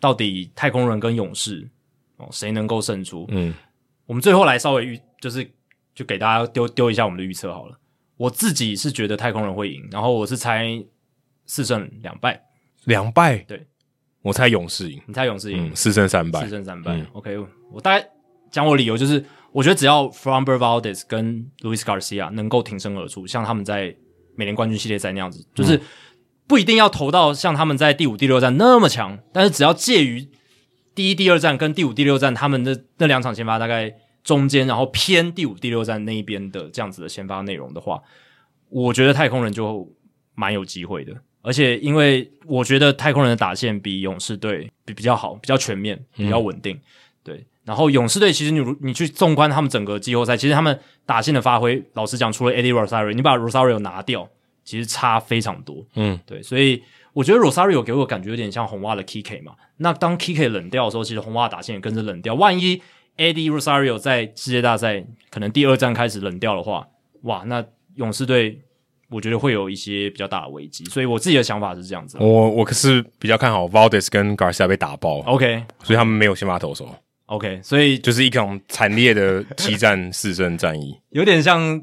[SPEAKER 1] 到底太空人跟勇士哦谁能够胜出。
[SPEAKER 2] 嗯，
[SPEAKER 1] 我们最后来稍微预，就是就给大家丢丢一下我们的预测好了。我自己是觉得太空人会赢，然后我是猜四胜两败，
[SPEAKER 2] 两败，
[SPEAKER 1] 对，
[SPEAKER 2] 我猜勇士赢，
[SPEAKER 1] 你猜勇士赢？
[SPEAKER 2] 嗯，四胜三败
[SPEAKER 1] 四，胜三败。
[SPEAKER 2] 嗯
[SPEAKER 1] OK，我大概讲我理由就是，我觉得只要 Fromber Valdez 跟 Luis Garcia 能够挺身而出，像他们在美联冠军系列赛那样
[SPEAKER 2] 嗯
[SPEAKER 1] 子，就是不一定要投到像他们在第五、第六战那么强，但是只要介于第一、第二战跟第五、第六战他们的那两场先发大概中间，然后偏第五、第六战那一边的这样子的先发内容的话，我觉得太空人就蛮有机会的。而且，因为我觉得太空人的打线比勇士队比比较好，比较全面，比较稳定。对，然后勇士队其实你如你去纵观他们整个季后赛，其实他们打线的发挥，老实讲，除了 Eddie Rosario，你把 Rosario 拿掉，其实差非常多。
[SPEAKER 2] 嗯，
[SPEAKER 1] 对，所以我觉得 Rosario 给我感觉有点像红袜的 Kike 嘛。那当 Kike 冷掉的时候，其实红袜打线也跟着冷掉。万一 Eddie Rosario 在世界大赛可能第二站开始冷掉的话，哇，那勇士队我觉得会有一些比较大的危机。所以我自己的想法是这样子啊。
[SPEAKER 2] 我我可是比较看好 Valdez 跟 Garcia 被打爆，
[SPEAKER 1] OK
[SPEAKER 2] 所以他们没有先发投手，
[SPEAKER 1] OK，所以就
[SPEAKER 2] 就是一场惨烈的七战四胜战 役，
[SPEAKER 1] 有点像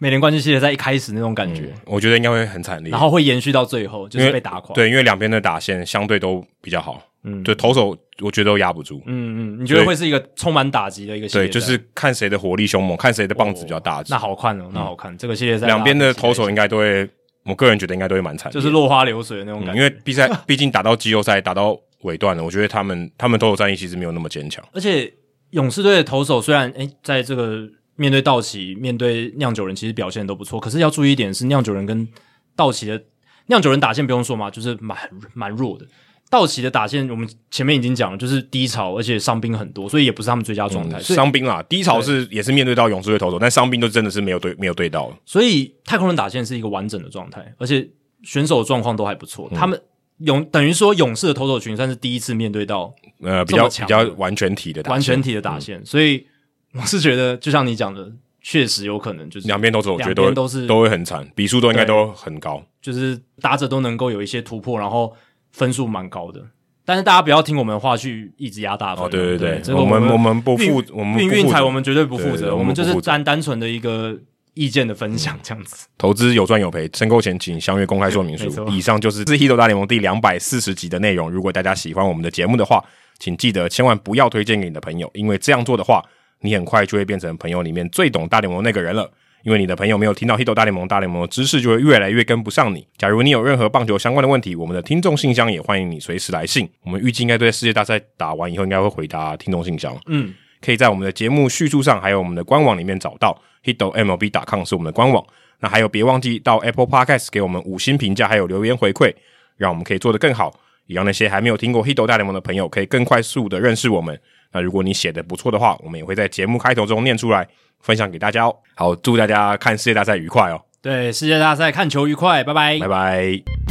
[SPEAKER 1] 美联冠军系列赛一开始那种感觉，
[SPEAKER 2] 我觉得应该会很惨烈。
[SPEAKER 1] 然后会延续到最后，就
[SPEAKER 2] 因
[SPEAKER 1] 是
[SPEAKER 2] 为
[SPEAKER 1] 被打垮。，
[SPEAKER 2] 对，因为两边的打线相对都比较好，
[SPEAKER 1] 嗯，
[SPEAKER 2] 对投手我觉得都压不住，
[SPEAKER 1] 嗯嗯，你觉得
[SPEAKER 2] 对
[SPEAKER 1] 会是一个充满打击的一个系列
[SPEAKER 2] 对，
[SPEAKER 1] 赛
[SPEAKER 2] 就是看谁的火力凶猛，看谁的棒子比较大只，
[SPEAKER 1] 那好看哦，那好看。这个系列赛
[SPEAKER 2] 两边的投
[SPEAKER 1] 手。
[SPEAKER 2] 手应该都会，我个人觉得应该都会蛮惨
[SPEAKER 1] 就
[SPEAKER 2] 烈的，
[SPEAKER 1] 是落花流水的那种感
[SPEAKER 2] 嗯
[SPEAKER 1] 觉。
[SPEAKER 2] 因为比赛毕竟打到季后赛打到尾段了，我觉得他们他们投手战役其实没有那么坚强，
[SPEAKER 1] 而且勇士队的投手虽然诶、在这个面对道奇、面对酿酒人，其实表现都不错，可是要注意一点是，酿酒人跟道奇的酿酒人打线不用说嘛，就是蛮蛮弱的。道奇的打线我们前面已经讲了，就是低潮，而且伤兵很多，所以也不是他们最佳状态。
[SPEAKER 2] 嗯
[SPEAKER 1] 所以
[SPEAKER 2] 伤兵啦，低潮是也是面对到勇士队投手，但伤兵都真的是没有对没有对到，
[SPEAKER 1] 所以太空人打线是一个完整的状态，而且选手的状况都还不
[SPEAKER 2] 嗯
[SPEAKER 1] 错。他们勇等于说勇士的投手群算是第一次面对到
[SPEAKER 2] 呃，比
[SPEAKER 1] 这么
[SPEAKER 2] 较
[SPEAKER 1] 强
[SPEAKER 2] 比较完全体的打线，
[SPEAKER 1] 完全体的打线，所以我是觉得，就像你讲的，确实有可能就是
[SPEAKER 2] 两边投手，我觉得
[SPEAKER 1] 两边
[SPEAKER 2] 都
[SPEAKER 1] 都是
[SPEAKER 2] 都会很惨，比数都应该都很高，
[SPEAKER 1] 就是打者都能够有一些突破，然后分数蛮高的。但是大家不要听我们的话去一直压大分啊、
[SPEAKER 2] 哦，对
[SPEAKER 1] 对
[SPEAKER 2] 对
[SPEAKER 1] 这
[SPEAKER 2] 对，
[SPEAKER 1] 个
[SPEAKER 2] 我们
[SPEAKER 1] 我
[SPEAKER 2] 我们不
[SPEAKER 1] 运
[SPEAKER 2] 负我们
[SPEAKER 1] 运
[SPEAKER 2] 不
[SPEAKER 1] 运
[SPEAKER 2] 负
[SPEAKER 1] 彩
[SPEAKER 2] 责
[SPEAKER 1] 我们绝对不负
[SPEAKER 2] 对对
[SPEAKER 1] 责，
[SPEAKER 2] 对
[SPEAKER 1] 我们
[SPEAKER 2] 我们不
[SPEAKER 1] 就是
[SPEAKER 2] 负责
[SPEAKER 1] 单单纯的一个意见的分享这样子。
[SPEAKER 2] 投资有赚有赔，申购前请详阅公开说明
[SPEAKER 1] 哎没错
[SPEAKER 2] 书。以上就是《自 h i t 大联盟》第两百四十集的内容。如果大家喜欢我们的节目的话，请记得千万不要推荐给你的朋友，因为这样做的话，你很快就会变成朋友里面最懂大联盟那个人了。因为你的朋友没有听到《h i t 大联盟》，大联盟的知识就会越来越跟不上你。假如你有任何棒球相关的问题，我们的听众信箱也欢迎你随时来信。我们预计应该对世界大赛打完以后，应该会回答听众信箱。
[SPEAKER 1] 嗯，
[SPEAKER 2] 可以在我们的节目叙述上，还有我们的官网里面找到 hito mlb com 是我们的官网。那还有，别忘记到 Apple Podcast 给我们五星评价，还有留言回馈，让我们可以做得更好，也让那些还没有听过 Hito 大联盟的朋友可以更快速的认识我们。那如果你写的不错的话，我们也会在节目开头中念出来，分享给大家哦。好，祝大家看世界大赛愉快哦，
[SPEAKER 1] 对，世界大赛看球愉快，拜拜
[SPEAKER 2] 拜拜。